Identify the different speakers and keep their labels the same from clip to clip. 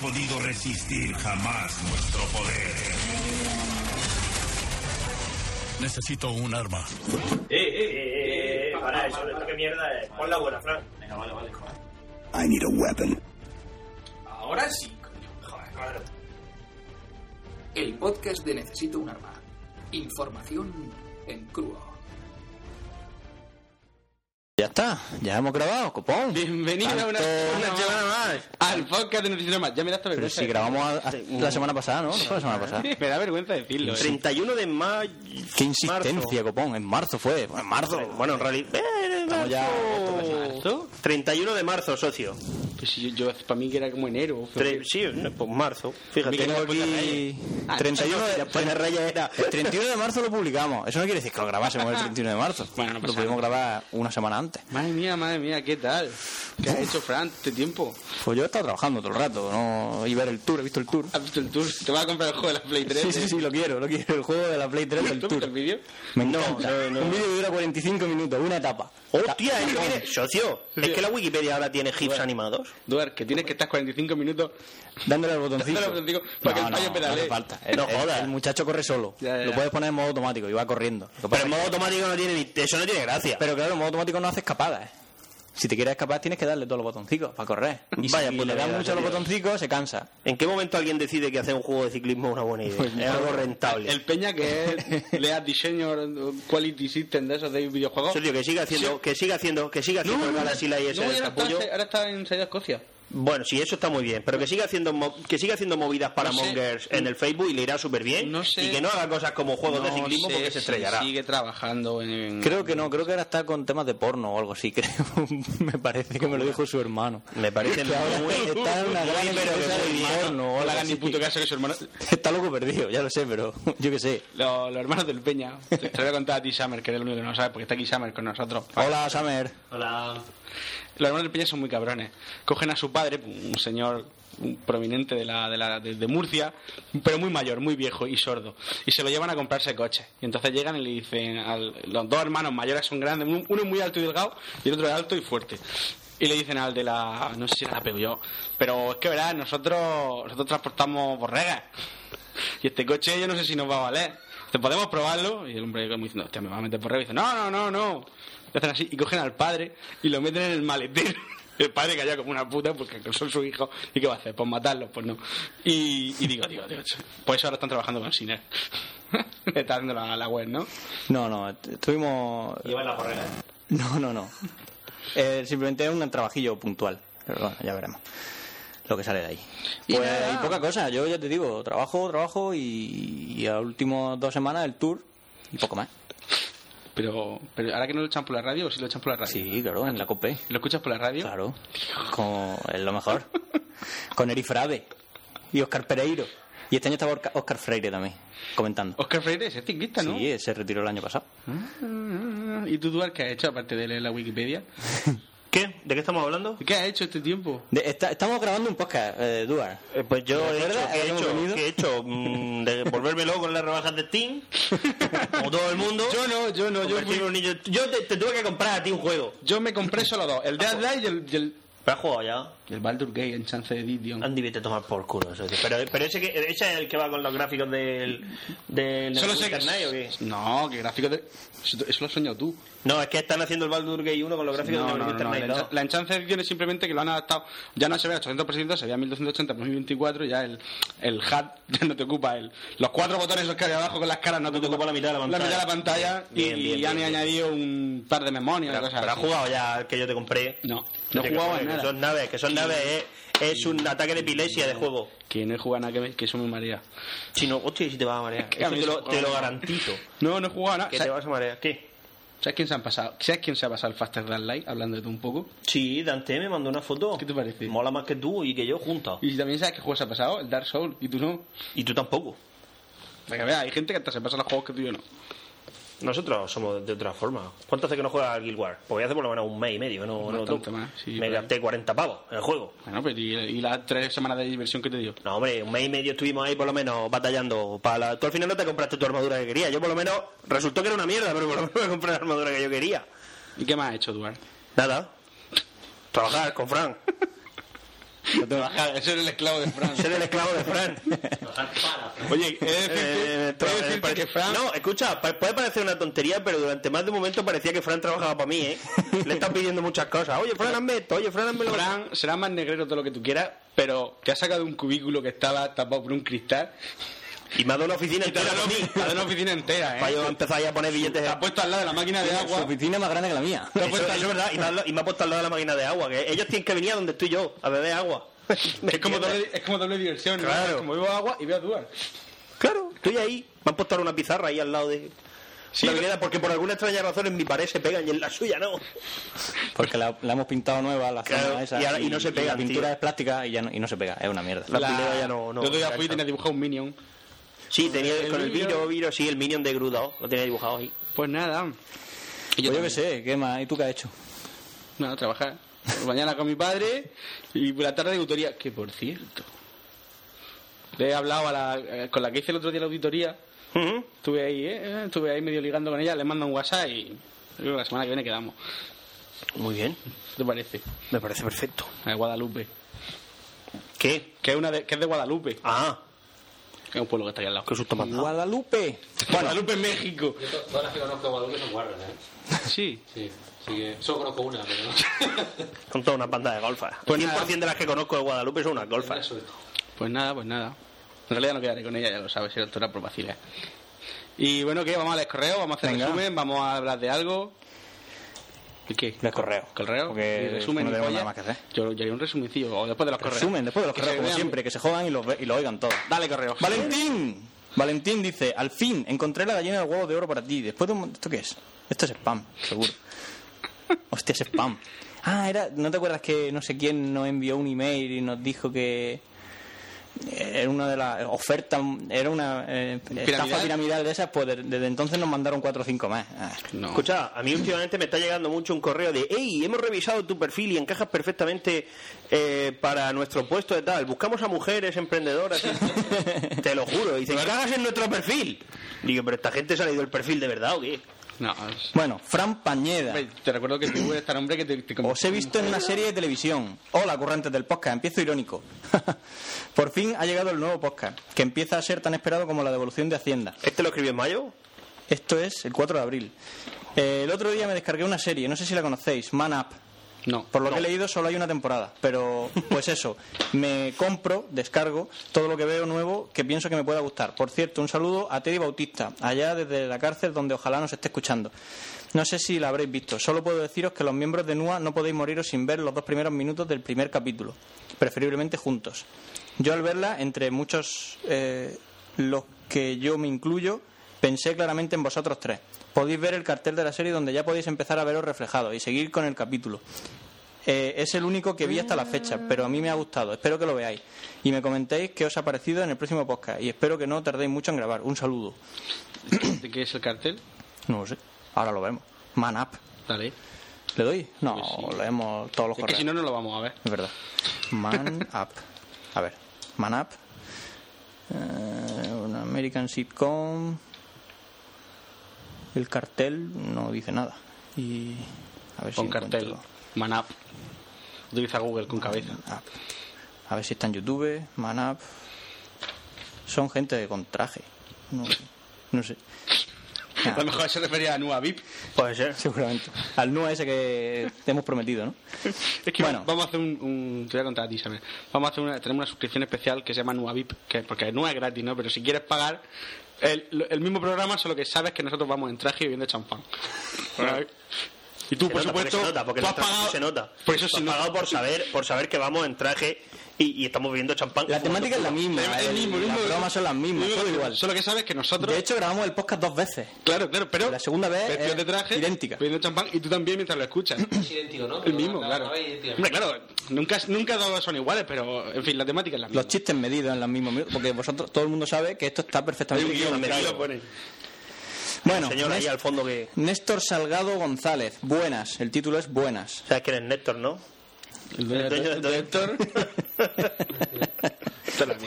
Speaker 1: podido resistir jamás nuestro poder.
Speaker 2: Necesito un arma.
Speaker 3: Eh, eh, eh, eh, para eso, esta que mierda es. Pon la buena, Fran.
Speaker 4: Venga, vale, vale, joder.
Speaker 5: I need a weapon.
Speaker 4: Ahora sí, coño. Joder,
Speaker 3: Claro.
Speaker 6: El podcast de Necesito un Arma. Información en crudo.
Speaker 7: Ya está, ya hemos grabado, copón.
Speaker 8: Bienvenido a una,
Speaker 7: Tanto-
Speaker 8: una semana más al podcast de Noticias Más. Ya me da hasta
Speaker 7: Pero
Speaker 8: vergüenza.
Speaker 7: si grabamos a- a- la semana pasada, ¿no? No fue la semana pasada.
Speaker 8: Me da vergüenza decirlo. ¿eh?
Speaker 4: 31 de mayo.
Speaker 7: Qué insistencia, copón. En marzo fue. En marzo.
Speaker 4: Bueno, en realidad. eh,
Speaker 7: Estamos ya-
Speaker 8: ¿Marzo?
Speaker 4: 31 de marzo, socio.
Speaker 8: Pues si yo, yo- para mí que era como enero.
Speaker 4: Tre-
Speaker 8: febrero.
Speaker 4: sí, eh, pues marzo.
Speaker 7: Tengo
Speaker 4: Fíjate.
Speaker 7: aquí Ah, 31 de, El 31 de marzo lo publicamos. Eso no quiere decir que lo grabásemos el 31 de marzo.
Speaker 8: Bueno, no pasa
Speaker 7: lo pudimos grabar una semana antes.
Speaker 8: Madre mía, madre mía, ¿qué tal? ¿Qué has hecho, Fran, este tiempo?
Speaker 7: Pues yo he estado trabajando todo el rato. No iba a ver el tour, he visto el tour.
Speaker 8: ¿Has visto el tour? ¿Te vas a comprar el juego de la Play 3?
Speaker 7: Sí, sí, sí, lo quiero, lo quiero. El juego de la Play 3 del
Speaker 8: ¿Tú has visto el
Speaker 7: tour.
Speaker 8: vídeo?
Speaker 7: Me encanta. Un vídeo que dura 45 minutos, una etapa.
Speaker 4: Hostia, es que tiene- socio. Es que la Wikipedia ahora tiene GIFs animados.
Speaker 8: Duar, que tienes que estar 45 minutos.
Speaker 7: Dándole al botoncito.
Speaker 8: Dándole al botoncito para que el payo pedalee.
Speaker 7: No hace falta. El,
Speaker 4: No
Speaker 7: el-
Speaker 4: jodas.
Speaker 7: el muchacho corre solo.
Speaker 8: Ya, ya, ya.
Speaker 7: Lo puedes poner en modo automático y va corriendo. Lo que
Speaker 4: Pero
Speaker 7: pasa
Speaker 4: en
Speaker 7: es
Speaker 4: modo automático no tiene ni. Eso no tiene gracia.
Speaker 7: que- pero claro, en modo automático no hace escapadas. ¿eh? Si te quieres escapar, tienes que darle todos los botoncicos para correr. Y
Speaker 4: Vaya
Speaker 7: si
Speaker 4: puta
Speaker 7: pues le das
Speaker 4: vida,
Speaker 7: mucho a los
Speaker 4: tío.
Speaker 7: botoncicos, se cansa.
Speaker 4: ¿En qué momento alguien decide que hacer un juego de ciclismo es una buena idea? es algo rentable.
Speaker 8: El Peña que es, lea diseño, quality system de esos de videojuegos.
Speaker 4: Socio, que siga haciendo, que siga haciendo, que siga haciendo cada sila y ese
Speaker 8: no, y ahora,
Speaker 4: capullo.
Speaker 8: está, ahora está en Saída Escocia.
Speaker 4: Bueno, sí, eso está muy bien, pero que siga haciendo mo- que siga haciendo movidas para
Speaker 8: No sé.
Speaker 4: mongers en el Facebook y le irá súper bien
Speaker 8: No sé.
Speaker 4: y que no haga cosas como juegos de
Speaker 8: No
Speaker 4: ciclismo
Speaker 8: sé
Speaker 4: porque se
Speaker 8: si
Speaker 4: estrellará.
Speaker 8: sigue trabajando en...
Speaker 7: Creo que no, creo que ahora está con temas de porno o algo así, creo. me parece que me lo dijo su hermano.
Speaker 4: Me parece
Speaker 7: Que ahora
Speaker 4: muy
Speaker 7: está en una
Speaker 4: muy,
Speaker 7: gran
Speaker 4: pero que
Speaker 7: empresa
Speaker 4: muy
Speaker 7: de
Speaker 4: bien.
Speaker 7: porno o
Speaker 8: No le
Speaker 7: algo
Speaker 8: hagan ni
Speaker 7: así.
Speaker 8: puto caso que su hermano...
Speaker 7: Está loco perdido, ya lo sé, pero yo qué sé.
Speaker 8: Los, los hermanos del Peña. Te te lo voy a contar a ti, Summer, que eres el único que no lo sabe, porque está aquí Summer con nosotros.
Speaker 7: Hola, Samer.
Speaker 4: Hola.
Speaker 8: Los hermanos del Peña son muy cabrones. Cogen a su padre, un señor prominente de, la, de, la- de- de Murcia, pero muy mayor, muy viejo y sordo, y se lo llevan a comprarse coches. Y entonces llegan y le dicen, al- los dos hermanos mayores son grandes, un- uno es muy alto y delgado y el otro es alto y fuerte. Y le dicen al de la, no sé si era la Peugeot, pero es que verás, nosotros, nosotros transportamos borregas. Y este coche yo no sé si nos va a valer. Dice, ¿podemos probarlo? Y el hombre como diciendo, hostia, me va a meter por reo. Y dice, no, no, no, no. Y hacen así y cogen al padre y lo meten en el maletero. El padre calla como una puta porque son su hijo. ¿Y qué va a hacer? Pues matarlos, pues no. Y, y digo, digo, digo, por eso ahora están trabajando con Siner. Está dando la, la web, ¿no?
Speaker 7: No, no, est- estuvimos.
Speaker 3: Lleva la correa.
Speaker 7: ¿eh? No, no, no. Eh, simplemente es un trabajillo puntual. Pero bueno, ya veremos lo que sale de ahí.
Speaker 8: Y
Speaker 7: Pues
Speaker 8: nada.
Speaker 7: hay poca cosa. Yo ya te digo, trabajo, trabajo y, y a últimas dos semanas el tour y poco más.
Speaker 8: Pero, pero ahora que no lo echan por la radio, o si lo echan por la radio.
Speaker 7: Sí, claro, en la COPE.
Speaker 8: ¿Lo escuchas por la radio?
Speaker 7: Claro. Con, es lo mejor. Con Eri Frade y Oscar Pereiro. Y este año estaba Orca- Oscar Freire también comentando.
Speaker 8: Oscar Freire es ciclista, ¿no? Ah,
Speaker 7: Sí, se retiró el año pasado.
Speaker 8: ¿Y tú, Duarte, qué has hecho aparte de leer la Wikipedia?
Speaker 4: ¿Qué? ¿De qué estamos hablando?
Speaker 8: ¿Qué has hecho este tiempo?
Speaker 7: De- está- estamos grabando un podcast, eh, Duar.
Speaker 4: Eh, pues yo he hecho,
Speaker 7: ¿Recuerdas?
Speaker 4: que he
Speaker 7: Habíamos
Speaker 4: hecho,
Speaker 7: venido.
Speaker 4: que he hecho mm, de volverme loco con las rebajas de Steam, como todo el mundo.
Speaker 8: Yo no, yo no, yo,
Speaker 4: Convertirme
Speaker 8: fui-
Speaker 4: en un niño- yo te, te tuve que comprar a ti un juego.
Speaker 8: yo me compré solo dos, el Dead Light y el, y el,
Speaker 4: Pero has jugado ya.
Speaker 8: y el Baldur Gate en Chance de Didion.
Speaker 4: Andy, vete a tomar por culo. socio. Pero, pero ese, que, ese es el que va con los gráficos del. del
Speaker 8: Solo sé
Speaker 4: Internet, ¿o
Speaker 8: que...
Speaker 4: qué?
Speaker 8: No, que gráfico de... Eso eso lo has soñado tú.
Speaker 4: No, es que están haciendo el Baldur Gate 1 con los gráficos
Speaker 8: No,
Speaker 4: del
Speaker 8: no, no, no,
Speaker 4: Internet.
Speaker 8: La,
Speaker 4: ¿no?
Speaker 8: encha- la enchanza edición es simplemente que lo han adaptado. Ya no se ve a 800%, se ve a 1280 por 1024. Ya el, el HUD ya no te ocupa. El, los cuatro botones esos que hay abajo con las caras no,
Speaker 4: No te ocupa la mitad de la pantalla.
Speaker 8: mitad de la pantalla
Speaker 4: Bien,
Speaker 8: y,
Speaker 4: bien, bien,
Speaker 8: han
Speaker 4: bien.
Speaker 8: añadido un par de memorias
Speaker 4: Pero,
Speaker 8: y cosas
Speaker 4: pero has
Speaker 8: así.
Speaker 4: jugado ya el que yo te compré.
Speaker 8: No, no
Speaker 4: Que
Speaker 8: he jugado
Speaker 4: son-
Speaker 8: en
Speaker 4: que
Speaker 8: nada.
Speaker 4: Son naves, que son naves, eh, es un ataque de epilepsia de juego.
Speaker 8: Que no he jugado nada que, me- que eso me marea.
Speaker 4: Si no, hostia, si te vas a marear.
Speaker 8: que a
Speaker 4: Eso
Speaker 8: mí
Speaker 4: te, lo,
Speaker 8: eso-
Speaker 4: te lo garantizo.
Speaker 8: No, no he jugado nada.
Speaker 4: Que te
Speaker 8: ¿Sabes,
Speaker 4: vas a marear. ¿Qué?
Speaker 8: sabes quién se han pasado? ¿Sabes quién se ha pasado el Faster Than Light? Hablando de tú un poco.
Speaker 4: Sí, Dante me mandó una foto.
Speaker 8: ¿Qué te parece?
Speaker 4: Mola más que tú y que yo juntos.
Speaker 8: Y también sabes qué juego se ha pasado, el Dark Souls, y tú no.
Speaker 4: Y tú tampoco.
Speaker 8: Para que veas, hay gente que hasta se pasa los juegos que tú y yo no.
Speaker 4: Nosotros somos de otra forma. ¿Cuánto hace que no juegas al Guild Wars? Pues hace por lo menos un mes y medio. No, no
Speaker 8: Bastante
Speaker 4: toco.
Speaker 8: más, sí,
Speaker 4: me
Speaker 8: claro.
Speaker 4: gasté 40 pavos en el juego.
Speaker 8: Bueno, pero y, y las tres semanas de diversión que te dio.
Speaker 4: No, hombre, un mes y medio estuvimos ahí por lo menos batallando. Para la- Tú al final no te compraste tu armadura que querías. Yo por lo menos resultó que era una mierda, pero por lo menos me compré la armadura que yo quería.
Speaker 8: ¿Y qué más has hecho, Duarte?
Speaker 4: Nada. Trabajar con Frank.
Speaker 8: Trabajar, eso era el esclavo de Fran.
Speaker 4: Ser el esclavo de Fran.
Speaker 8: Oye, he de decirte-
Speaker 4: Eh,
Speaker 8: he de
Speaker 4: tra- eh,
Speaker 8: decirte
Speaker 4: pare-
Speaker 8: que Fran...
Speaker 4: No, escucha, pa- puede parecer una tontería, pero durante más de un momento parecía que Fran trabajaba para mí, ¿eh? Le están pidiendo muchas cosas. Oye, Fran, hazme esto. Oye, Fran, hazme lo
Speaker 8: Fran será más negrero todo lo que tú quieras, pero te ha sacado de un cubículo que estaba tapado por un cristal
Speaker 4: Y me ha dado una oficina
Speaker 8: y te ha
Speaker 4: entera
Speaker 8: dado
Speaker 4: para mí.
Speaker 8: te ha dado una oficina entera,
Speaker 4: Para
Speaker 8: ¿eh?
Speaker 4: yo empezar ahí a poner billetes.
Speaker 8: Te ha puesto al lado de la máquina de
Speaker 7: Su
Speaker 8: agua.
Speaker 7: oficina es más grande que la mía.
Speaker 4: Eso, eso es verdad. Y me, ha, y me ha puesto al lado de la máquina de agua. Que ellos tienen que venir a donde estoy yo, a beber agua. ¿Me
Speaker 8: Es como,
Speaker 4: entiendes?
Speaker 8: doble, es como doble diversión, ¿no?
Speaker 4: Claro.
Speaker 8: Es Como veo agua y veo dudas.
Speaker 4: Claro, estoy ahí. Me han puesto ahora una pizarra ahí al lado de...
Speaker 8: Sí,
Speaker 4: la
Speaker 8: lo-
Speaker 4: vereda, porque por alguna extraña razón en mi pared se pegan y en la suya no.
Speaker 7: Porque la, la hemos pintado nueva, la
Speaker 4: Claro,
Speaker 7: zona esa.
Speaker 4: y ahora- y no se pega,
Speaker 7: La pintura
Speaker 4: tío.
Speaker 7: es plástica y, ya no, y no se pega, es una mierda. Pues
Speaker 4: La pileta ya no- no
Speaker 8: Yo todavía fui y
Speaker 4: engancha.
Speaker 8: tenía dibujado un Minion.
Speaker 4: Sí, tenía
Speaker 8: El
Speaker 4: con el
Speaker 8: Minion.
Speaker 4: Viro, Viro, sí, el Minion de Grudao. Lo tenía dibujado ahí.
Speaker 8: Pues nada.
Speaker 7: Pues yo qué sé, ¿qué más? ¿Y tú qué has hecho?
Speaker 8: Nada, trabajar. Por mañana con mi padre y por la tarde de auditoría. Que por cierto, le he hablado a la, eh, con la que hice el otro día la auditoría.
Speaker 4: Ujú.
Speaker 8: Estuve ahí, ¿eh? Estuve ahí medio ligando con ella. Le mando un WhatsApp y yo creo que la semana que viene quedamos.
Speaker 4: Muy bien,
Speaker 8: ¿Qué te parece?
Speaker 4: me parece perfecto.
Speaker 8: A Guadalupe.
Speaker 4: ¿Qué?
Speaker 8: Que es, una de, que es de Guadalupe,
Speaker 4: Ah,
Speaker 8: que es un pueblo que está aquí al lado.
Speaker 4: qué susto más da.
Speaker 7: Guadalupe.
Speaker 8: Guadalupe, México.
Speaker 9: Todas las que conozco de Guadalupe son guarras, ¿eh?
Speaker 8: Sí.
Speaker 9: Sí, sí que... Solo conozco una, pero...
Speaker 4: Son todas unas bandas de golfas.
Speaker 8: Pues
Speaker 4: el 100%
Speaker 8: nada.
Speaker 4: de las que conozco de Guadalupe son unas
Speaker 9: Mira,
Speaker 4: golfas.
Speaker 9: sobre-
Speaker 8: Pues nada, pues nada. En realidad no quedaré con ella, ya lo sabes, era toda por vacilar. Y bueno, ¿qué? Vamos al correo, vamos a hacer
Speaker 7: Venga.
Speaker 8: resumen, vamos a hablar de algo. ¿Y qué?
Speaker 7: Los correos.
Speaker 8: ¿Correo?
Speaker 7: Porque
Speaker 8: ¿Y resumen
Speaker 7: no
Speaker 8: y
Speaker 7: tenemos nada
Speaker 8: polla?
Speaker 7: más que hacer.
Speaker 8: Yo, yo haré un resumencillo, o después de los correos.
Speaker 7: Resumen, después de los
Speaker 8: Que
Speaker 7: correos,
Speaker 8: se
Speaker 7: como
Speaker 8: vean-
Speaker 7: siempre, que se jodan y los ve- y lo oigan todos.
Speaker 8: Dale correo.
Speaker 7: Valentín. Valentín dice, al fin, encontré la gallina del huevo de oro para ti. Después de un... mon- ¿Esto qué es? Esto es spam, seguro. Hostia, es spam. Ah, era... ¿No te acuerdas que no sé quién nos envió un email y nos dijo que... eh, Era una de las ofertas, era una eh, estafa
Speaker 8: ¿Piramidal?
Speaker 7: piramidal de esas, pues de- desde entonces nos mandaron cuatro o cinco más. Ah.
Speaker 8: No.
Speaker 4: Escucha, a mí últimamente me está llegando mucho un correo de hey, hemos revisado tu perfil y encajas perfectamente eh, para nuestro puesto de tal. Buscamos a mujeres emprendedoras. y-". Te lo juro. Dicen, cagas en nuestro perfil. Digo, pero esta gente se ha leído el perfil de verdad o qué.
Speaker 8: No, es-
Speaker 7: Bueno, Fran Pañeda.
Speaker 8: Hombre, te recuerdo que tú eres tan hombre que te... te
Speaker 7: Os he visto en una serie de televisión. Hola, currantes del podcast. Empiezo irónico. Por fin ha llegado el nuevo podcast, que empieza a ser tan esperado como la devolución de Hacienda.
Speaker 4: ¿Este lo escribió en mayo?
Speaker 7: Esto es el 4 de abril. Eh, el otro día me descargué una serie, no sé si la conocéis, Man Up.
Speaker 8: No.
Speaker 7: Por lo que he leído solo hay una temporada, pero pues eso, me compro, descargo todo lo que veo nuevo que pienso que me pueda gustar. Por cierto, un saludo a Teddy Bautista, allá desde la cárcel donde ojalá nos esté escuchando. No sé si la habréis visto, solo puedo deciros que los miembros de NUA no podéis moriros sin ver los dos primeros minutos del primer capítulo, preferiblemente juntos. Yo al verla, entre muchos eh, los que yo me incluyo, pensé claramente en vosotros tres. Podéis ver el cartel de la serie donde ya podéis empezar a veros reflejados y seguir con el capítulo. Eh, es el único que vi hasta la fecha, pero a mí me ha gustado. Espero que lo veáis y me comentéis qué os ha parecido en el próximo podcast. Y espero que no tardéis mucho en grabar. Un saludo.
Speaker 8: ¿De qué es el cartel?
Speaker 7: No lo sé. Ahora lo vemos. Man up.
Speaker 8: Dale.
Speaker 7: ¿Le doy? No,
Speaker 8: Pues sí.
Speaker 7: leemos todos los
Speaker 8: Es que
Speaker 7: correos.
Speaker 8: si no, no lo vamos a ver.
Speaker 7: Es verdad. Man up. A ver. Man up. Eh, un American sitcom. El cartel no dice nada. Y a ver si
Speaker 8: Con cartel.
Speaker 7: encuentro.
Speaker 8: Manap. Utiliza Google con cabeza.
Speaker 7: Up. Ah, A ver si está en YouTube, Man Up. Son gente de con traje. No, no sé. Ah,
Speaker 8: A lo mejor se refería a Nua VIP.
Speaker 4: Puede ser.
Speaker 7: seguramente. Al NUA ese que te hemos prometido, ¿no?
Speaker 8: Es que
Speaker 7: Bueno.
Speaker 8: vamos a hacer un, un- Te voy a contar a ti, Isabel. Vamos a hacer una... Tenemos una suscripción especial que se llama Nua VIP. Que, porque Nua es gratis, ¿no? Pero si quieres pagar el, el mismo programa, solo que sabes que nosotros vamos en traje y bebiendo champán. ¿Vale? y tú,
Speaker 4: Se
Speaker 8: por
Speaker 4: nota, porque
Speaker 8: supuesto...
Speaker 4: se nota, porque
Speaker 8: tú has
Speaker 4: nuestra-
Speaker 8: pagado-
Speaker 4: se nota.
Speaker 8: Por eso
Speaker 4: Tú
Speaker 8: se
Speaker 4: has
Speaker 8: nota.
Speaker 4: pagado por saber, por saber que vamos en traje y, y estamos bebiendo champán.
Speaker 7: La temática es la misma.
Speaker 8: Es el
Speaker 7: el-
Speaker 8: mismo, el mismo.
Speaker 7: las bromas son las mismas, todo igual.
Speaker 8: Solo que sabes que nosotros...
Speaker 7: De hecho, grabamos el podcast dos veces.
Speaker 8: Claro, claro, pero...
Speaker 7: La segunda vez
Speaker 8: vestidos
Speaker 7: es
Speaker 8: de traje,
Speaker 7: idéntica.
Speaker 8: bebiendo champán y tú también mientras lo escuchas.
Speaker 9: Es idéntico, ¿no?
Speaker 8: El mismo,
Speaker 9: La-
Speaker 8: claro.
Speaker 9: la vez idéntica.
Speaker 8: Hombre, claro, nunca, nunca todos son iguales, pero en fin, la temática es la misma.
Speaker 7: Los chistes medidos en los mismos minutos, porque vosotros, todo el mundo sabe que esto está
Speaker 8: Hay
Speaker 7: perfectamente
Speaker 8: un guión,
Speaker 7: medido.
Speaker 8: claro, lo pone.
Speaker 7: Bueno,
Speaker 4: Señor, ahí
Speaker 7: Nés-
Speaker 4: al fondo que...
Speaker 7: Néstor Salgado González, buenas. El título es Buenas.
Speaker 4: Sabes que eres Néstor, ¿no? El dueño del Néstor.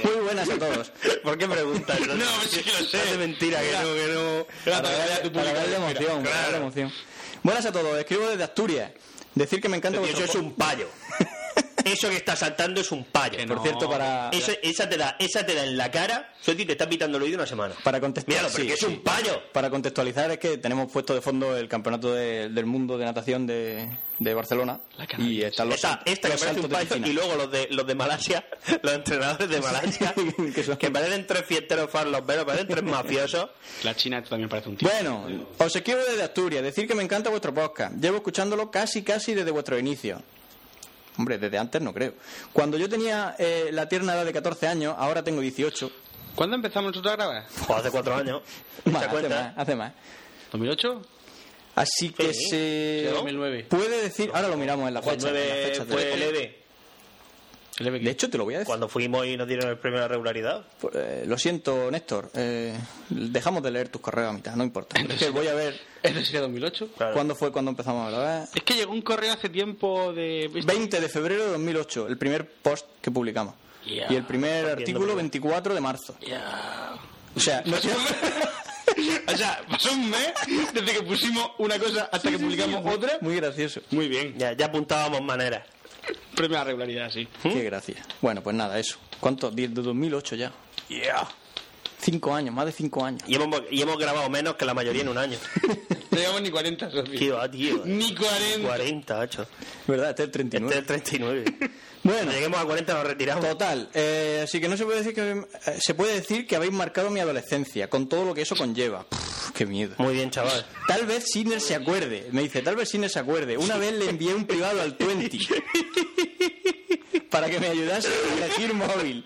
Speaker 7: Muy buenas a todos.
Speaker 4: ¿Por qué preguntas? No,
Speaker 8: sí que lo sé.
Speaker 4: Es de mentira, que no, que no.
Speaker 8: Era
Speaker 7: Para
Speaker 8: para
Speaker 7: darle-
Speaker 8: darle a tu
Speaker 7: para
Speaker 8: público
Speaker 7: darle
Speaker 8: respira.
Speaker 7: emoción, para darle emoción. Buenas a todos, escribo desde Asturias. Decir que me encanta
Speaker 4: Eso
Speaker 7: vuestro
Speaker 4: es un payo.
Speaker 7: po-
Speaker 4: Eso que está saltando es un payo.
Speaker 8: Que
Speaker 7: Por
Speaker 8: no.
Speaker 7: cierto, para,
Speaker 4: Eso- esa, te da, esa te da en la cara. Soti te está pitando el oído una semana.
Speaker 7: para contestar.
Speaker 4: Míralo, porque
Speaker 7: sí,
Speaker 4: es un payo.
Speaker 7: Para contextualizar, es que tenemos puesto de fondo el campeonato de- del mundo de natación de, de Barcelona. Y están los,
Speaker 4: Esta, esta que
Speaker 7: los
Speaker 4: parece un
Speaker 7: saltos de
Speaker 4: payo
Speaker 7: piscina.
Speaker 4: y luego los de, los de Malasia, los entrenadores de Malasia,
Speaker 7: Que son-
Speaker 4: que parecen tres fiesteros farloperos, parecen tres mafiosos.
Speaker 8: La China esto también parece un tío.
Speaker 7: Bueno, os escribo desde Asturias. Decir que me encanta vuestro podcast. Llevo escuchándolo casi, casi desde vuestro inicio. Hombre, desde antes no creo. Cuando yo tenía eh, la tierna edad de 14 años, ahora tengo 18.
Speaker 8: ¿Cuándo empezamos nosotros a grabar?
Speaker 4: Joder, hace cuatro años. ¿Te
Speaker 7: Más,
Speaker 4: das
Speaker 7: hace
Speaker 4: cuenta?
Speaker 7: más, hace más.
Speaker 8: ¿2008?
Speaker 7: Así que
Speaker 4: Sí,
Speaker 7: se...
Speaker 8: sí, 2009.
Speaker 7: Puede decir... Ahora lo miramos en la fecha. en la
Speaker 4: 2009
Speaker 7: fecha de-
Speaker 4: fue el EVE,
Speaker 8: El EVE.
Speaker 7: de hecho, te lo voy a decir.
Speaker 4: cuando fuimos y nos dieron el premio de la regularidad.
Speaker 7: Pues, eh, lo siento, Néstor. eh, dejamos de leer tus correos a mitad, no importa. Es que voy a ver
Speaker 8: ¿Eso sería 2008?
Speaker 4: Claro.
Speaker 7: cuándo fue cuando empezamos a grabar.
Speaker 8: Es que llegó un correo hace tiempo de...
Speaker 7: 20 de febrero de 2008, el primer post que publicamos.
Speaker 8: Yeah.
Speaker 7: Y el primer
Speaker 4: Entiendo
Speaker 7: artículo
Speaker 4: por qué.
Speaker 7: 24 de marzo.
Speaker 8: Ya.
Speaker 7: O sea, no-
Speaker 8: o sea, pasó un mes desde que pusimos una cosa hasta que publicamos otra.
Speaker 7: muy gracioso.
Speaker 8: Muy bien.
Speaker 4: Ya, ya apuntábamos maneras.
Speaker 8: Premio a la regularidad, sí.
Speaker 4: ¿Mm?
Speaker 7: Qué gracia. Bueno, pues nada, eso. ¿Cuánto? Die- De 2008 ya. Cinco años, más de cinco años.
Speaker 4: Y hemos, y hemos grabado menos que la mayoría en un año.
Speaker 8: No llevamos ni 40, socio.
Speaker 4: Qué va, tío.
Speaker 8: Ni 40.
Speaker 4: 40, 8.
Speaker 7: ¿Verdad? Este es el
Speaker 4: Este es
Speaker 7: 39.
Speaker 4: el 39.
Speaker 7: Bueno,
Speaker 4: Cuando lleguemos a 40 nos retiramos.
Speaker 7: total. eh, así que no se puede decir que... eh, se puede decir que habéis marcado mi adolescencia, con todo lo que eso conlleva. Pff, qué miedo.
Speaker 4: Muy bien, chaval.
Speaker 7: Tal vez Sinner se acuerde. Me dice, tal vez Sinner se acuerde. Una vez le envié un privado al 20 para que me ayudase a elegir móvil.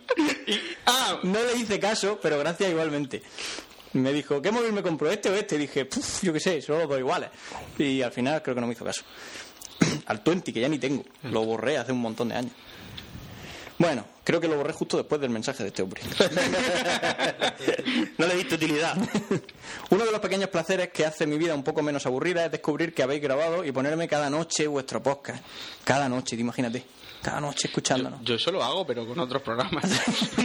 Speaker 8: Ah,
Speaker 7: No le hice caso, pero gracias igualmente. Me dijo, ¿qué móvil me compró este o este? Dije, "Puf, yo qué sé, son los dos iguales. Y al final creo que no me hizo caso. Al 20, que ya ni tengo. Lo borré hace un montón de años. Bueno, creo que lo borré justo después del mensaje de este hombre.
Speaker 4: No le he visto utilidad.
Speaker 7: Uno de los pequeños placeres que hace mi vida un poco menos aburrida es descubrir que habéis grabado y ponerme cada noche vuestro podcast. Cada noche, te imagínate. Cada noche escuchándonos.
Speaker 8: yo eso lo hago, pero con otros programas.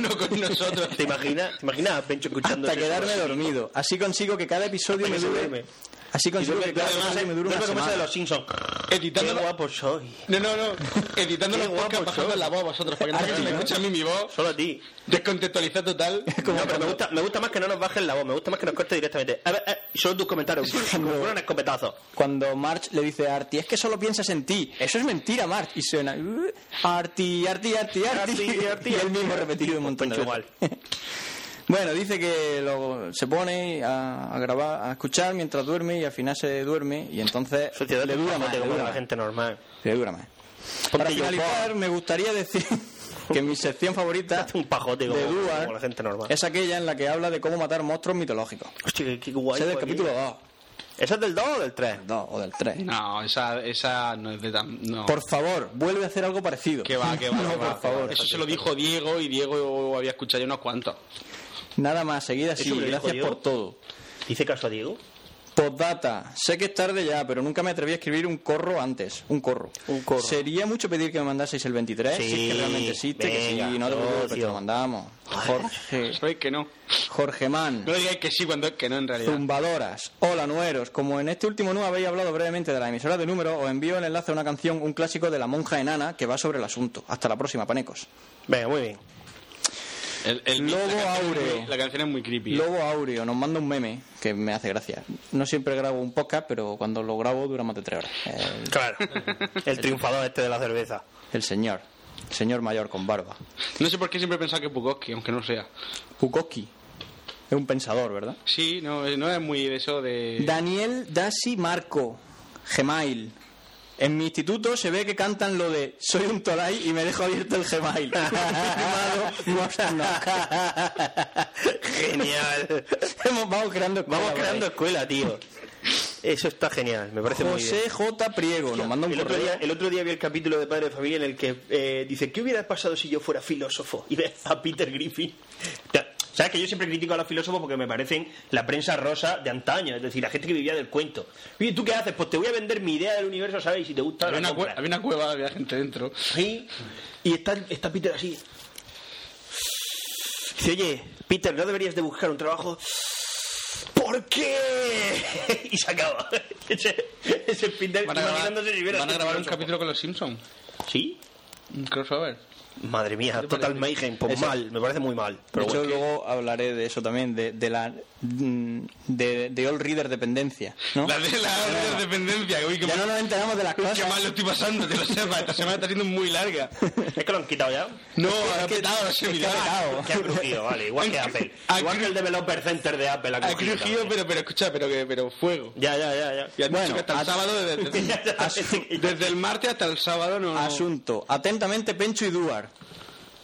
Speaker 8: no con nosotros.
Speaker 4: ¿Te imaginas? ¿Te imaginas a Pencho escuchando
Speaker 7: Hasta
Speaker 4: eso?
Speaker 7: quedarme dormido. Así consigo que cada episodio
Speaker 4: Hasta
Speaker 7: me
Speaker 4: que se
Speaker 7: dure.
Speaker 4: duerme.
Speaker 7: Así
Speaker 4: Y
Speaker 7: consigo
Speaker 4: duerme
Speaker 7: que cada episodio me dure
Speaker 4: duerme
Speaker 7: una
Speaker 4: como esa de
Speaker 7: semana.
Speaker 4: los Simpsons. Qué
Speaker 8: Editando la-
Speaker 4: guapo soy.
Speaker 8: No, no, no. Editando
Speaker 4: Qué
Speaker 8: los podcasts,
Speaker 4: guapo
Speaker 8: bajando
Speaker 4: soy.
Speaker 8: la voz a vosotros, para que no
Speaker 7: Ah,
Speaker 8: me
Speaker 7: sí,
Speaker 8: me
Speaker 7: ¿no?
Speaker 8: escucha a mí mi voz.
Speaker 4: Solo a ti.
Speaker 8: Descontextualizada total.
Speaker 4: No, pero me gusta, me gusta más que no nos bajen la voz, me gusta más que nos corte directamente. A ver, eh, solo tus comentarios. Como fueron escopetazos.
Speaker 7: Cuando March le dice a Arti, es que solo piensas en ti. Eso es mentira, March. Y suena, "Uh, Arti, Arti, Arti, Arti.
Speaker 4: Arti, Arti,
Speaker 7: Y él
Speaker 4: Arti.
Speaker 7: mismo repetido un montón de
Speaker 4: Pencho
Speaker 7: veces. Bueno, dice que lo- se pone a, a grabar, a escuchar mientras duerme y al final se duerme y entonces
Speaker 4: Sociedad
Speaker 7: le dura
Speaker 4: de
Speaker 7: más, le
Speaker 4: como
Speaker 7: dura
Speaker 4: la
Speaker 7: más,
Speaker 4: gente normal.
Speaker 7: le dura más. Para
Speaker 4: Ponte yo
Speaker 7: finalizar, me gustaría decir que mi sección favorita
Speaker 4: un pajote como,
Speaker 7: de Duar
Speaker 4: como la gente normal.
Speaker 7: es aquella en la que habla de cómo matar monstruos mitológicos.
Speaker 4: Hostia, qué, qué guay.
Speaker 7: Ese es del
Speaker 4: fue
Speaker 7: capítulo
Speaker 4: aquello.
Speaker 7: 2,
Speaker 4: ¿Esa es del 2 o del 3?
Speaker 7: 2 o del 3.
Speaker 8: No, esa, esa no es de tan. No.
Speaker 7: Por favor, vuelve a hacer algo parecido.
Speaker 8: Que va, que va.
Speaker 7: No,
Speaker 8: que va.
Speaker 7: por favor.
Speaker 8: Eso se lo dijo Diego y Diego había escuchado ya unos cuantos.
Speaker 7: Nada más, seguida
Speaker 4: ¿Eso
Speaker 7: así.
Speaker 4: me lo dijo
Speaker 7: Gracias
Speaker 4: Diego?
Speaker 7: por todo.
Speaker 4: ¿Dice caso a Diego?
Speaker 7: Postdata. Sé que es tarde ya, pero nunca me atreví a escribir un corro antes. Un corro.
Speaker 4: Un corro.
Speaker 7: Sería mucho pedir que me mandaseis el 23,
Speaker 4: Sí,
Speaker 7: si es que realmente existe, que
Speaker 4: venga,
Speaker 7: sí, no te preocupes,
Speaker 4: socio.
Speaker 7: te lo mandamos. Jorge,
Speaker 8: Sabéis que no.
Speaker 7: Jorge Man.
Speaker 8: No digáis que sí cuando es que no, en realidad.
Speaker 7: Zumbadoras, hola nueros. Como en este último nu habéis hablado brevemente de la emisora de número, os envío el enlace a una canción, un clásico de la monja enana que va sobre el asunto. Hasta la próxima, panecos.
Speaker 4: Venga, muy bien.
Speaker 8: El, el-
Speaker 7: Lobo
Speaker 8: la canción es
Speaker 7: áureo.
Speaker 8: muy- La canción es muy creepy.
Speaker 7: Lobo Aureo nos manda un meme que me hace gracia. No siempre grabo un podcast, pero cuando lo grabo dura más de tres horas. El,
Speaker 4: Claro. El triunfador este de la cerveza.
Speaker 7: el señor, el señor mayor con barba.
Speaker 8: No sé por qué siempre he pensado que Bukowski, aunque no sea.
Speaker 7: Kukoski, es un pensador, ¿verdad?
Speaker 8: Sí, no, eh, no es muy de eso de.
Speaker 7: Daniel Dasi Marco, Gmail. En mi instituto se ve que cantan lo de soy un toray y me dejo abierto el Gmail. Firmado Mosnock.
Speaker 4: Genial.
Speaker 7: Hemos- Vamos creando escuela
Speaker 4: Vamos
Speaker 7: por ahí.
Speaker 4: creando escuela, tío. Eso está genial, me parece muy bien.
Speaker 7: José J. Priego nos manda un
Speaker 4: el otro,
Speaker 7: correo.
Speaker 4: día, el otro día vi el capítulo de Padre de Familia en el que eh, dice, ¿qué hubiera pasado si yo fuera filósofo? Y ves a Peter Griffin. O sea, Sabes que yo siempre critico a los filósofos porque me parecen la prensa rosa de antaño, es decir, la gente que vivía del cuento. Oye, ¿tú qué haces? Pues te voy a vender mi idea del universo, ¿sabes? Y si te gusta...
Speaker 8: Había
Speaker 4: la
Speaker 8: una, cue-
Speaker 4: compras.
Speaker 8: había una cueva, había gente dentro.
Speaker 4: Sí. Y está, está Peter así. Dice, oye, Peter, ¿no deberías de buscar un trabajo? ¿Por qué? Y se acaba. Ese, ese Peter
Speaker 8: Van a grabar,
Speaker 4: imaginándose si hubiera
Speaker 8: van a
Speaker 4: sido
Speaker 8: grabar un
Speaker 4: filósofo.
Speaker 8: capítulo con los Simpsons.
Speaker 4: ¿Sí?
Speaker 8: Un crossover.
Speaker 4: Madre mía, Total Mayhem, pues
Speaker 7: Eso.
Speaker 4: mal, me parece muy mal. Pero
Speaker 7: de hecho,
Speaker 4: bueno.
Speaker 7: luego hablaré de eso también, de, de la mm, de, de All Reader dependencia, ¿no?
Speaker 8: La de la la dependencia. Uy, qué
Speaker 7: Ya no
Speaker 8: mal,
Speaker 7: nos enteramos de las
Speaker 8: qué
Speaker 7: cosas.
Speaker 8: mal lo estoy pasando, que lo sepa. Esta semana está siendo muy larga.
Speaker 4: Es que lo han quitado ya.
Speaker 8: No, ha petado, no sé,
Speaker 7: que ha
Speaker 8: mira.
Speaker 7: petado.
Speaker 4: Que ha crujido, vale, igual que Apple.
Speaker 8: Ha
Speaker 4: Igual que el developer center de Apple ha
Speaker 8: Ha
Speaker 4: crujido.
Speaker 8: crujido,
Speaker 4: también.
Speaker 8: pero, pero escucha, pero que, pero fuego.
Speaker 4: Ya, ya, ya, ya.
Speaker 8: Y han
Speaker 7: Bueno,
Speaker 8: dicho que hasta
Speaker 7: a-
Speaker 8: el sábado, desde, desde- desde el martes hasta el sábado no. no.
Speaker 7: Asunto. Atentamente, Pencho y Duar.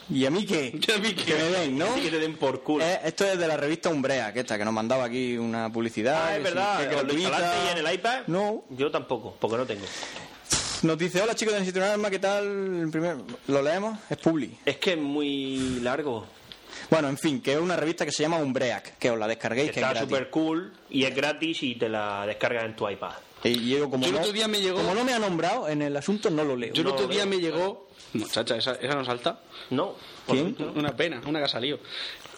Speaker 7: ¿Y a mí qué?
Speaker 8: ¿Y a mí qué?
Speaker 7: Que me den, ¿no?
Speaker 4: Así que te den por culo.
Speaker 7: Eh, esto es de la revista Umbrea, que esta, que nos mandaba aquí una publicidad.
Speaker 4: Ah, es
Speaker 7: que sí,
Speaker 4: verdad,
Speaker 7: que
Speaker 4: ¿os lo
Speaker 7: gratuita.
Speaker 4: instalaste y en el iPad?
Speaker 7: No.
Speaker 4: Yo tampoco, porque no tengo.
Speaker 7: Nos dice, hola chicos de Necesito un Arma, ¿qué tal? El primer- ¿Lo leemos? Es Publi.
Speaker 4: Es que es muy largo.
Speaker 7: Bueno, en fin, que es una revista que se llama Umbreac, que os la descarguéis, que es
Speaker 4: Está
Speaker 7: gratis.
Speaker 4: súper cool y es gratis y te la descargas en tu iPad.
Speaker 7: Y yo, como,
Speaker 8: Yo el
Speaker 7: no,
Speaker 8: otro día me llegó-
Speaker 7: como no me ha nombrado en el asunto, no lo leo.
Speaker 8: Yo el
Speaker 4: No,
Speaker 8: otro día
Speaker 4: no.
Speaker 8: me llegó. Muchacha, esa, esa no salta.
Speaker 4: No.
Speaker 7: ¿Quién?
Speaker 8: Una pena, una que ha salido.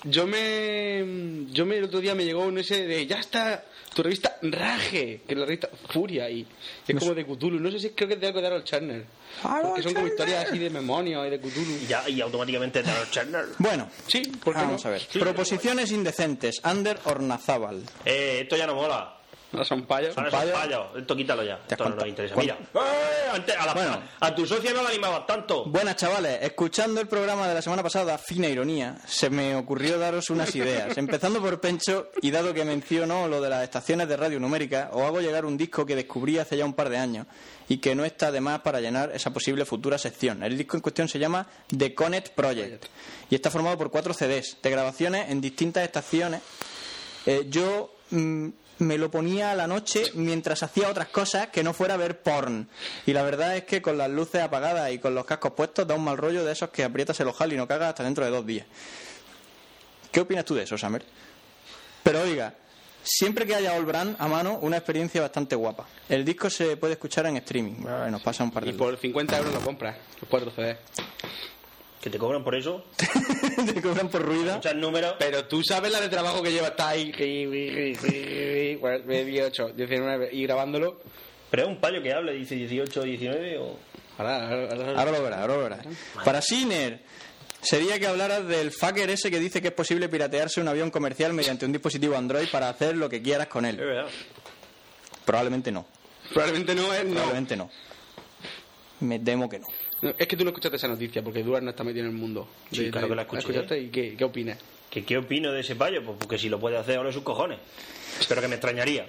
Speaker 8: Yo me. Yo me el otro día me llegó un ese de. Ya está tu revista Rage, que es la revista Furia y es como de Cthulhu. No sé si creo que es de algo de Harold Turner.
Speaker 7: Harold
Speaker 8: Porque son como
Speaker 7: Turner.
Speaker 8: historias así de demonios y de Cthulhu.
Speaker 4: Ya, y automáticamente te los Turner.
Speaker 7: Bueno,
Speaker 8: Sí, ¿por qué
Speaker 7: vamos
Speaker 8: no?
Speaker 7: a ver.
Speaker 4: Sí,
Speaker 7: Proposiciones indecentes, Ander Ornazábal.
Speaker 4: Eh, esto ya no mola.
Speaker 8: No son payos.
Speaker 4: Ahora
Speaker 7: Payo.
Speaker 4: son payos. Esto quítalo ya.
Speaker 7: Te has
Speaker 4: Esto no nos
Speaker 7: contado.
Speaker 4: interesa.
Speaker 7: ¿Cuánto?
Speaker 4: Mira. ¡Eh! Antes, a, la-
Speaker 7: Bueno.
Speaker 4: a tu socia no la animabas tanto.
Speaker 7: Buenas chavales, escuchando el programa de la semana pasada, Fina Ironía, se me ocurrió daros unas ideas. Empezando por Pencho, y dado que menciono lo de las estaciones de radio numérica, os hago llegar un disco que descubrí hace ya un par de años y que no está de más para llenar esa posible futura sección. El disco en cuestión se llama The Connect Project y está formado por cuatro CDs de grabaciones en distintas estaciones eh, yo mm, me lo ponía a la noche mientras hacía otras cosas que no fuera ver porn. Y la verdad es que con las luces apagadas y con los cascos puestos da un mal rollo de esos que aprietas el ojal y no cagas hasta dentro de dos días. ¿Qué opinas tú de eso, Samer? Pero oiga, siempre que haya All Brand a mano, una experiencia bastante guapa. El disco se puede escuchar en streaming. Bueno, Nos pasa un par de
Speaker 8: Y por 50 euros lo compras, los cuatro CDs.
Speaker 4: Que te cobran por eso.
Speaker 7: Te cobran por ruido.
Speaker 4: Muchos números.
Speaker 8: Pero tú sabes la de trabajo que lleva está ahí, 18, 19, pues, y grabándolo.
Speaker 4: Pero es un payo que habla, dice 18, 19 o...
Speaker 8: Ahora, ahora, ahora-
Speaker 7: Ahora lo verás, ahora lo verás. Para Siner, sería que hablaras del fucker ese que dice que es posible piratearse un avión comercial mediante un dispositivo Android para hacer lo que quieras con
Speaker 4: Es
Speaker 7: él.
Speaker 4: verdad.
Speaker 7: Probablemente no,
Speaker 8: Probablemente no es. No.
Speaker 7: probablemente no. Me temo que no.
Speaker 8: No, Es que tú no escuchaste esa noticia, porque Duarte no está metido en el mundo.
Speaker 4: Sí,
Speaker 8: De-
Speaker 4: claro
Speaker 8: de-
Speaker 4: que la escuché.
Speaker 7: ¿eh?
Speaker 8: escuchaste y qué, qué opinas?
Speaker 4: ¿Que ¿Qué opino de ese payo? Pues porque si lo puede hacer, ahora sus cojones. Pero que me extrañaría.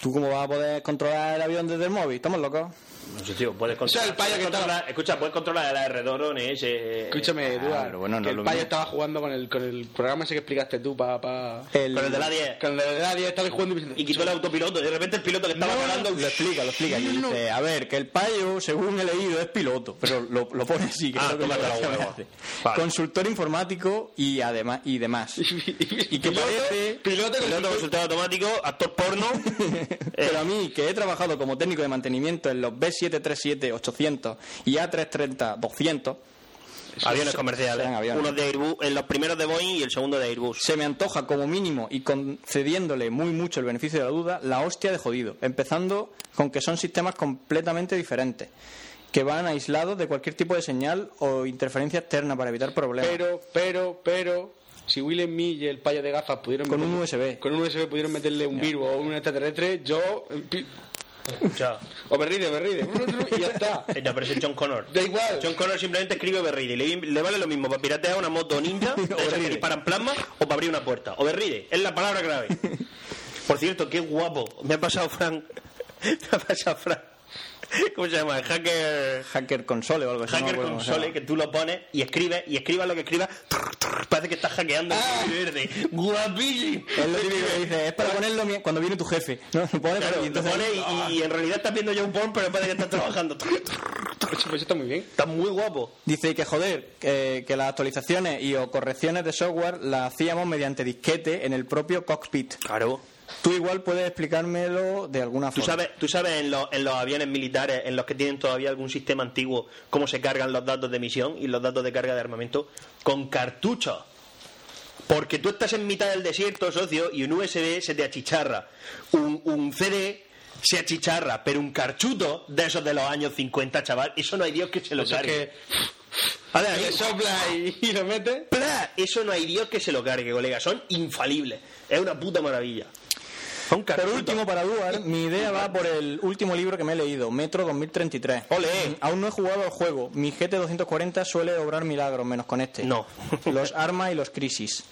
Speaker 7: ¿Tú cómo vas a poder controlar el avión desde el móvil? ¿Estamos locos?
Speaker 4: No sé, tío, puedes
Speaker 8: sea,
Speaker 4: controlar...
Speaker 8: el payo
Speaker 4: puedes
Speaker 8: que estaba-
Speaker 4: controlar- Escucha, puedes controlar el R2 ese...
Speaker 8: Escúchame,
Speaker 7: claro,
Speaker 8: Duarte,
Speaker 7: bueno, no
Speaker 8: que
Speaker 7: es lo
Speaker 8: el payo
Speaker 7: mismo.
Speaker 8: estaba jugando con el, con el programa ese que explicaste tú para... Pa,
Speaker 7: El-
Speaker 4: Con el de la 10.
Speaker 8: Con el de la 10 estaba jugando y
Speaker 4: Y quitó el autopiloto. Y de repente el piloto que estaba volando...
Speaker 7: Lo explica, lo explica. que dice, a ver, que el payo, según he leído, es piloto, pero lo, lo pone así. Que
Speaker 4: Ah,
Speaker 7: es lo que
Speaker 4: tómate la
Speaker 7: me
Speaker 4: hueva.
Speaker 7: hace.
Speaker 4: Vale.
Speaker 7: Consultor informático y, además y demás. Y que parece...
Speaker 4: Piloto, resultado automático, actor porno.
Speaker 7: Pero a mí, que he trabajado como técnico de mantenimiento en los B737-800 y A330-200,
Speaker 4: aviones comerciales.
Speaker 7: serán aviones.
Speaker 4: Unos de Airbus, en los primeros de Boeing y el segundo de Airbus.
Speaker 7: se me antoja como mínimo y concediéndole muy mucho el beneficio de la duda, la hostia de jodido. Empezando con que son sistemas completamente diferentes, que van aislados de cualquier tipo de señal o interferencia externa para evitar problemas.
Speaker 8: Pero, pero, pero... Si Will Smith y el payo de gafas pudieron...
Speaker 7: Con
Speaker 8: meter-
Speaker 7: un USB.
Speaker 8: Con un USB pudieron meterle un virus o un extraterrestre, yo... eh, pi-
Speaker 4: Escucha.
Speaker 8: O me ríe, me ríe. Y ya está.
Speaker 4: Eh, No, pero ese es John Connor.
Speaker 8: Da igual.
Speaker 4: John Connor simplemente escribe Override. Le, le vale lo mismo para piratear una moto ninja, de esas que disparan plasma, o para abrir una puerta. Override, es la palabra clave. Por cierto, qué guapo. Me ha pasado Frank. Me ha pasado Frank. ¿Cómo se llama? El hacker.
Speaker 7: Hacker console o algo así. no me
Speaker 4: Hacker
Speaker 7: acuerdo cómo se
Speaker 4: console que
Speaker 7: llama.
Speaker 4: tú lo pones y escribes y escribas lo que escribas trrr, trrr, parece que estás hackeando
Speaker 7: Ah.
Speaker 4: el verde guapísimo
Speaker 7: Es lo típico que dice, es para ponerlo mi- cuando viene tu jefe. ¿no? Lo
Speaker 4: Claro,
Speaker 7: pones por ahí,
Speaker 4: lo
Speaker 7: entonces- ah.
Speaker 4: pones y, y en realidad estás viendo ya un porn pero parece que estás trabajando
Speaker 8: Pues eso está muy bien.
Speaker 4: está muy guapo
Speaker 7: Dice que joder, que, que las actualizaciones y o correcciones de software las hacíamos mediante disquete en el propio cockpit.
Speaker 4: claro
Speaker 7: Tú igual puedes explicármelo de alguna
Speaker 4: ¿Tú
Speaker 7: forma.
Speaker 4: sabes, tú sabes en, los, en los aviones militares, en los que tienen todavía algún sistema antiguo, cómo se cargan los datos de misión y los datos de carga de armamento? Con cartuchos. Porque tú estás en mitad del desierto, socio, y un USB se te achicharra. Un, un CD se achicharra, pero un carchuto de esos de los años 50, chaval, eso no hay Dios que se lo
Speaker 8: Eso es
Speaker 4: cargue.
Speaker 8: que
Speaker 4: Ahora,
Speaker 8: Le sopla y, y lo mete.
Speaker 4: ¡plá! Eso no hay Dios que se lo cargue, colega. Son infalibles. Es una puta maravilla. Son
Speaker 7: Por
Speaker 4: cartuchos.
Speaker 7: último, para Duar, mi idea va por el último libro que me he leído, Metro 2033.
Speaker 4: ¡Ole!
Speaker 7: Aún no he jugado al juego. Mi GT240 suele obrar milagros, menos con este.
Speaker 4: No.
Speaker 7: los armas y los crisis.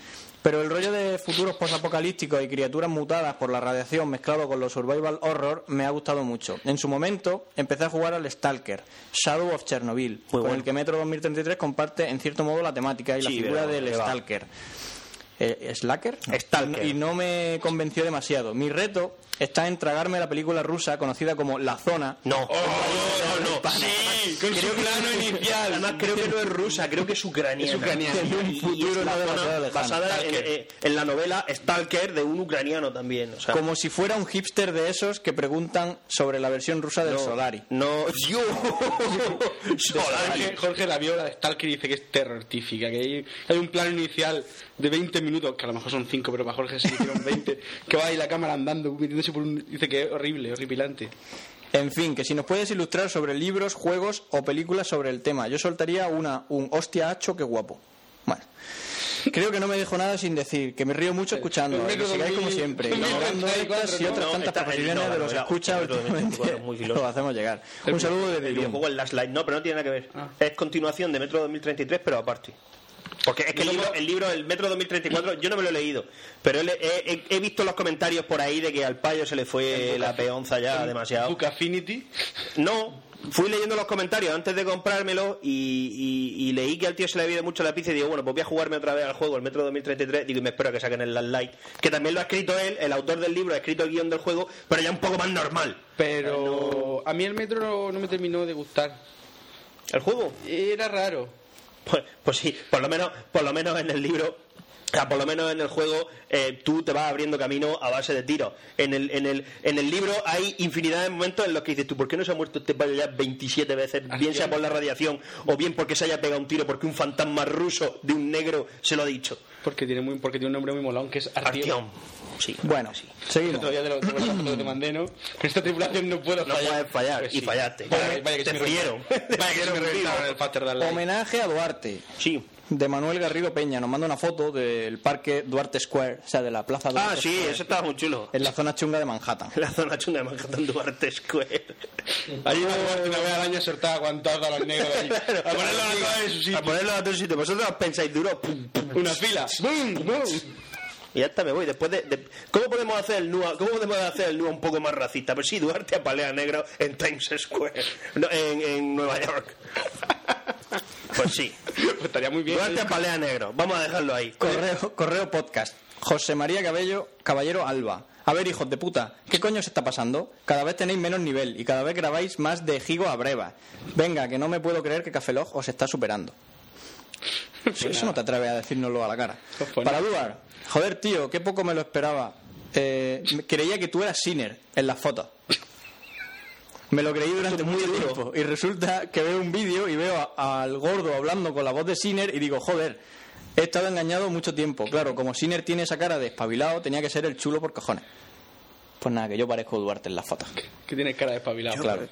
Speaker 7: Pero el rollo de futuros posapocalípticos y criaturas mutadas por la radiación mezclado con los survival horror me ha gustado mucho. En su momento empecé a jugar al Stalker, Shadow of Chernobyl, con
Speaker 4: bueno.
Speaker 7: el que Metro 2033 comparte en cierto modo la temática y la
Speaker 4: Sí,
Speaker 7: figura
Speaker 4: pero
Speaker 7: del
Speaker 4: que va.
Speaker 7: Stalker. Eh, ¿Slacker? No.
Speaker 4: Stalker.
Speaker 7: Y no me convenció demasiado. Mi reto está en tragarme la película rusa conocida como La Zona.
Speaker 4: No. Oh, no, no, no. Sí, con creo que plano inicial. Además, creo que no es rusa, creo que es ucraniana.
Speaker 7: Es ucraniana.
Speaker 4: Y- y- y es
Speaker 7: Futuro
Speaker 4: la
Speaker 7: no
Speaker 4: zona
Speaker 7: demasiado lejano.
Speaker 4: basada en,
Speaker 7: Stalker.
Speaker 4: eh, en la novela Stalker de un ucraniano también. O sea,
Speaker 7: Como si fuera un hipster de esos que preguntan sobre la versión rusa del Solari.
Speaker 4: No, yo.
Speaker 8: Jorge, Jorge la viola de Stalker y dice que es terrorífica, que hay, hay un plano inicial de 20 minutos, que a lo mejor son 5, pero para Jorge se hicieron 20, que va ahí la cámara andando, metiéndose por un... Dice que es horrible, horripilante.
Speaker 7: En fin, que si nos puedes ilustrar sobre libros, juegos o películas sobre el tema. Yo soltaría una, un hostia hacho, qué guapo. Bueno, creo que no me dejo nada sin decir, que me río mucho escuchando, eh, que sigáis como siempre, colaborando estas y otras
Speaker 4: No,
Speaker 7: tantas
Speaker 4: está-
Speaker 7: proposiciones
Speaker 4: no,
Speaker 7: de los
Speaker 4: era-
Speaker 7: escucha
Speaker 4: era otro de
Speaker 7: últimamente.
Speaker 4: 24, muy filósofo.
Speaker 7: Lo hacemos llegar. Un saludo desde
Speaker 4: El
Speaker 7: Lyon.
Speaker 4: videojuego es Last Light. No, pero no tiene nada que ver. Es continuación de Metro 2033, pero aparte. Porque es que el libro, el libro del Metro 2034, yo no me lo he leído. Pero he, he- he visto los comentarios por ahí de que al payo se le fue la peonza ya demasiado.
Speaker 8: Book Affinity.
Speaker 4: No, fui leyendo los comentarios antes de comprármelo y, y- y leí que al tío se le había ido mucho la pizza y digo, bueno, pues voy a jugarme otra vez al juego, el Metro 2033, digo, y me espero a que saquen el Last Light, que también lo ha escrito él, el autor del libro, ha escrito el guión del juego, pero ya un poco más normal.
Speaker 8: Pero a mí el metro no, no me terminó de gustar.
Speaker 4: ¿El juego?
Speaker 8: Era raro.
Speaker 4: Pues, pues sí, por lo menos, por lo menos en el libro. o sea, por lo menos en el juego eh, tú te vas abriendo camino a base de tiros. En el, en, el, en el libro hay infinidad de momentos en los que dices tú, ¿por qué no se ha muerto este padre ya 27 veces? Bien sea por la radiación o bien porque se haya pegado un tiro, porque un fantasma ruso de un negro se lo ha dicho.
Speaker 8: Porque tiene, muy, porque tiene un nombre muy molón, que es Artión.
Speaker 4: Artión. Sí,
Speaker 7: Bueno,
Speaker 4: sí.
Speaker 8: El
Speaker 7: seguimos.
Speaker 8: otro día te lo, te lo- te lo- te mandé, ¿no? Con esta tripulación no puedo
Speaker 4: No
Speaker 8: fallar.
Speaker 4: puedes fallar,
Speaker 8: Pues
Speaker 4: y
Speaker 8: sí.
Speaker 4: fallaste.
Speaker 8: Vaya, vaya que
Speaker 4: te
Speaker 8: se me
Speaker 4: frieron.
Speaker 8: Vaya que se me reventaron el Faster Than Light.
Speaker 7: Homenaje a Duarte.
Speaker 4: Sí.
Speaker 7: De Manuel Garrido Peña, nos manda una foto del parque Duarte Square, o sea, de la plaza Duarte
Speaker 4: Ah, sí,
Speaker 7: Square,
Speaker 4: eso estaba muy chulo.
Speaker 7: en la zona chunga de Manhattan.
Speaker 4: En la zona chunga de Manhattan Duarte Square.
Speaker 8: Ahí una, una vez al año soltaba aguantando a los negros. ahí.
Speaker 4: Claro,
Speaker 8: a ponerlo a todos en su
Speaker 4: A
Speaker 8: sitio.
Speaker 4: ponerlo a todos en su sitio. Vosotros pensáis duro. pum, pum,
Speaker 8: Una fila. ¡Bum! ¡Bum!
Speaker 4: Y hasta me voy. Después de, de- ¿Cómo podemos hacer el NUA? ¿Cómo podemos hacer el NUA un poco más racista? Pues sí, Duarte apalea a negro en Times Square. No, en, en Nueva York. Pues sí.
Speaker 8: Pues estaría muy bien.
Speaker 4: Duarte apalea a negro. Vamos a dejarlo ahí.
Speaker 7: Correo, correo podcast. José María Cabello, Caballero Alba. A ver, hijos de puta, ¿qué coño se está pasando? Cada vez tenéis menos nivel y cada vez grabáis más de gigo a breva. Venga, que no me puedo creer que Cafelog os está superando. Pues Eso no te atreves a decírnoslo a la cara.
Speaker 8: Pues bueno.
Speaker 7: Para Duar, joder, tío, qué poco me lo esperaba. Eh, me- creía que tú eras Sinner en las fotos. Me lo creí durante mucho tiempo y resulta que veo un vídeo y veo a- al gordo hablando con la voz de Sinner y digo, joder, he estado engañado mucho tiempo. Claro, como Sinner tiene esa cara de espabilado, tenía que ser el chulo por cojones. Pues nada, que yo parezco Duarte en las fotos.
Speaker 8: Que tienes cara de espabilado.
Speaker 7: Claro.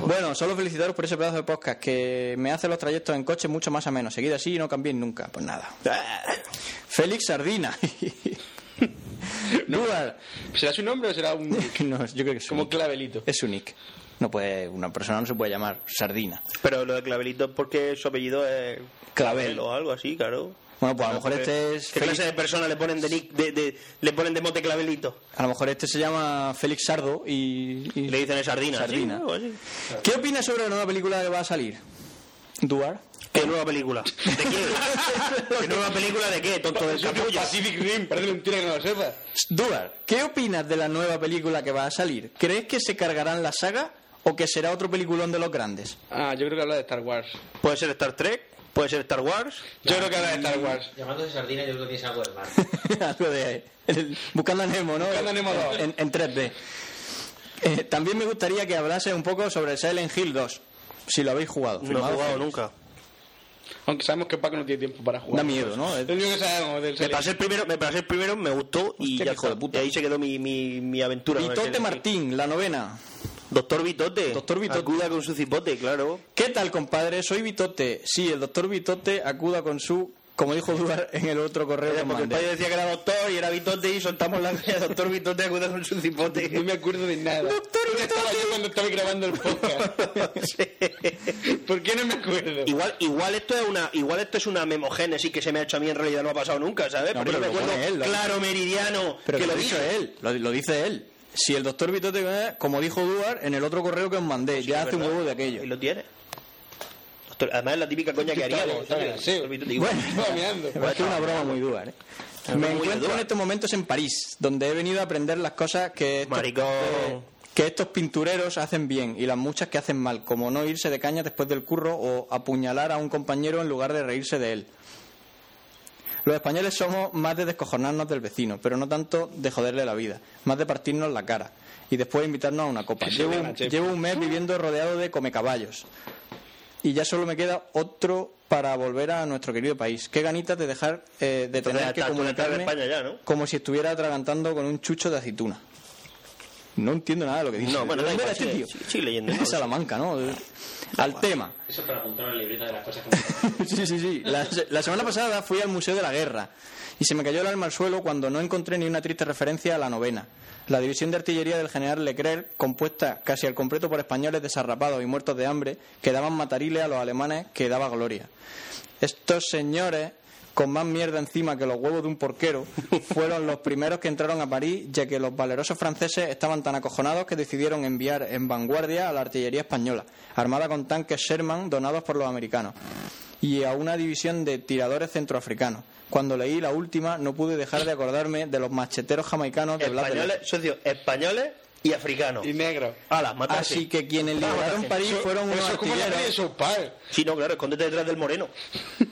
Speaker 7: Bueno, solo felicitaros por ese pedazo de podcast que me hace los trayectos en coche mucho más menos. Seguid así y no cambiéis nunca. Pues nada. Félix Sardina. Duar.
Speaker 8: ¿Será su nombre o será un...
Speaker 7: No, yo creo que es su
Speaker 8: como
Speaker 7: nick.
Speaker 8: clavelito?
Speaker 7: Es su nick. No puede, una persona no se puede llamar Sardina.
Speaker 4: Pero lo de Clavelito es porque su apellido es.
Speaker 7: Clavel.
Speaker 4: o algo así, claro.
Speaker 7: Bueno, pues a lo mejor este es
Speaker 4: ¿Qué
Speaker 7: Félix-
Speaker 4: clase de persona le ponen de, nick- de- de- le ponen de mote Clavelito?
Speaker 7: A lo mejor este se llama Félix Sardo y... y-
Speaker 4: Y le dicen es sardina. sí,
Speaker 7: Sardina.
Speaker 4: algo así.
Speaker 7: ¿Qué opinas sobre la nueva película que va a salir? Duar.
Speaker 4: ¿Qué nueva película? ¿De qué? ¿Qué nueva película de qué, tonto del capullo?
Speaker 8: Pacific Rim, parece mentira que no lo sepas.
Speaker 7: Duar, ¿qué opinas de la nueva película que va a salir? ¿Crees que se cargarán la saga o que será otro peliculón de los grandes?
Speaker 8: Ah, yo creo que habla de Star Wars.
Speaker 4: Puede ser Star Trek, puede ser Star Wars.
Speaker 8: Yo creo que habla de Star Wars.
Speaker 9: Llamándose sardina, yo creo que tienes algo del mar.
Speaker 7: Algo de- el- buscando a Nemo, ¿no?
Speaker 8: Buscando a Nemo dos.
Speaker 7: En, en 3D. Eh, también me gustaría que hablase un poco sobre Silent Hill 2, si lo habéis jugado.
Speaker 4: No he
Speaker 7: Firmado.
Speaker 4: jugado nunca.
Speaker 8: Aunque sabemos que Paco no tiene tiempo para jugar.
Speaker 7: Da miedo, ¿no?
Speaker 8: Es lo único que sabemos del
Speaker 4: Me pasé el primero, me pasé el primero, me gustó y ya
Speaker 7: Hostia, qué hijo
Speaker 4: está.
Speaker 7: de puta.
Speaker 4: Y ahí se quedó mi, mi, mi aventura. con el
Speaker 7: Vitote
Speaker 4: Silent Hill.
Speaker 7: Martín, la novena.
Speaker 4: Doctor Vitote.
Speaker 7: Doctor Vitote.
Speaker 4: Acuda con su cipote, claro.
Speaker 7: ¿Qué tal, compadre? Soy Vitote. Sí, el doctor Vitote acuda con su, como dijo Duar en el otro correo que
Speaker 4: Porque el
Speaker 7: mandé.
Speaker 4: padre decía que era doctor y era Vitote y soltamos la calle. Doctor Vitote acuda con su cipote.
Speaker 8: No me acuerdo de nada.
Speaker 4: Doctor
Speaker 8: ¿Dónde estaba yo cuando estaba grabando el podcast? ¿Por qué no me acuerdo?
Speaker 4: Igual, igual esto es una, igual esto es una memogénesis que se me ha hecho a mí en realidad no ha pasado nunca, ¿sabes?
Speaker 7: No,
Speaker 4: Porque
Speaker 7: pero
Speaker 4: me
Speaker 7: lo
Speaker 4: acuerdo
Speaker 7: pone él, lo-
Speaker 4: claro meridiano
Speaker 7: Pero
Speaker 4: que lo
Speaker 7: dice
Speaker 4: dijo
Speaker 7: él, lo, lo dice él. Si el doctor Vitote, eh, como dijo Duar en el otro correo que os mandé, ya hace un huevo de aquello.
Speaker 4: Y lo tiene. Doctor- Además es la típica coña que haríamos. ¿sabes?
Speaker 8: sí.
Speaker 4: Doctor Vitote,
Speaker 7: Bueno,
Speaker 4: igual.
Speaker 8: Estaba mirando.
Speaker 7: es que es una broma muy dura, ¿eh?
Speaker 4: broma
Speaker 7: Me
Speaker 4: muy
Speaker 7: encuentro
Speaker 4: dura.
Speaker 7: en estos momentos en París, donde he venido a aprender las cosas que estos,
Speaker 4: Maricón.
Speaker 7: eh, que estos pintureros hacen bien y las muchas que hacen mal, como no irse de caña después del curro o apuñalar a un compañero en lugar de reírse de él. Los españoles somos más de descojonarnos del vecino, pero no tanto de joderle la vida, más de partirnos la cara y después invitarnos a una copa.
Speaker 8: Eso
Speaker 7: Llevo
Speaker 8: de
Speaker 7: un,
Speaker 8: mache.
Speaker 7: llevo un mes viviendo rodeado de comecaballos y ya solo me queda otro para volver a nuestro querido país. Qué ganitas de dejar eh, de
Speaker 4: Entonces,
Speaker 7: tener que
Speaker 4: hasta tú entrar en
Speaker 7: comunicarme
Speaker 4: España ya, ¿no?
Speaker 7: como si estuviera atragantando con un chucho de aceituna. No entiendo nada de lo que dice.
Speaker 4: No, bueno, da
Speaker 7: ¿De dónde
Speaker 4: igual, Ah,
Speaker 7: era
Speaker 4: sigue-
Speaker 7: este tío?
Speaker 4: sigue- sigue leyendo,
Speaker 7: Es de
Speaker 4: no lo sé.
Speaker 7: Salamanca, ¿no? Al tema.
Speaker 9: Eso para apuntar en el librito de las cosas que me-
Speaker 7: sí, sí, sí. La, la semana pasada fui al Museo de la Guerra y se me cayó el alma al suelo cuando no encontré ni una triste referencia a la novena. La división de artillería del general Leclerc, compuesta casi al completo por españoles desarrapados y muertos de hambre, que daban matariles a los alemanes que daba gloria. Estos señores, con más mierda encima que los huevos de un porquero, fueron los primeros que entraron a París, ya que los valerosos franceses estaban tan acojonados que decidieron enviar en vanguardia a la artillería española, armada con tanques Sherman donados por los americanos y a una división de tiradores centroafricanos. Cuando leí la última no pude dejar de acordarme de los macheteros jamaicanos de Blas de Lezo.
Speaker 4: Españoles, socio, españoles y africanos.
Speaker 8: Y negro.
Speaker 4: Alas, matarse.
Speaker 7: Así que quienes
Speaker 4: Vamos,
Speaker 7: liberaron
Speaker 4: gracias.
Speaker 7: París fueron unos
Speaker 8: Eso es como la
Speaker 7: artilleros.
Speaker 8: serie de South Park.
Speaker 4: Sí, no, claro, escóndete detrás del moreno.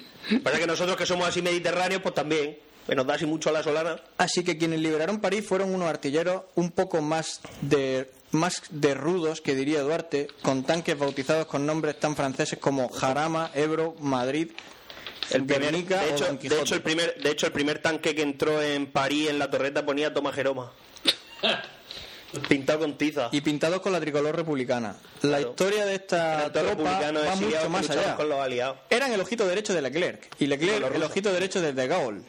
Speaker 4: Pasa que nosotros que somos así mediterráneos, pues también. Que nos da así mucho a la solana.
Speaker 7: Así que quienes liberaron París fueron unos artilleros un poco más de más de rudos que diría Duarte, con tanques bautizados con nombres tan franceses como Jarama, Ebro, Madrid,
Speaker 4: El primer,
Speaker 7: Guernica
Speaker 4: de,
Speaker 7: o
Speaker 4: hecho,
Speaker 7: Don
Speaker 4: de, hecho,
Speaker 7: Quijote.
Speaker 4: el primer, de hecho, el primer tanque que entró en París en la torreta ponía Toma Jeroma. Pintado con tiza.
Speaker 7: y pintados con la tricolor republicana. La
Speaker 4: Claro.
Speaker 7: historia de esta
Speaker 4: Eran todos
Speaker 7: tropa
Speaker 4: republicanos
Speaker 7: va
Speaker 4: exiliados
Speaker 7: mucho
Speaker 4: que
Speaker 7: más
Speaker 4: luchaban
Speaker 7: allá.
Speaker 4: con los aliados.
Speaker 7: Eran el ojito derecho de Leclerc y
Speaker 4: Con los
Speaker 7: Leclerc el
Speaker 4: rusos.
Speaker 7: ojito derecho de De Gaulle,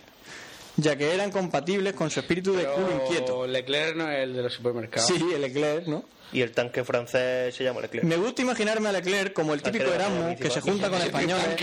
Speaker 7: ya que eran compatibles con su espíritu de culo inquieto.
Speaker 8: O Leclerc no es el de los supermercados.
Speaker 7: Sí, el Leclerc, ¿no?
Speaker 4: Y el tanque francés se llama Leclerc.
Speaker 7: Me gusta imaginarme a Leclerc como el
Speaker 4: Tanque
Speaker 7: típico
Speaker 4: de la
Speaker 7: Erasmus
Speaker 4: Guardia
Speaker 7: que se junta con españoles.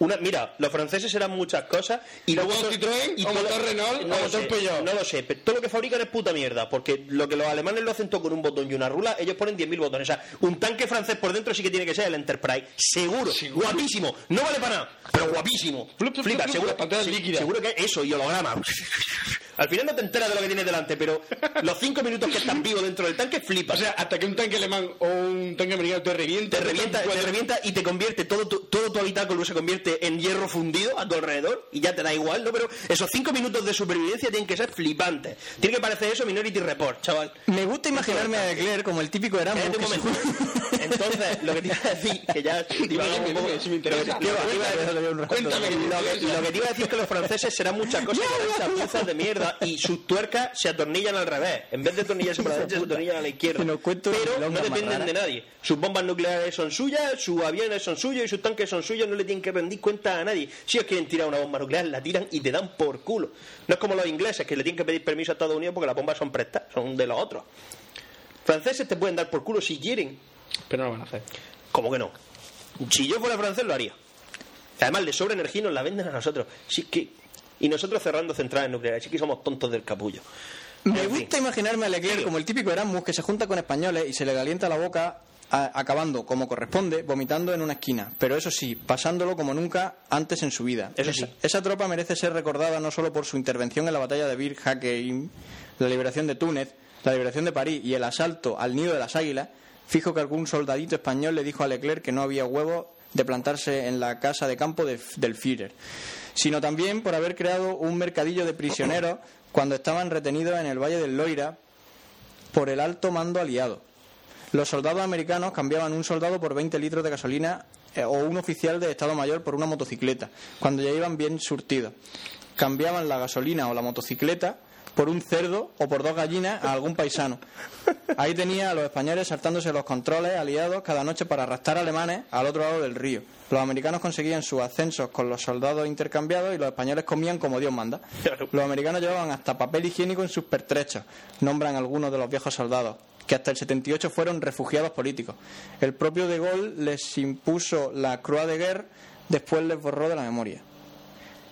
Speaker 4: Una, mira, los franceses eran muchas cosas y luego
Speaker 8: motor
Speaker 4: son-
Speaker 8: Citroën, o
Speaker 4: todo lo-
Speaker 8: motor Renault,
Speaker 4: no
Speaker 8: o
Speaker 4: lo
Speaker 8: motor
Speaker 4: sé,
Speaker 8: Peugeot.
Speaker 4: No lo sé, pero todo lo que fabrican es puta mierda, porque lo que los alemanes lo hacen todo con un botón y una rula, ellos ponen 10.000 botones. O sea, un tanque francés por dentro sí que tiene que ser el Enterprise, seguro, guapísimo, no vale para nada, pero guapísimo.
Speaker 8: Flup, flup,
Speaker 4: Flipa,
Speaker 8: flup,
Speaker 4: seguro,
Speaker 8: la pantalla
Speaker 4: se-
Speaker 8: líquida.
Speaker 4: seguro que eso y holograma. Al final no te enteras de lo que tienes delante, pero los 5 minutos que están vivos dentro del tanque flipas.
Speaker 8: O sea, hasta que un tanque alemán o un tanque americano te revienta.
Speaker 4: Te revienta, te revienta y te convierte todo tu, todo tu habitáculo se convierte en hierro fundido a tu alrededor y ya te da igual, ¿no? Pero esos cinco minutos de supervivencia tienen que ser flipantes. Tiene que parecer eso Minority Report, chaval.
Speaker 7: Me gusta imaginarme a Leclerc como el típico Erasmus
Speaker 4: Cállate un
Speaker 7: que se
Speaker 4: momento. Entonces, lo que te iba a decir, que ya divagamos un
Speaker 8: dime,
Speaker 4: poco.
Speaker 8: dime, si me
Speaker 4: Lo que te-
Speaker 8: interesa.
Speaker 4: te iba- te iba a decir-
Speaker 8: Cuéntame, que me
Speaker 4: lo que- lo que te iba a decir es que los franceses serán muchas cosas, serán chapuzas de mierda y sus tuercas se atornillan al revés. En vez de atornillarse para la derecha, se atornillan a la izquierda.
Speaker 7: Que nos cuente una
Speaker 4: Pero
Speaker 7: milonga
Speaker 4: no
Speaker 7: más
Speaker 4: dependen
Speaker 7: rara.
Speaker 4: de nadie. Sus bombas nucleares son suyas, sus aviones son suyos y sus tanques son suyos. No le tienen que rendir cuenta a nadie. Si ellos quieren tirar una bomba nuclear, la tiran y te dan por culo. No es como los ingleses que le tienen que pedir permiso a Estados Unidos porque las bombas son prestadas, son de los otros. Franceses te pueden dar por culo si quieren,
Speaker 8: Pero no lo van a hacer.
Speaker 4: ¿Cómo que no? Si yo fuera francés lo haría. Además, le sobra energía y nos la venden a nosotros. Sí que... Y nosotros cerrando centrales nucleares. Así que somos tontos del capullo.
Speaker 7: Me
Speaker 4: En fin.
Speaker 7: gusta imaginarme a Leclerc como el típico Erasmus que se junta con españoles y se le calienta la boca a- acabando como corresponde, vomitando en una esquina, pero eso sí, pasándolo como nunca antes en su vida.
Speaker 4: Eso
Speaker 7: esa,
Speaker 4: sí.
Speaker 7: esa tropa merece ser recordada no solo por su intervención en la batalla de Bir Hakeim, la liberación de Túnez, la liberación de París y el asalto al nido de las águilas, fijo que algún soldadito español le dijo a Leclerc que no había huevos de plantarse en la casa de campo de- del Führer, sino también por haber creado un mercadillo de prisioneros cuando estaban retenidos en el Valle del Loira por el alto mando aliado. Los soldados americanos cambiaban un soldado por 20 litros de gasolina eh, o un oficial de Estado Mayor por una motocicleta, cuando ya iban bien surtidos. Cambiaban la gasolina o la motocicleta por un cerdo o por dos gallinas a algún paisano. Ahí tenía a los españoles saltándose los controles aliados cada noche para arrastrar alemanes al otro lado del río. Los americanos conseguían sus ascensos con los soldados intercambiados y los españoles comían como Dios manda. Los americanos llevaban hasta papel higiénico en sus pertrechos. Nombran algunos de los viejos soldados que hasta el 78 fueron refugiados políticos. El propio De Gaulle les impuso la Croix de Guerre, después les borró de la memoria.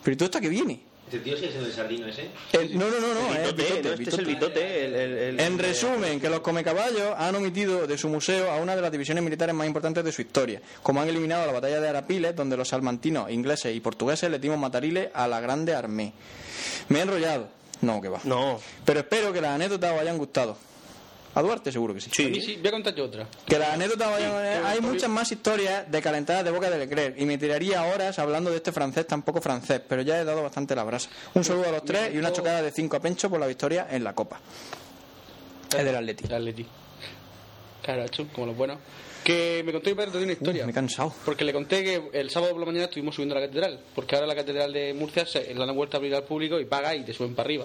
Speaker 7: Pero ¿y todo esto que viene?
Speaker 9: ¿Este tío sí es el sardino ese?
Speaker 7: El- Eh, no, no, no, no, es
Speaker 4: Bitote,
Speaker 7: el bitote,
Speaker 4: ¿no?
Speaker 7: el
Speaker 4: Este es el
Speaker 7: bitote.
Speaker 4: bitote. el- el- el-
Speaker 7: En resumen, que los comecaballos han omitido de su museo a una de las divisiones militares más importantes de su historia, como han eliminado la batalla de Arapiles, donde los salmantinos, ingleses y portugueses le dimos matariles a la Grande Armée. Me he enrollado. No, que va.
Speaker 4: No.
Speaker 7: Pero espero que las anécdotas os hayan gustado. A Duarte seguro que sí.
Speaker 8: A mí sí, voy a contar yo otra.
Speaker 7: Que las anécdotas vayan- Hay muchas más historias de calentadas de boca de Leclerc y me tiraría horas hablando de este francés tan poco francés, pero ya he dado bastante la brasa. Un saludo a los tres y una chocada de cinco a Pencho por la victoria en la Copa. Es del Atleti.
Speaker 8: El Atleti. Claro, chup, como los buenos. Que me contó mi padre de una historia.
Speaker 7: Uy, me he cansado.
Speaker 8: Porque le conté que el sábado por la mañana estuvimos subiendo a la catedral. Porque ahora la catedral de Murcia se la han vuelto a abrir al público y paga y te suben para arriba.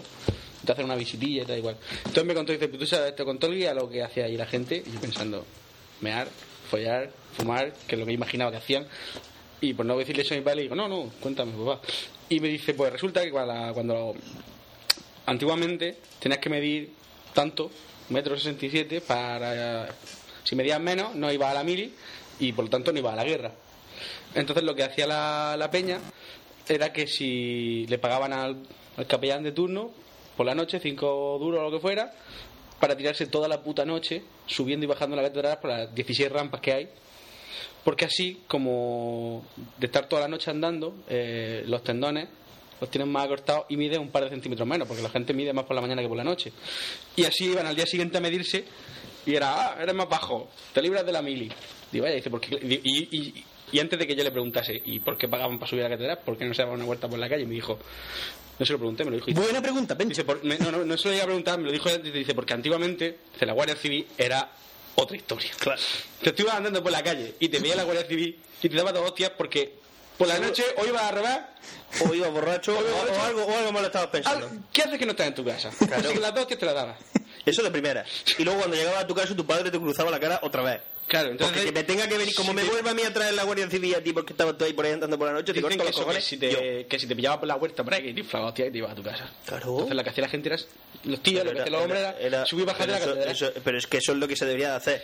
Speaker 8: Te hacen una visitilla y tal igual. Entonces me contó, dice, "Pero tú sabes, te contó el guía lo que hacía ahí la gente. Y yo pensando, mear, follar, fumar, que es lo que imaginaba que hacían. Y por no decirle eso a mi padre, le digo, no, no, cuéntame, papá. Y me dice, pues resulta que cuando, cuando antiguamente tenías que medir tanto, metro 67, para... Si medías menos, no ibas a la mili y por lo tanto no ibas a la guerra. Entonces lo que hacía la, la peña era que si le pagaban al, al capellán de turno por la noche, cinco duros o lo que fuera, para tirarse toda la puta noche subiendo y bajando la catedral por las 16 rampas que hay. Porque así, como de estar toda la noche andando, eh, los tendones los tienen más acortados y miden un par de centímetros menos, porque la gente mide más por la mañana que por la noche. Y así iban al día siguiente a medirse y era, ah, eres más bajo, te libras de la mili. Y vaya, dice, ¿por qué? Y, y- y antes de que yo le preguntase, ¿y por qué pagaban para subir a la catedral? ¿Por qué no se daban una vuelta por la calle? Y me dijo, no se lo pregunté, me lo dijo. Y
Speaker 7: Buena pregunta, Pencho.
Speaker 8: Dice, por- me- no, no, no se lo iba a preguntar, me lo dijo antes, dice, porque antiguamente dice, la Guardia Civil era otra historia.
Speaker 4: Claro.
Speaker 8: Te estuvas andando por la calle y te veía la Guardia Civil y te daba dos hostias porque por la noche o ibas a robar,
Speaker 4: O iba borracho o, o algo, o algo malo estabas pensando.
Speaker 8: al- ¿qué haces que no estás en tu casa? Así que las dos hostias te las dabas.
Speaker 4: Eso de primera. Y luego cuando llegaba a tu casa tu padre te cruzaba la cara otra vez.
Speaker 8: Claro,
Speaker 4: Porque
Speaker 8: entonces...
Speaker 4: que me tenga que venir, como
Speaker 8: si
Speaker 4: me
Speaker 8: te-
Speaker 4: vuelva a mí a traer la Guardia Civil a ti porque estabas tú ahí por ahí andando por la noche, te
Speaker 8: Dicen
Speaker 4: corto
Speaker 8: que,
Speaker 4: los
Speaker 8: eso, que,
Speaker 4: cojones.
Speaker 8: si
Speaker 4: Yo.
Speaker 8: te, que si te pillaba por la huerta por ahí, que te inflaba, hostia, y te ibas a tu casa.
Speaker 4: Claro.
Speaker 8: Entonces lo que hacía la gente era, los tíos, lo
Speaker 4: Pero
Speaker 8: que hacían los hombres era,
Speaker 4: era-
Speaker 8: subir y bajar de la
Speaker 4: pero eso-
Speaker 8: catedral.
Speaker 4: eso- Pero es que eso es lo que se debería de hacer.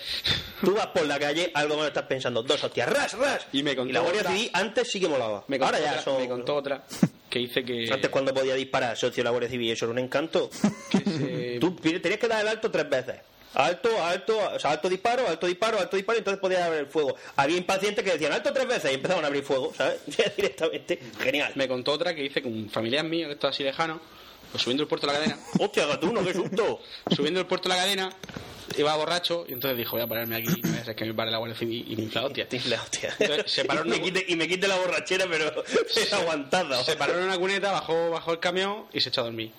Speaker 4: Tú vas por la calle, algo malo estás pensando, dos hostias, ras, ras.
Speaker 8: Y me contó
Speaker 4: la Guardia
Speaker 8: otra.
Speaker 4: Civil antes sí que molaba.
Speaker 8: Me contó
Speaker 4: Ahora ya
Speaker 8: otra-
Speaker 4: son...
Speaker 8: Me contó otra que dice que...
Speaker 4: Antes cuando podía disparar, socio, la Guardia Civil, eso era un encanto.
Speaker 8: que se-
Speaker 4: Tú tenías que dar el alto tres veces. Alto, alto, o sea, alto disparo, alto disparo, alto disparo, y entonces podías abrir el fuego. Había impacientes que decían alto tres veces y empezaban a abrir fuego, ¿sabes? Ya directamente. Genial.
Speaker 8: Me contó otra que dice que un familiar mío, que está así lejano, pues subiendo el puerto de la cadena,
Speaker 4: Hostia, gatuno, qué susto.
Speaker 8: subiendo el puerto de la cadena, iba borracho, y entonces dijo, voy a pararme aquí, no voy a hacer que me pare la Guardia Civil y me infla hostia.
Speaker 4: La hostia.
Speaker 8: Entonces, se paró
Speaker 4: y, me
Speaker 8: una-
Speaker 4: quite, y me quite la borrachera, pero es aguantada.
Speaker 8: Se paró en una cuneta, bajó, bajó el camión y se echó a dormir.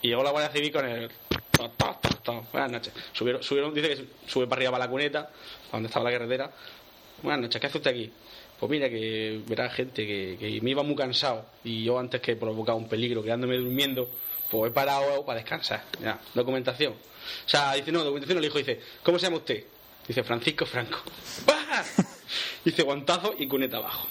Speaker 8: Y llegó la Guardia Civil con el... to, to, to, to. Buenas noches. Subieron, subieron, dice que sube para arriba para la cuneta, para donde estaba la carretera. Buenas noches, ¿qué hace usted aquí? Pues mira, que verá gente que, que me iba muy cansado y yo antes que provocaba un peligro quedándome durmiendo, pues he parado para descansar. Ya, documentación. O sea, dice, no, documentación no le dijo, dice, ¿cómo se llama usted? Dice, Francisco Franco. ¡Bah! Dice, guantazo y cuneta abajo.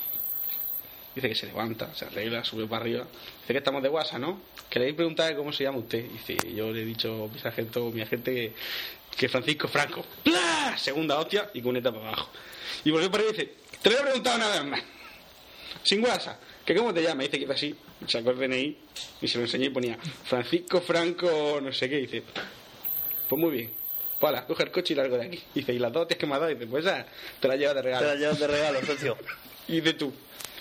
Speaker 8: Dice que se levanta, se arregla, sube para arriba. Dice que estamos de guasa, ¿no? Queréis preguntar cómo se llama usted. Dice, yo le he dicho a mi sargento, mi agente, que, que Francisco Franco. ¡Pla! Segunda hostia y cuneta para abajo. Y volvió para arriba y dice, te lo he preguntado una vez más. Sin guasa, que cómo te llamas. Dice que fue así, sacó el DNI y se lo enseñé y ponía, Francisco Franco, no sé qué. Dice, pues muy bien. Pues ala, coge el coche y largo de aquí. Dice, y las dos hostias que me has dado, dice, pues ya, te las llevas de
Speaker 4: Te la
Speaker 8: regalo.
Speaker 4: llevas de regalo, socio.
Speaker 8: Y dice tú,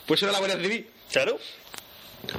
Speaker 8: pues era la Guardia Civil.
Speaker 4: Claro.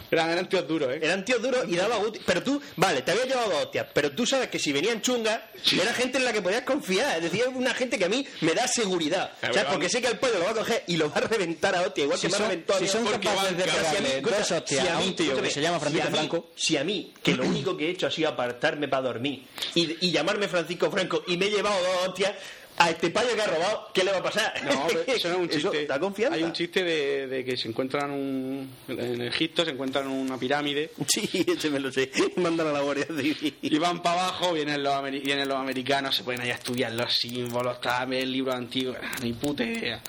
Speaker 8: Eran, eran tíos duros, ¿eh?
Speaker 4: Eran tíos duros y daba gusto. Pero tú, vale, te había llevado dos hostias, pero tú sabes que si venían chungas, era gente en la que podías confiar. Es decir, una gente que a mí me da seguridad.
Speaker 8: Claro,
Speaker 4: O sea,
Speaker 8: pero
Speaker 4: porque
Speaker 8: vamos.
Speaker 4: sé que al pollo lo va a coger y lo va a reventar a hostia, igual
Speaker 7: Si
Speaker 4: que me ha
Speaker 7: son-
Speaker 4: reventado a
Speaker 7: si
Speaker 4: mí.
Speaker 7: son
Speaker 4: Porque
Speaker 7: capaces
Speaker 4: van-
Speaker 7: de
Speaker 4: claro,
Speaker 7: pegarle
Speaker 4: si a mí-
Speaker 7: dos hostias a un tío que
Speaker 4: escúchame,
Speaker 7: se llama Francisco
Speaker 4: si a mí-
Speaker 7: Franco.
Speaker 4: Si a mí, que lo único que he hecho ha sido apartarme para dormir y, y llamarme Francisco Franco y me he llevado dos hostias. a este payo que ha robado, ¿qué le va a pasar?
Speaker 8: No, pero eso no es un chiste.
Speaker 4: ¿Te da confianza?
Speaker 8: Hay un chiste de, de que se encuentran un, en Egipto, se encuentran una pirámide
Speaker 4: Sí, ese me lo sé. Mandan a la Guardia Civil.
Speaker 8: y van para abajo, vienen los, ameri- vienen los americanos, se ponen ahí a estudiar los símbolos, tal, ver libros antiguos, ah, ni puta idea.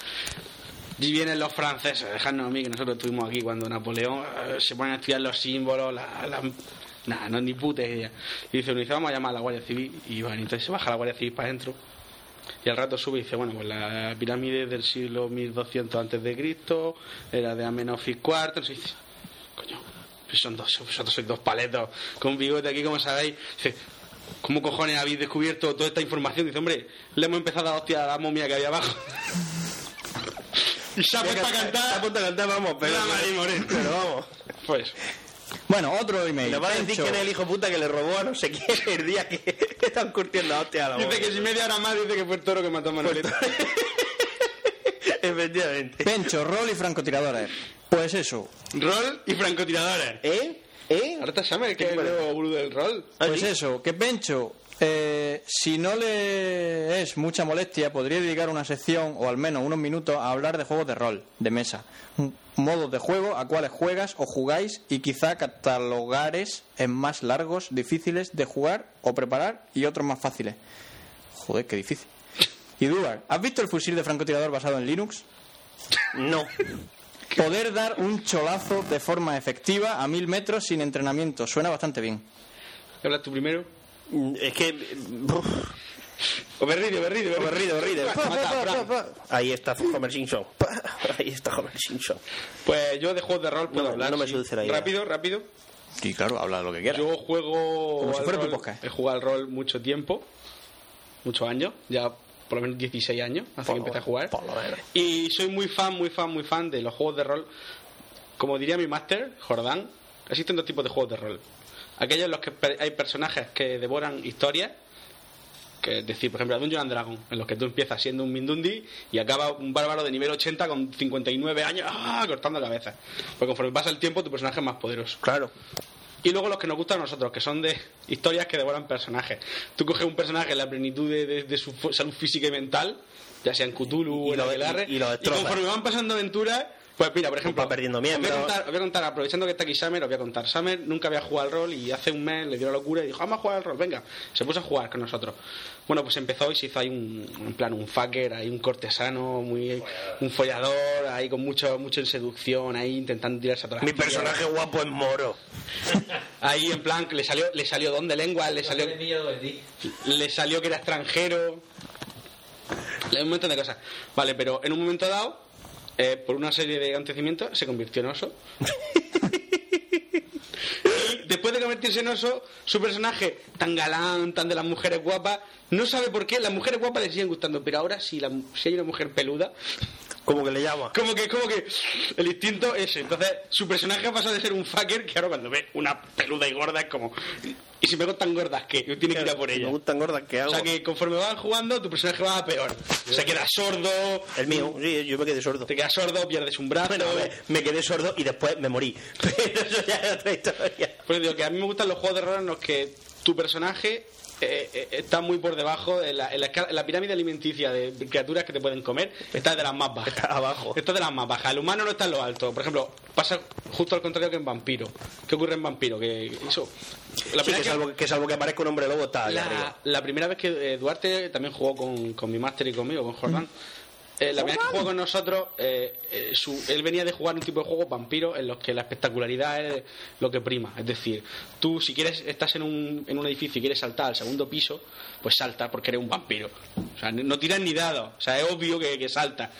Speaker 8: Y vienen los franceses, dejadnos a mí, que nosotros estuvimos aquí cuando Napoleón, eh, se ponen a estudiar los símbolos, la... la- Nah, no, ni puta idea. Y dice, "Bueno, dice, vamos a llamar a la Guardia Civil. Y van, entonces se baja la Guardia Civil para adentro. Y al rato sube y dice, bueno, pues la pirámide del siglo 1200 antes de Cristo era de Amenofis IV. Entonces dice, coño, pues son dos, vosotros sois dos paletos con bigote aquí, como sabéis. Dice, ¿cómo cojones habéis descubierto toda esta información? Dice, hombre, le hemos empezado a dar hostia a la momia que había abajo. y se ha puesto a
Speaker 4: Está a
Speaker 8: cantar.
Speaker 4: punto de cantar, vamos, pero...
Speaker 8: La Mari Moreno.
Speaker 4: Pero vamos.
Speaker 8: Pues,
Speaker 7: Bueno, otro email.
Speaker 4: Le van a decir
Speaker 7: Pencho.
Speaker 4: quién es el hijo puta que le robó a no sé quién el día que están curtiendo a hostia a la
Speaker 8: dice
Speaker 4: boca.
Speaker 8: que si media hora más dice que fue el toro que mató a Manolete.
Speaker 4: Efectivamente.
Speaker 7: Pencho, rol y francotiradores. Pues eso,
Speaker 8: Rol y francotiradores.
Speaker 4: ¿Eh? ¿Eh?
Speaker 8: Ahora te sabes que es el nuevo gurú del rol.
Speaker 4: ¿Ah,
Speaker 7: Pues
Speaker 4: sí?
Speaker 7: eso, que Pencho, eh, si no le es mucha molestia, podría dedicar una sección o al menos unos minutos a hablar de juegos de rol, de mesa, m- modos de juego, a cuáles juegas o jugáis y quizá catalogares en más largos, difíciles de jugar o preparar y otros más fáciles. Joder, qué difícil. Y Duar, ¿has visto el fusil de francotirador basado en Linux?
Speaker 4: No.
Speaker 7: Poder dar un cholazo de forma efectiva a mil metros sin entrenamiento, suena bastante bien.
Speaker 8: Hablas tú primero.
Speaker 4: Es que... uf.
Speaker 8: Oberrido, oberrido,
Speaker 4: Corrido, corrido. Pa,
Speaker 8: Mata,
Speaker 4: pa, pa,
Speaker 8: Fran.
Speaker 4: pa, pa. Ahí está Homer Simpson. Pa, Ahí está Homer Simpson.
Speaker 8: Pues yo de juegos de rol puedo
Speaker 4: No,
Speaker 8: hablar.
Speaker 4: no me
Speaker 8: sí.
Speaker 4: seduce la idea.
Speaker 8: Rápido, rápido.
Speaker 7: Y claro, habla lo que quieras.
Speaker 8: Yo juego.
Speaker 7: Como si
Speaker 8: al
Speaker 7: fuera tu
Speaker 8: rol-
Speaker 7: podcast.
Speaker 8: He jugado al rol mucho tiempo, muchos años, ya por lo menos 16 años, hace que empecé a jugar.
Speaker 4: Por lo menos.
Speaker 8: Y soy muy fan, muy fan, muy fan de los juegos de rol. Como diría mi máster, Jordán, existen dos tipos de juegos de rol. Aquellos en los que per- hay personajes que devoran historias, que es decir, por ejemplo, Dungeon and Dragon, en los que tú empiezas siendo un Mindundi y acaba un bárbaro de nivel 80 con 59 años ¡ah! cortando cabezas. Pues conforme pasa el tiempo, tu personaje es más poderoso.
Speaker 4: Claro.
Speaker 8: Y luego los que nos gustan a nosotros, que son de historias que devoran personajes. Tú coges un personaje en la plenitud de, de- de su fu- salud física y mental, ya sea en Cthulhu
Speaker 4: Y
Speaker 8: o en
Speaker 4: lo-
Speaker 8: Aquelarre,
Speaker 4: y- y lo destrozas.
Speaker 8: conforme van pasando aventuras, pues mira, por ejemplo...
Speaker 4: Va perdiendo
Speaker 8: os voy a
Speaker 4: miembros.
Speaker 8: contar- os voy a contar, aprovechando que está aquí Summer, os voy a contar. Summer nunca había jugado al rol y hace un mes le dio la locura y dijo, vamos a jugar al rol, venga. Se puso a jugar con nosotros. Bueno, pues empezó y se hizo ahí un, en plan, un fucker, ahí un cortesano, muy un follador, ahí con mucho, mucho seducción, ahí intentando tirarse a todas las
Speaker 4: Mi
Speaker 8: tías.
Speaker 4: personaje guapo es moro.
Speaker 8: Ahí en plan que le salió, le salió don de lengua, le salió, le salió que era extranjero, le- un montón de cosas. Vale, pero en un momento dado, eh, por una serie de acontecimientos, se convirtió en oso. Y Después de convertirse en oso, su personaje tan galán, tan de las mujeres guapas, no sabe por qué, las mujeres guapas le siguen gustando, pero ahora si, la- si hay una mujer peluda,
Speaker 4: ¿Cómo que le llama?
Speaker 8: como que, como que el instinto ese. Entonces, su personaje ha pasado de ser un fucker que ahora cuando ve una peluda y gorda es como. Y si me tan gordas que tiene que ir a por
Speaker 4: Me
Speaker 8: ella.
Speaker 4: gustan gordas que
Speaker 8: O
Speaker 4: hago.
Speaker 8: sea que conforme vas jugando, tu personaje va a peor. Se queda sordo.
Speaker 4: El mío, sí, yo me quedé sordo.
Speaker 8: Te quedas sordo, pierdes un brazo.
Speaker 4: Bueno, a ver, me quedé sordo y después me morí. Pero eso ya es otra historia.
Speaker 8: Pues digo que a mí me gustan los juegos de rol en los que tu personaje eh, eh, está muy por debajo de la, en la escala- en la pirámide alimenticia de criaturas que te pueden comer. Está de las más bajas.
Speaker 4: Está abajo.
Speaker 8: Está de las más bajas. El humano no está en lo alto. Por ejemplo, pasa justo al contrario que en vampiro. ¿Qué ocurre en vampiro? Que eso. La
Speaker 4: Sí, que,
Speaker 8: primera que-
Speaker 4: salvo, que salvo que aparezca un hombre lobo, está allá
Speaker 8: la,
Speaker 4: arriba.
Speaker 8: la primera vez que eh, Duarte también jugó con, con mi máster y conmigo, con Jordán. eh, la primera vez que jugó con nosotros, eh, eh, su- él venía de jugar un tipo de juego vampiro en los que la espectacularidad es lo que prima. Es decir, tú si quieres estás en un, en un edificio y quieres saltar al segundo piso, pues salta porque eres un vampiro. O sea, no tiras ni dados. O sea, es obvio que, que salta.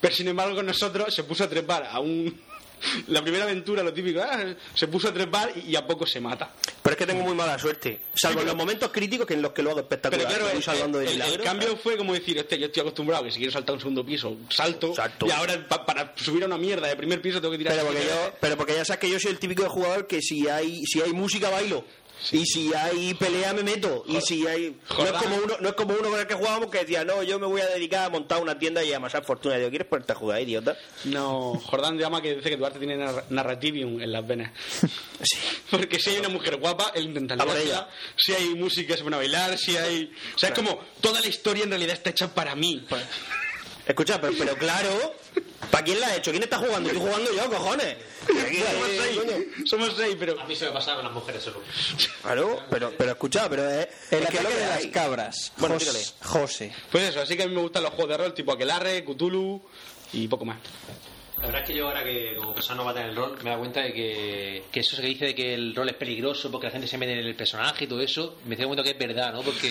Speaker 8: Pero sin embargo con nosotros se puso a trepar a un... La primera aventura, lo típico, ah, se puso a trepar y a poco se mata.
Speaker 4: Pero es que tengo muy mala suerte. Salvo en los momentos críticos que en los que lo hago espectacular.
Speaker 8: Pero claro, eh,
Speaker 4: Estoy salvando de
Speaker 8: el, el- el
Speaker 4: milagro.
Speaker 8: cambio fue como decir, hostia, yo estoy acostumbrado que si quiero saltar a un segundo piso, salto.
Speaker 4: Salto.
Speaker 8: Y ahora pa- para subir a una mierda de primer piso tengo que tirar.
Speaker 4: Pero porque, yo, pero porque ya sabes que yo soy el típico jugador que si hay si hay música bailo. Y si hay pelea, me meto. Y si hay. No es,
Speaker 8: Jordán.
Speaker 4: como uno, no es como uno con el que jugábamos que decía, no, yo me voy a dedicar a montar una tienda y a amasar fortuna. Y yo, ¿quieres ponerte a jugar, idiota?
Speaker 8: No, Jordán llama que dice que Duarte tiene nar- narrativium en las venas. Porque si hay una mujer guapa, él intenta
Speaker 4: A por
Speaker 8: ligársela.
Speaker 4: ella.
Speaker 8: Si hay música, se pone a bailar. Si hay. O sea, es como toda la historia en realidad está hecha para mí.
Speaker 4: Pues, Escucha, pero, pero claro, ¿para quién la ha hecho? ¿Quién está jugando? Estoy jugando yo, cojones.
Speaker 8: Somos
Speaker 4: eh,
Speaker 8: seis, somos seis, pero.
Speaker 9: A mí se me pasaba con las mujeres solo.
Speaker 4: Claro, pero, pero escucha, pero es.
Speaker 7: El
Speaker 4: es que
Speaker 7: ataque
Speaker 4: lo que
Speaker 7: de las
Speaker 4: hay-
Speaker 7: cabras.
Speaker 4: Bueno,
Speaker 7: Jos-
Speaker 4: dígale.
Speaker 7: José.
Speaker 8: Pues eso, así que a mí me gustan los juegos de rol tipo Aquelarre, Cthulhu y poco más.
Speaker 9: La verdad es que yo ahora que como persona no va a tener el rol, me he dado cuenta de que, que eso que dice de que el rol es peligroso porque la gente se mete en el personaje y todo eso, me he dado cuenta que es verdad, ¿no? Porque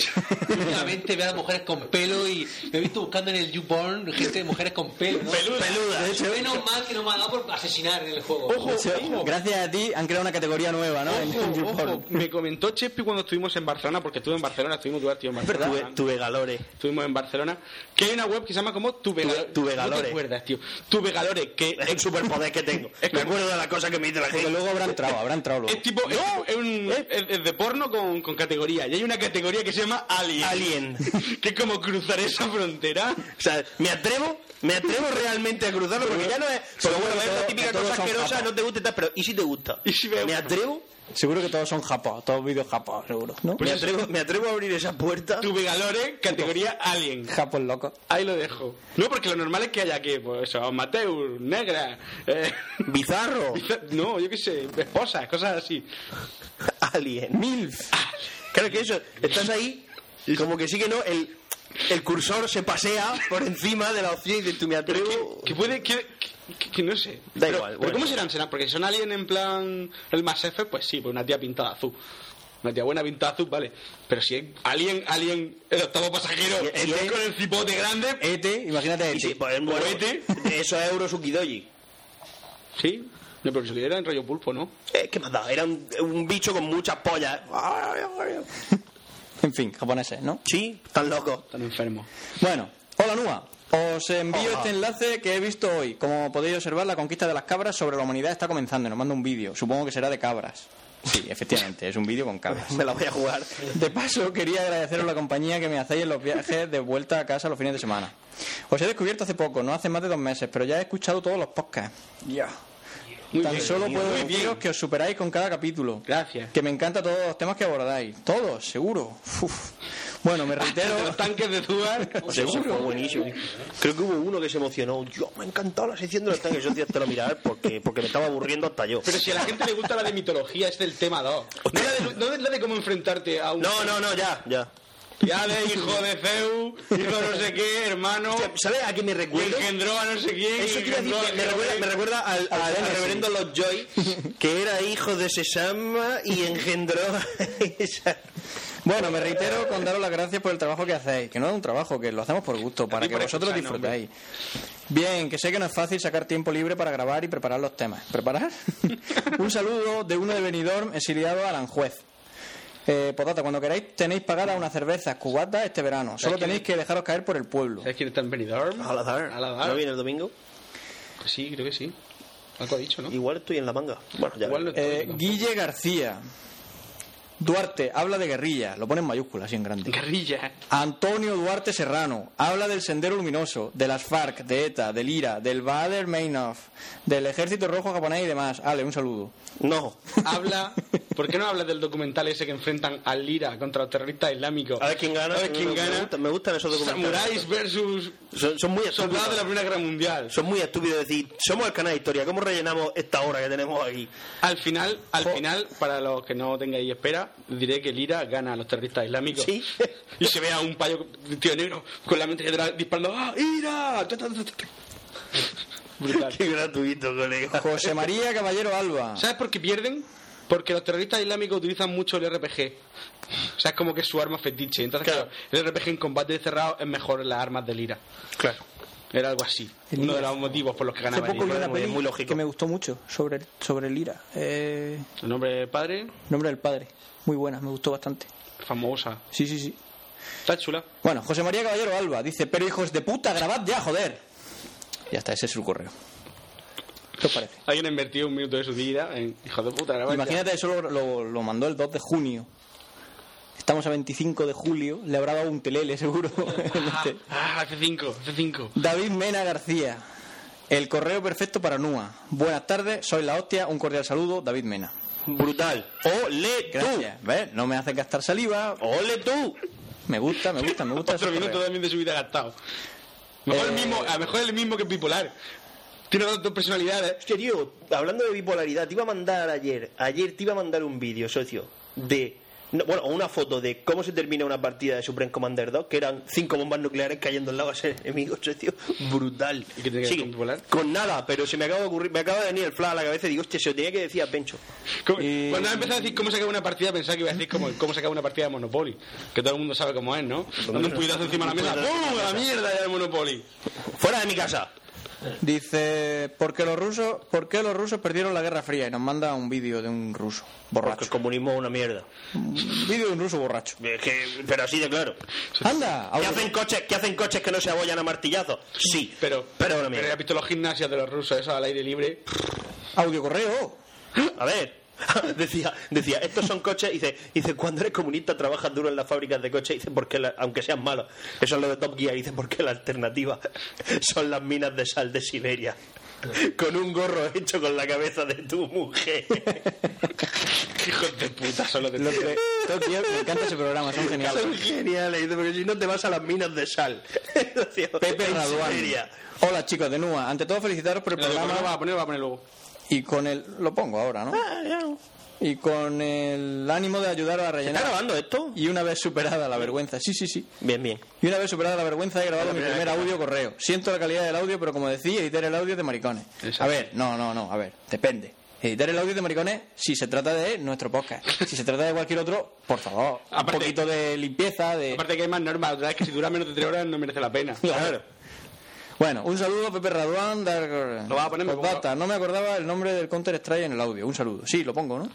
Speaker 9: últimamente veo a mujeres con pelo y me he visto buscando en el YouPorn gente de mujeres con pelo, ¿no?
Speaker 4: Peluda.
Speaker 9: Menos mal que no me ha dado por asesinar en el juego.
Speaker 8: Ojo, ojo.
Speaker 7: Gracias a ti han creado una categoría nueva, ¿no? En- en
Speaker 8: Ojo,
Speaker 7: YouPorn.
Speaker 8: ojo. Me comentó Chespi cuando estuvimos en Barcelona, porque estuve en Barcelona, estuvimos Duarte y yo en Barcelona.
Speaker 4: Tuve, tuve galores.
Speaker 8: Estuvimos en Barcelona, que hay una web que se llama como Tuvegalore.
Speaker 4: Tuvegalore.
Speaker 8: ¿No te acuerdas, tío? Tuvegalore, que
Speaker 4: Es un superpoder que tengo.
Speaker 8: Es que-
Speaker 4: Me acuerdo de las cosas que me dice la
Speaker 7: Porque
Speaker 4: gente.
Speaker 7: luego habrá entrado, habrá entrado luego.
Speaker 8: es tipo es, es un- es- es de porno con, con categoría. Y hay una categoría que se llama Alien.
Speaker 4: Alien.
Speaker 8: Que es como cruzar esa frontera.
Speaker 4: O sea, me atrevo, me atrevo realmente a cruzarlo porque ya no es. Pero bueno,
Speaker 7: que
Speaker 4: es la
Speaker 7: todo-
Speaker 4: típica
Speaker 7: que todos
Speaker 4: cosa
Speaker 7: son
Speaker 4: asquerosa,
Speaker 7: papas.
Speaker 4: no te gusta y tal, pero ¿y si te gusta?
Speaker 8: ¿Y si me gusta?
Speaker 4: atrevo?
Speaker 7: Seguro que todos son japas, todos vídeos japas, seguro, ¿no?
Speaker 4: me, atrevo me atrevo a abrir esa puerta.
Speaker 8: Tuvegalore, categoría Alien.
Speaker 7: Japos locos.
Speaker 8: Ahí lo dejo. No, porque lo normal es que haya que, pues eso, amateur, negra, eh,
Speaker 4: Bizarro.
Speaker 8: no, yo qué sé, esposas, cosas así.
Speaker 4: Alien.
Speaker 7: Milf.
Speaker 4: Claro que eso, estás ahí, y como que sí que no, el, el cursor se pasea por encima de la opción y dices, tú me atrevo.
Speaker 8: Que puede, que, que- que- que no sé.
Speaker 4: Da
Speaker 8: pero,
Speaker 4: igual,
Speaker 8: pero
Speaker 4: bueno.
Speaker 8: ¿cómo serán? serán? Porque si son alien en plan el más F, pues sí, pues una tía pintada azul. Una tía buena pintada azul, vale. Pero si es alien, alien, el octavo pasajero,
Speaker 4: Y- y
Speaker 8: este
Speaker 4: es-
Speaker 8: con el cipote grande,
Speaker 7: Ete, E imagínate
Speaker 4: Y sí,
Speaker 7: Ete.
Speaker 4: pues, bueno,
Speaker 8: Cohete.
Speaker 4: eso es Eurosukidoji.
Speaker 8: sí. No, pero si era en rollo pulpo, ¿no?
Speaker 4: Eh, ¿Qué más da? Era un, un bicho con muchas pollas.
Speaker 7: En fin, japoneses, ¿no?
Speaker 4: Sí, tan loco.
Speaker 8: Tan enfermo.
Speaker 7: Bueno, hola Nua. Os envío este enlace que he visto hoy. Como podéis observar, la conquista de las cabras sobre la humanidad está comenzando. y Nos manda un vídeo. Supongo que será de cabras. Sí, efectivamente, es un vídeo con cabras.
Speaker 4: Me la voy a jugar.
Speaker 7: De paso, quería agradeceros la compañía que me hacéis en los viajes de vuelta a casa los fines de semana. Os he descubierto hace poco, no hace más de dos meses, pero ya he escuchado todos los podcasts. Ya. Tan solo puedo deciros que os superáis con cada capítulo.
Speaker 8: Gracias.
Speaker 7: Que me encanta todos los temas que abordáis. Todos, seguro. Uf. Bueno, me reitero.
Speaker 8: Los tanques de Zubar.
Speaker 4: Seguro. Fue buenísimo. Creo que hubo uno que se emocionó. Yo me ha encantado la sección de los tanques. Yo sí hasta lo mirar porque, porque me estaba aburriendo hasta yo.
Speaker 8: Pero si a la gente le gusta la de mitología, es del tema 2. No la de, no la de cómo enfrentarte a un...
Speaker 4: No, no, no, ya, ya.
Speaker 8: Ya de hijo de Zeus, hijo no sé qué, hermano...
Speaker 4: ¿Sabes a qué me
Speaker 8: Y
Speaker 4: recuerdo?
Speaker 8: engendró a no sé quién.
Speaker 4: Eso
Speaker 8: y
Speaker 4: te iba a decir, me,
Speaker 8: engendró
Speaker 4: me
Speaker 8: a-
Speaker 4: recuerda, me recuerda al, al- al reverendo Los Joy, que era hijo de Sesama y engendró a esa...
Speaker 7: Bueno, me reitero con daros las gracias por el trabajo que hacéis, que no es un trabajo, que lo hacemos por gusto, para
Speaker 8: ti
Speaker 7: que
Speaker 8: por
Speaker 7: vosotros
Speaker 8: escucharnos, hombre.
Speaker 7: disfrutéis. Bien, que sé que no es fácil sacar tiempo libre para grabar y preparar los temas. ¿Preparar? un saludo de uno de Benidorm, exiliado a Aranjuez. Eh, potata, cuando queráis tenéis pagada una cerveza cubata este verano. Solo
Speaker 8: quién
Speaker 7: tenéis que dejaros caer por el pueblo.
Speaker 8: ¿Sabes quién está en Benidorm?
Speaker 4: Aladar.
Speaker 8: Aladar.
Speaker 4: ¿No viene el domingo?
Speaker 8: Sí, creo que sí. Algo ha dicho, ¿no?
Speaker 4: Igual estoy en la manga. Bueno, ya.
Speaker 8: Igual no estoy,
Speaker 7: Eh,
Speaker 8: ¿no?
Speaker 7: Guille García. Duarte, habla de guerrilla. Lo pone en mayúsculas, así en grande.
Speaker 8: Guerrilla.
Speaker 7: Antonio Duarte Serrano habla del Sendero Luminoso, de las FARC, de ETA, del IRA, del Bader Meinhof, del Ejército Rojo Japonés y demás. Ale, un saludo.
Speaker 4: No.
Speaker 8: Habla. ¿Por qué no hablas del documental ese que enfrentan al Lira contra los terroristas islámicos?
Speaker 4: A ver quién gana.
Speaker 8: A ver quién
Speaker 4: Me
Speaker 8: gana.
Speaker 4: gusta- me gustan esos documentales.
Speaker 8: Samuráis versus
Speaker 4: Son, son muy
Speaker 8: soldados de la
Speaker 4: estúpidos.
Speaker 8: Primera Guerra Mundial.
Speaker 4: Son muy estúpidos decir, somos el canal de historia, ¿cómo rellenamos esta hora que tenemos aquí?
Speaker 8: Al final, al final, para los que no tengáis espera, diré que Lira gana a los terroristas islámicos.
Speaker 4: Sí.
Speaker 8: Y se ve a un payo un tío negro con la metralladora disparando ¡Ah, Ira! Ta, ta, ta, ta, ta. Brutal.
Speaker 4: Qué gratuito, colega.
Speaker 7: José María Caballero Alba.
Speaker 8: ¿Sabes por qué pierden? Porque los terroristas islámicos utilizan mucho el RPG. O sea, es como que es su arma fetiche. Entonces, claro, el RPG en combate cerrado es mejor en las armas del IRA. Claro. Era algo así. Uno de los motivos por los que
Speaker 7: Hace
Speaker 8: ganaba el
Speaker 7: poco vi
Speaker 8: IRA.
Speaker 7: una
Speaker 4: muy-
Speaker 7: peli
Speaker 4: muy lógico.
Speaker 7: que me gustó mucho sobre el, sobre el IRA. Eh,
Speaker 8: El nombre del padre,
Speaker 7: nombre del padre. Muy buena, me gustó bastante.
Speaker 8: famosa.
Speaker 7: Sí, sí, sí.
Speaker 8: Está chula.
Speaker 7: Bueno, José María Caballero Alba dice, pero hijos de puta, grabad ya, joder. Ya está, ese es su correo. ¿Qué os parece?
Speaker 8: Alguien ha invertido un minuto de su vida en hijo de puta. grabar ya.
Speaker 7: Imagínate, eso lo, lo- lo mandó el 2 de junio. Estamos a 25 de julio, le habrá dado un telele seguro. No sé.
Speaker 8: Ah, F5, F5.
Speaker 7: David Mena García. El correo perfecto para Nua. Buenas tardes, soy la hostia, un cordial saludo, David Mena.
Speaker 4: Brutal. ¡Ole tú!
Speaker 7: Gracias. ¿Ves? No me haces gastar saliva.
Speaker 4: ¡Ole tú!
Speaker 7: Me gusta, me gusta, me gusta. Eh.
Speaker 8: Otro
Speaker 7: ese
Speaker 8: minuto
Speaker 7: correo.
Speaker 8: también de su vida gastado. Mejor el mismo, a lo mejor el mismo que bipolar. Tiene dos, dos personalidades.
Speaker 4: Hostia, tío, hablando de bipolaridad, te iba a mandar ayer, ayer te iba a mandar un vídeo, socio, de... no, bueno, una foto de cómo se termina una partida de Supreme Commander 2, que eran cinco bombas nucleares cayendo al lado a ser enemigos, socio. Brutal.
Speaker 8: ¿Y qué tiene que ver
Speaker 4: Sí,
Speaker 8: con bipolar?
Speaker 4: con nada, pero se me acaba de ocurrir, me acaba de venir el flash a la cabeza y digo, hostia, se lo tenía que decir a Pencho.
Speaker 8: Como-
Speaker 7: Eh,
Speaker 8: Cuando empezó a decir cómo se acaba una partida, pensaba que iba a decir cómo, cómo se acaba una partida de Monopoly. Que todo el mundo sabe cómo es, ¿no? Dando un puñetazo encima de la mesa. ¡Pum! ¡A la mierda ya de Monopoly!
Speaker 4: ¡Fuera de mi casa!
Speaker 7: Dice, ¿por qué los rusos, por qué los rusos perdieron la Guerra Fría? Y nos manda un vídeo de un ruso
Speaker 4: Porque el
Speaker 7: borracho.
Speaker 4: comunismo es una mierda.
Speaker 7: Un vídeo de un ruso borracho.
Speaker 4: Es que, pero así de claro.
Speaker 7: Anda,
Speaker 4: ¿Qué
Speaker 7: audio-
Speaker 4: hacen, coches, ¿Qué hacen coches que no se abollan a martillazos? Sí,
Speaker 8: Pero,
Speaker 4: pero es una
Speaker 8: pero ya
Speaker 4: mierda.
Speaker 8: has visto los gimnasios de los rusos, esos al aire libre.
Speaker 7: audio correo.
Speaker 4: A ver. decía, decía, estos son coches. Dice, dice, cuando eres comunista trabajas duro en las fábricas de coches. Dice, porque la- aunque sean malos, eso es lo de Top Gear. Dice, porque la alternativa son las minas de sal de Siberia. Con un gorro hecho con la cabeza de tu mujer.
Speaker 8: Hijos de puta, solo de
Speaker 7: Lo que- Tokio, me encanta ese programa, son geniales.
Speaker 4: Son geniales. Dice, porque si no te vas a las minas de sal. Decía,
Speaker 7: Pepe
Speaker 4: en
Speaker 7: Raduan.
Speaker 4: Siberia.
Speaker 7: Hola chicos de Nua. Ante todo felicitaros por el
Speaker 8: Lo que
Speaker 7: programa.
Speaker 8: no va a poner, va a poner luego.
Speaker 7: Y con el. Lo pongo ahora, ¿no?
Speaker 4: Ah,
Speaker 7: Y con el ánimo de ayudar a
Speaker 4: ¿Está
Speaker 7: rellenar.
Speaker 4: grabando esto?
Speaker 7: Y una vez superada la vergüenza. Sí, sí, sí.
Speaker 4: Bien, bien.
Speaker 7: Y una vez superada la vergüenza he grabado mi
Speaker 4: primera
Speaker 7: primer audio correo. Siento la calidad del audio, pero como decía, editar el audio es de maricones.
Speaker 8: Exacto.
Speaker 7: A ver, no, no, no, a ver, depende. Editar el audio es de maricones si se trata de nuestro podcast. Si se trata de cualquier otro, por favor,
Speaker 8: Aparte-
Speaker 7: un poquito de limpieza, de...
Speaker 8: Aparte que hay más normas, otra vez que si dura menos de tres horas no merece la pena.
Speaker 7: Claro. Bueno, un saludo Pepe Raduán. Dar...
Speaker 8: Lo vas a poner, me
Speaker 7: Pues
Speaker 8: pongo.
Speaker 7: basta, no me acordaba el nombre del Counter Strike en el audio. Un saludo. Sí, lo pongo, ¿no?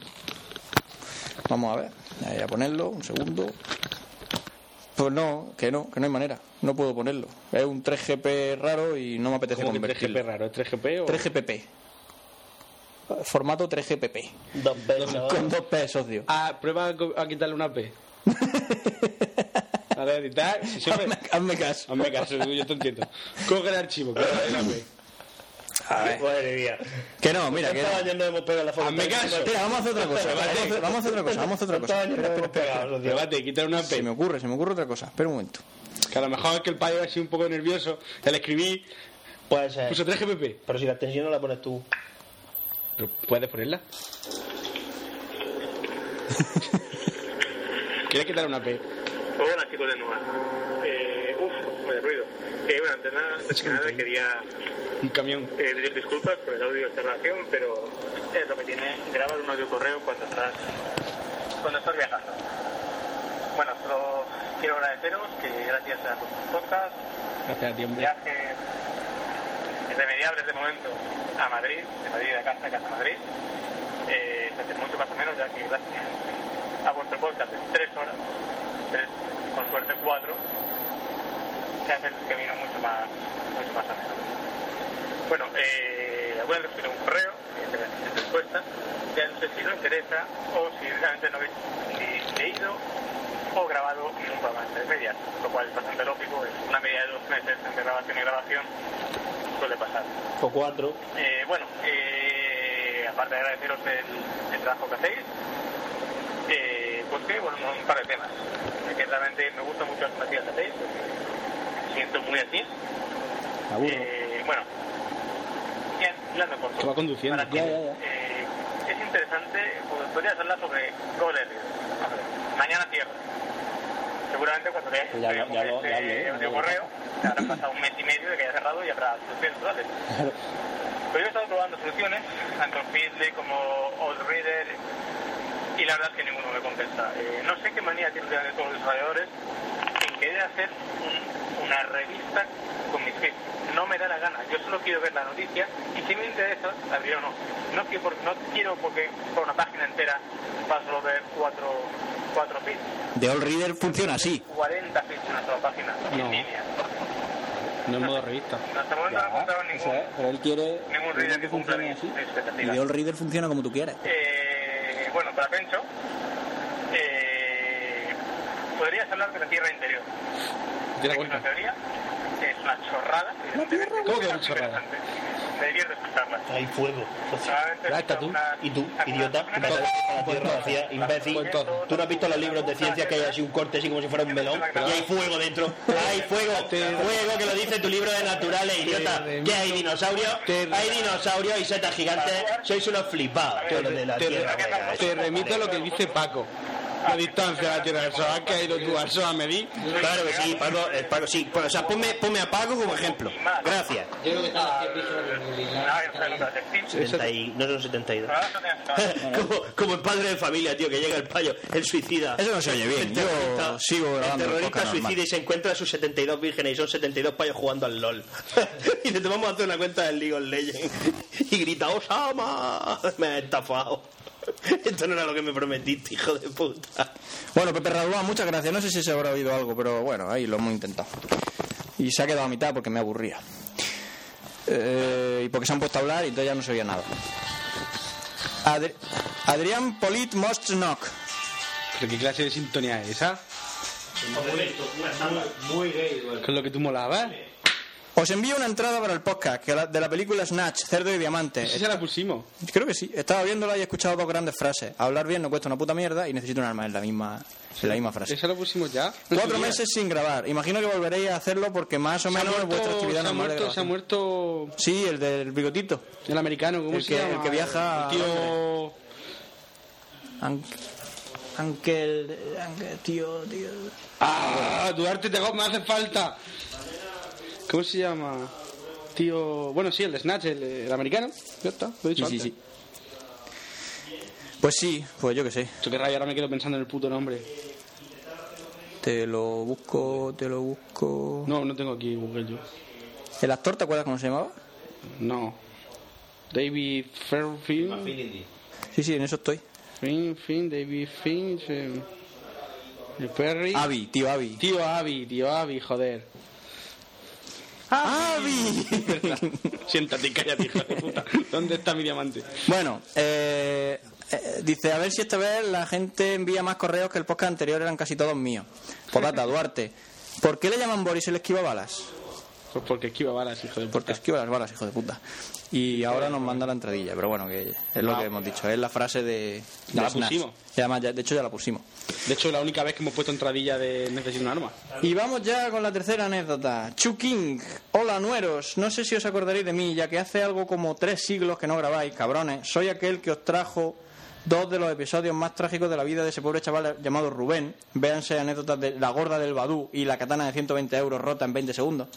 Speaker 7: Vamos a ver. Ahí, a ponerlo, un segundo. Pues no, que no, que no hay manera. No puedo ponerlo. Es un 3GP raro y no me apetece
Speaker 8: Como que 3GP
Speaker 7: convertirlo.
Speaker 8: raro, ¿es 3GP o...?
Speaker 7: 3GP. Formato 3GPP.
Speaker 4: Dos veces.
Speaker 7: Con dos P, socio.
Speaker 8: Ah, prueba a, co- a quitarle una P. A ver, editar. Si siempre...
Speaker 7: Hazme, hazme caso.
Speaker 8: Hazme caso, yo te entiendo. Coge el archivo, coge la P.
Speaker 7: A ver.
Speaker 4: Madre mía.
Speaker 7: Que no, mira, que no.
Speaker 4: ¿Cuántos años no hemos pegado en la foto?
Speaker 8: Hazme caso.
Speaker 7: Espera, vamos a hacer otra cosa. Vamos a hacer- vamos a hacer otra
Speaker 8: Pues
Speaker 7: cosa. Vamos a hacer otra
Speaker 4: ¿Cuántos
Speaker 7: cosa.
Speaker 4: años no hemos pegado? socio?
Speaker 8: Debate, quitar una
Speaker 7: Se me
Speaker 8: P.
Speaker 7: ocurre, se me ocurre otra cosa. Espera un momento.
Speaker 8: Que a lo mejor es que el padre ha sido un poco nervioso. Al escribir,
Speaker 10: Eh.
Speaker 4: Puede ser.
Speaker 8: puso 3GPP.
Speaker 4: Pero si la tensión no la pones tú.
Speaker 8: Pero, ¿Puedes ponerla? ¿Quieres quitar una P?
Speaker 11: Hola chicos de Nueva. Eh, uf, de ruido. Eh, bueno, antes nada, antes que nada quería
Speaker 8: Un camión.
Speaker 11: eh, pedir disculpas por el audio de relación, pero es lo que tiene grabar un audio correo cuando estás cuando estás viajando. Bueno, solo quiero agradeceros que gracias a vuestros podcast,
Speaker 8: Gracias a ti, hombre.
Speaker 11: viajes irremediables de momento a Madrid, de Madrid a casa, casa a Madrid, eh, se hace mucho más o menos, ya que gracias a vuestro podcast de tres horas, tres, con suerte cuatro, se hace el camino mucho más, mucho más ameno. Bueno, eh, voy a recibir un correo, que te voy a decir la respuesta, ya no sé si os interesa o si realmente no habéis ni leído o grabado nunca más tres medias, lo cual es bastante lógico, es una media de dos meses entre grabación y grabación, suele pasar.
Speaker 4: O cuatro.
Speaker 11: Eh, bueno, eh, aparte de agradeceros el, el trabajo que hacéis, eh, pues que, bueno, un par de temas. Que realmente me gusta mucho las noticias que hacéis, me siento muy así. Eh, bueno, bien, hablando corto.
Speaker 8: Que va conduciendo.
Speaker 11: Para ti,
Speaker 8: Ya, ya, ya.
Speaker 11: eh, es interesante, pues, podría hablar sobre Gol Herrera. Mañana tierra. Seguramente cuando leáis
Speaker 8: Ya lo- ya lo- ya
Speaker 11: este
Speaker 8: lo-
Speaker 11: audio correo, habrá pasado un mes y medio de que haya cerrado y habrá soluciones naturales. Pero yo he estado probando soluciones, tanto en Feedly como Old Reader, y la verdad es que ninguno me contesta. Eh, no sé qué manía tienen de todos los desarrolladores en querer hacer un- una revista con mis feeds. No me da la gana, yo solo quiero ver la noticia y si me interesa, la abriré o no. No quiero, por- no quiero porque por una página entera vas a solo ver cuatro, cuatro feeds.
Speaker 7: The All Reader funciona así.
Speaker 11: 40 feeds en una sola página,
Speaker 8: No.
Speaker 11: en línea.
Speaker 8: No en modo revista.
Speaker 11: Hasta el momento no he encontrado
Speaker 7: Ya, eso
Speaker 11: ningún,
Speaker 7: es, pero él quiere
Speaker 11: ningún
Speaker 7: quiere
Speaker 11: reader
Speaker 7: que
Speaker 11: que cumpla
Speaker 7: funcione
Speaker 11: mis
Speaker 7: así.
Speaker 11: mis
Speaker 7: Y
Speaker 11: expectativas.
Speaker 7: Dios reader funciona como tú quieras.
Speaker 11: Eh, bueno, para Pencho, eh, podrías hablar de la Tierra Interior.
Speaker 8: Te das
Speaker 11: Es una
Speaker 8: cuenta.
Speaker 11: teoría, que es una chorrada. evidentemente,
Speaker 8: ¿Cómo que
Speaker 11: pero
Speaker 8: una chorrada?
Speaker 11: interesante. Me divierto escucharla.
Speaker 10: Hay fuego.
Speaker 11: Solamente
Speaker 8: Ah, está
Speaker 11: escucho
Speaker 8: tú.
Speaker 11: unas-
Speaker 10: Y tú,
Speaker 11: algunas-
Speaker 10: idiota, que
Speaker 8: Pues
Speaker 11: algunas-
Speaker 10: no sabes que está la tierra vacía, imbécil. Tú no has visto los libros de ciencia que hay así un corte, así como si fuera un melón, y hay fuego dentro. ¡Hay fuego! ¡Fuego! Que lo dice tu libro de naturales, idiota. ¿Qué hay dinosaurios? Hay dinosaurios y setas gigantes. Sois unos flipados. Pero de la
Speaker 8: te-
Speaker 10: tierra,
Speaker 11: te-
Speaker 10: venga,
Speaker 8: Te
Speaker 10: eso.
Speaker 8: remito a lo que dice Paco. La distancia a la Tierra del Sol. ¿Has caído tú al Sol a medir?
Speaker 10: Claro que sí, Paco, eh, Paco sí. Bueno, o sea, ponme, ponme a Paco como ejemplo. Gracias.
Speaker 9: Yo creo que está aquí en
Speaker 11: Ah, está en otra sección.
Speaker 10: 70 y- no son 72.
Speaker 11: Ahora no tengas nada.
Speaker 10: como, como el padre de familia, tío, que llega el payo, el suicida.
Speaker 7: Eso no se oye bien.
Speaker 10: El
Speaker 7: Yo
Speaker 10: terrorista-
Speaker 7: sigo
Speaker 10: El
Speaker 7: grabando el
Speaker 10: terrorista
Speaker 7: podcast normal.
Speaker 10: suicida y se encuentra a sus 72 vírgenes y son 72 payos jugando al LOL. y le vamos a hacer una cuenta del League of Legends. y grita, ¡Osama! Me has estafado. Esto no era lo que me prometiste, hijo de puta.
Speaker 7: Bueno, Pepe Radúa, muchas gracias. No sé si se habrá oído algo, pero bueno, ahí lo hemos intentado. Y se ha quedado a mitad porque me aburría. Eh, y porque se han puesto a hablar y entonces ya no se oía nada. Adri- Adrián Polit Mostnok.
Speaker 8: ¿Pero qué clase de sintonía es esa? Con lo que tú molabas.
Speaker 7: Os envío una entrada para el podcast que la- de la película Snatch, Cerdo y Diamante.
Speaker 8: Sí, se la pusimos.
Speaker 7: Creo que sí. Estaba viéndola y he escuchado dos grandes frases. Hablar bien no cuesta una puta mierda y necesito un arma en la misma, en la misma frase.
Speaker 8: Esa la pusimos ya.
Speaker 7: Cuatro meses sin grabar. Imagino que volveréis a hacerlo porque más o
Speaker 8: Se ha
Speaker 7: menos es
Speaker 8: muerto,
Speaker 7: vuestra actividad
Speaker 8: se ha
Speaker 7: normal de
Speaker 8: muerto, se ha
Speaker 7: grabación.
Speaker 8: muerto
Speaker 7: Sí, el del bigotito.
Speaker 8: el americano, ¿cómo
Speaker 7: El
Speaker 8: se
Speaker 7: que-
Speaker 8: llama?
Speaker 7: el que viaja
Speaker 8: El
Speaker 7: a
Speaker 8: tío...
Speaker 7: Aunque el... tío, tío...
Speaker 8: Ah, Duarte Tegop, me hace falta. ¿Cómo se llama? Tío... Bueno, sí, el de Snatch, el, el americano. Ya está, lo he dicho
Speaker 7: Sí, sí,
Speaker 8: antes.
Speaker 7: sí. Pues sí, pues yo qué sé.
Speaker 8: Yo qué rabia, ahora me quedo pensando en el puto nombre.
Speaker 7: Te lo busco, te lo busco...
Speaker 8: No, no tengo aquí Google yo.
Speaker 7: ¿El actor te acuerdas cómo se llamaba?
Speaker 8: No. David Fairfield.
Speaker 7: Sí, sí, en eso estoy.
Speaker 8: Finn, Finn, David Finch. eh, el Perry.
Speaker 7: Avi, tío Avi.
Speaker 8: Tío Avi, tío Avi, joder.
Speaker 7: ¡Avi!
Speaker 8: Siéntate y cállate, hija de puta. ¿Dónde está mi diamante?
Speaker 7: Bueno, eh, eh, dice, a ver si esta vez la gente envía más correos que el podcast anterior eran casi todos míos. Podata, Duarte. ¿Por qué le llaman Boris el esquiva balas?
Speaker 8: Pues porque esquiva balas, hijo de
Speaker 7: Porque
Speaker 8: puta.
Speaker 7: esquiva las balas, hijo de puta. Y ahora nos manda la entradilla, pero bueno, que es lo que hemos dicho, es la frase de...
Speaker 8: Ah. Ya
Speaker 7: de
Speaker 8: la
Speaker 7: Snatch.
Speaker 8: pusimos.
Speaker 7: Y además, ya- de hecho, ya la pusimos.
Speaker 8: De hecho, la única vez que hemos puesto entradilla de necesito un arma.
Speaker 7: Y vamos ya con la tercera anécdota. Chu King, hola nueros, no sé si os acordaréis de mí, ya que hace algo como tres siglos que no grabáis, cabrones. Soy aquel que os trajo dos de los episodios más trágicos de la vida de ese pobre chaval llamado Rubén. Véanse anécdotas de la gorda del Badú y la katana de 120 euros rota en 20 segundos.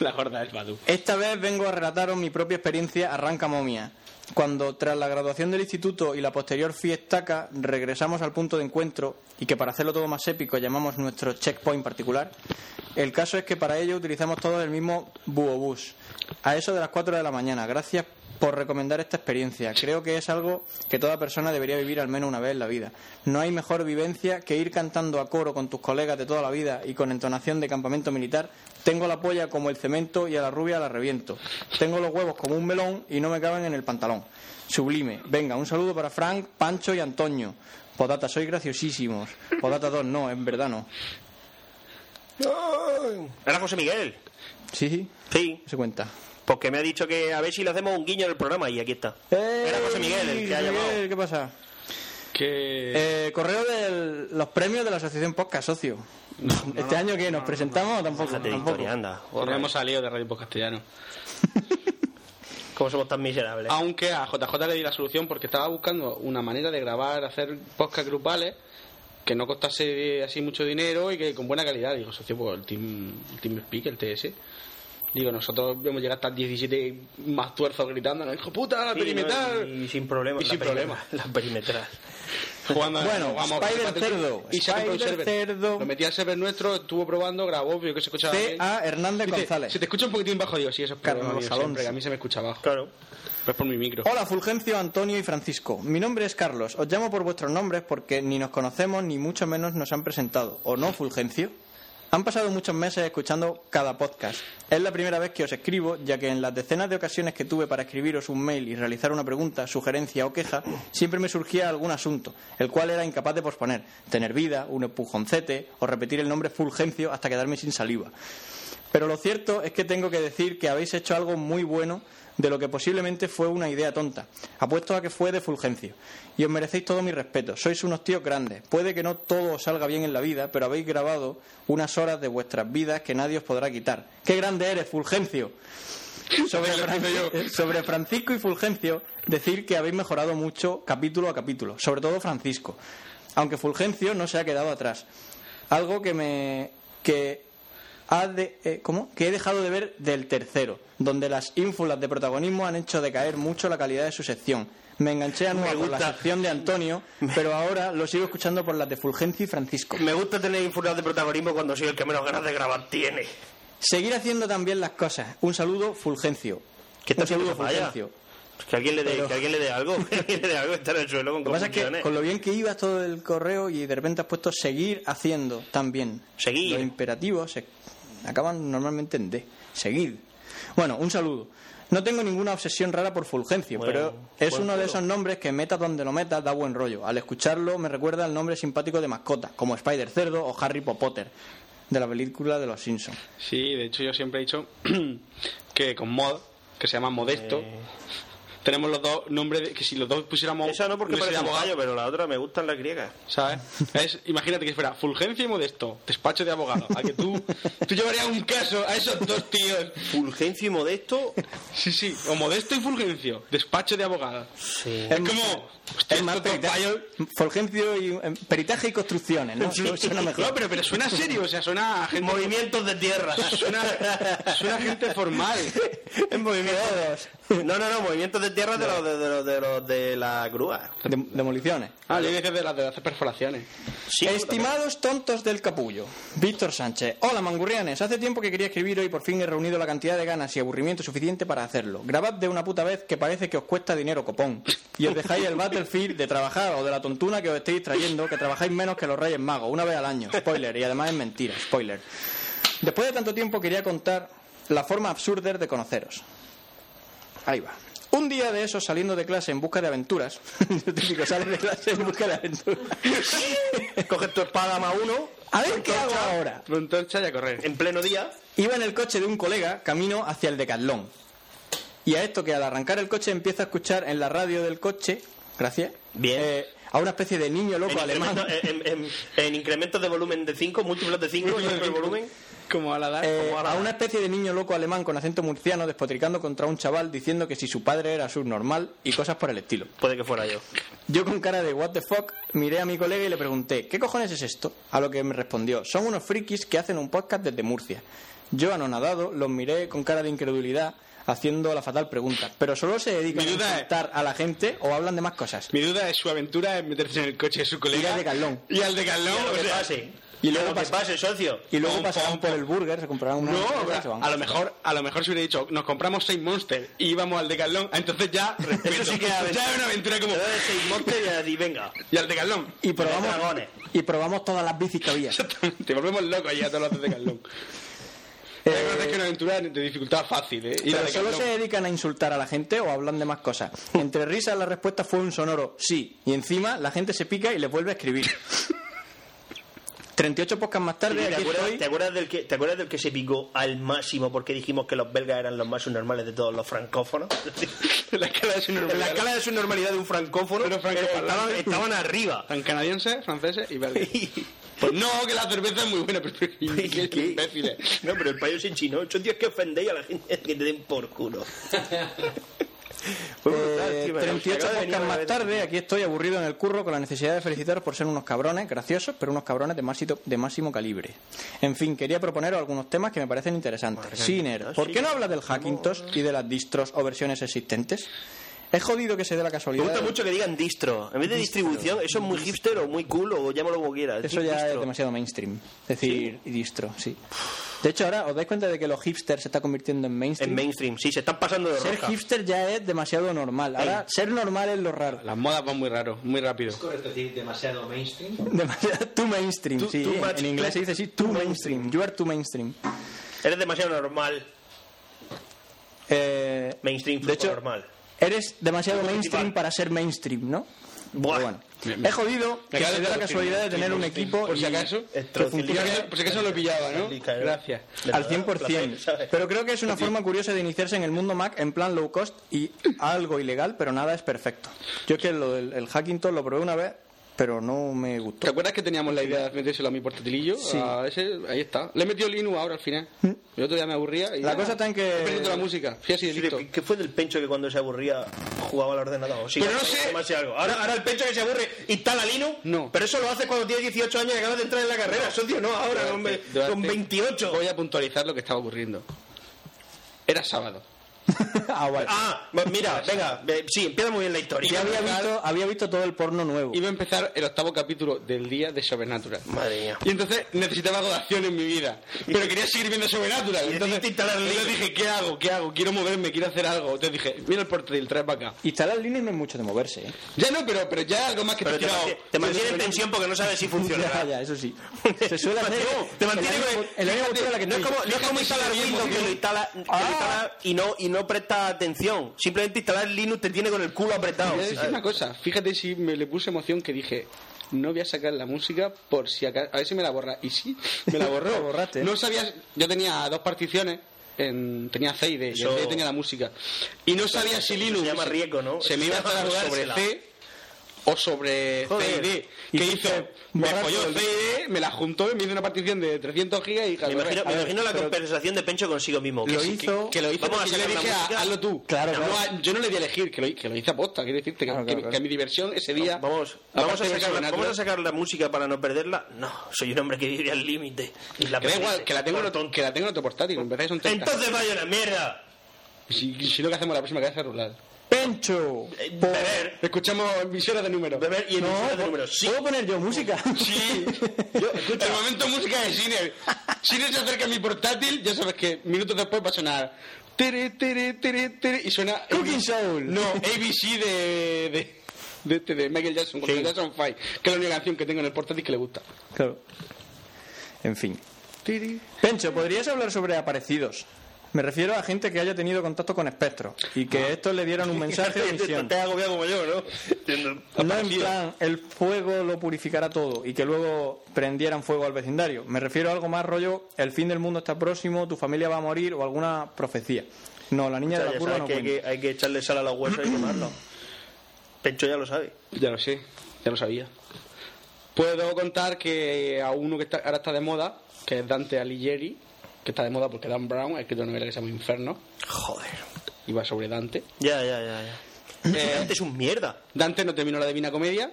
Speaker 8: La gorda del Badu.
Speaker 7: Esta vez vengo a relataros mi propia experiencia arranca momia. Cuando tras la graduación del instituto y la posterior fiestaca regresamos al punto de encuentro y que para hacerlo todo más épico llamamos nuestro checkpoint particular, el caso es que para ello utilizamos todos el mismo buobús. A eso de las 4 de la mañana. Gracias por recomendar esta experiencia. Creo que es algo que toda persona debería vivir al menos una vez en la vida. No hay mejor vivencia que ir cantando a coro con tus colegas de toda la vida y con entonación de campamento militar. Tengo la polla como el cemento y a la rubia la reviento. Tengo los huevos como un melón y no me caben en el pantalón. Sublime. Venga, un saludo para Frank, Pancho y Antonio. Podata, sois graciosísimos. Podata 2, no, en verdad no.
Speaker 4: Era José Miguel.
Speaker 7: Sí, sí,
Speaker 4: Sí,
Speaker 7: se cuenta.
Speaker 4: porque me ha dicho que a ver si le hacemos un guiño en el programa y aquí está. Era José Miguel el que ha
Speaker 7: Miguel,
Speaker 4: llamado.
Speaker 7: ¿Qué pasa?
Speaker 8: Que.
Speaker 7: Eh, correo de los premios de la Asociación Podcast, socio. este año que nos presentamos o tampoco.
Speaker 4: Déjate de
Speaker 7: Tampoco.
Speaker 4: historia, anda.
Speaker 8: Ahora hemos salido de Radio Post Castellano.
Speaker 4: ¿Cómo somos tan miserables?
Speaker 8: Aunque a JJ le di la solución porque estaba buscando una manera de grabar, hacer podcast grupales que no costase así mucho dinero y que con buena calidad. Digo, socio, pues el Team, el team Speak, el TS. Digo, nosotros hemos llegado hasta 17 más tuerzos gritando, hijo puta, la
Speaker 4: Sí,
Speaker 8: perimetral.
Speaker 4: ¿no? Y sin problemas.
Speaker 8: Y sin
Speaker 4: la
Speaker 8: problemas.
Speaker 4: perimetral- La perimetral.
Speaker 8: jugando
Speaker 7: Bueno, Spider
Speaker 8: empate el-
Speaker 7: Cerdo,
Speaker 8: Y sacó un
Speaker 7: Spider
Speaker 8: server.
Speaker 7: Cerdo.
Speaker 8: Lo metí al server nuestro, estuvo probando, grabó, vio que se escuchaba.
Speaker 7: T.
Speaker 8: bien.
Speaker 7: A. Hernández
Speaker 8: Dice,
Speaker 7: González.
Speaker 8: Si te escucha un poquitín bajo, digo, sí, eso es problema
Speaker 7: Carlos
Speaker 8: mío, siempre,
Speaker 7: Alonso.
Speaker 8: que a mí se me escucha bajo.
Speaker 4: Claro.
Speaker 8: Pero es por mi micro.
Speaker 7: Hola Fulgencio, Antonio y Francisco. Mi nombre es Carlos. Os llamo por vuestros nombres porque ni nos conocemos ni mucho menos nos han presentado. ¿O no, Fulgencio? Han pasado muchos meses escuchando cada podcast. Es la primera vez que os escribo, ya que en las decenas de ocasiones que tuve para escribiros un mail y realizar una pregunta, sugerencia o queja, siempre me surgía algún asunto, el cual era incapaz de posponer. Tener vida, un empujoncete o repetir el nombre Fulgencio hasta quedarme sin saliva. Pero lo cierto es que tengo que decir que habéis hecho algo muy bueno de lo que posiblemente fue una idea tonta. Apuesto a que fue de Fulgencio. Y os merecéis todo mi respeto. Sois unos tíos grandes. Puede que no todo os salga bien en la vida, pero habéis grabado unas horas de vuestras vidas que nadie os podrá quitar. ¡Qué grande eres, Fulgencio! Sobre, Fran- eh, sobre Francisco y Fulgencio, decir que habéis mejorado mucho capítulo a capítulo, sobre todo Francisco. Aunque Fulgencio no se ha quedado atrás. Algo que me. que ha de- eh, ¿cómo? que he dejado de ver del tercero, donde las ínfulas de protagonismo han hecho decaer mucho la calidad de su sección. Me enganché a nuevo por la sección de Antonio, pero ahora lo sigo escuchando por las de Fulgencio y Francisco.
Speaker 4: Me gusta tener infunas de protagonismo cuando soy el que menos ganas de grabar tiene.
Speaker 7: Seguir haciendo también las cosas. Un saludo, Fulgencio.
Speaker 4: ¿Qué está
Speaker 7: Un saludo,
Speaker 4: haciendo Falla?
Speaker 7: Fulgencio.
Speaker 4: Que alguien le dé,
Speaker 7: Pero-
Speaker 4: que alguien le dé algo, que alguien le dé algo, está en el suelo con
Speaker 7: Lo que pasa es que
Speaker 4: confusiones.
Speaker 7: con lo bien que ibas todo el correo y de repente has puesto seguir haciendo también.
Speaker 4: Seguir.
Speaker 7: Los imperativos se acaban normalmente en D. Seguir. Bueno, un saludo. No tengo ninguna obsesión rara por Fulgencio,
Speaker 4: Bueno,
Speaker 7: pero es
Speaker 4: buen
Speaker 7: uno de
Speaker 4: pelo.
Speaker 7: esos nombres que metas donde lo metas da buen rollo. Al escucharlo me recuerda al nombre simpático de mascota, como Spider Cerdo o Harry Potter, de la película de los Simpsons.
Speaker 8: Sí, de hecho yo siempre he dicho que con Mod, que se llama Modesto,
Speaker 4: Eh.
Speaker 8: tenemos los dos nombres de- que si los dos pusiéramos...
Speaker 4: Esa no porque
Speaker 8: no
Speaker 4: parece un
Speaker 8: seríamos-
Speaker 4: gallo, pero la otra me gustan las griegas.
Speaker 8: ¿Sabes? Es- imagínate que fuera Fulgencio y Modesto, despacho de abogado. A que tú, tú llevarías un caso a esos dos tíos.
Speaker 4: Fulgencio y Modesto,
Speaker 8: Sí, sí, o Modesto y Fulgencio, despacho de abogado. Es como. hostia,
Speaker 7: Es más
Speaker 8: estos
Speaker 7: perita-
Speaker 8: payos-
Speaker 7: Fulgencio y eh, peritaje y construcciones, ¿no? Eso Suena mejor.
Speaker 8: No, pero, pero suena serio, o sea, suena a gente.
Speaker 4: movimientos de tierra.
Speaker 8: Suena, suena a gente formal.
Speaker 4: en movimientos. No, no, no, movimientos de tierra de los de, de los de, los de la grúa.
Speaker 7: Dem- demoliciones.
Speaker 8: Ah, yo decía de las de hacer perforaciones.
Speaker 4: Sí,
Speaker 7: Estimados tontos del capullo, Víctor Sánchez. Hola, mangurrianes. Hace tiempo que quería escribir hoy por fin he reunido la cantidad de ganas y aburrimiento suficiente para hacerlo. Grabad de una puta vez que parece que os cuesta dinero copón. Y os dejáis el Battlefield de trabajar o de la tontuna que os estéis trayendo, que trabajáis menos que los Reyes Magos, una vez al año. Spoiler, y además es mentira, spoiler. Después de tanto tiempo quería contar la forma absurda de conoceros. Ahí va. Un día de esos saliendo de clase en busca de aventuras. Típico, sales de clase en busca de aventuras.
Speaker 4: Coges tu espada más uno
Speaker 7: A ver qué hago ahora.
Speaker 8: Con torcha y a correr.
Speaker 4: en pleno día.
Speaker 7: Iba en el coche de un colega camino hacia el Decathlon. Y a esto que al arrancar el coche empieza a escuchar en la radio del coche, gracias,
Speaker 4: Bien.
Speaker 7: eh, a una especie de niño loco
Speaker 4: En,
Speaker 7: alemán.
Speaker 4: incremento- en- en- en incrementos de volumen de 5, múltiplos de 5, el volumen.
Speaker 8: Como a la edad.
Speaker 7: Eh, a una especie de niño loco alemán con acento murciano despotricando contra un chaval diciendo que si su padre era subnormal y cosas por el estilo.
Speaker 4: Puede que fuera yo.
Speaker 7: Yo con cara de what the fuck miré a mi colega y le pregunté, ¿qué cojones es esto? A lo que me respondió, son unos frikis que hacen un podcast desde Murcia. Yo anonadado los miré con cara de incredulidad haciendo la fatal pregunta, pero solo se dedican a
Speaker 8: Mi duda es-
Speaker 7: insultar a la gente o hablan de más cosas.
Speaker 8: Mi duda es su aventura es meterse en el coche de su colega.
Speaker 7: Ir al Decathlon.
Speaker 8: Y al de Carlón,
Speaker 4: Lo
Speaker 8: o
Speaker 4: que
Speaker 8: sea.
Speaker 4: pase.
Speaker 7: Y
Speaker 4: A
Speaker 7: luego
Speaker 4: lo que
Speaker 7: pas-
Speaker 4: pase, socio.
Speaker 7: Y luego
Speaker 8: Pom,
Speaker 7: pasaron
Speaker 8: pom,
Speaker 7: por el burger, se compraron una
Speaker 8: No,
Speaker 7: hamburguesa y se van.
Speaker 8: a lo mejor, a lo mejor se hubiera dicho, nos compramos seis monsters y íbamos al de Carlón, Ah, entonces ya, respeto.
Speaker 4: sí que es aventura.
Speaker 8: ya es una aventura como,
Speaker 4: Te doy seis montes y venga.
Speaker 8: y al de Carlón.
Speaker 7: y probamos,
Speaker 4: dragones.
Speaker 7: y probamos todas las bicis que había.
Speaker 8: Te volvemos locos allí a todos los de Carlón. La verdad es que una aventura de dificultad fácil, ¿eh? Ir al
Speaker 7: Eh, Pero
Speaker 8: de
Speaker 7: solo
Speaker 8: Carlón.
Speaker 7: se dedican a insultar a la gente o hablan de más cosas. Entre risas la respuesta fue un sonoro sí. Y encima la gente se pica y les vuelve a escribir. 38 podcasts más tarde,
Speaker 4: ¿Te
Speaker 7: aquí
Speaker 4: acuerdas,
Speaker 7: estoy.
Speaker 4: te acuerdas del que, ¿Te acuerdas del que se picó al máximo porque dijimos que los belgas eran los más subnormales de todos los francófonos?
Speaker 8: la escala de su
Speaker 4: en la escala de subnormalidad de un francófono eh,
Speaker 8: Pero francoparlante.
Speaker 4: estaban, estaban arriba.
Speaker 8: Tan canadienses, franceses y belgas. Pues no, que la cerveza es muy buena, pero qué imbéciles.
Speaker 4: No, pero el país en chino. Ocho tíos que ofendéis a la gente que te den por culo.
Speaker 8: Pues,
Speaker 4: Fue brutal,
Speaker 7: Eh,
Speaker 4: tío, me
Speaker 7: 38
Speaker 4: acaba de venir
Speaker 7: podcasts
Speaker 4: una
Speaker 7: más
Speaker 4: vez.
Speaker 7: tarde, aquí estoy aburrido en el curro con la necesidad de felicitaros por ser unos cabrones, graciosos, pero unos cabrones de máximo, de máximo calibre. En fin, quería proponeros algunos temas que me parecen interesantes. Siner, ¿por qué no hablas del Hackintosh y de las distros o versiones existentes? Es jodido que se dé la casualidad.
Speaker 4: Me gusta mucho que digan distro. En vez de distribución, eso es muy hipster o muy cool o llámalo como quieras.
Speaker 7: Eso ya es
Speaker 4: Distro.
Speaker 7: demasiado mainstream. Es decir, distro, sí. De hecho, ahora os dais cuenta de que los hipsters se está convirtiendo en mainstream.
Speaker 4: En mainstream, sí, se están pasando de
Speaker 7: ser
Speaker 4: roca.
Speaker 7: hipster ya es demasiado normal. Ahora, ser normal es lo raro.
Speaker 8: Las modas van muy raro, muy rápido.
Speaker 9: Correcto, es decir, demasiado mainstream.
Speaker 7: Demasiado- too mainstream,
Speaker 4: Too-
Speaker 7: sí.
Speaker 4: too much
Speaker 7: en inglés se dice así, too mainstream. You are too mainstream.
Speaker 4: Eres demasiado normal.
Speaker 7: Eh,
Speaker 4: Mainstream,
Speaker 7: de
Speaker 4: de
Speaker 7: hecho,
Speaker 4: normal.
Speaker 7: eres demasiado
Speaker 4: Lo
Speaker 7: mainstream
Speaker 4: principal.
Speaker 7: para ser mainstream, ¿no?
Speaker 4: Buah.
Speaker 7: Pero bueno. Es jodido que
Speaker 8: queda
Speaker 7: se dé la
Speaker 8: detracción,
Speaker 7: casualidad de tener un
Speaker 8: mainstream,
Speaker 7: equipo
Speaker 8: por si
Speaker 7: y-
Speaker 8: acaso.
Speaker 7: que funcione
Speaker 8: Por si acaso lo pillaba, ¿no?
Speaker 7: ¿eh?
Speaker 8: Gracias.
Speaker 7: al 100%. Pero creo que es una forma curiosa de iniciarse en el mundo Mac en plan low cost y algo ilegal, pero nada es perfecto. Yo es que lo del el Hackintosh lo probé una vez, pero no me
Speaker 8: ¿Te
Speaker 7: gustó.
Speaker 8: acuerdas que teníamos la idea de metérselo a mi portátilillo?
Speaker 7: Sí. ¿Mm?
Speaker 8: A ese, ahí está. Le he metido Linux ahora al final. El otro día me aburría. Y
Speaker 7: La
Speaker 8: ya.
Speaker 7: cosa está en que-
Speaker 8: He perdido la música. Fui así de
Speaker 4: Sí,
Speaker 8: listo.
Speaker 4: ¿Qué fue del pencho que cuando se aburría jugaba al ordenador? Sí,
Speaker 8: Pero no sé.
Speaker 4: más y algo. Ahora, ahora el pencho que se aburre instala Linux.
Speaker 8: No.
Speaker 4: Pero eso lo hace cuando tiene 18 años y acabas de entrar en la carrera. Socio, no, ahora con, ve-
Speaker 8: Durante-
Speaker 4: con 28.
Speaker 8: Voy a puntualizar lo que estaba ocurriendo. Era sábado.
Speaker 7: ah, vale.
Speaker 4: Ah, pues mira, venga, eh, sí, empieza muy bien la
Speaker 7: Y
Speaker 4: historia.
Speaker 7: había visto, había visto todo el porno nuevo.
Speaker 8: Iba a empezar el octavo capítulo del día de Sobrenatural.
Speaker 4: Madre mía.
Speaker 8: Y entonces necesitaba algo de acción en mi vida. Pero quería seguir viendo Sobrenatural.
Speaker 4: Y
Speaker 8: Entonces,
Speaker 4: decidiste instalar el
Speaker 8: entonces
Speaker 4: link.
Speaker 8: dije, ¿qué hago? ¿Qué hago? Quiero moverme, quiero hacer algo. Entonces dije, mira el portátil, trae para acá.
Speaker 7: Instalar Linux no es mucho de moverse, ¿eh?
Speaker 8: Ya no, pero, pero ya algo más que
Speaker 4: Pero te,
Speaker 8: tirado.
Speaker 4: mantiene, te mantiene en tensión porque no sabes si
Speaker 7: Ya,
Speaker 4: funcionará.
Speaker 7: ya, eso sí. Se suele hacer.
Speaker 4: Te mantiene
Speaker 7: el
Speaker 4: con
Speaker 7: año- el año pasado la que
Speaker 4: no es como, no es como instalar Windows que lo instala, que lo instala y, no, y no presta atención. Simplemente instalar Linux te tiene con el culo apretado. Ah,
Speaker 8: Voy a decir una cosa, fíjate si me le puse emoción que dije, no voy a sacar la música por si acaso, a ver si me la borra. Y sí, me la borró.
Speaker 7: La borraste, ¿eh?
Speaker 8: No sabías, yo tenía dos particiones. En, tenía C y D, y en
Speaker 4: Eso-
Speaker 8: D tenía la música. Y no sabía si
Speaker 4: eso
Speaker 8: Linux
Speaker 4: se llama riesgo, ¿no?
Speaker 8: se me iba a
Speaker 4: Eso se llama
Speaker 8: instalar sobre
Speaker 4: jugársela.
Speaker 8: C o sobre
Speaker 4: Joder.
Speaker 8: C y D. ¿Qué
Speaker 7: Hiciste
Speaker 8: hizo? Me
Speaker 7: borrar
Speaker 8: apoyó
Speaker 7: todo
Speaker 8: C
Speaker 7: el-
Speaker 8: y D, me la juntó y me hizo una partición de 300 gigas y dije,
Speaker 4: Me
Speaker 8: "Al
Speaker 4: imagino,
Speaker 8: revés".
Speaker 4: me imagino la
Speaker 7: pero-
Speaker 4: conversación de Pencho consigo mismo. que
Speaker 7: Lo
Speaker 4: sí,
Speaker 7: hizo.
Speaker 8: que lo hice
Speaker 4: Vamos a
Speaker 8: porque yo le
Speaker 4: sacar la
Speaker 8: dije a-
Speaker 4: música.
Speaker 8: hazlo tú
Speaker 7: Claro,
Speaker 8: No,
Speaker 7: claro.
Speaker 8: a- yo no le di a elegir que lo, que lo hice aposta quiero decirte que,
Speaker 7: Claro,
Speaker 8: que-
Speaker 7: claro, claro.
Speaker 8: que mi diversión ese día
Speaker 4: Vamos, vamos,
Speaker 8: aparte
Speaker 4: a
Speaker 8: de
Speaker 4: sacar la,
Speaker 8: Sobrenatural,
Speaker 4: vamos a sacar la música para no perderla. No, soy un hombre que vive al límite. Y la
Speaker 8: que da
Speaker 4: perdiste.
Speaker 8: igual que la tengo en otro, que la tengo en otro portátil empezáis un testa
Speaker 4: Entonces vaya una mierda.
Speaker 8: si, si lo que hacemos la próxima que es celular
Speaker 7: ¡Pencho!
Speaker 4: Eh,
Speaker 7: Por-
Speaker 4: Beber,
Speaker 8: escuchamos emisoras de números
Speaker 4: beber y emisoras de
Speaker 7: Pues No, pues
Speaker 4: números. Sí.
Speaker 7: ¿Puedo poner yo música?
Speaker 8: sí yo, escucha, el momento música de cine cine se acerca a mi portátil ya sabes que minutos después va a sonar tere, tere, tere, tere, y suena
Speaker 7: Cooking Soul.
Speaker 8: no ABC de, de, de, este, de Michael Jackson con Jackson 5 que es la única canción que tengo en el portátil que le gusta
Speaker 7: Claro. En fin.
Speaker 8: Tiri.
Speaker 7: Pencho, ¿podrías hablar sobre aparecidos? Me refiero a gente que haya tenido contacto con espectros y que estos le dieron un mensaje de misión.
Speaker 4: Te has agobiado como yo, ¿no? Entiendo.
Speaker 7: No en plan, el fuego lo purificará todo y que luego prendieran fuego al vecindario. Me refiero a algo más rollo, el fin del mundo está próximo, tu familia va a morir o alguna profecía. No, la niña
Speaker 4: Ya
Speaker 7: de la
Speaker 4: sabes
Speaker 7: curva no
Speaker 4: que hay,
Speaker 7: cuenta.
Speaker 4: que hay que echarle sal a los huesos y quemarlo. Pencho ya lo sabe.
Speaker 8: Ya lo sé, ya lo sabía. Puedo contar que a uno que está- ahora está de moda, que es Dante Alighieri, que está de moda porque Dan Brown ha escrito una novela que se llama Inferno,
Speaker 4: Joder.
Speaker 8: y va sobre Dante.
Speaker 4: Ya, ya, ya. ya.
Speaker 8: Eh,
Speaker 4: Este es un mierda.
Speaker 8: Dante no terminó la Divina Comedia,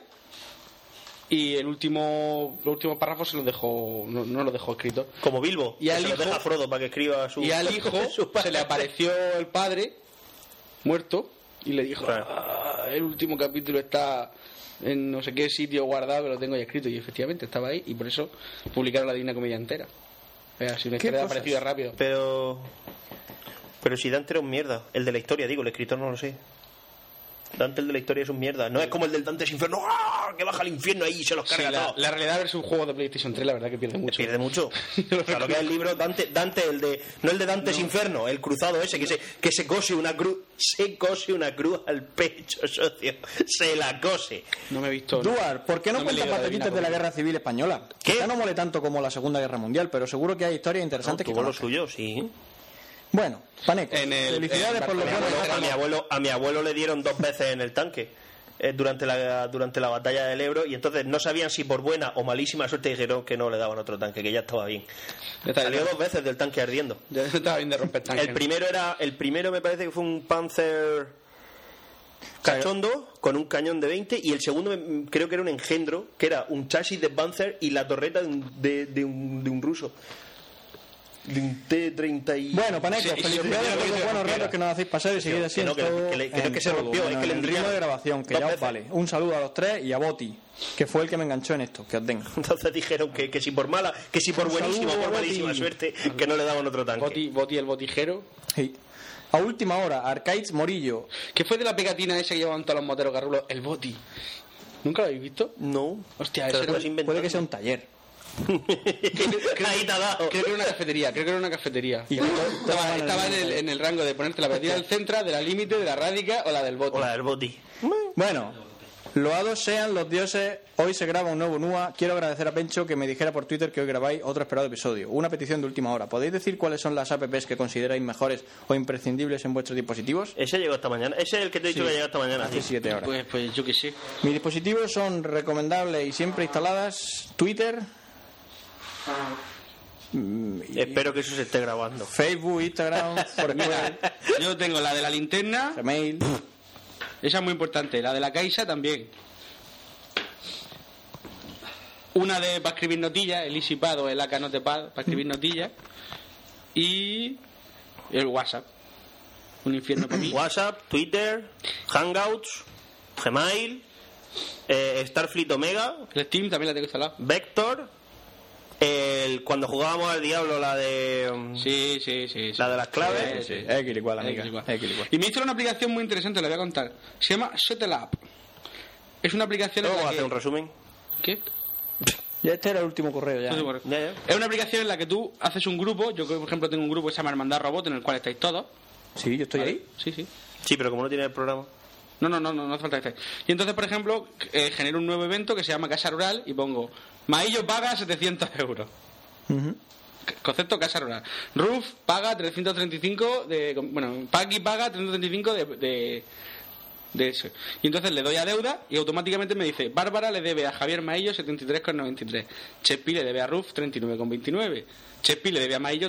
Speaker 8: y el último, los últimos párrafos se los dejó, no, no los dejó escritos.
Speaker 4: Como Bilbo.
Speaker 8: Y
Speaker 4: que
Speaker 8: al
Speaker 4: se lo
Speaker 8: hijo-
Speaker 4: deja a Frodo para que escriba su.
Speaker 8: Y al hijo
Speaker 4: su
Speaker 8: se le apareció el padre, muerto, y le dijo,
Speaker 4: Claro.
Speaker 8: "Ah, el último capítulo está en no sé qué sitio guardado que lo tengo ya escrito. Y efectivamente estaba ahí, y por eso publicaron la Divina Comedia entera. Era así una
Speaker 7: ¿Qué
Speaker 8: historia
Speaker 7: cosas?
Speaker 8: parecida rápido.
Speaker 4: Pero. Pero si Dante era un mierda. El de la historia, digo, el escritor no lo sé. Dante, el de la historia, es un mierda. No es como el del Dante es infierno. ¡ah! Que baja al infierno ahí y se los
Speaker 8: Sí,
Speaker 4: carga a
Speaker 8: la,
Speaker 4: todos.
Speaker 8: la realidad es un juego de PlayStation 3, la verdad que pierde mucho.
Speaker 4: Pierde mucho. O sea, lo que es el libro Dante, Dante el de no el de Dante's Inferno, el cruzado ese que se que se cose una cruz, se cose una cruz al pecho, socio, se la cose.
Speaker 8: No me he visto.
Speaker 7: Duar, ¿por qué no,
Speaker 8: No me
Speaker 7: cuentas
Speaker 8: he leído la Divina
Speaker 7: patatitas de la
Speaker 8: Comedia.
Speaker 7: Guerra Civil Española?
Speaker 4: ¿Qué?
Speaker 7: Ya no mole tanto como la Segunda Guerra Mundial, pero seguro que hay historias
Speaker 4: No,
Speaker 7: interesantes que
Speaker 4: tuvo lo
Speaker 7: conozcas.
Speaker 4: suyo, sí.
Speaker 7: Bueno, Paneco,
Speaker 8: En el-
Speaker 7: felicidades
Speaker 8: en
Speaker 7: por los
Speaker 4: Mi
Speaker 8: Barcelona,
Speaker 4: abuelo-
Speaker 7: buenos
Speaker 4: a mi
Speaker 7: datos.
Speaker 4: abuelo a mi abuelo le dieron dos veces en el tanque eh, durante la durante la batalla del Ebro y entonces no sabían si por buena o malísima suerte dijeron que no le daban otro tanque que ya estaba bien.
Speaker 8: Ya está,
Speaker 4: Salió
Speaker 8: ya-
Speaker 4: dos veces del tanque ardiendo.
Speaker 8: ya estaba bien de romper tanques,
Speaker 4: El
Speaker 8: ¿no?
Speaker 4: primero era el primero me parece que fue un Panzer cachondo con un cañón de 20 y el segundo mm, creo que era un engendro que era un chasis de Panzer y la torreta de un, de- de un- de un ruso. T30
Speaker 7: Bueno, Paneco,
Speaker 4: Sí, sí,
Speaker 7: felicidades por
Speaker 4: sí,
Speaker 7: los
Speaker 4: sí,
Speaker 7: buenos
Speaker 4: sí,
Speaker 7: ratos
Speaker 4: sí.
Speaker 7: que nos hacéis pasar y seguir así
Speaker 4: que no,
Speaker 7: en
Speaker 4: que-
Speaker 7: todo.
Speaker 4: que le- que no,
Speaker 7: en
Speaker 4: que se
Speaker 7: todo,
Speaker 4: rompió,
Speaker 7: bueno,
Speaker 4: es que
Speaker 7: en
Speaker 4: le
Speaker 7: el ritmo
Speaker 4: entraron
Speaker 7: de grabación, que
Speaker 4: dos
Speaker 7: ya os
Speaker 4: veces.
Speaker 7: vale. Un saludo a los tres y a Boti, que fue el que me enganchó en esto, que os den.
Speaker 4: Entonces dijeron que, que si por mala, que si por
Speaker 7: Un
Speaker 4: buenísima,
Speaker 7: saludo,
Speaker 4: por
Speaker 7: Boti.
Speaker 4: malísima suerte, que no le daban otro tanque.
Speaker 8: Boti, Boti el botijero.
Speaker 7: Sí. A última hora, Arcaiz Morillo.
Speaker 8: ¿Qué fue de la pegatina esa que llevaban todos los moteros garrulos? El Boti. ¿Nunca lo habéis visto?
Speaker 4: No.
Speaker 8: Hostia,
Speaker 4: Te lo
Speaker 8: eso era
Speaker 4: puedes
Speaker 8: un-
Speaker 4: inventar.
Speaker 7: Puede que sea un taller.
Speaker 4: Ahí te ha
Speaker 7: Oh.
Speaker 4: dado.
Speaker 8: Creo que era una cafetería, creo que era una cafetería.
Speaker 7: Y-
Speaker 8: Estaba, estaba en, el, en el rango de ponerte la pegatina del centro, de la límite, de la rádica o la del Boti.
Speaker 4: Hola, el Boti.
Speaker 7: Bueno, loados sean los dioses. Hoy se graba un nuevo NUA. Quiero agradecer a Pencho que me dijera por Twitter que hoy grabáis otro esperado episodio. Una petición de última hora. ¿Podéis decir cuáles son las apps que consideráis mejores o imprescindibles en vuestros dispositivos?
Speaker 4: Ese llegó esta mañana. Ese es el que te he dicho
Speaker 7: Sí.
Speaker 4: que llegó esta mañana.
Speaker 7: Hace
Speaker 4: sí.
Speaker 7: siete horas.
Speaker 8: Pues, pues yo que sé.
Speaker 7: Mis dispositivos son recomendables y siempre instaladas Twitter,
Speaker 4: Espero que eso se esté grabando.
Speaker 7: Facebook, Instagram, Foursquare,
Speaker 8: Yo tengo la de la linterna,
Speaker 7: Gmail.
Speaker 8: esa es muy importante, la de la caixa también. Una de para escribir notillas, el EasyPad o el AK Notepad para escribir notillas. Y el WhatsApp. Un infierno para mí.
Speaker 4: WhatsApp, Twitter, Hangouts, Gmail, eh, Starfleet Omega,
Speaker 8: El Steam también la tengo instalada.
Speaker 4: Mm. Vector, el, cuando jugábamos al diablo la de... mm,
Speaker 8: Sí, sí, sí. sí.
Speaker 4: La de las claves.
Speaker 8: Sí, sí.
Speaker 7: X igual, amiga.
Speaker 8: X igual.
Speaker 7: X igual.
Speaker 8: Y me hizo una aplicación muy interesante, la voy a contar. Se llama Shuttle App. Es una aplicación en
Speaker 4: Luego
Speaker 8: la
Speaker 4: hacer un
Speaker 8: que...
Speaker 4: resumen.
Speaker 8: ¿Qué?
Speaker 7: Ya este era el último correo ya.
Speaker 8: Sí,
Speaker 7: ¿eh?
Speaker 8: por-
Speaker 4: Ya, ya.
Speaker 8: Es una aplicación en la que tú haces un grupo. Yo, por ejemplo, tengo un grupo que se llama Hermandad Robot en el cual estáis todos.
Speaker 7: Sí, yo estoy ahí.
Speaker 8: Sí, sí.
Speaker 4: Sí, pero como no tiene el programa.
Speaker 8: No, no, no, no, no hace falta que estéis. Y entonces, por ejemplo, eh, genero un nuevo evento que se llama Casa Rural y pongo Maillo paga 700 euros.
Speaker 7: Ujú.
Speaker 8: C- Concepto Casa Rural. Ruf paga 335 de... Bueno, Paki paga 335 de... de de eso. Y entonces le doy a deuda y automáticamente me dice, Bárbara le debe a Javier Maillo 73,93, Chespi le debe a Ruf 39,29, Chespi le debe a Maillo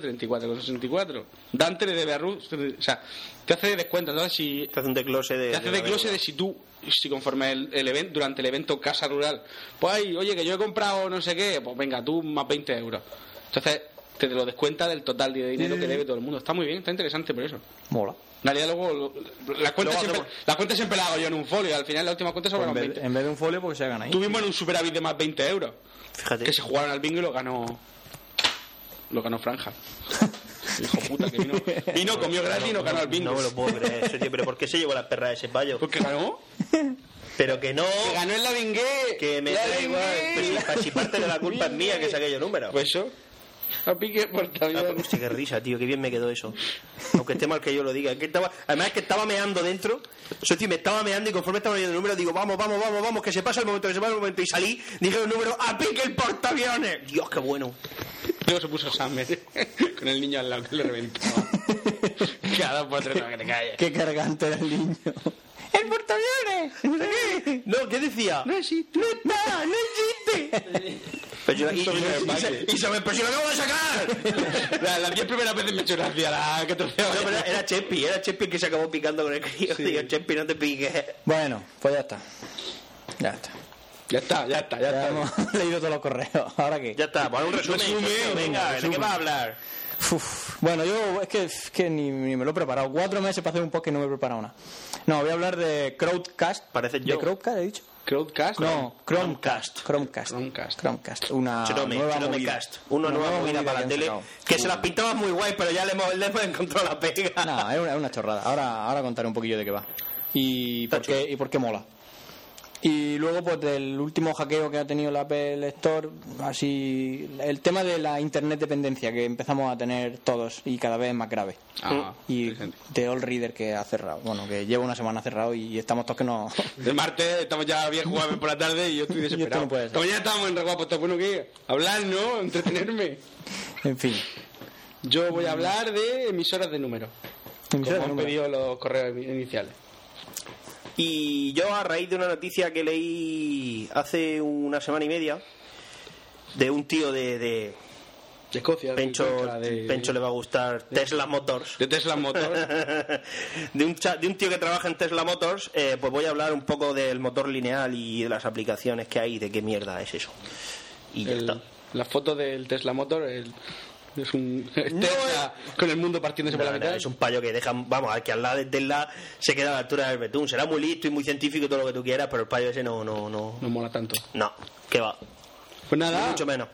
Speaker 8: 34,64, Dante le debe a Ruf... O sea, te hace descuento. Entonces, si
Speaker 4: Te hace un desglose de...
Speaker 8: te hace
Speaker 4: de la
Speaker 8: desglose de
Speaker 4: deuda.
Speaker 8: si tú, si conforme el, evento, durante el evento Casa Rural, pues ay, oye, que yo he comprado no sé qué, pues venga, tú más 20 euros. Entonces te lo descuenta del total de dinero que debe todo el mundo. Está muy bien, está interesante por eso.
Speaker 7: Mola.
Speaker 8: En realidad luego, lo- las cuentas
Speaker 4: Luego
Speaker 8: siempre,
Speaker 4: hacemos-
Speaker 8: las cuentas siempre las hago yo en un folio, al final la última cuenta
Speaker 7: Pues
Speaker 8: sobre
Speaker 7: en,
Speaker 8: los
Speaker 7: vez,
Speaker 8: 20.
Speaker 7: en vez de un folio, porque se hagan ahí.
Speaker 8: Tuvimos en un superávit de más 20 euros,
Speaker 4: Fíjate.
Speaker 8: que se jugaron al bingo y lo ganó... Lo ganó Franja. Hijo puta, que vino, vino, comió gratis y nos ganó al bingo.
Speaker 4: Pues No me lo puedo creer, socio, pero ¿por qué se llevó la perra de ese payo?
Speaker 8: Porque ganó.
Speaker 4: Pero que no,
Speaker 8: Que ganó en la bingué.
Speaker 4: que me
Speaker 8: La
Speaker 4: da igual. Pero si,
Speaker 8: bingué.
Speaker 4: pa- si parte de la culpa es mía que saqué yo número.
Speaker 8: Pues eso. pues, A pique por
Speaker 4: Ah,
Speaker 8: Navidad.
Speaker 4: pero hostia, qué risa, tío, qué bien me quedó eso. Aunque esté mal que yo lo diga. Que estaba- además es que estaba meando dentro. Socio, y me estaba meando y conforme estaba leyendo el número digo, vamos, vamos, vamos, vamos, que se pasa el momento, que se pasa el momento. Y salí, dije un número, ¡a pique el portaaviones! Dios, qué bueno.
Speaker 8: Luego se puso Samer con el niño al lado que le reventaba. Cada por tres no, que te calles.
Speaker 7: Qué cargante era el niño. ¡El portaaviones!
Speaker 4: No, ¿qué decía?
Speaker 7: ¡No existe! ¡No está! ¡No existe!
Speaker 4: Pero yo- y, y-
Speaker 8: Eso viene del
Speaker 4: y- y-
Speaker 8: valle.
Speaker 4: y se me, pero si lo acabo de sacar.
Speaker 8: La- Las diez primeras veces me he hecho gracia, la
Speaker 4: No, pero era-
Speaker 8: catorceava.
Speaker 4: era Chespi, era Chespi el que se acabó picando con el crío. Digo, Chespi, no te piques.
Speaker 7: bueno, pues ya está. Ya está.
Speaker 8: Ya está, ya está, ya
Speaker 7: Ya
Speaker 8: está.
Speaker 7: hemos leído todos los correos. ¿Ahora qué?
Speaker 4: Ya está, bueno, un resumen.
Speaker 8: Resumen,
Speaker 4: venga, ¿de qué
Speaker 7: resumen.
Speaker 4: vas a hablar?
Speaker 7: Uf, bueno, yo es que, es que ni, ni me lo he preparado. Cuatro meses para hacer un podcast y no me he preparado nada. No, voy a hablar de Crowdcast.
Speaker 4: Parece
Speaker 7: ¿De
Speaker 4: yo.
Speaker 7: Crowdcast he dicho?
Speaker 8: Crowdcast.
Speaker 7: No, Chromecast. Chromecast.
Speaker 8: Chromecast.
Speaker 7: Chromecast. Una
Speaker 4: Chrome,
Speaker 7: Ah, nueva
Speaker 4: Chrome
Speaker 7: movida.
Speaker 4: Cast, una, nueva movida
Speaker 7: que
Speaker 4: para la
Speaker 7: han
Speaker 4: tele
Speaker 7: sacado.
Speaker 4: que se las pintaba muy guay, pero ya le hemos, le hemos encontrado la pega.
Speaker 7: No, es una, es una chorrada. Ahora, ahora contaré un poquillo de qué va. Y por, qué, y por qué mola. Y luego, pues, del último hackeo que ha tenido la Apple Store, así. El tema de la internet dependencia que empezamos a tener todos y cada vez más grave.
Speaker 8: Ah,
Speaker 7: Y
Speaker 8: interesante.
Speaker 7: de All Reader que ha cerrado. Bueno, que lleva una semana cerrado y estamos todos que no.
Speaker 8: De martes estamos ya bien jueves por la tarde y yo estoy
Speaker 7: esto no
Speaker 8: desesperado.
Speaker 7: puede ser.
Speaker 8: Como ya estamos en Reguapo, está bueno que hablar, ¿no? Entretenerme.
Speaker 7: en fin.
Speaker 8: Yo voy a hablar de emisoras de número.
Speaker 7: Emisora
Speaker 8: Como han
Speaker 7: número.
Speaker 8: pedido los correos iniciales.
Speaker 4: Y yo a raíz de una noticia que leí hace una semana y media de un tío de, de
Speaker 8: De Escocia. de
Speaker 4: Pencho,
Speaker 8: Inglaterra, de-
Speaker 4: Pencho le va a gustar Tesla Motors.
Speaker 8: de Tesla Motor.
Speaker 4: de, un cha- de un tío que trabaja en Tesla Motors, eh, pues voy a hablar un poco del motor lineal y de las aplicaciones que hay, de qué mierda es eso. Y ya
Speaker 8: el-
Speaker 4: está.
Speaker 8: la foto del Tesla Motor, el, Es un. Tesla con el mundo partiéndose por la
Speaker 10: No, no,
Speaker 8: mitad.
Speaker 10: es un payo que deja, vamos, al que al lado de Tesla se queda a la altura del betún. Será muy listo y muy científico y todo lo que tú quieras, pero el payo ese no, no, no.
Speaker 8: No mola tanto.
Speaker 10: No, que va.
Speaker 8: Pues
Speaker 10: Ni
Speaker 8: nada.
Speaker 10: Mucho menos.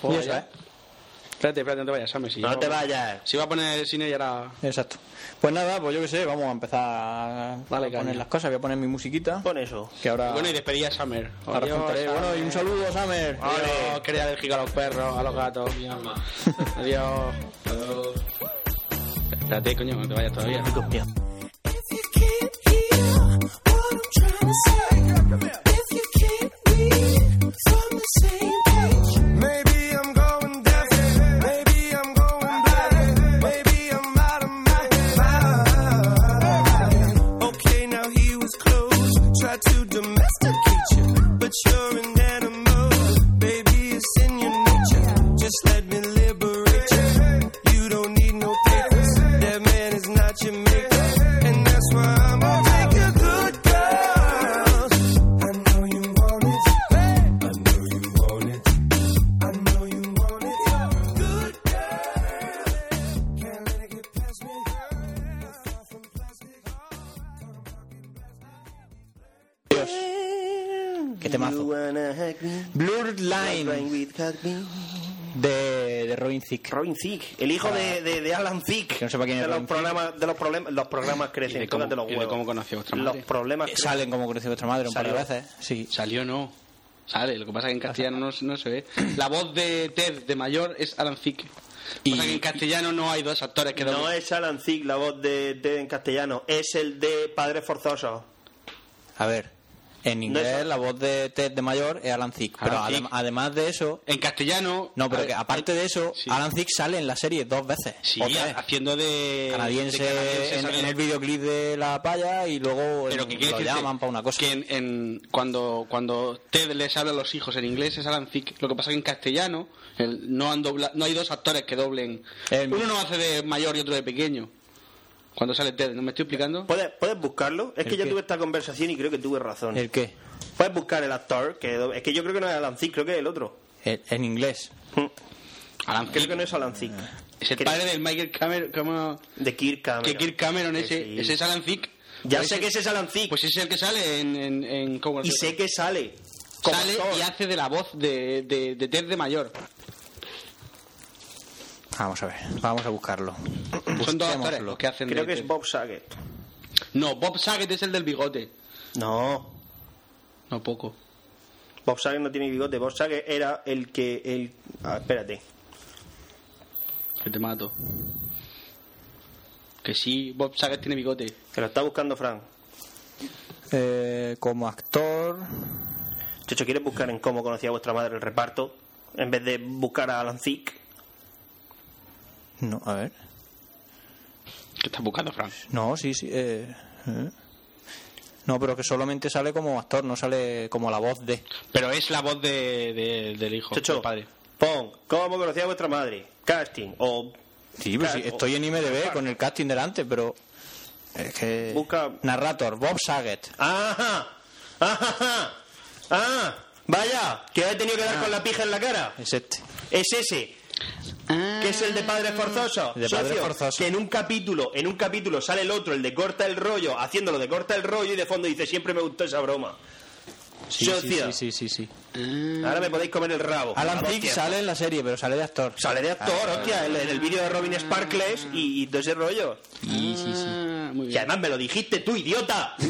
Speaker 4: pues,
Speaker 8: Joder,
Speaker 7: Y eso,
Speaker 8: ya.
Speaker 7: ¿eh?
Speaker 8: Espérate, espérate, no te vayas, Same. Si
Speaker 10: No
Speaker 8: yo-
Speaker 10: te vayas.
Speaker 8: Si va a poner el cine y ahora.
Speaker 7: Exacto. Pues nada, pues yo qué sé, vamos a empezar
Speaker 8: Dale,
Speaker 7: a poner
Speaker 8: caña.
Speaker 7: las cosas. Voy a poner mi musiquita.
Speaker 10: Pon eso.
Speaker 7: Que ahora,
Speaker 8: Bueno, y despedí a Summer.
Speaker 7: ahora
Speaker 8: Adiós,
Speaker 7: juntaré.
Speaker 8: Summer.
Speaker 7: Bueno, y un saludo, Samer.
Speaker 8: Adiós, querida alérgica a los perros, a los gatos. Mi alma. Adiós. Espérate, coño, no te vayas todavía.
Speaker 12: Just let me liberate you. You don't need no papers. That man is not your maker, and that's why I'm gonna make a good girl. I know you want it. I know you want it. I know you want it. You're a good girl. Can't let it get past me. You're far from plastic.
Speaker 7: Qué temazo. Blurred Line de, de Robin Thicke.
Speaker 4: Robin Thicke, el hijo
Speaker 8: Ah.
Speaker 4: de, de- de Alan Thicke.
Speaker 7: Que no sepa quién es
Speaker 4: de los
Speaker 7: Robin Thicke.
Speaker 4: problemas, de los problemas, los programas
Speaker 8: ¿Y
Speaker 4: crecen,
Speaker 8: de cómo,
Speaker 4: tócate los
Speaker 8: y de
Speaker 4: huevos.
Speaker 8: cómo conoció a vuestra
Speaker 4: los
Speaker 8: madre?
Speaker 4: problemas
Speaker 7: Eh,
Speaker 4: crecen.
Speaker 7: Salen como creció vuestra madre un par de
Speaker 4: Salió.
Speaker 7: veces. Sí.
Speaker 8: Salió no. Sale, lo que pasa es que en castellano no, no se ve. La voz de Ted de mayor es Alan Thicke. Y que en castellano no hay dos actores que
Speaker 4: No
Speaker 8: doblen.
Speaker 4: es Alan Thicke la voz de, de en castellano, es el de Padres Forzosos.
Speaker 7: A ver, en inglés
Speaker 4: eso-
Speaker 7: la voz de Ted de mayor es Alan Thicke. Pero
Speaker 8: Alan Thicke.
Speaker 7: adem- además de eso,
Speaker 8: En castellano.
Speaker 7: no,
Speaker 8: a
Speaker 7: pero
Speaker 8: ver,
Speaker 7: que aparte de eso,
Speaker 8: sí.
Speaker 7: Alan Thicke sale en la serie dos veces.
Speaker 8: Sí,
Speaker 7: o tres.
Speaker 8: haciendo de.
Speaker 7: Canadiense,
Speaker 8: de canadiense,
Speaker 7: en,
Speaker 8: sale
Speaker 7: en el videoclip de La Paya y luego
Speaker 8: Pero
Speaker 7: en-
Speaker 8: que quiere
Speaker 7: lo
Speaker 8: decirte
Speaker 7: llaman para una cosa.
Speaker 8: Que en, en- cuando, cuando Ted les habla a los hijos en inglés es Alan Thicke. Lo que pasa es que en castellano el- no, han dobla- no hay dos actores que doblen.
Speaker 7: El-
Speaker 8: Uno no hace de mayor y otro de pequeño. Cuando sale Ted, ¿no me estoy explicando?
Speaker 7: Pues,
Speaker 4: ¿Puedes, puedes buscarlo? Es que
Speaker 7: ¿El
Speaker 4: yo
Speaker 7: qué?
Speaker 4: tuve esta conversación y creo que tuve razón.
Speaker 7: ¿El qué?
Speaker 4: Puedes buscar el actor, que do- es que yo creo que no es Alan Thicke, creo que es el otro.
Speaker 7: El- en inglés.
Speaker 8: Alan Thicke
Speaker 4: Creo que no es Alan Thicke.
Speaker 8: es el
Speaker 4: creo-
Speaker 8: padre del Michael Cameron. Cameron-
Speaker 4: De Kirk Cameron.
Speaker 8: que Kirk Cameron,
Speaker 4: Que
Speaker 8: ese,
Speaker 4: sí.
Speaker 8: ese es Alan Thicke.
Speaker 4: Ya
Speaker 8: Pues
Speaker 4: sé que ese es Alan Thicke.
Speaker 8: Pues ese es el que sale en. en, en Cowboy
Speaker 4: y
Speaker 8: Bebop.
Speaker 4: sé que sale. como
Speaker 8: Sale
Speaker 4: actor.
Speaker 8: y hace de la voz de, de, de Ted de mayor.
Speaker 7: Vamos a ver, vamos a buscarlo.
Speaker 8: Son dos
Speaker 7: Busquémoslo.
Speaker 8: actores los que hacen
Speaker 4: Creo
Speaker 8: de
Speaker 4: que es
Speaker 8: Ted.
Speaker 4: Bob Saget.
Speaker 8: No, Bob Saget es el del bigote.
Speaker 4: No,
Speaker 8: No poco.
Speaker 4: Bob Saget no tiene bigote. Bob Saget era el que. El... Ah, espérate.
Speaker 8: Que te mato. Que sí, Bob Saget tiene bigote.
Speaker 4: Que lo está buscando Frank.
Speaker 7: Eh, como actor,
Speaker 4: Chocho, ¿quieres buscar en cómo conocía vuestra madre el reparto? En vez de buscar a Alan Thicke.
Speaker 7: no, a ver.
Speaker 8: ¿Qué estás buscando, Frank?
Speaker 7: No, sí, sí. eh, eh. No, pero que solamente sale como actor, no sale como la voz de.
Speaker 8: Pero es la voz de, de- del hijo,
Speaker 4: Chocho,
Speaker 8: del padre.
Speaker 4: pon cómo conocía vuestra madre. Casting. O
Speaker 7: Sí, pues sí,
Speaker 4: Claro.
Speaker 7: estoy en IMDB con el casting delante, pero. Es que.
Speaker 4: Busca-
Speaker 7: Narrator, Bob Saget.
Speaker 4: ¡Ajá! ¡Ajá! ¡Ah! ¡Vaya! Que he tenido que
Speaker 7: Ah.
Speaker 4: dar con la pija en la cara.
Speaker 7: Es este.
Speaker 4: Es ese. Que es el de Padres Forzosos.
Speaker 7: Ah. De Padres Forzosos.
Speaker 4: Que en un capítulo, en un capítulo sale el otro, el de corta el rollo, haciéndolo de corta el rollo y de fondo dice, siempre me gustó esa broma.
Speaker 7: Sí,
Speaker 4: Socio.
Speaker 7: sí, sí, sí, sí.
Speaker 4: Pues Ahora me podéis comer el rabo.
Speaker 7: Mm. Alan Thicke
Speaker 4: Hostia.
Speaker 7: sale Ah. en la serie, pero sale de actor.
Speaker 4: Sale de actor, hostia, en el, el vídeo de Robin Sparkles y, y todo ese rollo.
Speaker 7: Sí, sí, sí.
Speaker 8: Ah, muy
Speaker 4: Y
Speaker 8: bien.
Speaker 4: además me lo dijiste tú, idiota. Si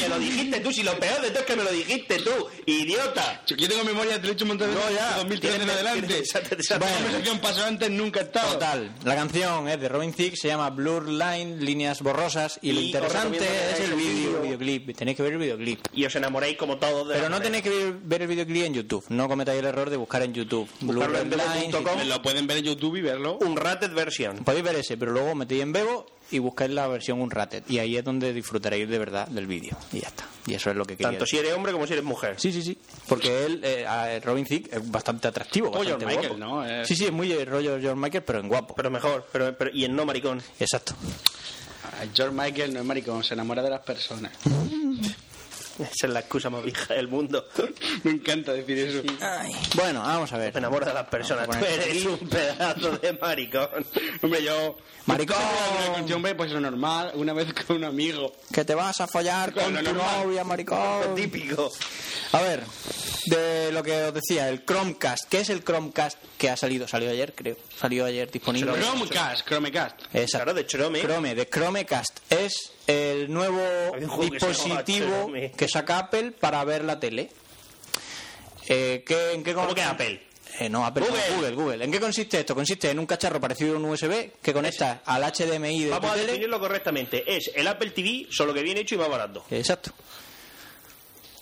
Speaker 4: me lo dijiste tú, si lo peor de todo es que me lo dijiste tú, idiota.
Speaker 8: Yo yo tengo memoria, te lo he hecho un montón de
Speaker 4: No,
Speaker 8: veces,
Speaker 4: ya.
Speaker 8: 2013 en
Speaker 4: Tienes-
Speaker 8: adelante.
Speaker 4: tienes- exacto,
Speaker 8: Esa
Speaker 4: exacto.
Speaker 8: conversación pasó antes, nunca estaba.
Speaker 7: Total, la canción es de Robin Thicke, se llama Blur Line, líneas borrosas, y, lo
Speaker 4: Y os recomiendo que
Speaker 7: interesante es
Speaker 4: veáis
Speaker 7: el
Speaker 4: el
Speaker 7: vídeo,
Speaker 4: vídeo.
Speaker 7: videoclip. Tenéis que ver el videoclip.
Speaker 4: Y os enamoráis como todos de
Speaker 7: Pero
Speaker 4: la
Speaker 7: no
Speaker 4: mujer.
Speaker 7: tenéis que ver, ver el videoclip en YouTube, no cometáis el error de buscar en YouTube. Blur
Speaker 4: Buscarlo en
Speaker 7: Line,
Speaker 4: bebo.com.
Speaker 8: Lo pueden ver en YouTube y verlo.
Speaker 4: un rated version.
Speaker 7: podéis ver ese, pero luego metéis en Bebo y buscáis la versión Unrated, y ahí es donde disfrutaréis de verdad del vídeo, y ya está. Y eso es lo que quería
Speaker 4: Tanto si
Speaker 7: decir.
Speaker 4: eres hombre como si eres mujer.
Speaker 7: Sí, sí, sí, porque él, eh, a- Robin Thicke, es bastante atractivo,
Speaker 8: Como
Speaker 7: bastante
Speaker 8: George
Speaker 7: guapo.
Speaker 8: Michael, ¿no? Eh.
Speaker 7: Sí, sí, es muy eh, rollo George Michael, pero en guapo.
Speaker 4: Pero mejor, pero, pero- y en no maricón.
Speaker 7: Exacto.
Speaker 8: Ah, George Michael no es maricón, se enamora de las personas.
Speaker 4: Esa es la excusa más vieja del mundo.
Speaker 8: Me encanta decir eso.
Speaker 7: Bueno, vamos a ver.
Speaker 4: Me enamoro de las personas. Tú
Speaker 7: Vamos a poner-
Speaker 4: eres un pedazo de maricón.
Speaker 8: Hombre, yo.
Speaker 7: ¡Maricón!
Speaker 8: Yo, hombre, pues lo normal, una vez con un amigo.
Speaker 7: Que te vas a follar con
Speaker 8: Con
Speaker 7: tu
Speaker 8: lo normal.
Speaker 7: novia, maricón.
Speaker 4: Típico.
Speaker 7: A ver, de lo que os decía, el Chromecast. ¿Qué es el Chromecast que ha salido? Salió ayer, creo. Salió ayer disponible.
Speaker 8: Chromecast, Chromecast.
Speaker 7: Exacto.
Speaker 4: Claro, de Chrome.
Speaker 7: Chrome, de Chromecast. Es el nuevo
Speaker 4: Había un juego que se llamaba
Speaker 7: dispositivo
Speaker 4: Chrome.
Speaker 7: que saca Apple para ver la tele. Eh, ¿qué- en qué
Speaker 4: ¿Cómo que
Speaker 7: consiste?
Speaker 4: Apple?
Speaker 7: Eh, no, Apple, no,
Speaker 4: Google.
Speaker 7: Google. Google, ¿En qué consiste esto? Consiste en un cacharro parecido a un USB que conectas al HDMI de
Speaker 4: Vamos a
Speaker 7: tu tele.
Speaker 4: definirlo correctamente. Es el Apple TV, solo que bien hecho y más barato.
Speaker 7: Exacto.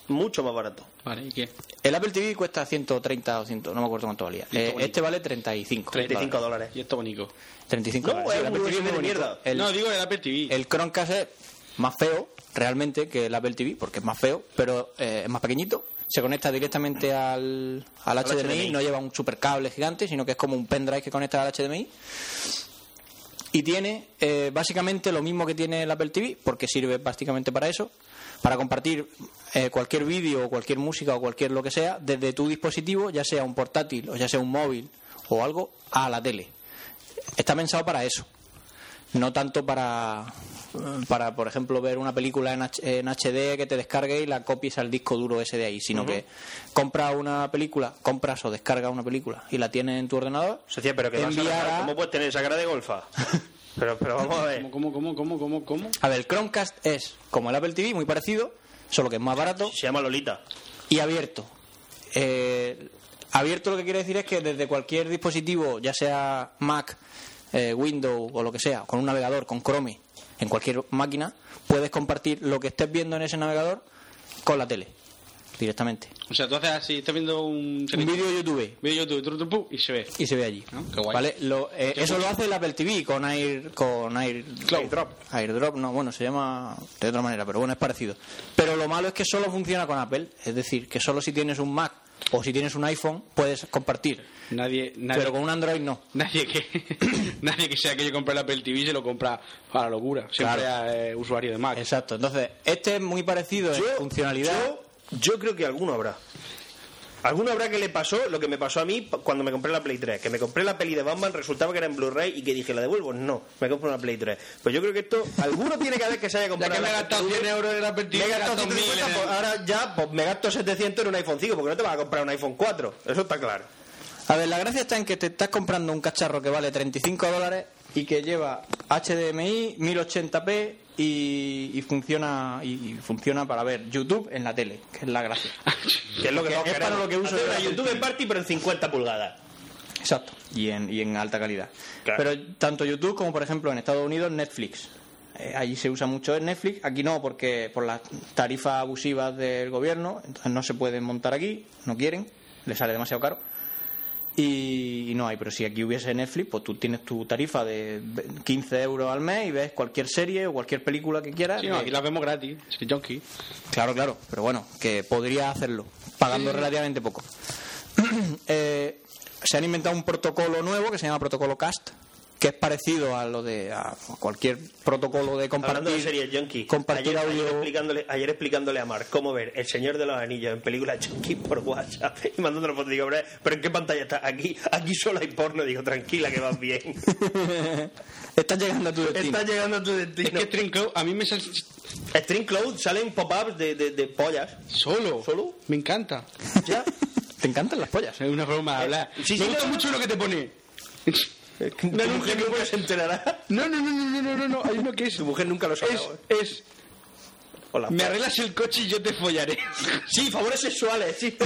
Speaker 4: Mucho más barato.
Speaker 8: Vale, ¿y qué?
Speaker 7: El Apple TV cuesta 130 o 100, no me acuerdo cuánto valía. Eh,
Speaker 8: bonito.
Speaker 7: este vale 35.
Speaker 4: 35 dólares.
Speaker 8: Y esto bonito.
Speaker 7: 35
Speaker 4: No,
Speaker 7: dólares.
Speaker 4: es un
Speaker 7: El Apple TV
Speaker 4: USB de
Speaker 7: muy bonito.
Speaker 4: mierda.
Speaker 7: El,
Speaker 8: No, digo el Apple TV.
Speaker 7: el Chromecast es más feo realmente que el Apple TV porque es más feo, pero eh, es más pequeñito. Se conecta directamente al, al HDMI,
Speaker 4: HDMI.
Speaker 7: no lleva un supercable gigante, sino que es como un pendrive que conecta al HDMI. Y tiene eh, básicamente lo mismo que tiene el Apple TV, porque sirve básicamente para eso, para compartir eh, cualquier vídeo o cualquier música o cualquier lo que sea desde tu dispositivo, ya sea un portátil o ya sea un móvil o algo, a la tele. Está pensado para eso, no tanto para, para por ejemplo, ver una película en, H- en HD que te descargue y la copies al disco duro ese de ahí, sino que compras una película, compras o descargas una película y la tienes en tu ordenador.
Speaker 4: Socia, pero que vas a
Speaker 7: enviar
Speaker 4: dejar-
Speaker 7: a-
Speaker 4: ¿Cómo puedes tener esa cara de golfa? Pero, pero vamos a ver.
Speaker 8: ¿Cómo, cómo, cómo, cómo, cómo, cómo?
Speaker 7: A ver, el Chromecast es como el Apple TV, muy parecido, solo que es más barato
Speaker 4: Se llama Lolita.
Speaker 7: y abierto. Eh, abierto lo que quiere decir es que desde cualquier dispositivo, ya sea Mac, eh, Windows o lo que sea, con un navegador, con Chrome, en cualquier máquina, puedes compartir lo que estés viendo en ese navegador con la tele, directamente.
Speaker 8: O sea, tú haces así, estás viendo un.
Speaker 7: Un vídeo de YouTube
Speaker 8: Vídeo tú, tru, tru, pu, y se ve.
Speaker 7: y se ve allí.
Speaker 8: ¿No? Qué guay.
Speaker 7: ¿Vale? Lo- eh, eso lo hace el Apple TV con Air con Air
Speaker 8: Airdrop.
Speaker 7: AirDrop, no, bueno, se llama de otra manera, pero bueno, es parecido. Pero lo malo es que solo funciona con Apple, es decir, que solo si tienes un Mac o si tienes un iPhone puedes compartir,
Speaker 8: Nadie, nadie,
Speaker 7: pero con un Android no.
Speaker 8: nadie que nadie que sea que yo compre el Apple TV se lo compra a la locura. Siempre
Speaker 7: Claro.
Speaker 8: a, eh, usuario de Mac.
Speaker 7: Exacto. Entonces, este es muy parecido en funcionalidad.
Speaker 4: Yo, yo creo que alguno habrá. Alguno habrá que le pasó lo que me pasó a mí pa- cuando me compré la Play 3. Que me compré la peli de Batman, resultaba que era en Blu-ray y que dije, ¿la devuelvo? No, me compro una Play 3. Pues yo creo que esto, alguno tiene que haber que se haya
Speaker 8: Ya
Speaker 4: comprado.
Speaker 8: que me he
Speaker 4: la-
Speaker 8: gastado 100 euros en el Apple TV,
Speaker 4: Me he gastado
Speaker 8: gasto 1000
Speaker 4: 150,
Speaker 8: en el-
Speaker 4: pues ahora ya pues me gasto 700 en un iPhone 5, porque no te vas a comprar un iPhone 4. Eso está claro.
Speaker 7: A ver, la gracia está en que te estás comprando un cacharro que vale 35 dólares y que lleva HDMI, 1080p y, y funciona y, y funciona para ver YouTube en la tele, que es la gracia.
Speaker 4: Que es lo que,
Speaker 7: Que
Speaker 4: todos
Speaker 7: es para
Speaker 4: queremos.
Speaker 7: lo que uso
Speaker 4: Hacer
Speaker 7: yo.
Speaker 4: una YouTube Party, pero en 50 pulgadas.
Speaker 7: Exacto. Y en, y en alta calidad.
Speaker 4: Claro.
Speaker 7: Pero tanto YouTube como, por ejemplo, en Estados Unidos, Netflix. Eh, allí se usa mucho el Netflix, aquí no, porque por las tarifas abusivas del gobierno, entonces no se pueden montar aquí, no quieren, le sale demasiado caro. Y, y no hay, pero si aquí hubiese Netflix, pues tú tienes tu tarifa de ve- 15 euros al mes y ves cualquier serie o cualquier película que quieras. eh,
Speaker 8: Sí, Ah, no,
Speaker 7: de-
Speaker 8: aquí las vemos gratis. Es que yonki.
Speaker 7: Claro, claro, pero bueno, que podría hacerlo, pagando
Speaker 4: Mm.
Speaker 7: relativamente poco. Eh, se han inventado un protocolo nuevo que se llama protocolo CAST, que es parecido a lo de a cualquier protocolo
Speaker 4: Hablando
Speaker 7: de
Speaker 4: de
Speaker 7: compartir,
Speaker 4: series Junkie.
Speaker 7: compartir
Speaker 4: ayer,
Speaker 7: audio.
Speaker 4: Ayer explicándole, ayer explicándole a Mark cómo ver El Señor de los Anillos en película Junkie por WhatsApp y mandándole fotos. Digo, "Hombre, ¿pero en qué pantalla está? Aquí, aquí solo hay porno. Digo, tranquila, que vas bien.
Speaker 7: Estás llegando a tu destino.
Speaker 4: Estás llegando a tu
Speaker 8: Es
Speaker 4: destino.
Speaker 8: que Trinco, a mí me sale
Speaker 4: Stream Cloud salen pop-ups de, de, de pollas.
Speaker 8: solo.
Speaker 4: ¿Solo?
Speaker 8: Me encanta.
Speaker 4: Ya.
Speaker 7: Te encantan las pollas. ¿eh?
Speaker 8: Es una forma de hablar.
Speaker 4: sí, sí,
Speaker 8: me gusta
Speaker 4: no, no,
Speaker 8: mucho lo que te pone.
Speaker 4: No, Eh, nunca, nunca se enterará.
Speaker 8: No, no, no, no, no, no, no, no. Hay uno que es.
Speaker 4: Tu mujer nunca lo sabrá.
Speaker 8: Es, es.
Speaker 4: Hola.
Speaker 8: Me arreglas el coche y yo te follaré.
Speaker 4: Sí, favores sexuales, sí.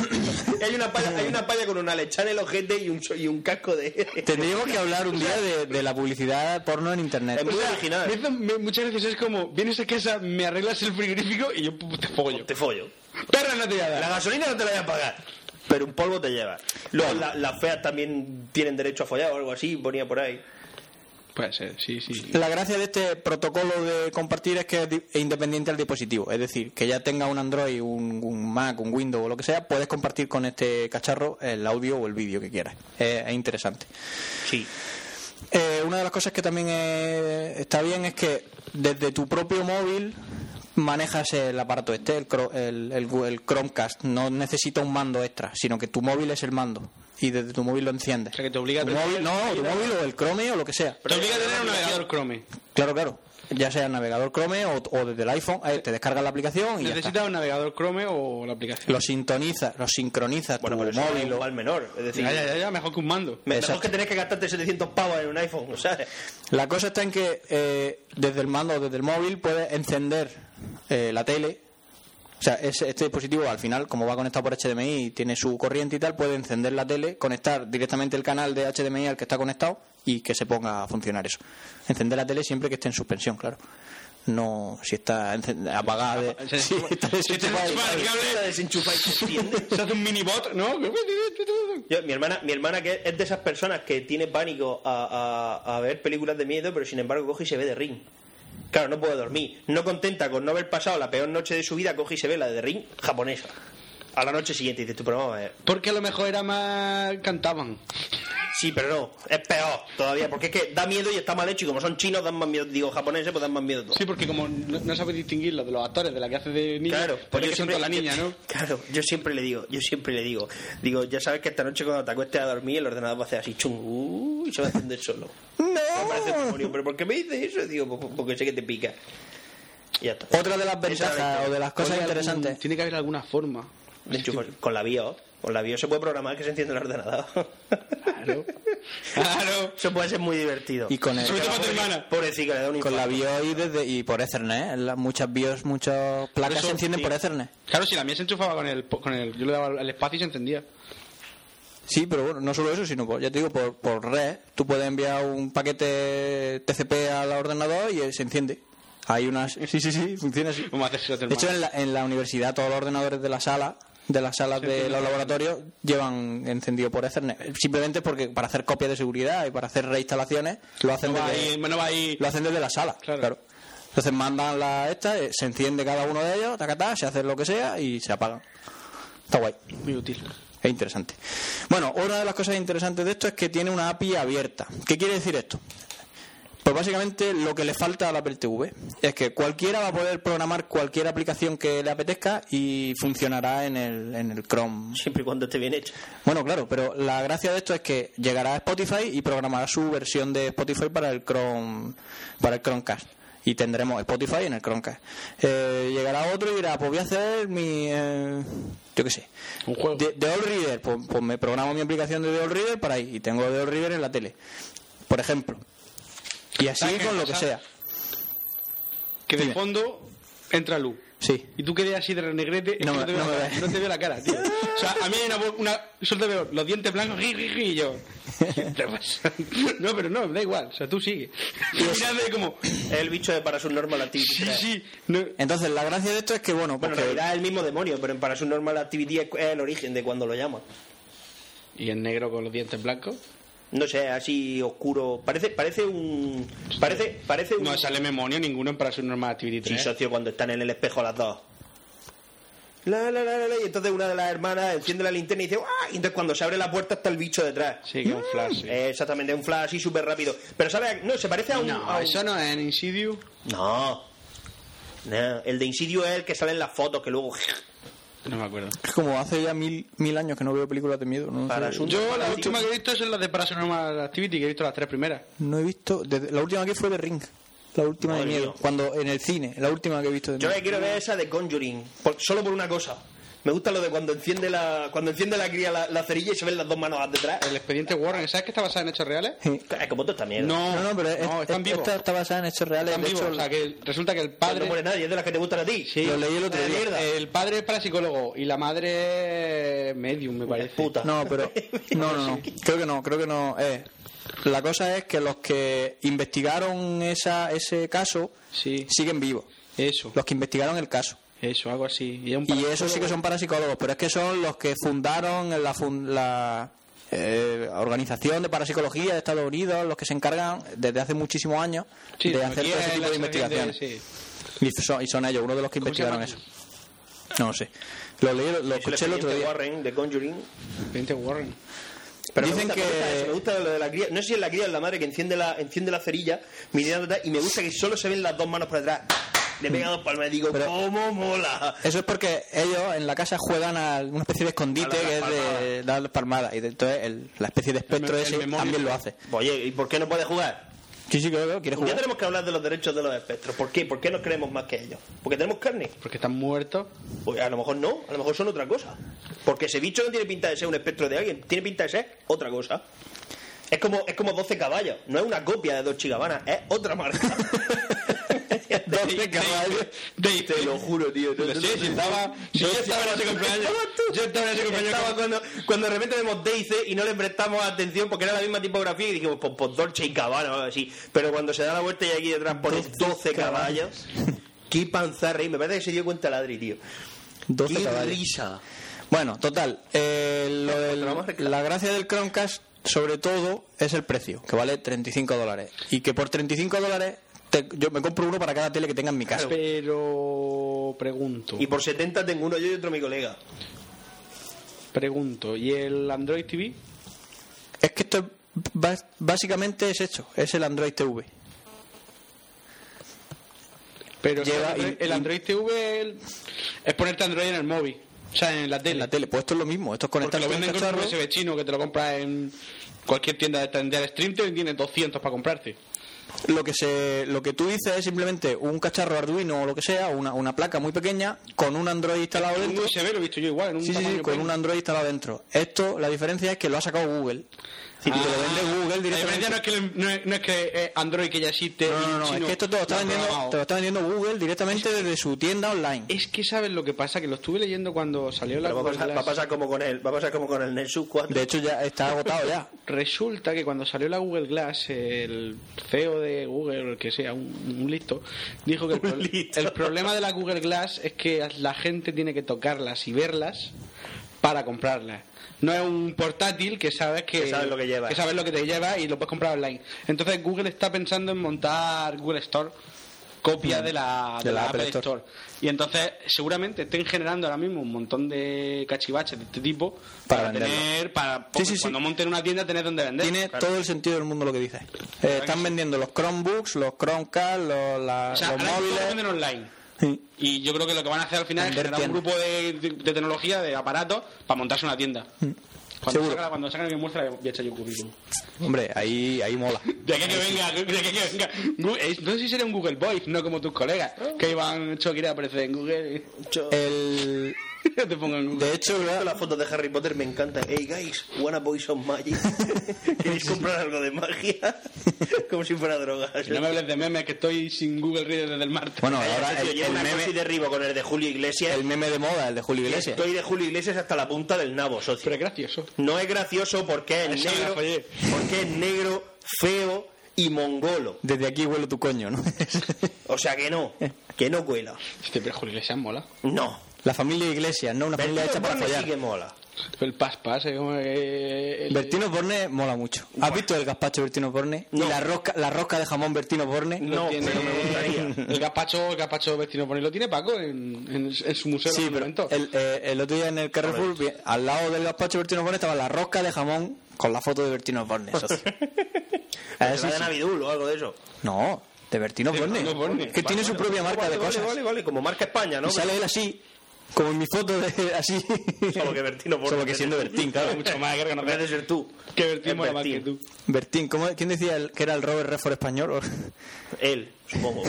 Speaker 4: hay, una palla, hay una palla con una lecha en el ojete y un, so- y un casco de...
Speaker 7: Tendríamos que hablar un día de, de la publicidad porno en internet.
Speaker 4: Es muy original.
Speaker 8: Me hizo- me- muchas veces es como, vienes a casa, me arreglas el frigorífico y yo pu- te follo.
Speaker 4: Te follo.
Speaker 8: Perra no te voy a dar.
Speaker 4: La gasolina no te la voy a pagar. Pero un polvo te lleva. Luego la- las feas también tienen derecho a follar o algo así, ponía por ahí.
Speaker 8: Puede ser, sí, sí.
Speaker 7: La gracia de este protocolo de compartir es que es di- es independiente del dispositivo. Es decir, que ya tenga un Android, un, un Mac, un Windows o lo que sea, puedes compartir con este cacharro el audio o el vídeo que quieras. Eh, es interesante.
Speaker 4: Sí.
Speaker 7: Eh, una de las cosas que también eh, está bien es que desde tu propio móvil manejas el aparato este, el, cro- el, el, el Chromecast. No necesita un mando extra, sino que tu móvil es el mando. Y desde tu móvil lo enciendes.
Speaker 8: O sea, que te obliga a
Speaker 7: Tu
Speaker 8: tener-
Speaker 7: móvil, no, tu móvil o el Chrome o lo que sea.
Speaker 8: Te obliga a tener un navegador Chrome.
Speaker 7: Claro, claro. Ya sea el navegador Chrome o, o desde el iPhone, eh, te descargas la aplicación y ya está.
Speaker 8: Necesitas un navegador Chrome o la aplicación.
Speaker 7: Lo sintonizas, lo sincronizas tu
Speaker 4: pero eso es
Speaker 7: móvil.
Speaker 4: un mal menor. Es decir,
Speaker 8: Ya, ya, ya, ya, mejor que un mando.
Speaker 4: me- mejor
Speaker 7: Exacto.
Speaker 4: que tenés que gastarte 700 pavos en un iPhone, ¿sabes?
Speaker 7: La cosa está en que eh, desde el mando o desde el móvil puedes encender eh, la tele. O sea, es- este dispositivo al final, como va conectado por HDMI y tiene su corriente y tal, puede encender la tele, conectar directamente el canal de HDMI al que está conectado y que se ponga a funcionar eso. Encender la tele siempre que esté en suspensión, claro. No, si está encend- apagada. de-
Speaker 8: Se
Speaker 7: si está
Speaker 8: desenchufa- se
Speaker 7: desenchufada
Speaker 8: desenchufa el
Speaker 7: y-
Speaker 8: cable,
Speaker 4: La desenchufáis. ¿entiendes?
Speaker 8: se hace un mini bot, ¿no?
Speaker 4: Yo- mi hermana, mi hermana que es de esas personas que tiene pánico a, a- a ver películas de miedo, pero sin embargo coge y se ve de Ring. Claro, no puede dormir. No contenta con no haber pasado la peor noche de su vida, coge y se ve la de Ring japonesa. A la noche siguiente dices, tu programa es...
Speaker 8: Porque a lo mejor era más. cantaban.
Speaker 4: Sí, pero no, es peor todavía, porque es que da miedo y está mal hecho y como son chinos dan más miedo, digo japoneses pues dan más miedo todo.
Speaker 8: Sí, porque como no, no sabes distinguir lo de los actores de la que hace de niña,
Speaker 4: Claro,
Speaker 8: porque
Speaker 4: yo
Speaker 8: son
Speaker 4: siempre-
Speaker 8: todas la niña, ¿no?
Speaker 4: Claro, yo siempre le digo, yo siempre le digo, digo, ya sabes que esta noche cuando te acuestes a dormir el ordenador va a hacer así chung, uh, y se va a encender solo. Me parece un demonio, pero ¿por qué me dices eso? Digo, "Pues porque sé que te pica. Y ya está.
Speaker 7: Otra de las ventajas o de las cosas
Speaker 8: Tiene algún-
Speaker 7: interesantes.
Speaker 8: tiene que haber alguna forma.
Speaker 4: De hecho, con- con la BIOS, con la BIOS se puede programar que se encienda el ordenador.
Speaker 8: Claro. Claro.
Speaker 4: Eso puede ser muy divertido.
Speaker 7: Y con el-
Speaker 8: Sobre todo para tu hermana.
Speaker 4: Pobrecito, le da un
Speaker 7: Con la
Speaker 4: infarto.
Speaker 7: BIOS y, desde, y por Ethernet, ¿eh? Las- muchas BIOS, muchas placas
Speaker 8: eso,
Speaker 7: se encienden
Speaker 8: sí.
Speaker 7: por Ethernet.
Speaker 8: Claro, si la mía se enchufaba con el, po- con el. Yo le daba el espacio y se encendía.
Speaker 7: Sí, pero bueno, no solo eso, sino por- ya te digo, por, por red, tú puedes enviar un paquete TCP al ordenador y eh, se enciende. Hay unas... Sí, sí, sí, funciona así.
Speaker 8: ¿Cómo haces eso a tu
Speaker 7: De hecho,
Speaker 8: hermana?
Speaker 7: en la, en la universidad todos los ordenadores de la sala, de las salas de los laboratorios, llevan encendido por Ethernet. Simplemente porque para hacer copias de seguridad y para hacer reinstalaciones, lo hacen
Speaker 8: No va
Speaker 7: desde-
Speaker 8: ahí, no va ahí.
Speaker 7: lo hacen desde la sala.
Speaker 8: Claro.
Speaker 7: Claro. Entonces mandan la esta, eh, se enciende cada uno de ellos, tacatá, se hace lo que sea y se apagan. Está guay,
Speaker 8: Muy útil.
Speaker 7: es interesante. Bueno, una de las cosas interesantes de esto es que tiene una API abierta. ¿Qué quiere decir esto? Pues básicamente lo que le falta a la Apple TV es que cualquiera va a poder programar cualquier aplicación que le apetezca y funcionará en el, en el Chrome.
Speaker 4: Siempre y cuando esté bien hecho.
Speaker 7: Bueno, claro, pero la gracia de esto es que llegará a Spotify y programará su versión de Spotify para el Chrome, para el Chromecast. Y tendremos Spotify en el Chromecast. Eh, llegará otro y dirá, pues voy a hacer mi... eh, yo qué sé.
Speaker 8: Un juego.
Speaker 7: De, de All Reader. Pues, pues me programo mi aplicación de The All Reader para ahí. Y tengo The All Reader en la tele. Por ejemplo. Y así
Speaker 8: ¿Sabes qué
Speaker 7: con lo que
Speaker 8: pasa?
Speaker 7: sea.
Speaker 8: Que de
Speaker 7: Dime.
Speaker 8: fondo entra luz.
Speaker 7: Sí.
Speaker 8: Y tú quedas así de renegrete es
Speaker 7: No
Speaker 8: que
Speaker 7: me-
Speaker 8: te veo
Speaker 7: no
Speaker 8: la
Speaker 7: me
Speaker 8: cara,
Speaker 7: ve.
Speaker 8: no te veo la cara, tío. O sea, a mí hay una, bo- una solo te veo los dientes blancos ri, ri, ri, y yo. ¿qué te pasa? No, pero no, da igual. O sea, tú sigue. Y mirando como.
Speaker 4: Es el bicho de Paranormal Activity.
Speaker 8: Sí, sí. no.
Speaker 7: Entonces, la gracia de esto es que, bueno,
Speaker 4: Bueno, en
Speaker 7: porque-
Speaker 4: realidad es el mismo demonio, pero en Paranormal Activity es es el origen de cuando lo llaman.
Speaker 8: Y el negro con los dientes blancos.
Speaker 4: No sé, así oscuro. Parece, parece un. Parece, parece un.
Speaker 8: No sale memonio ninguno en Paranormal Activity
Speaker 4: Sí,
Speaker 8: 3.
Speaker 4: socio, cuando están en el espejo las dos. La, la, la, la, la, y entonces una de las hermanas enciende la linterna y dice ¡Ah! Y entonces cuando se abre la puerta está el bicho detrás.
Speaker 8: Sí, que es un flash. sí.
Speaker 4: Eh, exactamente, un flash así súper rápido. Pero, ¿sabes? No, se parece a un. a
Speaker 8: No,
Speaker 4: un-
Speaker 8: eso no es en Insidious.
Speaker 4: No. No, El de Insidio es el que sale en las fotos que luego.
Speaker 8: No me acuerdo.
Speaker 7: es como hace ya mil, mil años que no veo películas de miedo. No,
Speaker 4: Para
Speaker 7: sé.
Speaker 4: su-
Speaker 8: Yo la última que he visto es en las de Paranormal Activity, que he visto las tres primeras.
Speaker 7: No he visto. desde- la última que fue de Ring. La última
Speaker 4: Madre
Speaker 7: de miedo.
Speaker 4: mía.
Speaker 7: Cuando en el cine. La última que he visto de
Speaker 4: Yo la
Speaker 7: miedo.
Speaker 4: que quiero ver es esa de Conjuring. por- solo por una cosa. Me gusta lo de cuando enciende la, cuando enciende la cría la, la cerilla y se ven las dos manos detrás.
Speaker 8: El expediente Warren, ¿sabes que está basada en hechos reales?
Speaker 7: Sí.
Speaker 4: Es como toda esta mierda.
Speaker 8: No,
Speaker 7: No, no, pero es-
Speaker 8: no,
Speaker 7: es-
Speaker 8: están vivos.
Speaker 7: esta está basada en hechos reales.
Speaker 8: Están
Speaker 7: de
Speaker 8: vivos,
Speaker 7: hecho,
Speaker 8: o sea, que resulta que el
Speaker 4: Pues No
Speaker 8: padre Eh,
Speaker 4: muere nadie, es de las que te gustan a ti.
Speaker 7: lo leí el otro
Speaker 4: Una
Speaker 7: día. Eh,
Speaker 4: mierda.
Speaker 8: el padre es parapsicólogo y la madre es medium, me parece.
Speaker 4: puta.
Speaker 7: No, pero. No, no, no. Creo que no, creo que no. Eh, la cosa es que los que investigaron esa, ese caso
Speaker 8: Sí,
Speaker 7: siguen vivos.
Speaker 8: eso,
Speaker 7: Los que investigaron el caso.
Speaker 8: eso, algo así. Y, es un
Speaker 7: Y
Speaker 8: parapsicólogo.
Speaker 7: esos sí que son parapsicólogos, pero es que son los que fundaron la, fun- la, eh, Organización de Parapsicología de Estados Unidos, los que se encargan desde hace muchísimos años
Speaker 8: Sí,
Speaker 7: de hacer
Speaker 8: aquí
Speaker 7: todo
Speaker 8: es
Speaker 7: ese tipo
Speaker 8: la
Speaker 7: de
Speaker 8: asociación de-
Speaker 7: investigaciones.
Speaker 8: sí.
Speaker 7: Y son, y son ellos, uno de los que
Speaker 8: ¿Cómo se
Speaker 7: investigaron
Speaker 8: llama?
Speaker 7: eso. No lo sé. Lo leí, lo- lo
Speaker 4: Es el
Speaker 7: escuché el otro
Speaker 4: expediente
Speaker 7: día.
Speaker 4: Warren de Conjuring.
Speaker 8: Expediente Warren.
Speaker 4: Pero
Speaker 7: Dicen
Speaker 4: me gusta, me gusta
Speaker 7: que-
Speaker 4: eso, me gusta lo de la cría. No sé si es la cría o la madre que enciende la, enciende la cerilla, mirando atrás, y me gusta que solo se ven las dos manos por detrás. Le pega dos palmas y digo,
Speaker 7: Pero-
Speaker 4: ¿cómo mola?
Speaker 7: Eso es porque ellos en la casa juegan a una especie de escondite
Speaker 4: A la-
Speaker 7: que
Speaker 4: la
Speaker 7: es de dar las palmadas. Y de- entonces el- la especie de espectro
Speaker 4: El
Speaker 7: ese
Speaker 4: memoria.
Speaker 7: también lo hace.
Speaker 4: Oye, ¿y por qué no puede jugar?
Speaker 7: Sí, sí, creo que quiere
Speaker 4: Ya
Speaker 7: jugar.
Speaker 4: tenemos que hablar de los derechos de los espectros. ¿Por qué? ¿Por qué nos creemos más que ellos? ¿Porque tenemos carne?
Speaker 8: Porque están muertos.
Speaker 4: Pues a lo mejor no, a lo mejor son otra cosa. Porque ese bicho no tiene pinta de ser un espectro de alguien, tiene pinta de ser otra cosa. Es como, es como 12 caballos, no es una copia de Dolce y Gabbana, es otra marca.
Speaker 7: 12 caballos.
Speaker 4: Te lo juro, tío. no, no, no, no.
Speaker 8: si yo estaba en ese cumpleaños.
Speaker 4: Estabas tú.
Speaker 8: Yo estaba en ese cumpleaños.
Speaker 4: Estaba cuando, cuando de repente vemos Daisy y no le prestamos atención porque era la misma tipografía y dijimos, pues, pues Dolce y Gabbana o algo así. Pero cuando se da la vuelta y aquí detrás pones 12 caballos, qué panzarra. Y me parece que se dio cuenta el Adri, tío.
Speaker 7: 12
Speaker 4: qué
Speaker 7: caballos.
Speaker 4: risa.
Speaker 7: Bueno, total. eh, lo del- la gracia del Chromecast, sobre todo, es el precio, que vale 35 dólares. Y que por 35 dólares te- yo me compro uno para cada tele que tenga en mi casa.
Speaker 8: Pero pregunto,
Speaker 4: Y por 70 tengo uno yo y otro mi colega.
Speaker 8: pregunto, ¿y el Android TV?
Speaker 7: Es que esto es bas- básicamente es esto, es el Android TV.
Speaker 8: Pero
Speaker 7: Lleva
Speaker 8: el, Android,
Speaker 7: in-
Speaker 8: el Android TV el- es ponerte Android en el móvil, o sea, en la tele.
Speaker 7: En la tele, pues esto es lo mismo, esto es
Speaker 8: Porque
Speaker 7: conectarlo
Speaker 8: lo
Speaker 7: con el
Speaker 8: venden con un
Speaker 7: cacharro.
Speaker 8: USB chino que te lo compras en cualquier tienda de tender stream, te tiene 200 para comprarte.
Speaker 7: Lo que se lo que tú dices es simplemente un cacharro Arduino o lo que sea, una, una placa muy pequeña con un Android instalado
Speaker 8: Un
Speaker 7: dentro.
Speaker 8: USB lo he visto yo igual, en un
Speaker 7: Sí, sí, sí,
Speaker 8: tamaño
Speaker 7: con
Speaker 8: pequeño.
Speaker 7: un Android instalado dentro. Esto, la diferencia es que lo ha sacado Google. Y te lo vende Google
Speaker 8: Ah. La diferencia
Speaker 7: directamente.
Speaker 8: no es que, le- no es, no es que eh, Android que ya existe.
Speaker 7: No, no,
Speaker 8: y
Speaker 7: no, es
Speaker 8: chino
Speaker 7: que esto te lo está
Speaker 8: ha
Speaker 7: vendiendo,
Speaker 8: programado.
Speaker 7: te lo está vendiendo Google directamente desde su tienda online.
Speaker 8: Es que sabes lo que pasa, que lo estuve leyendo cuando salió la
Speaker 4: Pero va, a
Speaker 8: Google
Speaker 4: pasar, va a
Speaker 8: Glass.
Speaker 4: pasar como con el, va a pasar como con el Nexus 4.
Speaker 7: De hecho ya está agotado ya.
Speaker 8: Resulta que cuando salió la Google Glass, el CEO de Google, o el que sea, un, un listo, dijo que el, pro-
Speaker 4: listo.
Speaker 8: el problema de la Google Glass es que la gente tiene que tocarlas y verlas para comprarlas. No es un portátil que sabes que,
Speaker 4: Que sabes lo que lleva.
Speaker 8: sabes lo que te lleva y lo puedes comprar online. Entonces Google está pensando en montar Google Store copia de la, de la Apple, Store. Y entonces seguramente estén generando ahora mismo un montón de cachivaches de este tipo
Speaker 7: Para
Speaker 8: para,
Speaker 7: venderlo.
Speaker 8: tener, para
Speaker 7: Sí, sí, sí.
Speaker 8: cuando monten una tienda tenés donde vender.
Speaker 7: Tiene
Speaker 8: Claro.
Speaker 7: todo el sentido del mundo lo que dices. Eh, están vendiendo los Chromebooks, los Chromecast, los, la-
Speaker 8: O sea,
Speaker 7: los
Speaker 8: ahora mismo lo
Speaker 7: móviles.
Speaker 8: venden online.
Speaker 7: Sí.
Speaker 8: Y yo creo que lo que van a hacer al final es
Speaker 7: Vender
Speaker 8: generar un
Speaker 7: tiendas.
Speaker 8: grupo de, de- de tecnología, de aparatos, para montarse una tienda. Cuando
Speaker 7: Mm. Seguro.
Speaker 8: salga, cuando salga mi muestra, voy a echar yo un currículum.
Speaker 7: Hombre, ahí, ahí mola.
Speaker 8: De aquí a que venga, de aquí a que venga. Gu- eh, No sé si sería un Google Voice, no como tus colegas, que iban hecho que ir a aparecer en Google.
Speaker 7: El,
Speaker 8: No te pongan Google.
Speaker 7: de hecho, ¿verdad?
Speaker 4: Las fotos de Harry Potter me encantan. Hey guys, wanna boy some magic? ¿Queréis comprar algo de magia? Como si fuera droga.
Speaker 8: No me hables de memes, que estoy sin Google Reader desde el martes.
Speaker 7: bueno,
Speaker 4: Cállate,
Speaker 7: ahora
Speaker 4: tío,
Speaker 7: el,
Speaker 4: yo
Speaker 7: el
Speaker 4: me acoso y
Speaker 7: meme,
Speaker 4: derribo con el de Julio Iglesias.
Speaker 7: el meme de moda, el de Julio Iglesias.
Speaker 4: Estoy de Julio Iglesias hasta la punta del nabo, socio.
Speaker 8: Pero es gracioso.
Speaker 4: No es gracioso porque es
Speaker 8: Eso me la
Speaker 4: negro,
Speaker 8: follé.
Speaker 4: porque es negro, feo y mongolo.
Speaker 7: Desde aquí huelo tu coño, ¿no?
Speaker 4: O sea que no, que no cuela.
Speaker 8: Este, pero Julio Iglesias mola.
Speaker 4: No.
Speaker 7: la familia Iglesias, no una familia hecha
Speaker 4: Bertino
Speaker 7: para
Speaker 4: Borne
Speaker 7: follar.
Speaker 4: sí que mola.
Speaker 8: El pas pas, es como que. eh, el-
Speaker 7: Bertino Borne mola mucho. ¿Has visto el gazpacho Bertino Borne?
Speaker 4: No.
Speaker 7: ¿Y la rosca, la rosca de jamón Bertino Borne?
Speaker 8: lo
Speaker 4: No,
Speaker 8: tiene-
Speaker 4: pero me gustaría.
Speaker 8: El gazpacho, el gazpacho vecino por ahí lo tiene Paco en, en- en su museo.
Speaker 7: Sí,
Speaker 8: de
Speaker 7: pero
Speaker 8: monumentos.
Speaker 7: el, eh, el otro día en el Carrefour, vi- al lado del gazpacho Bertino Borne estaba la rosca de jamón con la foto de Bertino Borne. socio.
Speaker 4: Será
Speaker 7: Ah, sí,
Speaker 4: de
Speaker 7: sí.
Speaker 4: Navidul o algo de eso.
Speaker 7: No, de Bertino Borne.
Speaker 8: Bertino Borne.
Speaker 7: Que tiene su propia marca
Speaker 4: Vale,
Speaker 7: de
Speaker 4: vale,
Speaker 7: cosas.
Speaker 4: Vale, vale, como marca España, ¿no?
Speaker 7: Y sale él así, como en mi foto de así.
Speaker 4: Solo que Bertino Borne.
Speaker 7: Solo que siendo Bertín, claro.
Speaker 8: mucho más, creo que no
Speaker 4: En vez de ser tú.
Speaker 8: Que Bertín
Speaker 4: es
Speaker 8: mola más que
Speaker 4: Bertín.
Speaker 8: tú.
Speaker 7: Bertín, ¿cómo, ¿quién decía el- que era el Robert Redford español?
Speaker 4: Él, supongo.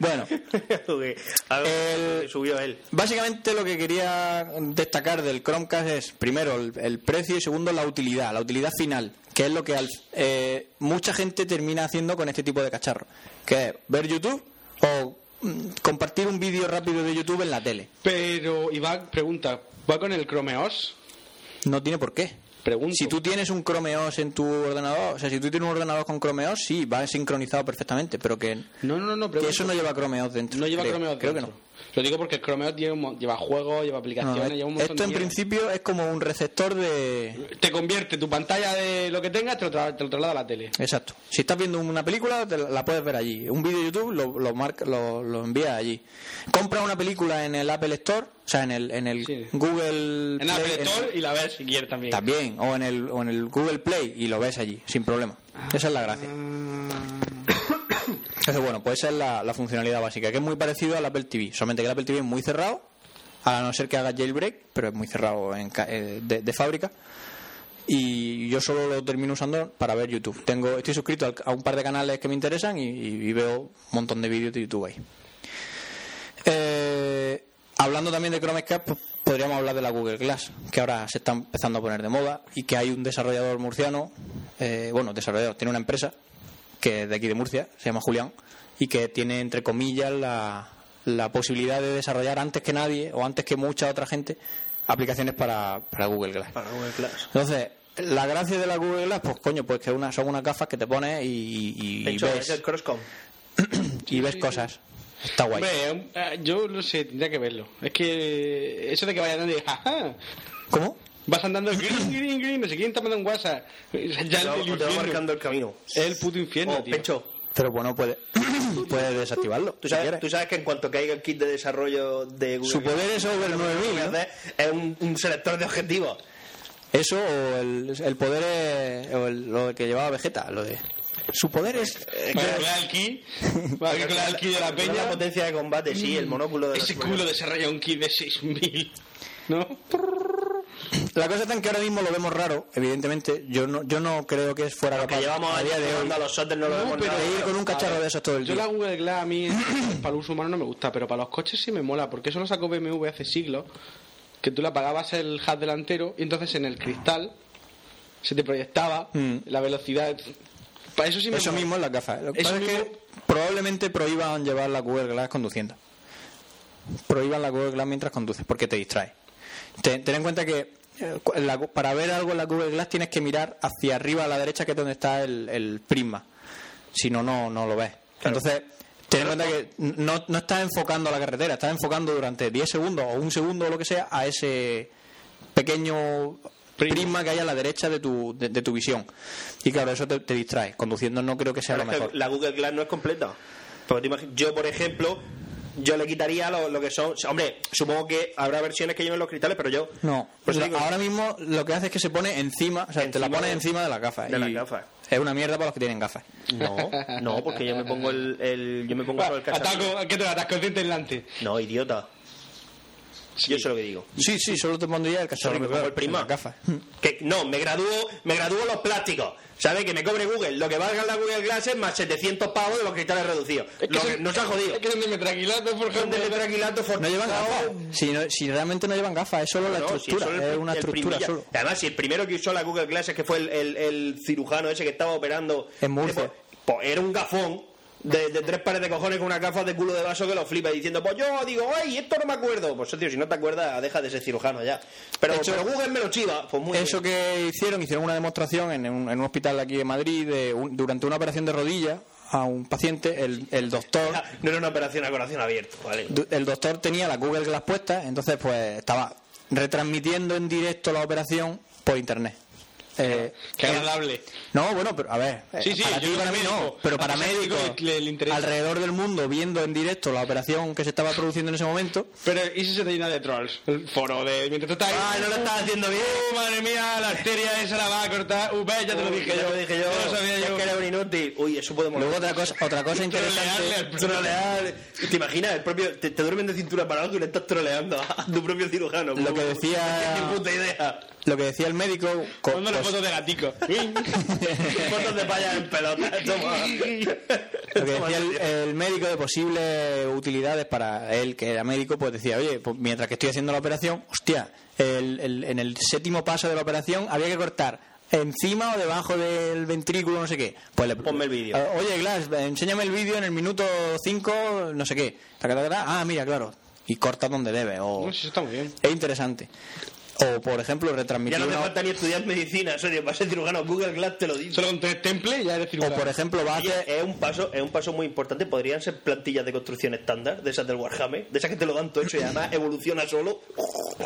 Speaker 7: bueno,
Speaker 4: Que algo
Speaker 7: El-
Speaker 4: que Subió él.
Speaker 7: Básicamente lo que quería destacar del Chromecast es, primero, el, el precio y segundo, la utilidad, la utilidad final, que es lo que al- eh, mucha gente termina haciendo con este tipo de cacharro, que es ver YouTube o mm, compartir un vídeo rápido de YouTube en la tele.
Speaker 8: Pero Iván pregunta: ¿va con el Chrome OS?
Speaker 7: No tiene por qué.
Speaker 8: Pregunto.
Speaker 7: Si tú tienes un Chrome OS en tu ordenador, o sea, si tú tienes un ordenador con Chrome OS, sí, va sincronizado perfectamente, pero que,
Speaker 8: No, no, no, no,
Speaker 7: que
Speaker 8: pregunto.
Speaker 7: eso no lleva Chrome OS dentro.
Speaker 8: No lleva
Speaker 7: creo,
Speaker 8: Chrome OS.
Speaker 7: Creo que
Speaker 8: dentro.
Speaker 7: no.
Speaker 8: Lo digo porque el Chrome OS lleva, un mo- lleva juegos,
Speaker 7: No, eh,
Speaker 8: lleva aplicaciones, lleva un montón
Speaker 7: esto
Speaker 8: de
Speaker 7: en
Speaker 8: mierda.
Speaker 7: principio es como un receptor de,
Speaker 8: Te convierte tu pantalla de lo que tengas, te lo, tra- te lo traslada a la tele.
Speaker 7: Exacto. Si estás viendo una película, te la- la puedes ver allí. Un vídeo de YouTube lo, lo, marca- lo, lo envía allí. Compra una película en el Apple Store, o sea, en el, en el
Speaker 8: Sí.
Speaker 7: Google
Speaker 8: En
Speaker 7: Play-
Speaker 8: Apple
Speaker 7: en-
Speaker 8: Store y la ves si quieres también.
Speaker 7: también, o en, el,
Speaker 8: Ah.
Speaker 7: o en el Google Play y lo ves allí, sin problema. Esa es la gracia. Entonces, bueno, pues esa es la, la funcionalidad básica, que es muy parecido al Apple TV, solamente que el Apple TV es muy cerrado, a no ser que haga jailbreak, pero es muy cerrado en ca- eh, de, de fábrica. Y yo solo lo termino usando para ver YouTube. Tengo, estoy suscrito al- a un par de canales que me interesan y, y- y veo un montón de vídeos de YouTube ahí. Eh, hablando también de Chromecast, pues, podríamos hablar de la Google Glass, que ahora se está empezando a poner de moda y que hay un desarrollador murciano, eh, bueno, desarrollador, tiene una empresa que es de aquí de Murcia, se llama Julián, y que tiene, entre comillas, la, la posibilidad de desarrollar antes que nadie o antes que mucha otra gente aplicaciones para, para Google Glass.
Speaker 4: Para Google Glass.
Speaker 7: Entonces, la gracia de la Google Glass, pues coño, pues que una, son unas gafas que te pones y, y- y
Speaker 4: De hecho,
Speaker 7: ves,
Speaker 4: es el Crosscom.
Speaker 7: y ves cosas. Está guay.
Speaker 8: Hombre, eh, yo no sé, tendría que verlo. Es que eso de que vaya andando y jaja.
Speaker 7: ¿Cómo?
Speaker 8: Vas andando green, green, green, no sé quién está mandando un WhatsApp. Ya
Speaker 4: Te va-
Speaker 8: el
Speaker 4: te va
Speaker 8: infierno.
Speaker 4: marcando el camino.
Speaker 8: Es el puto infierno,
Speaker 4: Oh,
Speaker 8: tío.
Speaker 4: Pencho,
Speaker 7: Pero bueno, puedes puede desactivarlo.
Speaker 4: ¿tú
Speaker 7: si
Speaker 4: sabes,
Speaker 7: quieres.
Speaker 4: tú sabes que en cuanto caiga el kit de desarrollo de Google...
Speaker 7: Su poder es over 9000,
Speaker 4: Lo que
Speaker 7: ¿no?
Speaker 4: hace Es un, un selector de objetivos.
Speaker 7: Eso o el, el poder es- o el- lo que llevaba Vegeta, lo de su poder es eh,
Speaker 8: Para calcular el ki, para calcular el ki de la
Speaker 4: Calcular
Speaker 8: peña.
Speaker 4: La potencia de combate, sí, el monóculo de los
Speaker 8: Ese
Speaker 4: sueños.
Speaker 8: culo desarrolla un ki de 6000. ¿No?
Speaker 7: la cosa está en que ahora mismo lo vemos raro, evidentemente. Yo no yo no creo que fuera
Speaker 4: Que
Speaker 7: capaz
Speaker 4: llevamos
Speaker 7: a día de hoy
Speaker 4: a los shotters no lo vemos
Speaker 7: de
Speaker 4: nada.
Speaker 7: ir con un cacharro de esos todo el
Speaker 8: Yo la
Speaker 7: día.
Speaker 8: Google Glass a mí para el uso humano no me gusta, pero para los coches sí me mola, porque eso lo sacó BMW hace siglos, que tú le apagabas el hub delantero y entonces en el cristal se te proyectaba
Speaker 7: Mm.
Speaker 8: la velocidad. Para eso sí me
Speaker 7: Eso
Speaker 8: mola.
Speaker 7: mismo en las gafas. Lo que
Speaker 8: Eso
Speaker 7: pasa es
Speaker 8: mismo-
Speaker 7: que probablemente prohíban llevar la Google Glass conduciendo. Prohíban la Google Glass mientras conduces, porque te distrae. Te- ten en cuenta que eh, cu- la gu- para ver algo en la Google Glass tienes que mirar hacia arriba a la derecha, que es donde está el, el prisma. Si no, no, no lo ves. Entonces, ten en cuenta que no, no estás enfocando a la carretera, estás enfocando durante 10 segundos o un segundo o lo que sea a ese pequeño prisma, que hay a la derecha de tu, de, de tu visión. Y claro, eso te, te distrae. Conduciendo no creo que sea
Speaker 4: Pero
Speaker 7: lo
Speaker 4: es que
Speaker 7: mejor.
Speaker 4: La Google Glass no es completa. Porque te imagi- yo, por ejemplo, yo le quitaría lo, lo que son. Hombre, supongo que habrá versiones que lleven los cristales, pero yo.
Speaker 7: No,
Speaker 4: Por eso
Speaker 7: la-
Speaker 4: digo,
Speaker 7: ahora mismo lo que hace es que se pone encima, o sea, te la
Speaker 4: Encima
Speaker 7: pone
Speaker 4: de-
Speaker 7: encima de las gafas.
Speaker 4: de las
Speaker 7: y
Speaker 4: gafas.
Speaker 7: Es una mierda para los que tienen gafas.
Speaker 4: No, no, porque yo me pongo el. el- yo me pongo solo el cacharro.
Speaker 8: Ah, Ataco, ¿qué te atasco el diente delante?
Speaker 4: No, idiota. Yo sé lo que digo.
Speaker 7: Sí, sí, solo te pondría el cacharro.
Speaker 4: Sorry, me
Speaker 7: pero
Speaker 4: pongo el prisma.
Speaker 7: las gafas.
Speaker 4: Que, no, me gradúo, me gradúo los plásticos. ¿Sabes? Que me cobre Google. Lo que valga la Google Glass es más 700 pavos de los cristales reducidos. Lo que- nos ha jodido.
Speaker 8: Es que donde me traquilato, por
Speaker 4: Son de
Speaker 8: ejemplo.
Speaker 4: tetraquilato
Speaker 7: No llevan
Speaker 4: forzado.
Speaker 7: gafas. Si, no- si realmente no llevan gafas, es solo la
Speaker 4: No, si
Speaker 7: estructura.
Speaker 4: solo el-
Speaker 7: es una
Speaker 4: el
Speaker 7: estructura
Speaker 4: primilla.
Speaker 7: solo.
Speaker 4: Y Además, si el primero que usó la Google Glasses, que fue el, el- el cirujano ese que estaba operando.
Speaker 7: En Murcia.
Speaker 4: eh, Pues, pues era un gafón de, de tres pares de cojones con una gafa de culo de vaso que lo flipa diciendo, pues yo digo, ay, esto no me acuerdo. Pues tío, si no te acuerdas, deja de ser cirujano ya. Pero,
Speaker 7: De hecho,
Speaker 4: pero Google me lo chiva. Pues muy
Speaker 7: Eso
Speaker 4: bien.
Speaker 7: que hicieron, hicieron una demostración en un, en un hospital aquí de Madrid de un- durante una operación de rodilla a un paciente, el, el doctor
Speaker 4: Ah, No era una operación a corazón abierto, ¿vale?
Speaker 7: du- el doctor tenía la Google Glass puesta, entonces pues estaba retransmitiendo en directo la operación por internet. Eh,
Speaker 8: Qué
Speaker 7: eh,
Speaker 8: agradable.
Speaker 7: no, bueno, pero a ver, eh,
Speaker 8: Sí, sí,
Speaker 7: para
Speaker 8: yo
Speaker 7: ti y
Speaker 8: lo
Speaker 7: para mí no,
Speaker 8: conozco.
Speaker 7: pero
Speaker 8: A
Speaker 7: para
Speaker 8: pesar de que
Speaker 7: médicos
Speaker 8: le- le interesa.
Speaker 7: alrededor del mundo viendo en directo la operación que se estaba produciendo en ese momento.
Speaker 8: Pero, ¿y si se te llena de trolls? El foro de. Mientras tú estás ahí-
Speaker 4: Ah, no lo estás haciendo bien.
Speaker 8: ¡Uh, madre mía! La arteria esa la va a cortar. ¡Uh, ve, ya te lo dije
Speaker 4: Ya
Speaker 8: yo!
Speaker 4: lo dije yo.
Speaker 8: Ya lo sabía
Speaker 4: Es
Speaker 8: yo.
Speaker 4: que era un inútil. Uy, eso podemos
Speaker 7: Luego otra cosa, otra cosa interesante.
Speaker 8: Trolearle al pro-
Speaker 4: Trolear. ¿Te imaginas? El propio, te, te duermen de cintura para algo y le estás troleando a tu propio cirujano.
Speaker 7: Lo que decía-
Speaker 4: Ni puta idea.
Speaker 7: Lo que decía el médico, co-
Speaker 8: Ponme las
Speaker 7: pues,
Speaker 8: fotos de gatico.
Speaker 4: Fotos de payas en pelota. Toma.
Speaker 7: Lo que
Speaker 4: Toma,
Speaker 7: decía el, eh,
Speaker 4: tío.
Speaker 7: el médico de posibles utilidades para él, que era médico, pues decía, oye, pues mientras que estoy haciendo la operación, hostia, el- el- en el séptimo paso de la operación había que cortar encima o debajo del ventrículo, no sé qué. Pues le,
Speaker 4: Ponme el vídeo.
Speaker 7: Eh, oye, Glass, eh, enséñame el vídeo en el minuto 5, no sé qué. Taca, taca, taca. Ah, mira, claro. Y corta donde debe. O...
Speaker 8: No, sí, eso está muy bien.
Speaker 7: Es interesante. O, por ejemplo, retransmitir
Speaker 4: Ya no te
Speaker 7: una-
Speaker 4: falta ni estudiar medicina, serio, para ser cirujano Google Glass te lo dice.
Speaker 8: Solo con tres temples ya eres cirujano.
Speaker 7: O, por ejemplo, va a
Speaker 4: Oye,
Speaker 7: hacer...
Speaker 4: es un paso, es un paso muy importante. Podrían ser plantillas de construcción estándar, de esas del Warhammer, de esas que te lo dan todo hecho y además evoluciona solo.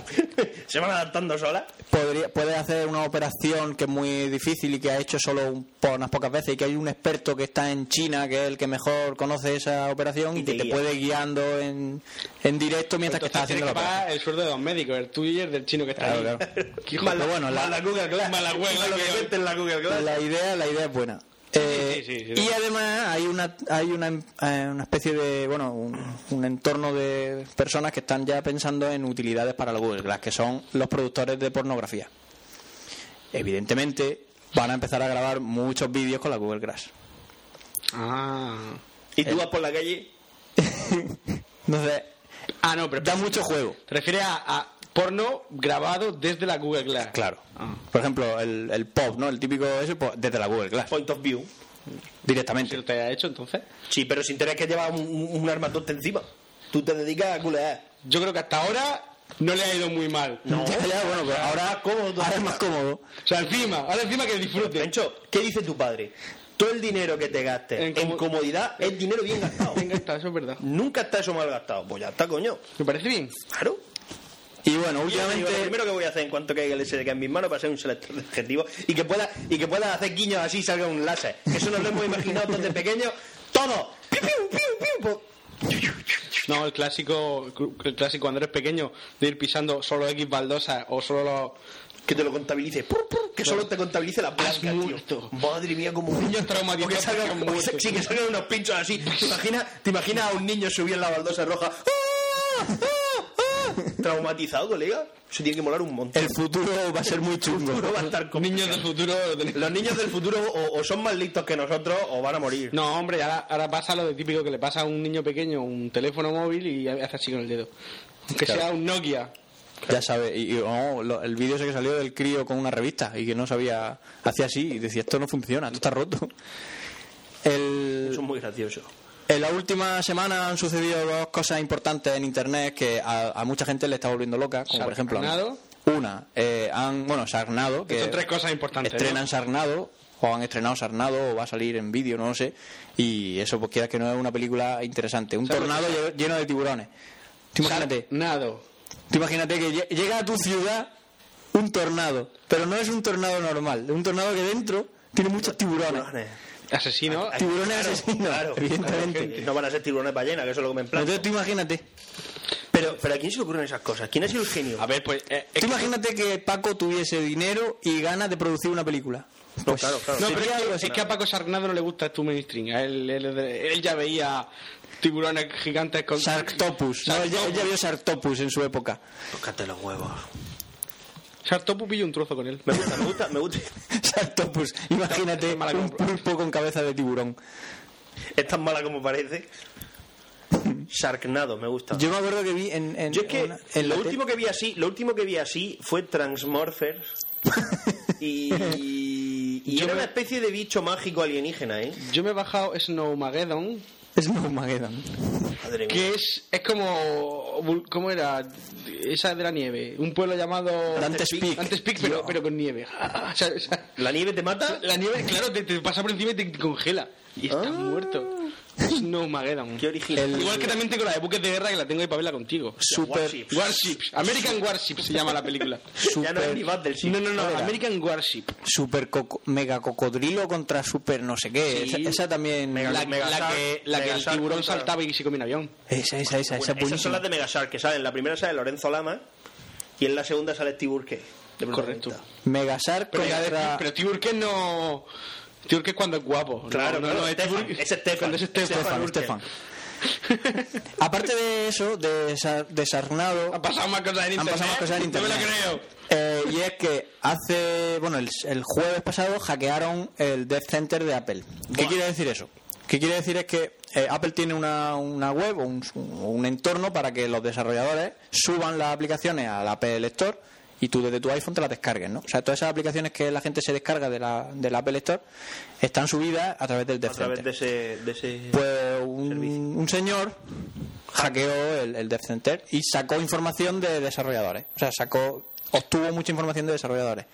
Speaker 4: Se van adaptando solas.
Speaker 7: podría, puede hacer una operación que es muy difícil y que ha hecho solo un- po- unas pocas veces y que hay un experto que está en China que es el que mejor conoce esa operación y,
Speaker 4: Y te
Speaker 7: que te
Speaker 4: guía.
Speaker 7: puede guiando en, en directo mientras que
Speaker 8: Entonces
Speaker 7: estás haciendo la
Speaker 8: tienes que
Speaker 7: operación.
Speaker 8: pagar el sueldo de los médicos, el tuyo y el del chino que está
Speaker 7: Claro,
Speaker 8: ahí.
Speaker 7: claro.
Speaker 8: Qué hijo
Speaker 7: Pero
Speaker 8: de-
Speaker 7: bueno, la,
Speaker 4: Más la Google Glass.
Speaker 8: Más la Google
Speaker 4: Más lo que
Speaker 8: Glass.
Speaker 4: meten en la Google Glass.
Speaker 7: la idea, la idea es buena. Eh, y además hay una hay una, eh, una especie de bueno un, un entorno de personas que están ya pensando en utilidades para el Google Glass que son los productores de pornografía evidentemente van a empezar a grabar muchos vídeos con la Google Glass
Speaker 8: Ah.
Speaker 4: ¿Y
Speaker 7: Eh.
Speaker 4: tú vas por la calle?
Speaker 7: entonces
Speaker 8: Ah, no, pero
Speaker 7: Da mucho juego.
Speaker 8: Te refieres a, a porno grabado desde la Google Glass.
Speaker 7: claro por ejemplo el, el pop no el típico ese pues, desde la Google Glass
Speaker 4: Point of view.
Speaker 7: directamente
Speaker 8: ¿Te ha hecho entonces?
Speaker 4: Sí, pero sin tener que llevar un, un un armatoste encima. Tú te dedicas a culear.
Speaker 8: Yo creo que hasta ahora no le ha ido muy mal.
Speaker 7: Ya, ya, bueno,
Speaker 4: pues
Speaker 7: pero ahora,
Speaker 4: cómodo.
Speaker 7: ahora es más cómodo
Speaker 8: O sea, encima, ahora encima que disfrute.
Speaker 4: Pencho, ¿qué dice tu padre? Todo el dinero que te gastes en,
Speaker 8: En como-
Speaker 4: comodidad es dinero bien gastado.
Speaker 8: Venga, está, eso es verdad.
Speaker 4: Nunca está eso mal gastado. Pues ya está, coño.
Speaker 8: Me parece bien.
Speaker 4: Claro.
Speaker 7: y bueno
Speaker 4: Yo Lo
Speaker 7: últimamente
Speaker 4: primero que voy a hacer en cuanto caiga el SD que en mis manos va a ser un selector de objetivos y que pueda y que pueda hacer guiños así y salga un láser. Que Eso nos lo hemos imaginado desde pequeños. Todo. Piu, piu, piu, piu, po-
Speaker 8: No, el clásico, el clásico cuando eres pequeño de ir pisando solo X baldosa o solo los.
Speaker 4: Que te lo contabilice. Pur, pur, que solo te contabilice la
Speaker 8: Has
Speaker 4: placa, tío.
Speaker 8: muerto.
Speaker 4: Madre mía, como un niño
Speaker 8: traumatizado
Speaker 4: Que salga,
Speaker 8: porque has muerto.
Speaker 4: sí, que salgan unos pinchos así. ¿Te imaginas, te imaginas a un niño subir en la baldosa roja? ¡Ah! ¡Ah! ¡Ah! Traumatizado, colega. Eso tiene que molar un montón.
Speaker 7: el futuro va a ser muy chungo
Speaker 4: futuro va a estar con...
Speaker 8: Niños del futuro. lo tenéis.
Speaker 4: Los niños del futuro o, o son más listos que nosotros o van a morir.
Speaker 8: No, hombre, ahora, ahora pasa lo de típico que le pasa a un niño pequeño un teléfono móvil y hace así con el dedo. Aunque sea un Nokia.
Speaker 7: Ya sabe, y, y, oh, lo- el vídeo ese que salió del crío con una revista y que no sabía, hacía así y decía, esto no funciona, esto está roto.
Speaker 4: Eso
Speaker 7: El-
Speaker 4: es muy gracioso.
Speaker 7: en la última semana han sucedido dos cosas importantes en Internet que a, a mucha gente le está volviendo loca, como por ejemplo... a mí.
Speaker 8: Sarnado.
Speaker 7: Una, eh, han, bueno, Sarnado, que
Speaker 8: Son tres cosas importantes. ¿no?
Speaker 7: estrenan Sarnado, o han estrenado Sarnado, o va a salir en vídeo, no lo sé, y eso pues queda que no es una película interesante. Un
Speaker 8: ¿Sabes lo que
Speaker 7: tornado lle- lleno de tiburones. Tú Imagínate.
Speaker 8: Nado.
Speaker 7: Tú imagínate que lle- llega a tu ciudad un tornado, pero no es un tornado normal, un tornado que dentro tiene muchos tiburones. Ah,
Speaker 8: Asesino.
Speaker 7: Tiburones asesinos, evidentemente.
Speaker 4: No van a ser tiburones ballenas, que eso es lo que me emplazo.
Speaker 7: Entonces tú imagínate,
Speaker 4: Pero, pero ¿a quién se le ocurren esas cosas? ¿Quién ha sido el genio?
Speaker 8: A ver, pues. eh, es
Speaker 7: tú
Speaker 8: que-
Speaker 7: imagínate que Paco tuviese dinero y ganas de producir una película. Pues,
Speaker 4: claro, claro.
Speaker 8: No,
Speaker 7: sería
Speaker 8: pero es
Speaker 7: algo
Speaker 8: que,
Speaker 7: así.
Speaker 8: es que a Paco Sarnado no le gusta tu mainstream. A Él, él, él ya veía tiburones gigantes con.
Speaker 7: Sarctopus, no, él ya, él ya vio Sarctopus en su época.
Speaker 4: Tócate los huevos.
Speaker 8: Sartopu pilló un trozo con él.
Speaker 4: Me gusta, me gusta, me gusta.
Speaker 7: Sarctopus, imagínate
Speaker 8: Mala
Speaker 7: un
Speaker 8: compra.
Speaker 7: pulpo con cabeza de tiburón.
Speaker 4: Es tan mala como parece. Sharknado, me gusta.
Speaker 7: Yo me acuerdo que vi en, en,
Speaker 4: Ah. Yo es que
Speaker 7: una- en la
Speaker 4: lo
Speaker 7: tele-
Speaker 4: último que vi así, lo último que vi así fue Transmorphers y, y,
Speaker 8: Yo
Speaker 4: era
Speaker 8: me-
Speaker 4: una especie de bicho mágico alienígena, ¿eh?
Speaker 8: Yo me he bajado Snowmageddon,
Speaker 7: es Snowmageddon.
Speaker 4: Madre mía.
Speaker 8: que es, es como. vul- ¿Cómo era? Esa de la nieve. Un pueblo llamado.
Speaker 7: Dante's Peak.
Speaker 8: Dante's Peak, pero, pero con nieve. O sea, o sea,
Speaker 4: ¿La nieve te mata?
Speaker 8: la nieve, claro, te, te pasa por encima y te congela. Y
Speaker 7: Ah.
Speaker 8: estás muerto. Snowmageddon.
Speaker 4: ¿Qué original?
Speaker 8: Igual que también tengo la de buques de guerra que la tengo ahí para verla contigo.
Speaker 7: Super,
Speaker 4: Warships.
Speaker 8: Warships. American Warship se llama la película.
Speaker 4: Ya no es ni Battleship.
Speaker 8: No, no, no,
Speaker 7: Ahora.
Speaker 8: American Warship.
Speaker 7: super coco- mega cocodrilo contra super no sé qué.
Speaker 8: Sí.
Speaker 7: Esa, esa también.
Speaker 4: Mega-
Speaker 8: La,
Speaker 4: mega-
Speaker 8: la que, la que el
Speaker 4: Megasar
Speaker 8: tiburón
Speaker 4: contra-
Speaker 8: saltaba y se comía un avión.
Speaker 7: Esa, esa, esa, esa es
Speaker 4: Esas son
Speaker 7: buenísima.
Speaker 4: las de Megashark que salen. La primera sale Lorenzo Lama y en la segunda sale Steve Burke. de
Speaker 8: Correcto.
Speaker 4: protagonista.
Speaker 7: Megasar
Speaker 8: Pero,
Speaker 7: contra.
Speaker 8: pero Tiburquén no. Tiburquén cuando es guapo.
Speaker 4: Claro,
Speaker 8: no,
Speaker 4: claro,
Speaker 8: no,
Speaker 4: Stefan,
Speaker 8: Tiburquén-
Speaker 4: es Stefan.
Speaker 8: Cuando es Stefan.
Speaker 4: Stefan.
Speaker 7: Stefan,
Speaker 4: Urkel.
Speaker 7: Stefan. Aparte de eso, de, Sar- de Sarnado.
Speaker 8: Han pasado más cosas en
Speaker 7: Han
Speaker 8: internet.
Speaker 7: pasado más cosas en internet.
Speaker 8: No me lo creo.
Speaker 7: Eh, y es que hace. Bueno, el, el jueves pasado hackearon el Dev Center de Apple. ¿Qué quiere decir eso? ¿Qué quiere decir es que eh, Apple tiene una, una web o un, o un entorno para que los desarrolladores suban las aplicaciones al Apple Store y tú desde tu iPhone te las descargues, ¿no? O sea, todas esas aplicaciones que la gente se descarga de la, del Apple Store están subidas a través del Dev
Speaker 4: A través
Speaker 7: Center.
Speaker 4: de ese... De ese...
Speaker 7: Pues
Speaker 4: Servicio.
Speaker 7: un, un señor hackeó el, el Dev Center y sacó información de desarrolladores. O sea, sacó, obtuvo mucha información de desarrolladores.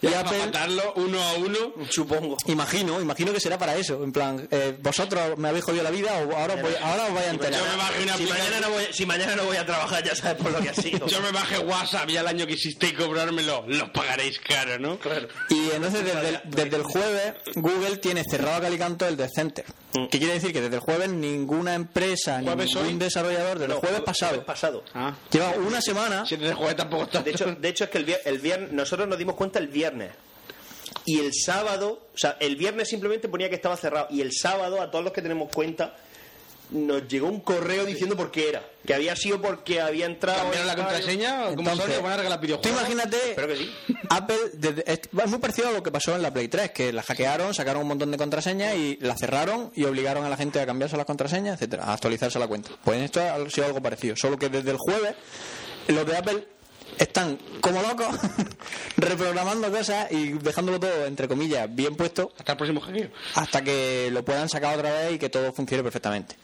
Speaker 7: Y
Speaker 8: Para
Speaker 7: Apple,
Speaker 8: matarlo uno a uno.
Speaker 4: Supongo.
Speaker 7: imagino, imagino que será para eso. En plan, eh, vosotros me habéis jodido la vida o ahora os, voy- ahora os vais a enterar.
Speaker 8: Yo me bajé una
Speaker 4: Si mañana,
Speaker 8: aplicación-
Speaker 4: no voy, si mañana no voy a trabajar, ya sabes por lo que ha sido.
Speaker 8: Yo me bajé WhatsApp ya el año que hiciste y cobrármelo. Los pagaréis caro, ¿no? Claro.
Speaker 7: Y entonces desde el, desde el jueves Google tiene cerrado a Calicanto el Dev Center.
Speaker 4: Mm.
Speaker 7: ¿Qué quiere decir? Que desde el jueves ninguna empresa,
Speaker 8: ¿Jueves
Speaker 7: ningún
Speaker 8: hoy?
Speaker 7: desarrollador, desde
Speaker 4: No,
Speaker 7: el jueves
Speaker 4: jueves
Speaker 7: pasado,
Speaker 4: pasado.
Speaker 8: Ah.
Speaker 7: lleva una semana
Speaker 8: Si te jueves tampoco está.
Speaker 4: De hecho, de hecho es que el viernes, el viernes nosotros nos dimos cuenta el viernes. y el sábado, o sea, el viernes simplemente ponía que estaba cerrado y el sábado a todos los que tenemos cuenta nos llegó un correo diciendo por qué era, que había sido porque había entrado
Speaker 8: ¿Cambiaron la
Speaker 4: en-
Speaker 8: contraseña? ¿Cómo
Speaker 7: Entonces,
Speaker 8: Sony van a regalar
Speaker 7: Tú
Speaker 8: videojuegos?
Speaker 7: imagínate,
Speaker 4: Espero que sí.
Speaker 7: Apple, desde- es es muy parecido a lo que pasó en la Play 3, que la hackearon, sacaron un montón de contraseñas y la cerraron y obligaron a la gente a cambiarse las contraseñas, etcétera, a actualizarse la cuenta. Pues esto ha sido algo parecido, solo que desde el jueves los de Apple están como locos reprogramando cosas y dejándolo todo, entre comillas, bien puesto
Speaker 8: Hasta el próximo hackeo.
Speaker 7: hasta que lo puedan sacar otra vez y que todo funcione perfectamente.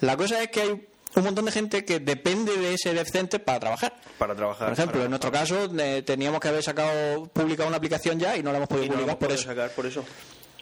Speaker 7: La cosa es que hay un montón de gente que depende de ese Dev Center para trabajar.
Speaker 4: para trabajar.
Speaker 7: Por ejemplo,
Speaker 4: para-
Speaker 7: en nuestro caso eh, teníamos que haber sacado publicado una aplicación ya y no la hemos podido
Speaker 4: y no lo
Speaker 7: publicar
Speaker 4: hemos
Speaker 7: por
Speaker 4: podido
Speaker 7: eso.
Speaker 4: sacar por eso.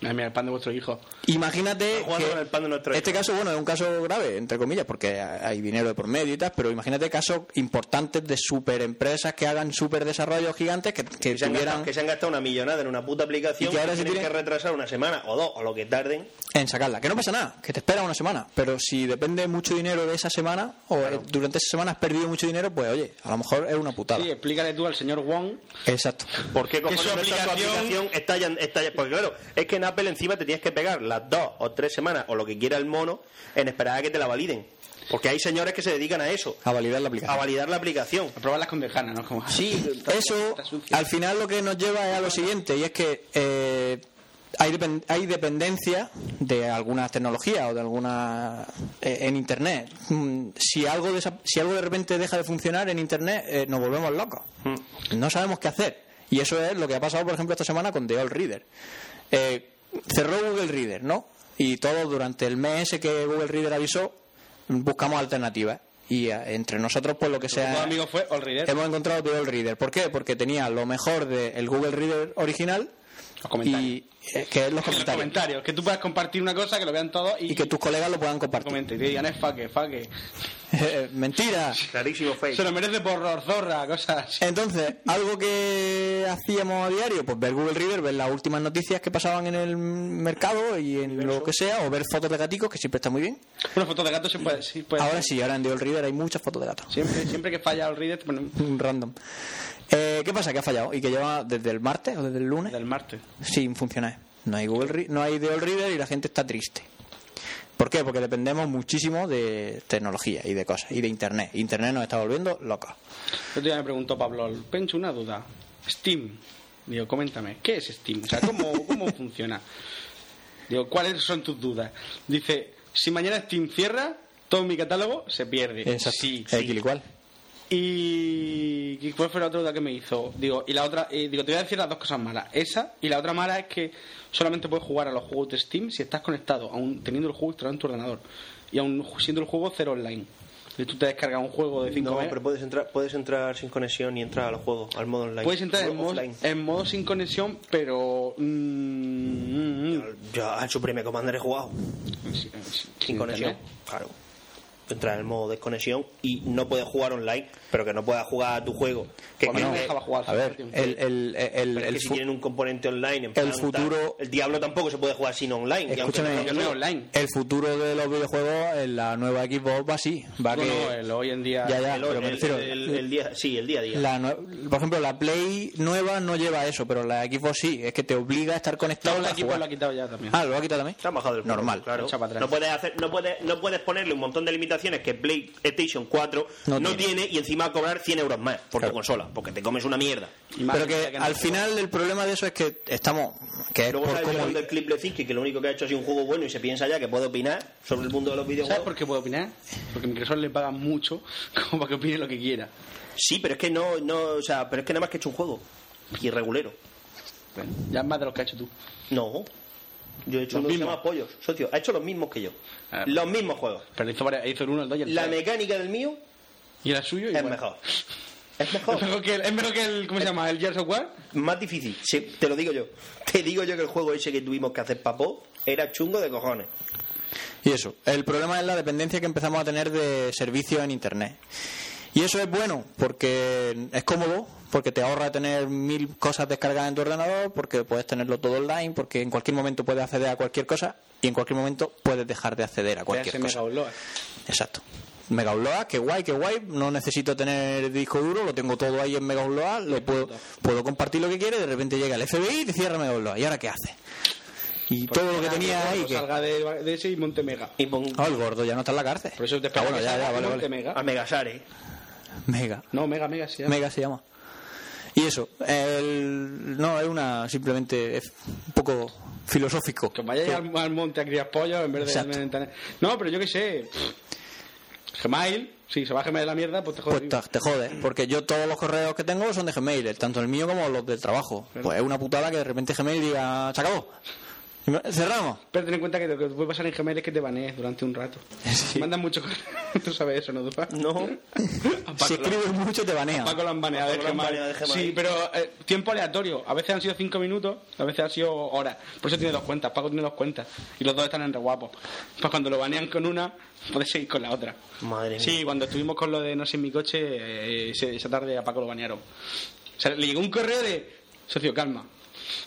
Speaker 8: Ay, mira, el pan de vuestro hijo.
Speaker 7: Imagínate
Speaker 4: Jugando con el
Speaker 7: que
Speaker 4: pan de nuestro
Speaker 7: este caso, bueno, es un caso grave, entre comillas, porque hay dinero de por medio y tal, pero imagínate casos importantes de superempresas que hagan superdesarrollos gigantes que, que
Speaker 4: que se, han
Speaker 7: tuvieran
Speaker 4: gastado, que se han gastado una millonada en una puta aplicación
Speaker 7: Y que ahora se
Speaker 4: tienen
Speaker 7: tienen-
Speaker 4: que retrasar una semana o dos o lo que tarden.
Speaker 7: en sacarla. Que no pasa nada, que te espera una semana, pero si depende mucho dinero de esa semana o eh, durante esa semana has perdido mucho dinero, pues oye, a lo mejor es una putada.
Speaker 8: Sí, explícale tú al señor Wong.
Speaker 7: Exacto.
Speaker 4: ¿Por qué cojones
Speaker 8: su
Speaker 4: no está tu
Speaker 8: aplicación-
Speaker 4: aplicación está ya, está ya- Porque claro, es que en Apple encima te tienes que pegar las dos o tres semanas o lo que quiera el mono en esperar a que te la validen. Porque hay señores que se dedican a eso,
Speaker 7: A validar la aplicación.
Speaker 4: a validar la aplicación.
Speaker 8: A probarlas con Dejana, ¿no? Como,
Speaker 7: Sí,
Speaker 8: Está-
Speaker 7: eso
Speaker 8: está sucio.
Speaker 7: al final lo que nos lleva es a lo siguiente, y es que eh, hay, depen- hay dependencia de algunas tecnologías o de alguna eh, en Internet. Mm, Si algo, de esa- si algo de repente deja de funcionar en Internet, eh, nos volvemos locos.
Speaker 8: Mm.
Speaker 7: No sabemos qué hacer. Y eso es lo que ha pasado, por ejemplo, esta semana con The All Reader. Eh, cerró Google Reader, ¿no? Y todos durante el mes ese que Google Reader avisó, buscamos alternativas. Y eh, entre nosotros, pues lo que
Speaker 8: Su
Speaker 7: sea...
Speaker 8: mejor amigo fue All Reader.
Speaker 7: Hemos encontrado Google Reader. ¿Por qué? Porque tenía lo mejor del Google Reader original
Speaker 8: Los comentarios.
Speaker 7: y eh, que es los
Speaker 8: Los
Speaker 7: comentarios.
Speaker 8: comentarios. Que tú puedas compartir una cosa, que lo vean todos y,
Speaker 7: Y que tus colegas lo puedan compartir.
Speaker 8: comenten. Y te digan, es faque, faque.
Speaker 7: Eh, Mentira.
Speaker 4: Clarísimo
Speaker 8: Se
Speaker 4: fake.
Speaker 8: lo merece por zorra, cosas así.
Speaker 7: Entonces, algo que hacíamos a diario, pues ver Google Reader, ver las últimas noticias que pasaban en el mercado y en lo que sea, o ver fotos de gaticos, que siempre está muy bien.
Speaker 8: Una foto de gato siempre. Sí, puede-
Speaker 7: ahora Pues sí, ahora en Google Reader hay muchas fotos de gatos.
Speaker 8: Siempre, siempre que falla All Reader, bueno,
Speaker 7: Un Random. Eh, ¿Qué pasa? Que ha fallado y que lleva desde el martes o desde el lunes.
Speaker 8: del martes.
Speaker 7: sin funcionar. No hay Google, Re- no hay The All Reader y la gente está triste. ¿Por qué? Porque dependemos muchísimo de tecnología y de cosas y de internet. Internet nos está volviendo locos.
Speaker 8: El otro día me preguntó Pablo, Pencho, una duda. Steam. Digo, coméntame, ¿qué es Steam? O sea, ¿cómo, cómo funciona? Digo, ¿cuáles son tus dudas? Dice, si mañana Steam cierra, todo mi catálogo se pierde.
Speaker 7: Exacto.
Speaker 8: Sí,
Speaker 7: Es
Speaker 8: sí.
Speaker 7: equil igual.
Speaker 8: Y ¿y cuál fue la otra duda que me hizo? Digo, y la otra, eh, digo, te voy a decir las dos cosas malas. Esa y la otra mala es que solamente puedes jugar a los juegos de Steam si estás conectado, aún teniendo el juego instalado en tu ordenador. Y aún siendo el juego cero online. Y tú te descargas un juego de 5
Speaker 4: No, pero puedes entrar, puedes entrar sin conexión y entrar al juego, al modo online.
Speaker 8: Puedes entrar en
Speaker 4: Modo
Speaker 8: modo,
Speaker 4: offline.
Speaker 8: en modo sin conexión, pero. mm, mm,
Speaker 4: Yo al Supreme Commander he jugado
Speaker 8: mm, sí, sí,
Speaker 4: sin conexión.
Speaker 8: internet.
Speaker 4: Claro. Entrar en el modo desconexión y no puedes jugar online, pero que no puedas jugar a tu juego. Que
Speaker 8: Pues no
Speaker 4: creo
Speaker 8: me
Speaker 4: que-
Speaker 8: dejaba jugar.
Speaker 7: A ver, el, el, el, el-
Speaker 4: Pero es que
Speaker 7: el
Speaker 4: si
Speaker 7: fu-
Speaker 4: tienen un componente online, en
Speaker 7: el
Speaker 4: plan
Speaker 7: futuro-
Speaker 4: tal, el Diablo tampoco se puede jugar sin online. y aunque
Speaker 7: escúchame,
Speaker 4: no-
Speaker 8: yo soy online.
Speaker 7: el futuro de los videojuegos en la nueva Xbox va así. Va
Speaker 8: No,
Speaker 7: que
Speaker 8: no, el hoy en día.
Speaker 7: Ya, ya.
Speaker 4: el,
Speaker 7: pero me
Speaker 4: el-
Speaker 7: refiero-
Speaker 4: el- el día, sí, el día a día.
Speaker 7: la nue- por ejemplo, la Play nueva no lleva eso, pero la Xbox sí. Es que te obliga a estar conectado.
Speaker 8: Todo el
Speaker 7: para
Speaker 8: equipo
Speaker 7: jugar.
Speaker 8: lo ha quitado ya también.
Speaker 7: Ah, lo ha quitado también.
Speaker 4: Se han bajado el
Speaker 7: Normal.
Speaker 4: precio,
Speaker 8: Echa para
Speaker 4: claro.
Speaker 8: atrás.
Speaker 4: No puedes, hacer, no, puedes, no puedes ponerle un montón de limitaciones que PlayStation 4
Speaker 7: No
Speaker 4: no,
Speaker 7: tiene.
Speaker 4: tiene. y encima a cobrar 100 euros más por
Speaker 7: Claro.
Speaker 4: tu consola, porque te comes una mierda.
Speaker 8: Y más
Speaker 7: Pero
Speaker 8: que
Speaker 7: que
Speaker 8: que no
Speaker 7: al
Speaker 8: se
Speaker 7: final el problema de eso es que estamos. Que es
Speaker 4: Luego
Speaker 7: por
Speaker 4: sale
Speaker 7: cómo-
Speaker 4: llegando el clip de Zinke, que lo único que ha hecho ha sido un juego bueno y se piensa ya que puede opinar sobre el mundo de los
Speaker 8: ¿Sabes
Speaker 4: videojuegos.
Speaker 8: por qué puedo opinar? Porque Microsoft le paga mucho como para que opine lo que quiera.
Speaker 4: Sí, pero es que no, no, o sea, pero es que nada más que ha hecho un juego irregulero.
Speaker 8: Bueno, ya es más de los que has hecho tú.
Speaker 4: No. Yo he hecho
Speaker 8: Los
Speaker 4: unos que se
Speaker 8: mismos.
Speaker 4: llama Pollos, socio. Ha hecho los mismos que yo.
Speaker 8: Ah.
Speaker 4: Los mismos juegos.
Speaker 8: Pero hizo, varias- hizo el uno, el dos y el
Speaker 4: La
Speaker 8: tres.
Speaker 4: mecánica del mío
Speaker 8: Y el suyo.
Speaker 4: es
Speaker 8: igual.
Speaker 4: mejor. Es
Speaker 8: Es
Speaker 4: mejor.
Speaker 8: mejor que el, es mejor que el ¿cómo se llama? ¿El Gears of War?
Speaker 4: Más difícil. Sí, te lo digo yo. Te digo yo que el juego ese que tuvimos que hacer papó era chungo de cojones.
Speaker 7: Y eso, el problema es la dependencia que empezamos a tener de servicios en Internet. Y eso es bueno, porque es cómodo, porque te ahorra tener mil cosas descargadas en tu ordenador, porque puedes tenerlo todo online, porque en cualquier momento puedes acceder a cualquier cosa y en cualquier momento puedes dejar de acceder a cualquier
Speaker 8: Ese
Speaker 7: cosa.
Speaker 8: Mega Upload.
Speaker 7: Exacto. Mega Upload, que guay, que guay, no necesito tener disco duro, lo tengo todo ahí en Mega Upload, lo puedo, puedo compartir lo que quiera y de repente llega el FBI y te cierra Mega Upload. ¿Y ahora qué hace? Y
Speaker 8: Porque
Speaker 7: todo lo que
Speaker 8: Pues nada,
Speaker 7: tenía
Speaker 8: cuando
Speaker 7: ahí. que-
Speaker 8: Ah, Salga de, de ese y monte mega.
Speaker 4: Y pon...
Speaker 7: Ah, el gordo ya no está en la cárcel.
Speaker 8: Por eso te
Speaker 7: Ah,
Speaker 8: espero
Speaker 7: bueno,
Speaker 8: que
Speaker 7: ya,
Speaker 8: salga
Speaker 7: ya, vale,
Speaker 8: de monte
Speaker 7: vale.
Speaker 8: mega.
Speaker 4: A Megasare.
Speaker 7: Mega.
Speaker 8: No, mega, mega, sí.
Speaker 7: Mega se llama. Y eso, el- no, es una simplemente es un poco filosófico.
Speaker 8: Que vayáis al, al monte a criar pollos en vez de...
Speaker 7: Exacto.
Speaker 8: en- en- No, pero yo qué sé. pff, Gmail, si se va a Gmail de la mierda, pues te jodas.
Speaker 7: Pues ta- te jodes, porque yo todos los correos que tengo son de Gmail, tanto el mío como los del trabajo. Pues es una putada que de repente Gmail diga, se acabó, cerramos.
Speaker 8: Pero ten en cuenta que lo que puede pasar en Gmail es que te banees durante un rato. Mandan mucho correo. Tú sabes eso, ¿no, Dupa?
Speaker 4: No.
Speaker 7: Si escribes mucho te banean.
Speaker 8: Paco lo han baneado
Speaker 4: Paco
Speaker 8: de
Speaker 4: lo han
Speaker 8: Gmail.
Speaker 4: baneado de Gmail.
Speaker 8: Sí, pero eh, tiempo aleatorio. A veces han sido 5 minutos, a veces han sido horas. Por eso tiene dos cuentas. Paco tiene dos cuentas. Y los dos están en reguapos. Pues cuando lo banean con una, puedes seguir con la otra.
Speaker 4: Madre
Speaker 8: Sí, cuando estuvimos con lo de No sé en mi coche, eh, ese- esa tarde a Paco lo banearon. O sea, le llegó un correo de socio, calma.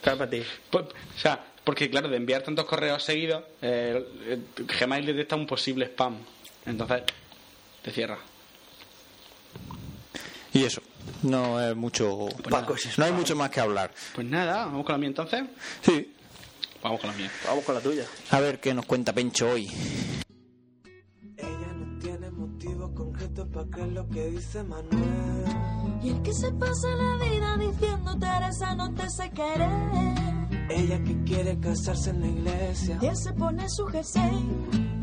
Speaker 4: Cálmate.
Speaker 8: Pues, o sea, porque claro, de enviar tantos correos seguidos, eh, eh, Gmail detecta un posible spam. Entonces, te cierra.
Speaker 7: Y eso, no es mucho.
Speaker 4: Paco,
Speaker 7: no hay mucho más que hablar.
Speaker 8: Pues nada, vamos con la mía entonces.
Speaker 7: Sí.
Speaker 8: Vamos con la mía.
Speaker 4: Vamos con la tuya.
Speaker 7: A ver qué nos cuenta Pencho hoy.
Speaker 12: Ella no tiene motivo concreto para creer lo que dice Manuel.
Speaker 13: Y el que se pasa la vida diciendo Teresa no te sé querer.
Speaker 12: Ella que quiere casarse en la iglesia.
Speaker 13: Y él se pone su jersey.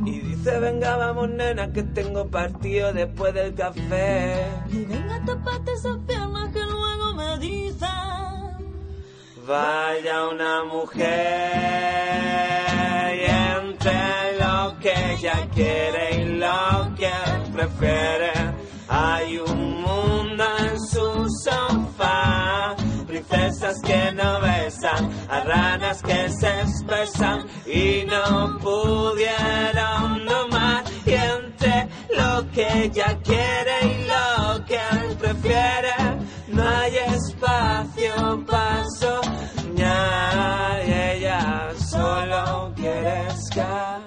Speaker 12: Y dice, venga, vamos, nena, que tengo partido después del café.
Speaker 13: Y venga, tapate esas piernas que luego me dicen.
Speaker 12: Vaya una mujer y entre lo que ella quiere y lo que prefiere hay un mundo en su sofá princesas que no besan a ranas que se expresan y no pudieron domar y entre lo que ella quiere y lo que él prefiere no hay espacio para soñar y ella solo quiere escapar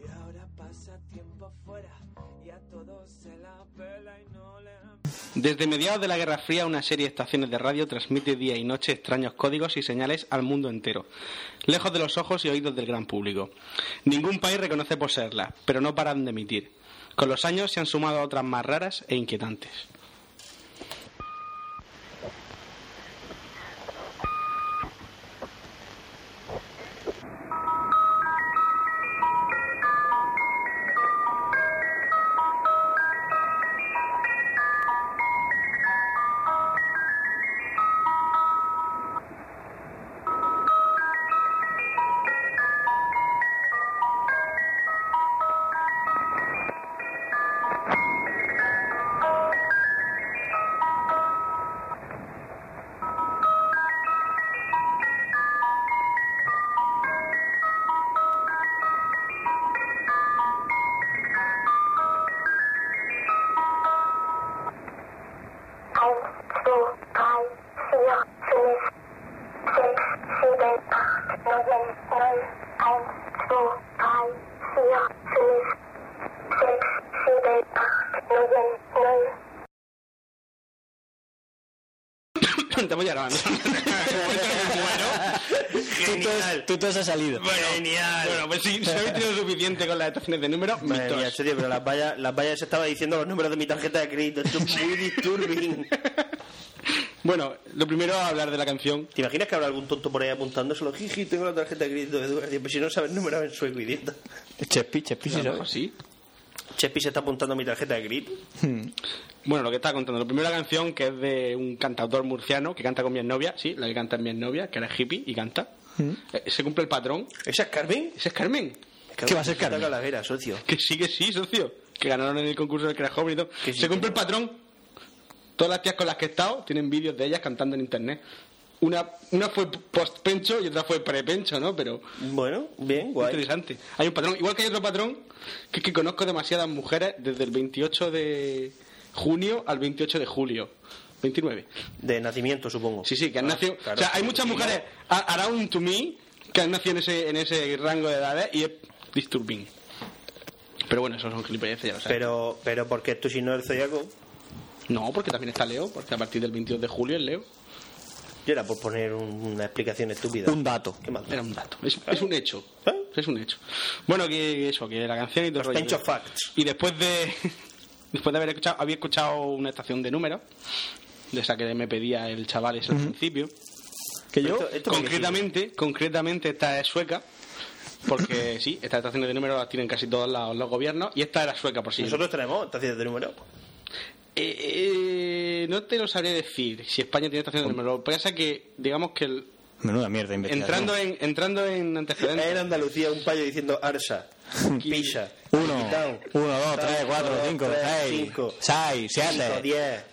Speaker 12: y ahora pasa tiempo fuera y a todos se la pela y no le
Speaker 8: Desde mediados de la Guerra Fría, una serie de estaciones de radio transmite día y noche extraños códigos y señales al mundo entero, lejos de los ojos y oídos del gran público. Ningún país reconoce poseerlas, pero no paran de emitir. Con los años se han sumado otras más raras e inquietantes. Estamos ya grabando.
Speaker 7: Tú todo- Tú todo se ha salido.
Speaker 4: Genial.
Speaker 8: bueno, pues sí, si habéis tenido suficiente con las estaciones de números,
Speaker 4: Madre mía, en
Speaker 8: mitos.
Speaker 4: serio, pero las vallas, las vallas se estaba diciendo los números de mi tarjeta de crédito. Esto es muy disturbing.
Speaker 8: Bueno, lo primero hablar de la canción.
Speaker 4: ¿Te imaginas que habrá algún tonto por ahí apuntando solo? Jiji, tengo la tarjeta de crédito de Eduardo. Pero si no sabes número en sueco, idiota.
Speaker 7: Chespi, Chespi, sí,
Speaker 8: A lo
Speaker 7: ¿sabes?
Speaker 8: mejor sí.
Speaker 4: Chespi se está apuntando a mi tarjeta de crédito.
Speaker 8: Bueno, lo que estaba contando. La primera canción que es de un cantautor murciano que canta con mi novia, sí, la que canta en mi novia, que era hippie y canta. Eh, Se cumple el patrón.
Speaker 4: ¿Esa es Carmen?
Speaker 8: Ese es Carmen.
Speaker 7: ¿Qué va a ser Carmen?
Speaker 4: Está calavera, socio.
Speaker 8: Que sí, que sí, socio. Que ganaron en el concurso del que era joven y todo.
Speaker 4: Que sí,
Speaker 8: Se cumple el patrón. Todas las tías con las que he estado tienen vídeos de ellas cantando en internet. Una, una fue post-pencho y otra fue pre-pencho, ¿no? Pero.
Speaker 4: Bueno, bien, guay.
Speaker 8: Interesante. Hay un patrón. Igual que hay otro patrón que es que conozco demasiadas mujeres desde el 28 de junio al 28 de julio. 29.
Speaker 4: De nacimiento, supongo.
Speaker 8: Ah,
Speaker 4: Ah,
Speaker 8: Sí, sí, que han nacido. o sea, hay muchas mujeres a- around to me que han nacido en ese, en ese rango de edades y es disturbing. Pero bueno, eso son gilipolleces, ya lo sabes.
Speaker 4: Pero, pero porque tú si no eres zodiaco,
Speaker 8: No, porque también está Leo, porque a partir del 22 de julio es Leo.
Speaker 4: yo era por poner un- una explicación estúpida.
Speaker 8: Un
Speaker 4: dato. ¿Qué más?
Speaker 8: Era un dato. Es, es un hecho. Es un hecho. Bueno, que que eso, que la canción y todo el rollo.
Speaker 4: Pencho Facts.
Speaker 8: Y después de. Después de haber escuchado. Había escuchado una estación de números. De esa que me pedía el chaval ese al principio.
Speaker 7: Que yo.
Speaker 8: concretamente, concretamente, esta es sueca. Porque sí, estas estaciones de números las tienen casi todos los, los gobiernos. Y esta era sueca, por si.
Speaker 4: Nosotros tenemos estaciones de número.
Speaker 8: Eh, eh, no te lo sabré decir si España tiene estaciones de números. Lo que pasa es que, digamos que. el-
Speaker 7: Menuda mierda investigación.
Speaker 8: entrando en, entrando en antecedentes.
Speaker 4: Era Andalucía un payo diciendo Arsa, Pisa,
Speaker 7: Uno,
Speaker 4: Quitao,
Speaker 7: uno, dos, tres,
Speaker 4: dos,
Speaker 7: cuatro,
Speaker 4: dos,
Speaker 7: cinco,
Speaker 4: tres,
Speaker 7: seis,
Speaker 4: cinco,
Speaker 7: seis,
Speaker 4: cinco,
Speaker 7: siete.
Speaker 4: diez,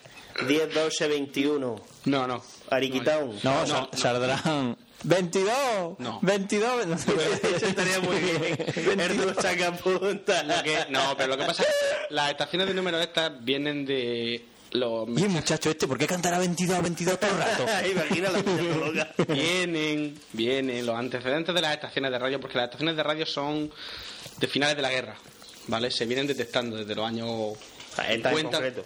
Speaker 4: diez, doce, veintiuno.
Speaker 8: No, no.
Speaker 4: Ariquitao.
Speaker 7: No, sal- saldrán. 22,
Speaker 8: No.
Speaker 7: 22, no sé.
Speaker 4: Eso estaría muy bien. Erdo saca punta.
Speaker 8: Lo que- no, pero lo que pasa es que las estaciones de número estas vienen de los
Speaker 7: Y el muchacho este, ¿por qué cantará 22, 22 todo el rato?
Speaker 4: Imagina la puta loca.
Speaker 8: vienen, vienen los antecedentes de las estaciones de radio, porque las estaciones de radio son de finales de la guerra, ¿vale? Se vienen detectando desde los años
Speaker 4: Esta en
Speaker 8: 50.
Speaker 4: concreto.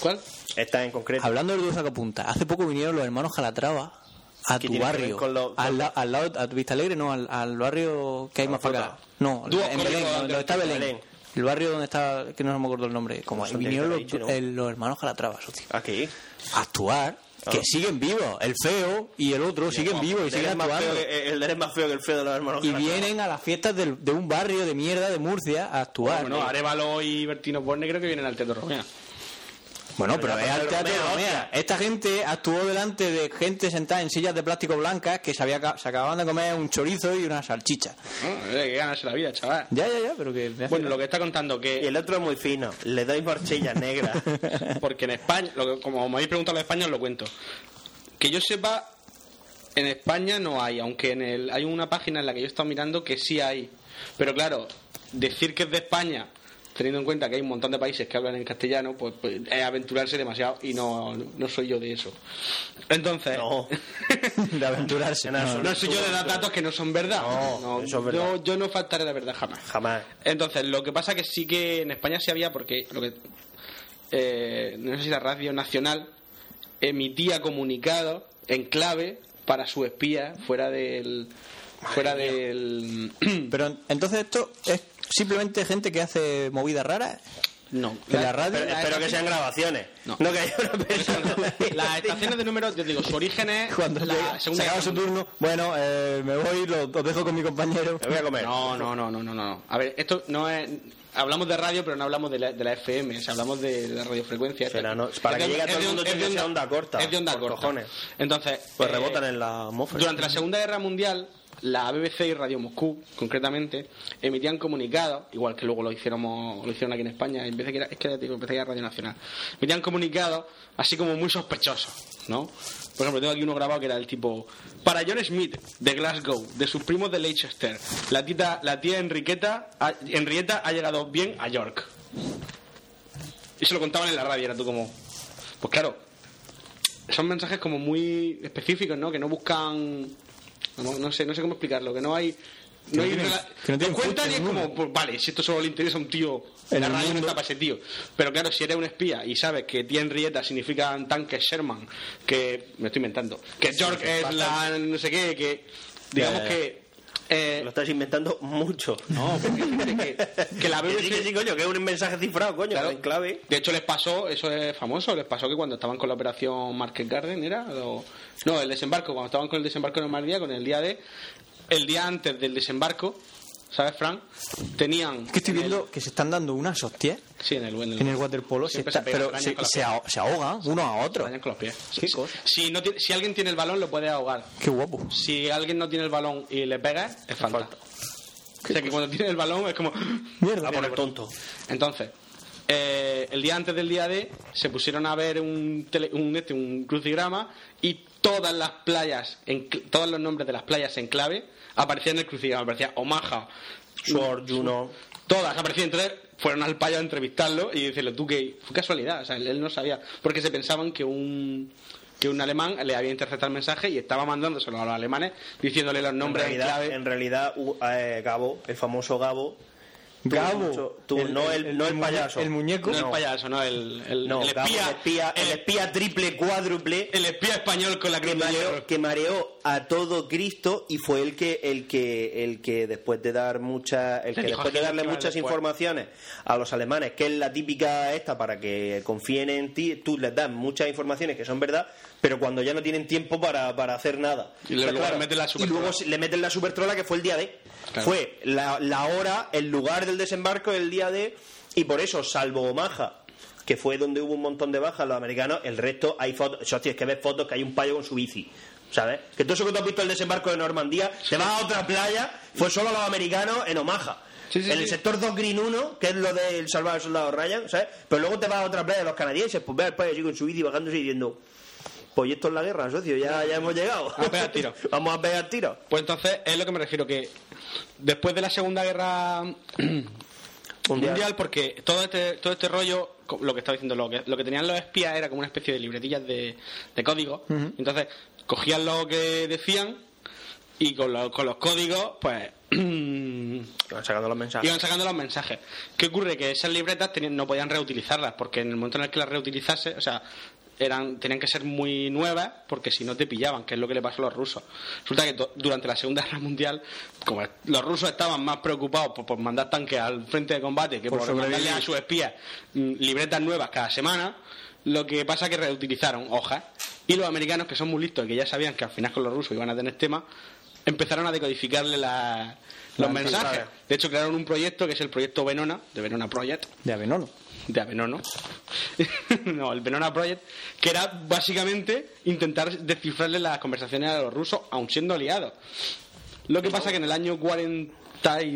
Speaker 8: ¿Cuál?
Speaker 4: Esta en concreto.
Speaker 7: Hablando del dulce punta, hace poco vinieron los hermanos Calatrava a
Speaker 4: ¿Qué
Speaker 7: tu
Speaker 4: tiene que ver
Speaker 7: barrio,
Speaker 4: con los-
Speaker 7: al, la- al lado, a tu Vista Alegre, no, al, al barrio que hay más para acá. No,
Speaker 8: Dúo
Speaker 7: en
Speaker 8: cómico
Speaker 7: Belén,
Speaker 8: de-
Speaker 7: donde está
Speaker 8: de
Speaker 7: Belén.
Speaker 4: Belén.
Speaker 7: El barrio donde está, que no me acuerdo el nombre, como
Speaker 4: No sé, te
Speaker 7: vinieron los,
Speaker 4: lo he dicho, ¿no?
Speaker 7: el- los hermanos Calatrava, socio,
Speaker 4: Aquí.
Speaker 7: a actuar, que
Speaker 4: Ah.
Speaker 7: siguen vivos, el feo y el otro siguen vivos y
Speaker 4: El de
Speaker 7: siguen
Speaker 4: eres más
Speaker 7: actuando.
Speaker 4: feo que- El de eres más feo que el feo de los hermanos.
Speaker 7: Y
Speaker 4: Calatrava.
Speaker 7: vienen a las fiestas del- de un barrio de mierda de Murcia a actuar.
Speaker 8: Bueno, Arevalo y Bertino Borne creo que vienen al Teatro Romea.
Speaker 7: Bueno, pero
Speaker 4: ya
Speaker 7: es
Speaker 4: pasó
Speaker 7: al
Speaker 4: el
Speaker 7: teatro.
Speaker 4: Romeo,
Speaker 7: mira, esta gente actuó delante de gente sentada en sillas de plástico blancas que se, había, ca- se acababan de comer un chorizo y una salchicha.
Speaker 8: Ah, hay que ganarse la vida, chaval.
Speaker 7: Ya, ya, ya, pero que. me hace-
Speaker 8: Bueno, lo que está contando que
Speaker 4: Y el otro es muy fino. Le doy morcilla negra.
Speaker 8: Porque en España, lo que- como me habéis preguntado los españoles, lo cuento. Que yo sepa, en España no hay, aunque en el, hay una página en la que yo he estado mirando que sí hay. Pero claro, decir que es de España, teniendo en cuenta que hay un montón de países que hablan en castellano, pues, pues, es aventurarse demasiado y no, no soy yo de eso. Entonces,
Speaker 4: No.
Speaker 7: de aventurarse. No,
Speaker 8: no soy yo de dar datos que no son verdad.
Speaker 4: No, eso es verdad.
Speaker 8: Yo, yo no faltaré la verdad jamás.
Speaker 4: Jamás.
Speaker 8: Entonces, lo que pasa que sí que en España sí había, porque lo que eh, no sé si la Radio Nacional emitía comunicados en clave para su espía fuera del fuera del
Speaker 7: Pero en- entonces esto es simplemente gente que hace movidas raras.
Speaker 8: no
Speaker 7: En la radio.
Speaker 4: Pero espero que sean grabaciones.
Speaker 8: No.
Speaker 4: No, que haya una persona.
Speaker 8: las estaciones de números yo digo su origen es
Speaker 7: Cuando
Speaker 8: la
Speaker 7: llega- se
Speaker 8: Segunda
Speaker 7: acaba
Speaker 8: Guerra
Speaker 7: su turno, bueno, eh, me voy, lo, os dejo con mi compañero.
Speaker 4: Me voy a comer.
Speaker 8: No, no, no, no, no, no. A ver, esto no es. Hablamos de radio, pero no hablamos de la, de la FM, o sea, hablamos de la radiofrecuencia.
Speaker 4: Será, no, para
Speaker 8: Es
Speaker 4: que
Speaker 8: de-
Speaker 4: llegue a
Speaker 8: es
Speaker 4: todo el
Speaker 8: de-
Speaker 4: mundo
Speaker 8: es de
Speaker 4: tiene que ser onda corta,
Speaker 8: Es de onda
Speaker 4: por
Speaker 8: corta.
Speaker 4: cojones.
Speaker 8: Entonces.
Speaker 4: Pues
Speaker 8: eh,
Speaker 4: rebotan en la atmósfera.
Speaker 8: Durante la Segunda Guerra Mundial, la BBC y Radio Moscú, concretamente, emitían comunicados, igual que luego lo hicieron, lo hicieron aquí en España, en vez de que era, es que ya te digo, empecé a Radio Nacional, emitían comunicados así como muy sospechosos, ¿no? Por ejemplo, tengo aquí uno grabado que era el tipo, para John Smith, de Glasgow, de sus primos de Leicester, la, tita, la tía Enriqueta, ha- Henrietta ha llegado bien a York. Y se lo contaban en la radio, era tú como, pues claro, son mensajes como muy específicos, ¿no? Que no buscan, no, no sé, no sé cómo explicarlo, que no hay, no hay,
Speaker 7: tienen-
Speaker 8: rela-
Speaker 7: que no tienen
Speaker 8: lo cuentan y
Speaker 7: fuente
Speaker 8: es
Speaker 7: ninguno.
Speaker 8: como, pues vale, si esto solo le interesa a un tío,
Speaker 7: En
Speaker 8: la
Speaker 7: el
Speaker 8: radio no
Speaker 7: mundo.
Speaker 8: está para ese tío. Pero claro, si eres un espía y sabes que tía Henrietta significa tanque Sherman, que me estoy inventando, que York es la no sé qué, que digamos
Speaker 4: ya, ya.
Speaker 8: que eh,
Speaker 4: Lo estás inventando mucho.
Speaker 8: no, que, que- que la
Speaker 4: Que sí, que
Speaker 8: BBC
Speaker 4: sí, coño, que es un mensaje cifrado, coño,
Speaker 8: Claro.
Speaker 4: en clave.
Speaker 8: De hecho, les pasó, eso es famoso, les pasó que cuando estaban con la operación Market Garden, ¿era? O- no, el desembarco, cuando estaban con el desembarco en Normandía, con el día de. El día antes del desembarco, ¿sabes, Frank? Tenían.
Speaker 7: Es que estoy
Speaker 8: en el-
Speaker 7: viendo que se están dando unas hostias
Speaker 8: sí, en el, en el-
Speaker 7: en el waterpolo, se
Speaker 8: siempre
Speaker 7: está-
Speaker 8: se pegan,
Speaker 7: pero
Speaker 8: arañan
Speaker 7: se,
Speaker 8: con los
Speaker 7: se
Speaker 8: pies.
Speaker 7: ahoga- se ahogan uno a otro.
Speaker 8: Arañan con los pies.
Speaker 7: Qué
Speaker 8: Sí, sí.
Speaker 7: cosa.
Speaker 8: Si, no ti- si alguien tiene el balón, lo puede ahogar.
Speaker 7: Qué guapo.
Speaker 8: Si alguien no tiene el balón y le pega, es falta. O sea que cuando tiene el balón es como. "Ah,
Speaker 7: Mierda.
Speaker 4: A por el tonto.
Speaker 8: Entonces, eh, el día antes del día D se pusieron a ver un, tele- un, este, un crucigrama y todas las playas, en, cl- todos los nombres de las playas en clave aparecían en el crucigrama. Aparecía Omaha, Sword, Juno. Todas aparecían. Entonces fueron al payo a entrevistarlo y decirle, tú que fue casualidad. O sea, él, él no sabía. Porque se pensaban que un que un alemán le había interceptado el mensaje y estaba mandándoselo a los alemanes diciéndole los nombres en,
Speaker 4: en realidad,
Speaker 8: clave.
Speaker 4: en realidad u- eh, Gabo, el famoso Gabo. tuvo
Speaker 8: Gabo,
Speaker 4: mucho- tuvo-
Speaker 8: el-
Speaker 4: no el,
Speaker 8: el-
Speaker 4: no el
Speaker 8: el
Speaker 4: payaso.
Speaker 8: muñe- el muñeco. No el payaso, no, el- el-
Speaker 4: No,
Speaker 8: el
Speaker 4: Gabo,
Speaker 8: espía.
Speaker 4: el
Speaker 8: eh,
Speaker 4: espía, el espía triple, cuádruple.
Speaker 8: El espía español con la
Speaker 4: que
Speaker 8: cruz de hierro.
Speaker 4: mareó, que mareó a todo Cristo y fue el que el que el que después de dar muchas
Speaker 10: Le
Speaker 4: el que
Speaker 10: dijo a
Speaker 4: después de
Speaker 10: Hitler
Speaker 4: darle
Speaker 10: que iba
Speaker 4: muchas
Speaker 10: después.
Speaker 4: informaciones a los alemanes que es la típica esta para que confíen en ti tú les das muchas informaciones que son verdad pero cuando ya no tienen tiempo para, para hacer nada
Speaker 8: Y luego le meten la
Speaker 4: y
Speaker 8: supertrola.
Speaker 4: luego se- le meten la supertrola que fue el día de
Speaker 8: Claro.
Speaker 4: fue la, la hora el lugar del desembarco el día de y por eso salvo Omaha que fue donde hubo un montón de bajas los americanos, el resto hay fotos, o sea, hostia, es que ves fotos que hay un payo con su bici, ¿sabes? Que todo eso que tú has visto el desembarco de Normandía, te vas a otra playa, fue solo los americanos en Omaha. en el sector 2 Green 1, que es lo del salvar al soldado Ryan, ¿sabes? Pero luego te vas a otra playa de los canadienses, pues ves al payo allí con su bici bajándose y diciendo, pues esto es la guerra, socio, ya, ya hemos llegado.
Speaker 8: Vamos a pegar tiros.
Speaker 4: Vamos a pegar tiros.
Speaker 8: Pues entonces es lo que me refiero, que después de la Segunda Guerra Mundial, porque todo este, todo este rollo, co- lo que estaba diciendo, lo que, lo que tenían los espías era como una especie de libretillas de, de códigos.
Speaker 7: Ujú.
Speaker 8: Entonces cogían lo que decían y con, lo- con los códigos, pues... Iban
Speaker 4: sacando los mensajes.
Speaker 8: Iban sacando los mensajes. ¿Qué ocurre? Que esas libretas tenían- no podían reutilizarlas, porque en el momento en el que las reutilizase, o sea, eran, tenían que ser muy nuevas, porque si no te pillaban, que es lo que le pasó a los rusos. Resulta que do- durante la Segunda Guerra Mundial, como los rusos estaban más preocupados por, por mandar tanques al frente de combate que
Speaker 7: Por
Speaker 8: por,
Speaker 7: sobrevivir.
Speaker 8: mandarle a sus espías mm, libretas nuevas cada semana, lo que pasa es que reutilizaron hojas. Y los americanos, que son muy listos y que ya sabían que al final con los rusos iban a tener tema, empezaron a decodificarle la- los
Speaker 7: Las
Speaker 8: mensajes.
Speaker 7: mensajes.
Speaker 8: De hecho, crearon un proyecto que es el proyecto Venona, de Venona Project,
Speaker 7: De Avenolo.
Speaker 8: de Avenono. no, el Venona Project, que era básicamente intentar descifrarle las conversaciones a los rusos, aun siendo aliados. Lo que pasa que en el año 42,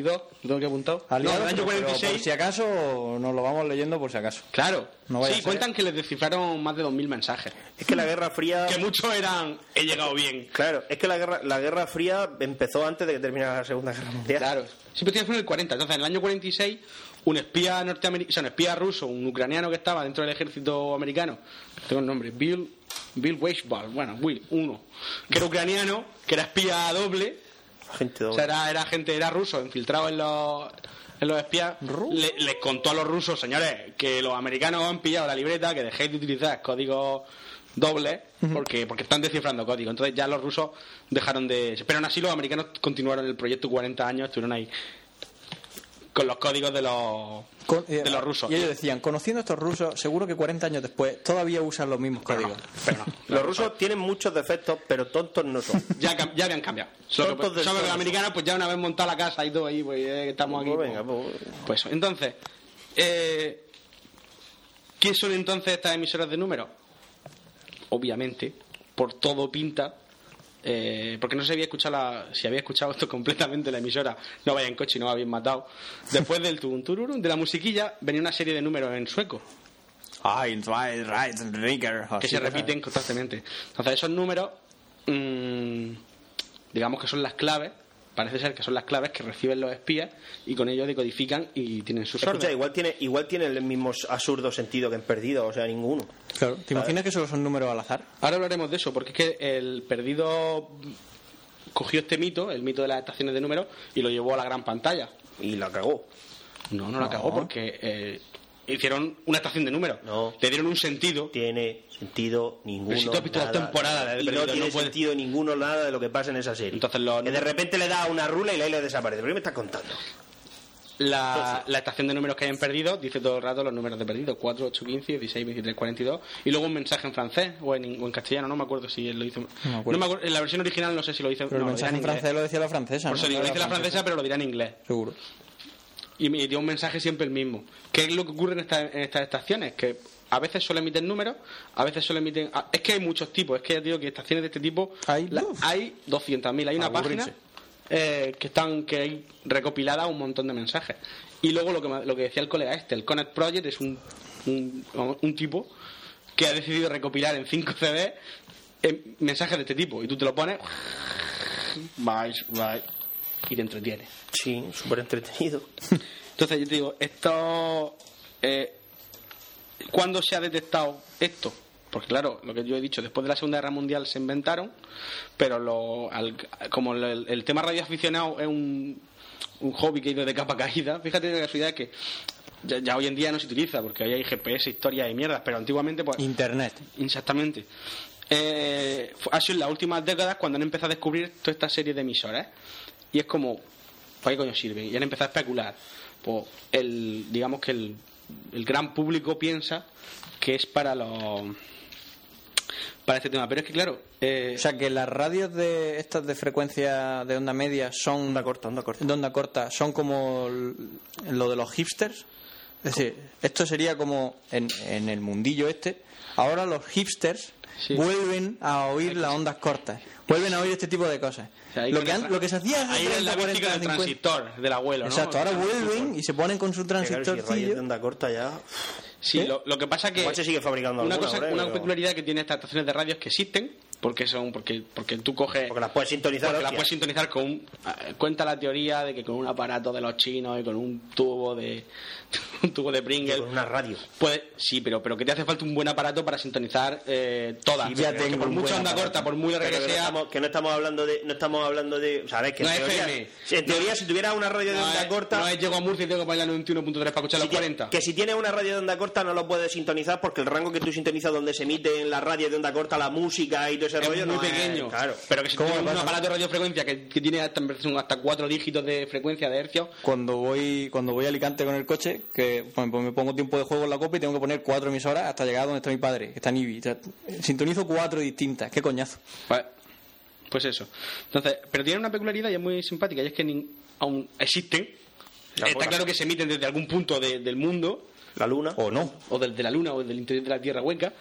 Speaker 8: lo tengo que apuntado. no, en el año
Speaker 7: pero por
Speaker 8: 46.
Speaker 7: si acaso nos lo vamos leyendo por si acaso.
Speaker 8: Claro.
Speaker 7: No vaya a
Speaker 8: sí,
Speaker 7: ser.
Speaker 8: cuentan que les descifraron más de 2.000 mensajes.
Speaker 4: Es que la Guerra Fría...
Speaker 8: Que muchos eran, he llegado bien.
Speaker 4: Claro, es que la guerra, la guerra Fría empezó antes de que terminara la Segunda Guerra Mundial.
Speaker 8: Claro. Siempre tienes en el 40. Entonces, en el año 46, un espía norteamericano, o sea, un espía ruso, un ucraniano que estaba dentro del ejército americano, tengo el nombre, Bill, Bill Weisbach, bueno, Will, uno, que era ucraniano, que era espía doble,
Speaker 4: Gente
Speaker 8: o sea, era, era gente, era ruso, infiltrado en los, en los espías. Le- les contó a los rusos, señores, que los americanos han pillado la libreta, que dejéis de utilizar códigos dobles, porque, porque están descifrando códigos. Entonces ya los rusos dejaron de... Pero aún así los americanos continuaron el proyecto 40 años, estuvieron ahí con los códigos de los...
Speaker 7: Con- eh,
Speaker 8: De los rusos.
Speaker 7: Y ellos decían, conociendo a estos rusos, seguro que 40 años después todavía usan los mismos códigos.
Speaker 4: Los rusos tienen muchos defectos, pero tontos no son.
Speaker 8: Ya, cam- ya habían cambiado. Solo que,
Speaker 4: Tontos
Speaker 8: pues,
Speaker 4: del
Speaker 8: solo que los
Speaker 4: todo.
Speaker 8: americanos, pues ya una vez montada la casa y todo ahí, pues eh, que estamos aquí.
Speaker 4: Pues
Speaker 8: pues-
Speaker 4: venga, pues-
Speaker 8: Pues eso. Entonces, eh, ¿qué son entonces estas emisoras de números? Obviamente, por todo pinta, eh, porque no se había escuchado la- si había escuchado esto completamente la emisora, no vaya en coche y no habéis matado. Después del tuntururun, de la musiquilla, venía una serie de números en sueco
Speaker 7: Ay, right,
Speaker 8: que se repiten constantemente. Entonces, esos números, mm, digamos que son las claves, parece ser que son las claves que reciben los espías y con ellos decodifican y tienen sus
Speaker 4: Escucha,
Speaker 8: órdenes.
Speaker 4: igual tiene, igual tiene el mismo absurdo sentido que en Perdido, o sea, ninguno.
Speaker 7: Claro. ¿Te imaginas que solo son números al azar?
Speaker 8: Ahora hablaremos de eso, porque es que el perdido cogió este mito, el mito de las estaciones de números, y lo llevó a la gran pantalla.
Speaker 4: Y la cagó.
Speaker 8: No, no, la cagó porque eh, hicieron una estación de números. Le dieron un sentido.
Speaker 4: Tiene sentido ninguno.
Speaker 8: Pero si tú has visto
Speaker 4: nada.
Speaker 8: dos temporadas de
Speaker 4: Y
Speaker 8: Perdido,
Speaker 4: no tiene
Speaker 8: no puede-
Speaker 4: sentido ninguno nada de lo que pasa en esa serie. Entonces Que de repente le da una rula y la isla desaparece. ¿Pero qué me estás contando?
Speaker 8: la, la estación de números que hayan perdido dice todo el rato los números de perdido 4, 8, 15, 16, 23, 42 y luego un mensaje en francés o en, o en castellano no me acuerdo si él lo hizo
Speaker 7: me acuerdo.
Speaker 8: no acuerdo- en la versión original no sé si lo hizo
Speaker 7: Pero
Speaker 8: no,
Speaker 7: el
Speaker 8: lo dirá
Speaker 7: mensaje en
Speaker 8: inglés.
Speaker 7: francés lo decía la francesa.
Speaker 8: por
Speaker 7: ¿no?
Speaker 8: eso digo,
Speaker 7: No
Speaker 8: lo
Speaker 7: era
Speaker 8: dice la francesa pero lo dirá en inglés
Speaker 7: Seguro.
Speaker 8: y me dio un mensaje siempre el mismo ¿qué es lo que ocurre en, esta- en estas estaciones? que a veces solo emiten números a veces solo emiten ah, es que hay muchos tipos es que ya te digo que estaciones de este tipo
Speaker 7: Hay
Speaker 8: la-
Speaker 7: dos.
Speaker 8: hay 200.000 hay una
Speaker 7: Aburrirse.
Speaker 8: página eh, que están que hay recopiladas un montón de mensajes y luego lo que me- lo que decía el colega este el Connect Project es un un, un tipo que ha decidido recopilar en 5 CD eh, mensajes de este tipo y tú te lo pones, bye, bye, y te entretiene.
Speaker 4: Sí, súper entretenido.
Speaker 8: Entonces yo te digo, esto... Eh, ¿Cuándo se ha detectado esto? Porque claro, lo que yo he dicho, después de la Segunda Guerra Mundial se inventaron, pero lo, al- como el, el tema radioaficionado es un, un hobby que ha ido de capa caída, fíjate la casualidad que ya, ya hoy en día no se utiliza, porque hoy hay GPS, historias y mierdas, pero antiguamente pues...
Speaker 7: Internet.
Speaker 8: Exactamente. Eh, fu- ha sido en las últimas décadas cuando han empezado a descubrir toda esta serie de emisoras. Y es como, ¿para qué coño sirven? Y han empezado a especular. Pues el, digamos que el, el gran público piensa que es para los para este tema. Pero es que claro, eh,
Speaker 7: O sea, que las radios de estas de frecuencia de onda media son... Onda corta, onda corta. De onda corta, son como l- lo de los hipsters. Es decir, esto sería como en, en el mundillo este. Ahora los hipsters
Speaker 8: Sí.
Speaker 7: vuelven a oír las ondas cortas. Vuelven a oír este tipo de cosas.
Speaker 8: o sea, ahí
Speaker 7: lo,
Speaker 8: con
Speaker 7: que
Speaker 8: el
Speaker 7: an-
Speaker 8: tra-
Speaker 7: lo que se hacía hace
Speaker 8: ahí era
Speaker 7: 30,
Speaker 8: la
Speaker 7: 40,
Speaker 8: música del
Speaker 7: 50.
Speaker 8: transistor del abuelo, ¿no?
Speaker 7: Exacto, ahora vuelven y se ponen con su transistorcillo.
Speaker 4: onda corta ya.
Speaker 8: Sí, lo, lo que pasa que
Speaker 4: Guache sigue fabricando
Speaker 8: una
Speaker 4: alguna,
Speaker 8: cosa,
Speaker 4: hombre,
Speaker 8: una
Speaker 4: pero-
Speaker 8: peculiaridad que tiene estas estaciones de radio es que existen porque son porque porque tú coges
Speaker 4: Porque las puedes sintonizar,
Speaker 8: porque las
Speaker 4: hostia.
Speaker 8: puedes sintonizar con un- eh, cuenta la teoría de que con un aparato de los chinos y con un tubo de un tubo de Pringle
Speaker 4: Con una radio.
Speaker 8: pues sí pero pero que te hace falta un buen aparato para sintonizar eh, todas
Speaker 4: Sí,
Speaker 8: ya
Speaker 4: pero que
Speaker 8: por mucha onda corta por muy larga
Speaker 4: Pero
Speaker 8: que
Speaker 4: no
Speaker 8: sea
Speaker 4: estamos- que no estamos hablando de no estamos hablando de sabes que en
Speaker 8: No es
Speaker 4: teoría,
Speaker 8: FM.
Speaker 4: si- en teoría si tuviera una radio de
Speaker 8: no
Speaker 4: onda
Speaker 8: es-
Speaker 4: corta
Speaker 8: no es llego a Murcia y tengo que bailar 91.3 para escuchar
Speaker 4: si
Speaker 8: los
Speaker 4: tie-
Speaker 8: 40
Speaker 4: que si tienes una radio de onda corta no lo puedes sintonizar porque el rango que tú sintonizas donde se emite en la radio de onda corta la música y todo ese
Speaker 8: es
Speaker 4: rollo
Speaker 8: muy
Speaker 4: no
Speaker 8: pequeño.
Speaker 4: claro
Speaker 8: Pero que si
Speaker 4: ¿Cómo
Speaker 8: tiene un
Speaker 4: pasa?
Speaker 8: aparato de radiofrecuencia que, que tiene hasta, hasta cuatro dígitos de frecuencia de hercios,
Speaker 7: cuando voy cuando voy a Alicante con el coche, que pues, pues, me pongo tiempo de juego en la copa y tengo que poner cuatro emisoras hasta llegar a donde está mi padre, que está en Ibi. O sea, sintonizo cuatro distintas, qué coñazo.
Speaker 8: pues, pues eso. Entonces, pero tiene una peculiaridad y es muy simpática, y es que nin- aún existen. Está claro que se emiten desde algún punto de- del mundo,
Speaker 4: la luna
Speaker 7: O no.
Speaker 8: o del de la luna, o del interior de la Tierra hueca.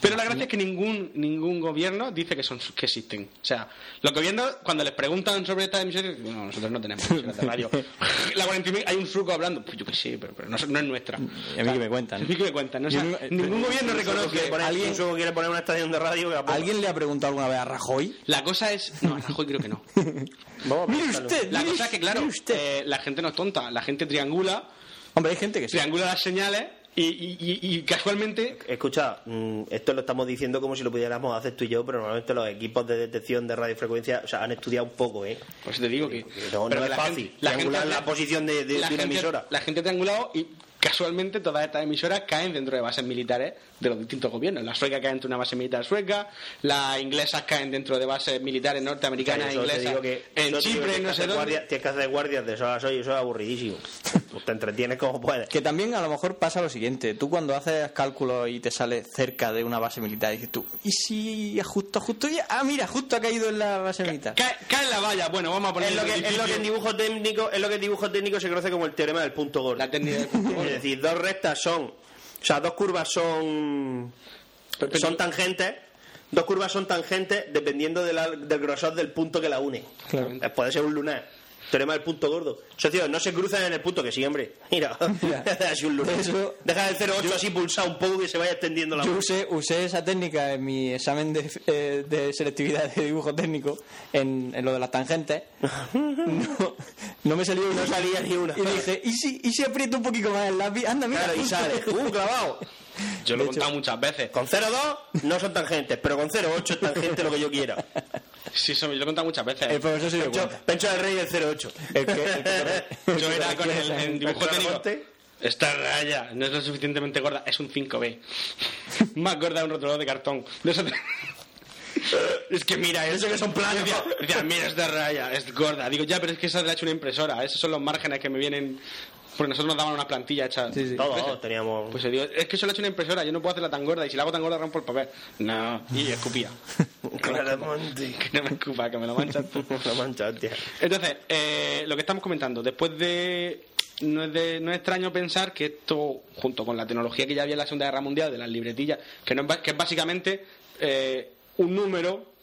Speaker 8: Pero la gracia es que ningún ningún gobierno dice que son que existen. O sea, los gobiernos cuando les preguntan sobre estas emisiones, dicen, no, nosotros no tenemos emisoras de radio. la 41.000, hay un surco hablando, pues yo qué sé, pero, pero no, no es nuestra.
Speaker 7: Y a mí que me cuentan.
Speaker 8: A mí que me cuentan, o
Speaker 7: Yo
Speaker 8: sea,
Speaker 7: no- eh,
Speaker 8: ningún gobierno reconoce.
Speaker 4: quiere poner,
Speaker 7: alguien-
Speaker 4: Suso quiere poner una estación de radio que la ponga.
Speaker 7: ¿Alguien le ha preguntado alguna vez a Rajoy?
Speaker 8: La cosa es, no, a Rajoy creo que no.
Speaker 4: Vamos a
Speaker 7: Mire
Speaker 4: preguntarle.
Speaker 7: usted,
Speaker 8: La
Speaker 7: mire
Speaker 8: cosa es que claro,
Speaker 7: mire usted.
Speaker 8: eh, la gente no es tonta, la gente triangula,
Speaker 7: Hombre, hay gente que sí.
Speaker 8: triangula las señales y, y- y- y casualmente
Speaker 4: Escucha, mm, esto lo estamos diciendo como si lo pudiéramos hacer tú y yo, pero normalmente los equipos de detección de radiofrecuencia o sea, han estudiado un poco, ¿eh?
Speaker 8: Pues te digo que.
Speaker 4: No, no es fácil triangular
Speaker 8: hace-
Speaker 4: la posición de- de- de una
Speaker 8: gente-
Speaker 4: emisora.
Speaker 8: La gente ha triangulado y casualmente todas estas emisoras caen dentro de bases militares de los distintos gobiernos. La sueca cae dentro de una base militar sueca, las inglesas caen dentro de bases militares norteamericanas,
Speaker 4: Eso te
Speaker 8: inglesas,
Speaker 4: digo que-
Speaker 8: en
Speaker 4: no te digo
Speaker 8: Chipre,
Speaker 4: que
Speaker 8: no sé
Speaker 4: hacer
Speaker 8: dónde.
Speaker 4: guardia- Tienes que hacer guardias de sol a sol y eso es aburridísimo. Pues te entretienes como puedes.
Speaker 7: Que también a lo mejor pasa lo siguiente, tú cuando haces cálculos y te sale cerca de una base militar, dices tú, ¿y si justo, justo, ya- ah, mira, justo ha caído en la base militar?
Speaker 8: Cae, cae en la valla, bueno, vamos a poner
Speaker 4: Es lo, que,
Speaker 8: el
Speaker 4: es lo que en
Speaker 8: edificio,
Speaker 4: dibujo técnico es lo que en dibujo técnico se conoce como el teorema del punto gordo.
Speaker 8: la técnica del punto
Speaker 4: Es
Speaker 8: gordo.
Speaker 4: decir, dos rectas son, o sea, dos curvas son
Speaker 8: Pero- pero-
Speaker 4: son tangentes, dos curvas son tangentes dependiendo de la- del grosor del punto que la une.
Speaker 7: Claro.
Speaker 4: Eh, Puede ser un lunar. Teorema del punto gordo. Socio, no se cruzan en el punto que sí, hombre. Mira,
Speaker 7: Mira.
Speaker 4: es un lunar.
Speaker 7: Eso-
Speaker 4: Deja el 08 así pulsado un poco que se vaya extendiendo la
Speaker 7: Yo usé, usé esa técnica en mi examen de, eh, de selectividad de dibujo técnico, en, en lo de las tangentes. No, no me salió una.
Speaker 4: No salía ni una.
Speaker 7: Y dije, ¿y si, ¿y si aprieto un poquito más el lápiz? Anda, mira.
Speaker 4: Claro, y
Speaker 7: justo
Speaker 4: sale.
Speaker 7: dejo.
Speaker 4: ¡Uh, clavado!
Speaker 8: Yo lo he
Speaker 7: de hecho-
Speaker 8: contado muchas veces.
Speaker 4: Con 0,2 no son tangentes, pero con 0,8 es tangente lo que yo quiera.
Speaker 8: Sí, eso yo lo he contado muchas veces.
Speaker 7: El profesor se dio
Speaker 4: Pencho,
Speaker 7: cuenta.
Speaker 4: Pencho del Rey del 0,8.
Speaker 7: El que- el que corre- el
Speaker 8: Yo
Speaker 7: que
Speaker 8: era
Speaker 7: corre-
Speaker 8: con el en dibujo
Speaker 4: Doctor
Speaker 8: técnico.
Speaker 4: Monte.
Speaker 8: Esta raya no es lo suficientemente gorda, es un 5B. Más gorda de un rotulador de cartón. De eso te- Es que mira, eso que son planos. Decía, decía, mira esta raya, es gorda. Digo, ya, pero es que esa la ha hecho una impresora. Esos son los márgenes que me vienen. Porque nosotros nos daban una plantilla hecha.
Speaker 7: Sí, sí.
Speaker 4: Todos teníamos.
Speaker 8: Pues yo digo, es que eso lo ha hecho una impresora, yo no puedo hacerla tan gorda. Y si la hago tan gorda, rompo el papel. No, y escupía.
Speaker 4: Claramonte.
Speaker 8: Que no me escupa, que me lo manchas tú.
Speaker 4: La mancha, hostia.
Speaker 8: Entonces, eh, lo que estamos comentando, después de no, es de. no es extraño pensar que esto, junto con la tecnología que ya había en la Segunda Guerra Mundial, de las libretillas, que, no es, ba- que es básicamente eh, un número.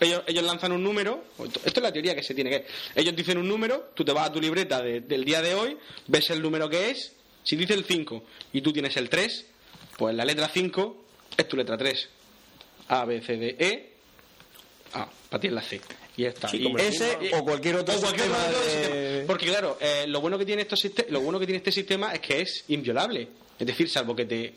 Speaker 8: Ellos, ellos lanzan un número, esto esto es la teoría que se tiene que. Ellos dicen un número, tú te vas a tu libreta de- del día de hoy, ves el número que es, si dice el 5 y tú tienes el 3, pues la letra 5 es tu letra 3. A, B, C, D, E. Ah, para ti es la C. Y ya está.
Speaker 7: Sí,
Speaker 8: y
Speaker 7: como ese o cualquier otro
Speaker 8: o cualquier
Speaker 7: sistema
Speaker 8: otro
Speaker 7: de-
Speaker 8: sistema. Porque claro, eh, lo bueno que tiene estos siste- lo bueno que tiene este sistema es que es inviolable. Es decir, salvo que te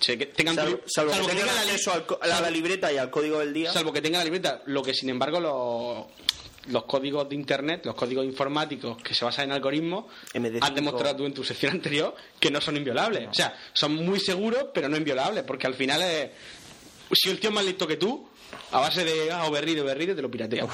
Speaker 8: se- que tengan tu-
Speaker 4: Salvo, salvo que tengan
Speaker 8: tengan la ley-
Speaker 4: acceso al co- a la,
Speaker 8: salvo-
Speaker 4: la libreta y al código del día.
Speaker 8: Salvo que tenga la libreta, lo que sin embargo los, los códigos de internet, los códigos informáticos que se basan en algoritmos, has demostrado tú en tu sección anterior que no son inviolables. O sea, son muy seguros, pero no inviolables, porque al final es. Si el tío es más listo que tú, a base de ah, override, override, te lo piratea.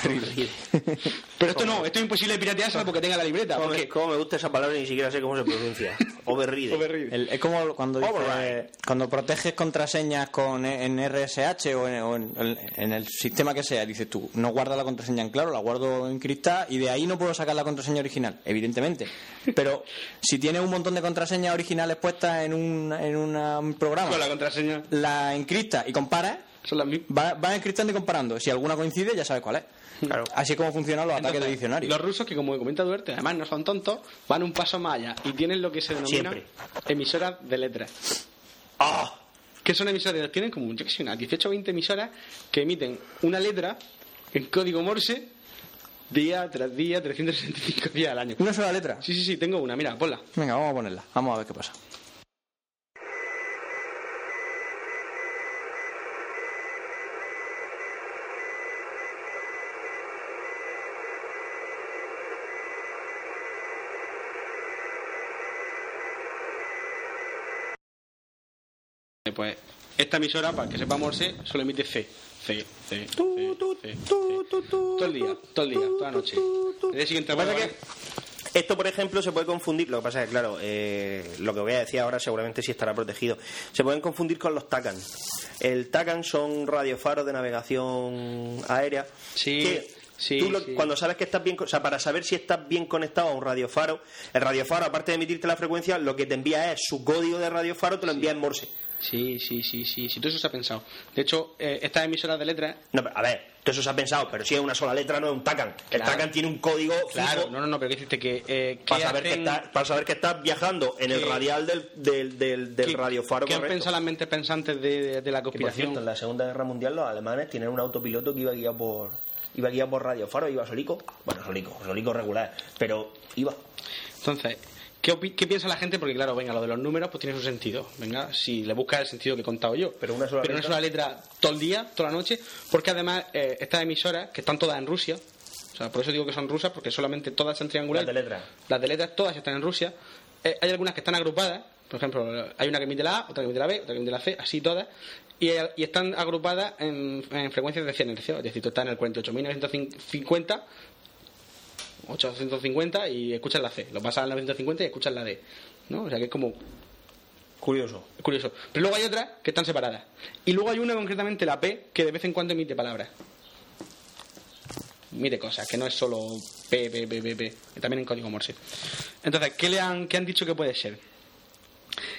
Speaker 8: pero esto no, esto es imposible de pirateárselo porque tenga la libreta.
Speaker 4: Como me,
Speaker 8: Porque
Speaker 4: cómo me gusta esa palabra y ni siquiera sé cómo se pronuncia. Override.
Speaker 7: El- es como cuando dices- cuando proteges contraseñas con eh, en RSH o, en, o en- en el sistema que sea, dices tú, no guarda la contraseña en claro, la guardo en cristal y de ahí no puedo sacar la contraseña original, evidentemente. Pero si tienes un montón de contraseñas originales puestas en un, en una- un programa,
Speaker 8: con la contraseña.
Speaker 7: la encripta y compara va, va encriptando y comparando. Si alguna coincide, ya sabes cuál es. Así es como funcionan los ataques de
Speaker 8: Entonces,
Speaker 7: diccionario.
Speaker 8: Los rusos, que como comenta Duarte, además no son tontos, van un paso más allá y tienen lo que se denomina
Speaker 7: Siempre.
Speaker 8: emisoras de letras. ¡Ah! ¿Qué son emisoras de letras? Tienen como, yo qué sé, unas 18 o 20 emisoras que emiten una letra en código Morse día tras día, 365 días al año.
Speaker 7: ¿Una sola letra?
Speaker 8: Sí, sí, sí, tengo una, mira, ponla.
Speaker 7: Venga, vamos a ponerla, vamos a ver qué pasa.
Speaker 8: Eh, Pues esta emisora, para que sepa Morse, solo emite C. C, C, C, C, C. Todo el día, todo el día, toda la noche. El día siguiente,
Speaker 4: Lo que pasa es que esto, por ejemplo, se puede confundir. Lo que pasa es que, claro, eh, lo que voy a decir ahora seguramente sí estará protegido. Se pueden confundir con los TACAN. El TACAN son radiofaros de navegación aérea.
Speaker 8: Sí,
Speaker 4: que
Speaker 8: sí,
Speaker 4: tú lo-
Speaker 8: sí.
Speaker 4: Cuando sabes que estás bien, co- o sea, para saber si estás bien conectado a un radiofaro, el radiofaro, aparte de emitirte la frecuencia, lo que te envía es su código de radiofaro, te lo envía en Morse.
Speaker 8: Sí, sí, sí, sí, sí, todo eso se ha pensado. De hecho, eh, estas emisoras de letras.
Speaker 4: No, pero, a ver, todo eso se ha pensado, pero si es una sola letra, no es un TACAN.
Speaker 8: Claro.
Speaker 4: El TACAN tiene un código
Speaker 8: Claro,
Speaker 4: fijo
Speaker 8: no, no, no, pero que dijiste que. eh, que
Speaker 4: para saber, que
Speaker 8: hacen-
Speaker 4: estás, para saber que estás viajando en el
Speaker 8: que-
Speaker 4: radial del, del, del, del
Speaker 8: que-
Speaker 4: radiofaro
Speaker 8: que han
Speaker 4: correcto.
Speaker 8: pensado las mentes pensantes de, de- de la
Speaker 4: Que, por cierto, en
Speaker 8: conspiración?
Speaker 4: la Segunda Guerra Mundial los alemanes tienen un autopiloto que iba guiado por iba guiado por radiofaro, iba solico, bueno, solico, solico regular, pero iba.
Speaker 8: Entonces, ¿qué, opi- qué piensa la gente? Porque, claro, venga, lo de los números pues tiene su sentido. Venga, si le buscas el sentido que he contado yo. Pero una
Speaker 4: sola
Speaker 8: una
Speaker 4: letra.
Speaker 8: sola letra todo el día, toda la noche. Porque además, eh, estas emisoras, que están todas en Rusia, o sea, por eso digo que son rusas, porque solamente todas son triangulares.
Speaker 4: Las de letras.
Speaker 8: Las de letras todas están en Rusia. Eh, hay algunas que están agrupadas. Por ejemplo, hay una que emite la A, otra que emite la B, otra que emite la C, así todas. Y, eh, y están agrupadas en, en frecuencias de 100 Hz. Es decir, tú estás en el 48.950, 850 y escuchas la C. Lo pasas al 950 y escuchas la D. ¿no? O sea que es como
Speaker 4: Curioso.
Speaker 8: curioso. Pero luego hay otras que están separadas. Y luego hay una, concretamente la P, que de vez en cuando emite palabras. Mire cosas, que no es solo P, P, P, P, P, que también en código Morse. Entonces, ¿qué, le han, ¿qué han dicho que puede ser?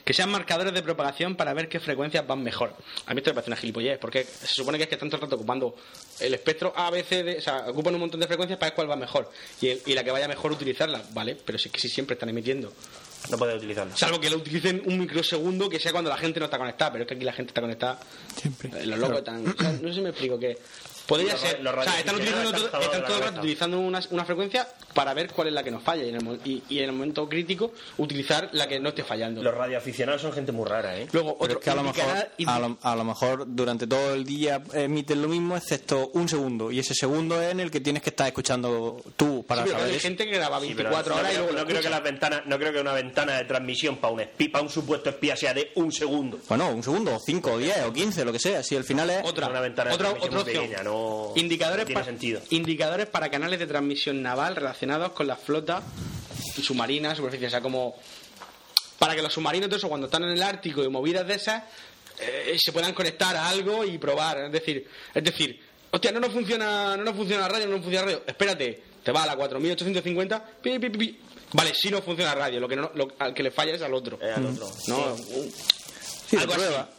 Speaker 8: Que sean marcadores de propagación para ver qué frecuencias van mejor. A mí esto me parece una gilipollez, porque se supone que es que están todo el rato ocupando el espectro A, B, C, D, o sea, ocupan un montón de frecuencias para ver cuál va mejor. Y, el- y la que vaya mejor utilizarla, ¿vale? Pero si es que si siempre están emitiendo.
Speaker 4: No puede utilizarlo.
Speaker 8: Salvo que lo utilicen un microsegundo, que sea cuando la gente no está conectada, pero es que aquí la gente está conectada. Siempre. Los locos están. o sea, no sé si me explico que. Podría
Speaker 4: Los ra-
Speaker 8: ser.
Speaker 4: los
Speaker 8: o sea, están,
Speaker 4: radioaficionados
Speaker 8: utilizando
Speaker 4: están
Speaker 8: todo,
Speaker 4: jalados
Speaker 8: están
Speaker 4: de la
Speaker 8: todo el rato
Speaker 4: cabeza.
Speaker 8: utilizando una, una frecuencia para ver cuál es la que nos falla. Y en, el, mo- y, y en el momento crítico, utilizar la que no esté fallando.
Speaker 4: Los radioaficionados son gente muy rara, ¿eh?
Speaker 8: Luego,
Speaker 7: Pero
Speaker 8: otro.
Speaker 7: es que a lo, mejor,
Speaker 8: indicará-
Speaker 7: a, lo, a lo mejor durante todo el día eh, emiten lo mismo, excepto un segundo. Y ese segundo es en el que tienes que estar escuchando tú para
Speaker 8: Sí, pero
Speaker 7: saber.
Speaker 8: hay
Speaker 7: eso.
Speaker 8: gente que graba
Speaker 4: Sí, pero
Speaker 8: 24
Speaker 4: no
Speaker 8: horas y
Speaker 4: creo-
Speaker 8: luego lo
Speaker 4: no creo que
Speaker 8: escucha.
Speaker 4: las ventanas, no creo que una ventana de transmisión para un espía, para un supuesto espía sea de un segundo.
Speaker 7: Bueno, un segundo, o cinco, o diez, o quince, lo que sea. Si al final es.
Speaker 8: Otra,
Speaker 4: Una ventana de
Speaker 8: otra,
Speaker 4: transmisión
Speaker 8: otra
Speaker 4: muy
Speaker 8: opción.
Speaker 4: pequeña, no-
Speaker 8: indicadores,
Speaker 4: no tiene
Speaker 8: para,
Speaker 4: sentido.
Speaker 8: indicadores para canales de transmisión naval relacionados con las flotas submarinas, superficie. O sea, como para que los submarinos, todo eso, cuando están en el Ártico y movidas de esas, eh, se puedan conectar a algo y probar. Es decir, es decir, hostia, no nos funciona, no nos funciona la radio, no nos funciona la radio. Espérate, te va a la 4850, pi, pi, pi, pi. Vale, sí no funciona la radio, lo
Speaker 4: Mm.
Speaker 8: que no, lo- al que le falla es al otro.
Speaker 4: Eh, al otro.
Speaker 8: No,
Speaker 4: Eh, Sí.
Speaker 8: un-
Speaker 7: Sí,
Speaker 8: algo
Speaker 7: se
Speaker 8: así.
Speaker 7: prueba.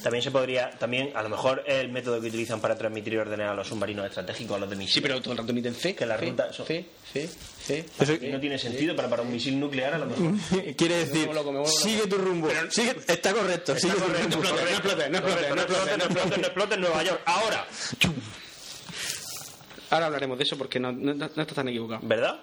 Speaker 4: También se podría, también a lo mejor es el método que utilizan para transmitir y ordenar a los submarinos estratégicos, a los de misil.
Speaker 8: Sí, pero todo el rato emiten C.
Speaker 4: Que la
Speaker 8: C,
Speaker 4: ruta. son-
Speaker 8: C, C, C.
Speaker 4: no tiene sentido para, para un misil nuclear a lo mejor.
Speaker 7: Quiere decir,
Speaker 8: loco, me vuelvo loco.
Speaker 7: sigue tu rumbo. Sigue- está correcto, sigue tu rumbo.
Speaker 8: No explote, no explote, no explote, no explote.
Speaker 4: No explote en Nueva York, ahora.
Speaker 8: Ahora hablaremos de eso porque no, no, no estás tan equivocado.
Speaker 4: ¿Verdad?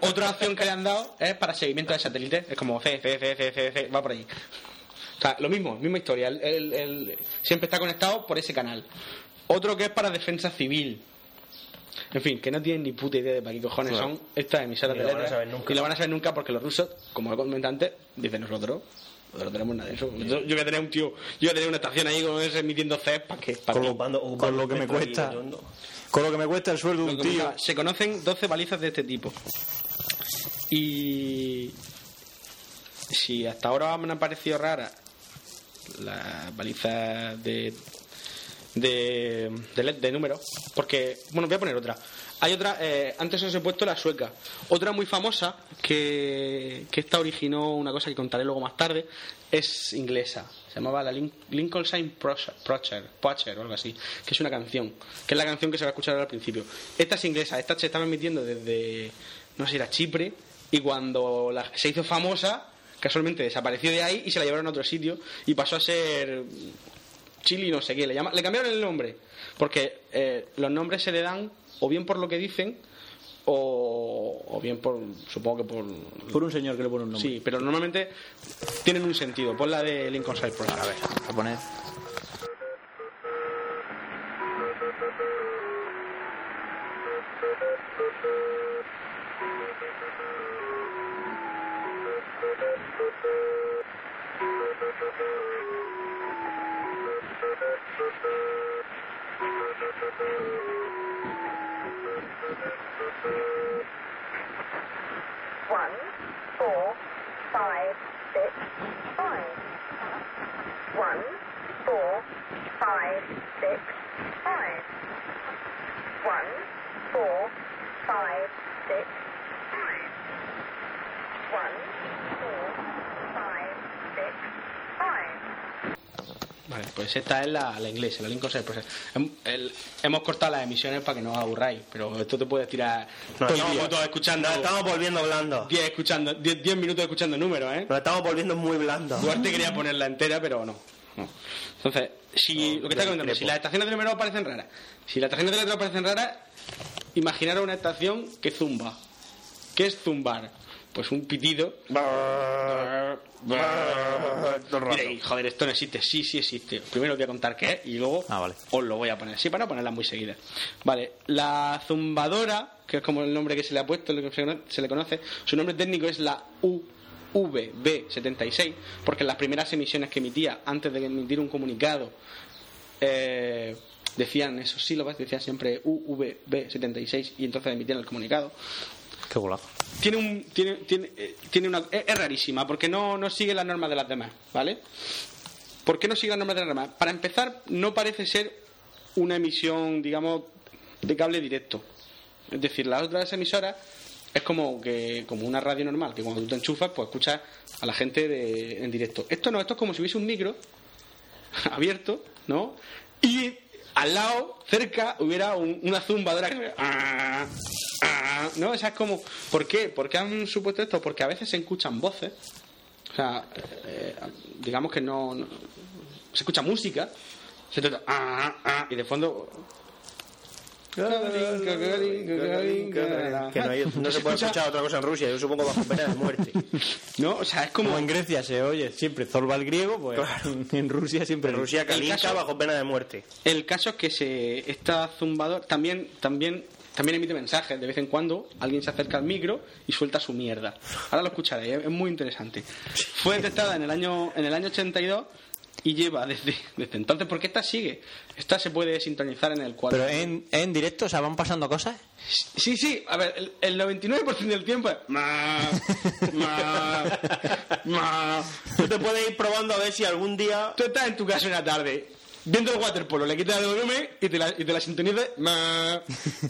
Speaker 8: Otra opción que le han dado es para seguimiento de satélites. Es como C, C, C, C, C, C, va por allí. O sea, lo mismo, misma historia. El- el- el- siempre está conectado por ese canal. Otro que es para defensa civil. En fin, que no tienen ni puta idea de para qué cojones
Speaker 4: Claro.
Speaker 8: son estas emisoras
Speaker 4: Ni
Speaker 8: de
Speaker 4: lo van a
Speaker 8: letras.
Speaker 4: saber nunca.
Speaker 8: Y lo van a saber nunca porque los rusos, como he comentado antes, dicen nosotros. nosotros No tenemos nada de eso. Yo yo voy a tener un tío, yo voy a tener una estación ahí con ese emitiendo C para que. para qué?
Speaker 4: Ocupando,
Speaker 7: Con lo que me cuesta. Con lo que me cuesta el sueldo de un
Speaker 8: Lo que
Speaker 7: tío.
Speaker 8: comentaba, Se conocen 12 balizas de este tipo. Y. Si hasta ahora me han parecido raras las balizas de. De, de, LED de números porque bueno voy a poner otra hay otra eh, antes os he puesto la sueca otra muy famosa que, que esta originó una cosa que contaré luego más tarde es inglesa se llamaba la Lin- Lincoln Sign Proche- Procher Pocher o algo así que es una canción que es la canción que se va a escuchar ahora al principio esta es inglesa esta se estaba emitiendo desde no sé si era Chipre y cuando la- se hizo famosa casualmente desapareció de ahí y se la llevaron a otro sitio y pasó a ser Chili no sé qué le llama le cambiaron el nombre porque eh, los nombres se le dan o bien por lo que dicen o, o bien por supongo que por
Speaker 7: Por un señor que le pone un nombre.
Speaker 8: sí pero normalmente tienen un sentido pon la de Lincoln Side Project a ver
Speaker 7: Voy a poner.
Speaker 12: One, four, five, six, five. One, four, five, six, five. One, four, five, six, five. One, four, five, six, five.
Speaker 8: Vale, pues esta es la, la inglesa, la Lincoln Side Project. Hem- el- hemos cortado las emisiones para que no os aburráis, pero esto te puedes tirar
Speaker 4: Nos
Speaker 8: todo el
Speaker 4: estamos,
Speaker 8: día.
Speaker 4: vol- nos ¿eh? estamos volviendo blandos.
Speaker 8: 10 escuchando, 10 10 minutos escuchando números, ¿eh?
Speaker 4: Nos estamos volviendo muy blandos.
Speaker 8: Duarte quería ponerla entera, pero no. No. Entonces, si lo que está comentando, si las estaciones de números parecen raras, si las estaciones de letras parecen raras, imaginaros una estación que zumba. ¿Qué es zumbar? Pues un pitido. Diréis, joder, esto no existe. Sí, sí existe. Primero os voy a contar qué es y luego os lo voy a poner. Sí, para no ponerlas muy seguidas. Vale, la zumbadora, que es como el nombre que se le ha puesto, lo que se cono- se le conoce, su nombre técnico es la UVB76, porque en las primeras emisiones que emitía antes de emitir un comunicado eh, decían esos sílabas, decían siempre UVB76 y entonces emitían el comunicado.
Speaker 7: Qué golazo.
Speaker 8: Tiene un. Tiene, tiene, eh, tiene una, es, es rarísima porque no, no sigue las normas de las demás, ¿vale? ¿Por qué no sigue las normas de las demás? Para empezar, no parece ser una emisión, digamos, de cable directo. Es decir, las otras emisoras es como que como una radio normal, que cuando tú te enchufas, pues escuchas a la gente de- en directo. Esto no, esto es como si hubiese un micro abierto, ¿no? Y al lado, cerca, hubiera un- una zumbadora que... Ah, ah, ¿No? Esa es como... ¿Por qué? ¿Por qué han supuesto esto? Porque a veces se escuchan voces. O sea, eh, digamos que no, no- Se escucha música. Se trata... ah, ah, y de fondo... Que
Speaker 4: Que no, hay- no se puede escuchar otra cosa en Rusia, yo supongo bajo pena de muerte.
Speaker 8: No, o sea, es como...
Speaker 7: Como en Grecia se oye siempre Zorba el griego, pues en Rusia siempre.
Speaker 4: En Rusia Kalinka
Speaker 8: caso-
Speaker 4: bajo pena de muerte.
Speaker 8: El caso es que se está zumbador también también también emite mensajes de vez en cuando alguien se acerca al micro y suelta su mierda. Ahora lo escucharéis, es es muy interesante. Fue detectada en el año en el año 82 y lleva desde, desde entonces porque esta sigue. Esta se puede sintonizar en el 4.
Speaker 7: Pero en, en directo, o sea, van pasando cosas.
Speaker 8: Sí, sí, a ver, el, el 99% del tiempo es ma, ma, ma.
Speaker 4: Tú te puedes ir probando a ver si algún día
Speaker 8: Tú estás en tu casa una tarde viendo el waterpolo, le quitas el volumen y te la, y te la sintonizas. ma.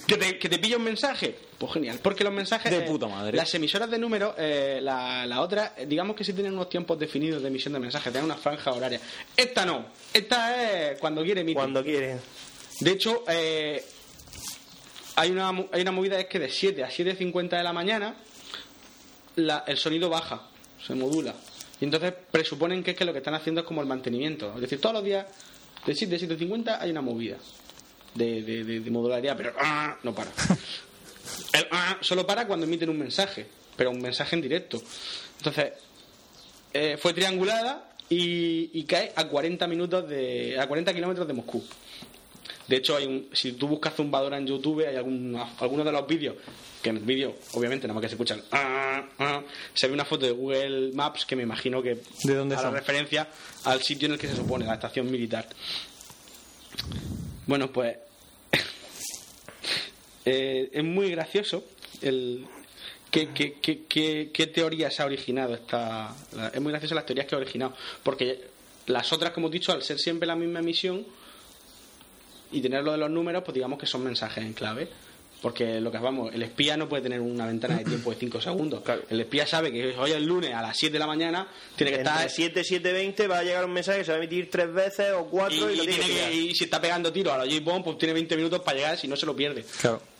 Speaker 8: ¿Que, te, que te pilla un mensaje. Pues genial, porque los mensajes.
Speaker 14: De
Speaker 8: eh,
Speaker 14: puta madre.
Speaker 8: Las emisoras de números, eh, la, la otra, eh, digamos que sí tienen unos tiempos definidos de emisión de mensajes, tienen una franja horaria. Esta no, esta es cuando quiere emitir.
Speaker 4: Cuando quiere.
Speaker 8: De hecho, eh, hay, una, mu- hay una movida es que de 7 a 7.50 de la mañana la- el sonido baja, se modula. Y entonces presuponen que es que lo que están haciendo es como el mantenimiento. Es decir, todos los días de 7 a 7.50 hay una movida de, de, de- de modularidad, pero ah, no para. El ah, solo para cuando emiten un mensaje, pero un mensaje en directo. Entonces, eh, fue triangulada y, y cae a 40 minutos de a 40 kilómetros de Moscú. De hecho, hay un, si tú buscas zumbadora en YouTube, hay algunos algunos de los vídeos, que en el vídeo, obviamente, nada más que se escuchan, "Ah, ah", se ve una foto de Google Maps que me imagino que
Speaker 7: ¿De dónde
Speaker 8: hará
Speaker 7: son?
Speaker 8: referencia al sitio en el que se supone, la estación militar. Bueno, pues eh, es muy gracioso el qué, qué- qué- qué- qué teorías ha originado esta la- es muy gracioso las teorías que ha originado porque las otras como he dicho al ser siempre la misma emisión y tener lo de los números pues digamos que son mensajes en clave porque lo que vamos, el espía no puede tener una ventana de tiempo de 5 segundos. El espía sabe que hoy es lunes a las 7 de la mañana, tiene que estar
Speaker 4: Entre 7 720 va a llegar un mensaje que se va a emitir tres veces o cuatro y,
Speaker 8: y,
Speaker 4: lo
Speaker 8: y tiene que-
Speaker 4: pillar.
Speaker 8: y si está pegando tiros a la J-Bomb, pues tiene 20 minutos para llegar si no se lo pierde.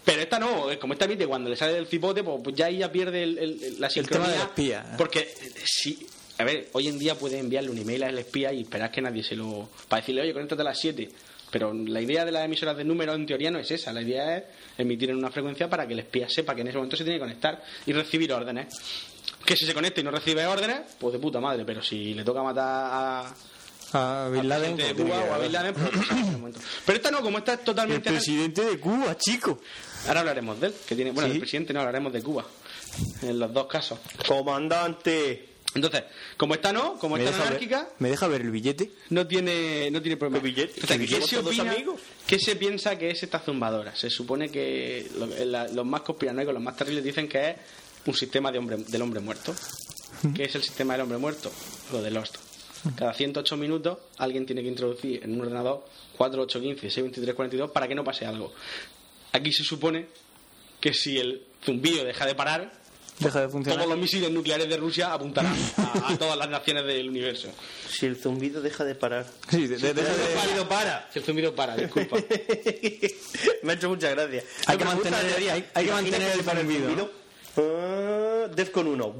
Speaker 8: Pero esta no, eh, como esta emite cuando le sale del cipote, pues pues ya ahí ya pierde el- el- el- la
Speaker 7: El tema
Speaker 8: sincronía.
Speaker 7: del espía. ¿eh?
Speaker 8: Porque eh, sí, a ver, hoy en día puedes enviarle un email al espía y esperar que nadie se lo. para decirle, oye, conéctate a las 7. Pero la idea de las emisoras de números en teoría no es esa. La idea es emitir en una frecuencia para que el espía sepa que en ese momento se tiene que conectar y recibir órdenes. Que si se conecta y no recibe órdenes, pues de puta madre. Pero si le toca matar a,
Speaker 7: A Bin Laden.
Speaker 8: presidente de Cuba o a Bin Laden, pero no sabe en el momento. Pero esta no, como esta es
Speaker 7: El
Speaker 8: totalmente.
Speaker 7: presidente de Cuba, chico.
Speaker 8: Ahora hablaremos de él, que tiene. Bueno,
Speaker 7: Sí.
Speaker 8: del presidente no hablaremos de Cuba. En los dos casos. Comandante. Entonces, como esta no, como
Speaker 7: ¿Me
Speaker 8: esta
Speaker 7: deja, ver,
Speaker 8: anárquica,
Speaker 7: ¿Me deja ver el billete?
Speaker 8: no tiene, no tiene problema. Entonces,
Speaker 7: ¿Que
Speaker 8: ¿qué,
Speaker 7: somos
Speaker 8: se
Speaker 7: todos
Speaker 8: opina-
Speaker 7: amigos?
Speaker 8: qué se piensa que es esta zumbadora? Se supone que lo- eh, la- los más conspiranoicos, los más terribles dicen que es un sistema de hombre, del hombre muerto. ¿Qué es el sistema del hombre muerto? Lo de Lost. Cada 108 minutos alguien tiene que introducir en un ordenador 4, 8, 15, 6, 23, 42 para que no pase algo. Aquí se supone que si el zumbido deja de parar,
Speaker 7: Deja de funcionar.
Speaker 8: todos los misiles nucleares de Rusia apuntarán a, a todas las naciones del universo.
Speaker 4: Si el zumbido deja de parar.
Speaker 7: Sí, de- de- deja
Speaker 8: El
Speaker 7: de-
Speaker 8: zumbido para. El zumbido para, disculpa.
Speaker 4: Me ha hecho muchas gracias.
Speaker 7: Hay que mantener el- hay- hay que mantener el zumbido,
Speaker 4: Ah, Defcon 1.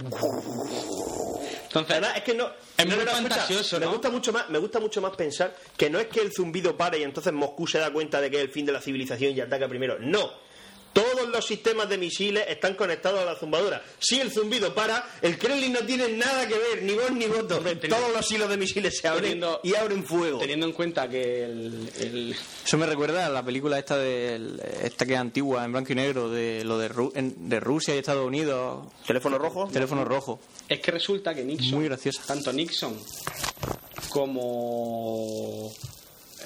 Speaker 8: Entonces,
Speaker 4: Además, es que no.
Speaker 8: es
Speaker 4: no,
Speaker 8: muy
Speaker 4: no, escucha,
Speaker 8: fantasioso,
Speaker 4: me
Speaker 8: ¿no?
Speaker 4: gusta mucho más, me gusta mucho más pensar que no es que el zumbido pare y entonces Moscú se da cuenta de que es el fin de la civilización y ataca primero. No. Todos los sistemas de misiles están conectados a la zumbadora. Si el zumbido para, el Kremlin no tiene nada que ver, ni voz ni voto. Todos los hilos de misiles se abren
Speaker 8: Teniendo-
Speaker 4: y abren fuego.
Speaker 8: Teniendo en cuenta que el- el,
Speaker 7: Eso me recuerda a la película esta de esta que es antigua en blanco y negro de lo de, Ru- en- de Rusia y Estados Unidos.
Speaker 4: Teléfono rojo.
Speaker 7: Teléfono rojo.
Speaker 8: Es que resulta que Nixon.
Speaker 7: Muy graciosa.
Speaker 8: Tanto Nixon como.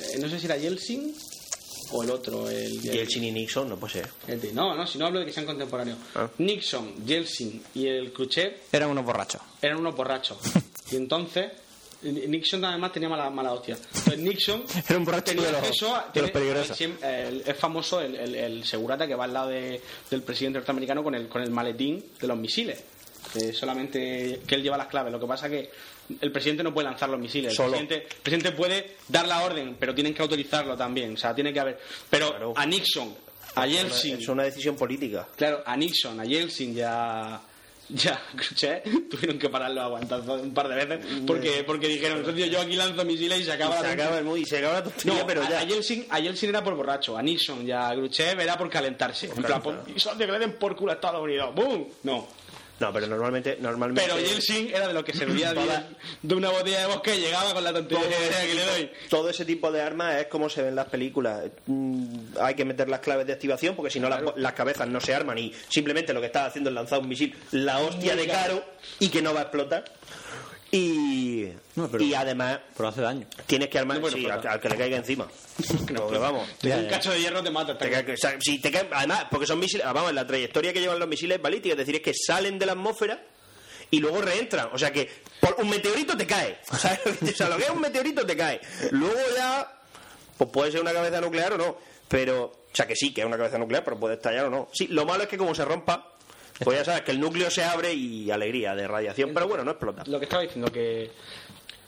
Speaker 8: eh, no sé si era Yeltsin o el otro. El,
Speaker 4: Y el Chin y Nixon, no puede ser.
Speaker 8: el de- no, no, si no hablo de que sean contemporáneos. Nixon, Yeltsin y el Khrushchev
Speaker 7: Eran unos borrachos.
Speaker 8: eran unos borrachos. y entonces. N- Nixon además tenía mala, mala hostia. Entonces Nixon
Speaker 7: Era un borracho
Speaker 8: tenía
Speaker 7: de los-
Speaker 8: acceso a-
Speaker 7: de los
Speaker 8: tiene-
Speaker 7: peligrosos.
Speaker 8: siem- el- es famoso el, el- el segurata que va al lado de- del presidente norteamericano con el, con el maletín de los misiles. Que solamente que él lleva las claves. Lo que pasa que el presidente no puede lanzar los misiles. El,
Speaker 4: Solo.
Speaker 8: Presidente, el presidente puede dar la orden, pero tienen que autorizarlo también. O sea, tiene que haber. Pero a Nixon, a Yeltsin,
Speaker 4: Es una decisión política.
Speaker 8: Claro, a Nixon, a Yeltsin ya ya Khrushchev tuvieron que pararlo aguantando un par de veces porque porque dijeron "Pues, "Tío, yo aquí lanzo misiles y se acaba,
Speaker 4: se
Speaker 8: la
Speaker 4: acaba el mu- y se acaba la
Speaker 8: no,
Speaker 4: tontería, pero
Speaker 8: a-
Speaker 4: ya.
Speaker 8: A Yeltsin, a Yeltsin era por borracho, a Nixon y a Khrushchev era por calentarse. En plan, por, y socio, que le den por culo a Estados Unidos. ¡Bum! No.
Speaker 4: No, pero normalmente, normalmente.
Speaker 8: Pero Yeltsin era de lo que servía
Speaker 4: Toda-
Speaker 8: de, de una botella de bosque y llegaba con la tontería que, sea que le doy.
Speaker 4: todo ese tipo de armas es como se ven las películas. Mm, hay que meter las claves de activación porque si no las, las cabezas no se arman y simplemente lo que estás haciendo es lanzar un misil, la hostia de caro y que no va a explotar. Y, y además
Speaker 14: Pero hace daño.
Speaker 4: tienes que armar
Speaker 8: No, bueno,
Speaker 4: sí,
Speaker 8: pero-
Speaker 4: al, al que le caiga encima. Porque vamos.
Speaker 8: Con un cacho de hierro te mata.
Speaker 4: Te cae- o sea, si te cae- además, porque son misiles, ah, vamos, la trayectoria que llevan los misiles es balística, es decir, es que salen de la atmósfera y luego reentran. O sea que por un meteorito te cae. O sea, o sea, lo que es un meteorito te cae. Luego ya pues puede ser una cabeza nuclear o no. Pero, o sea, que sí, que es una cabeza nuclear, pero puede estallar o no. Sí, lo malo es que como se rompa, pues ya sabes que el núcleo se abre y alegría de radiación, pero bueno, no explota.
Speaker 8: Lo que estaba diciendo que.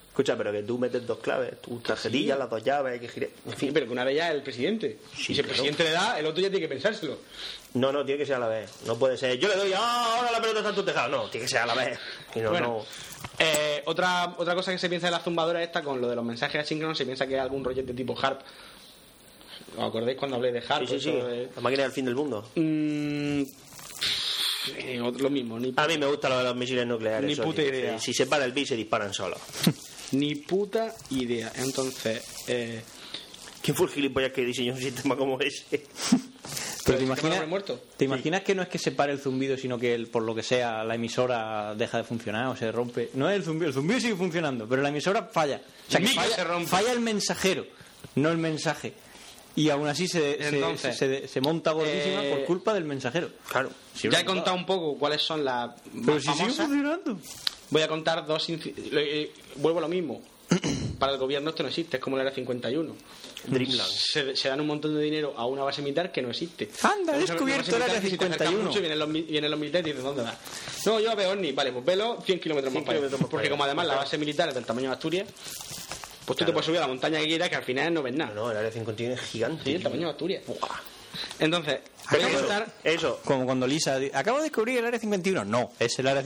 Speaker 4: Escucha, pero que tú metes dos claves, tus tarjetillas, las dos llaves, que gire.
Speaker 8: En fin, pero que una de ellas es el presidente. y si el presidente le da, el otro ya tiene que pensárselo.
Speaker 4: No, no, tiene que ser a la vez. No puede ser. Yo le doy, ah, ahora la pelota está en tu tejado. No, tiene que ser a la vez. Y no,
Speaker 8: Bueno.
Speaker 4: no.
Speaker 8: Eh, otra, otra cosa que se piensa de la zumbadora esta con lo de los mensajes asíncronos, se piensa que es algún rollete tipo harp. ¿Os acordáis cuando hablé de harp?
Speaker 4: Sí, sí, sí.
Speaker 8: Eso de-
Speaker 4: La máquina del fin del mundo.
Speaker 8: Mm, eh, otro- lo mismo, ni,
Speaker 4: A mí me gusta lo de los misiles nucleares.
Speaker 8: Ni
Speaker 4: eso,
Speaker 8: puta
Speaker 4: sí.
Speaker 8: idea.
Speaker 4: Si se para el bis, se disparan solos.
Speaker 8: ni puta idea. Entonces, eh,
Speaker 4: ¿Quién fue el gilipollas que diseñó un sistema como ese?
Speaker 7: Pero te
Speaker 8: ¿tema
Speaker 7: imaginas,
Speaker 8: del muerto?
Speaker 7: ¿te imaginas que no es que se pare el zumbido, sino que el- por lo que sea la emisora deja de funcionar o se rompe? No es el zumbido, el zumbido sigue funcionando, pero la emisora falla. O sea,
Speaker 8: El
Speaker 7: que
Speaker 8: micro
Speaker 7: falla,
Speaker 8: se rompe.
Speaker 7: falla el mensajero, no el mensaje. Y aún así se, se-
Speaker 8: Entonces,
Speaker 7: se, se monta gordísima
Speaker 8: eh,
Speaker 7: por culpa del mensajero.
Speaker 4: Claro.
Speaker 8: ya he contado un poco cuáles son las
Speaker 7: Pero
Speaker 8: más
Speaker 7: si sigue
Speaker 8: famosas.
Speaker 7: funcionando.
Speaker 8: Voy a contar dos. inci- lo- eh, vuelvo a lo mismo. Para el gobierno esto no existe, es como la era 51.
Speaker 4: Dreamland.
Speaker 8: Se, se dan un montón de dinero a una base militar que no existe.
Speaker 7: Anda, he
Speaker 8: Una- una
Speaker 7: descubierto
Speaker 8: base
Speaker 7: el
Speaker 8: militar
Speaker 7: área
Speaker 8: que si te acercas
Speaker 7: 51.
Speaker 8: mucho, vienen, los, mi- vienen los militares y dicen: ¿Dónde vas? No, yo veo OVNI. Vale, pues velo 100 kilómetros más
Speaker 4: 100
Speaker 8: para allá.
Speaker 4: kilómetros más para
Speaker 8: Porque
Speaker 4: allá.
Speaker 8: como además la base militar es del tamaño de Asturias, pues tú te
Speaker 4: Claro.
Speaker 8: puedes subir a la montaña que quieras que al final no ves nada.
Speaker 4: No, el área 51 es gigante.
Speaker 8: Mm. Sí, el
Speaker 4: tío.
Speaker 8: tamaño de Asturias.
Speaker 4: Buah.
Speaker 8: Entonces, voy a contar
Speaker 4: Eso.
Speaker 7: Como cuando Lisa dice, acabo de descubrir el área 51. No, es el área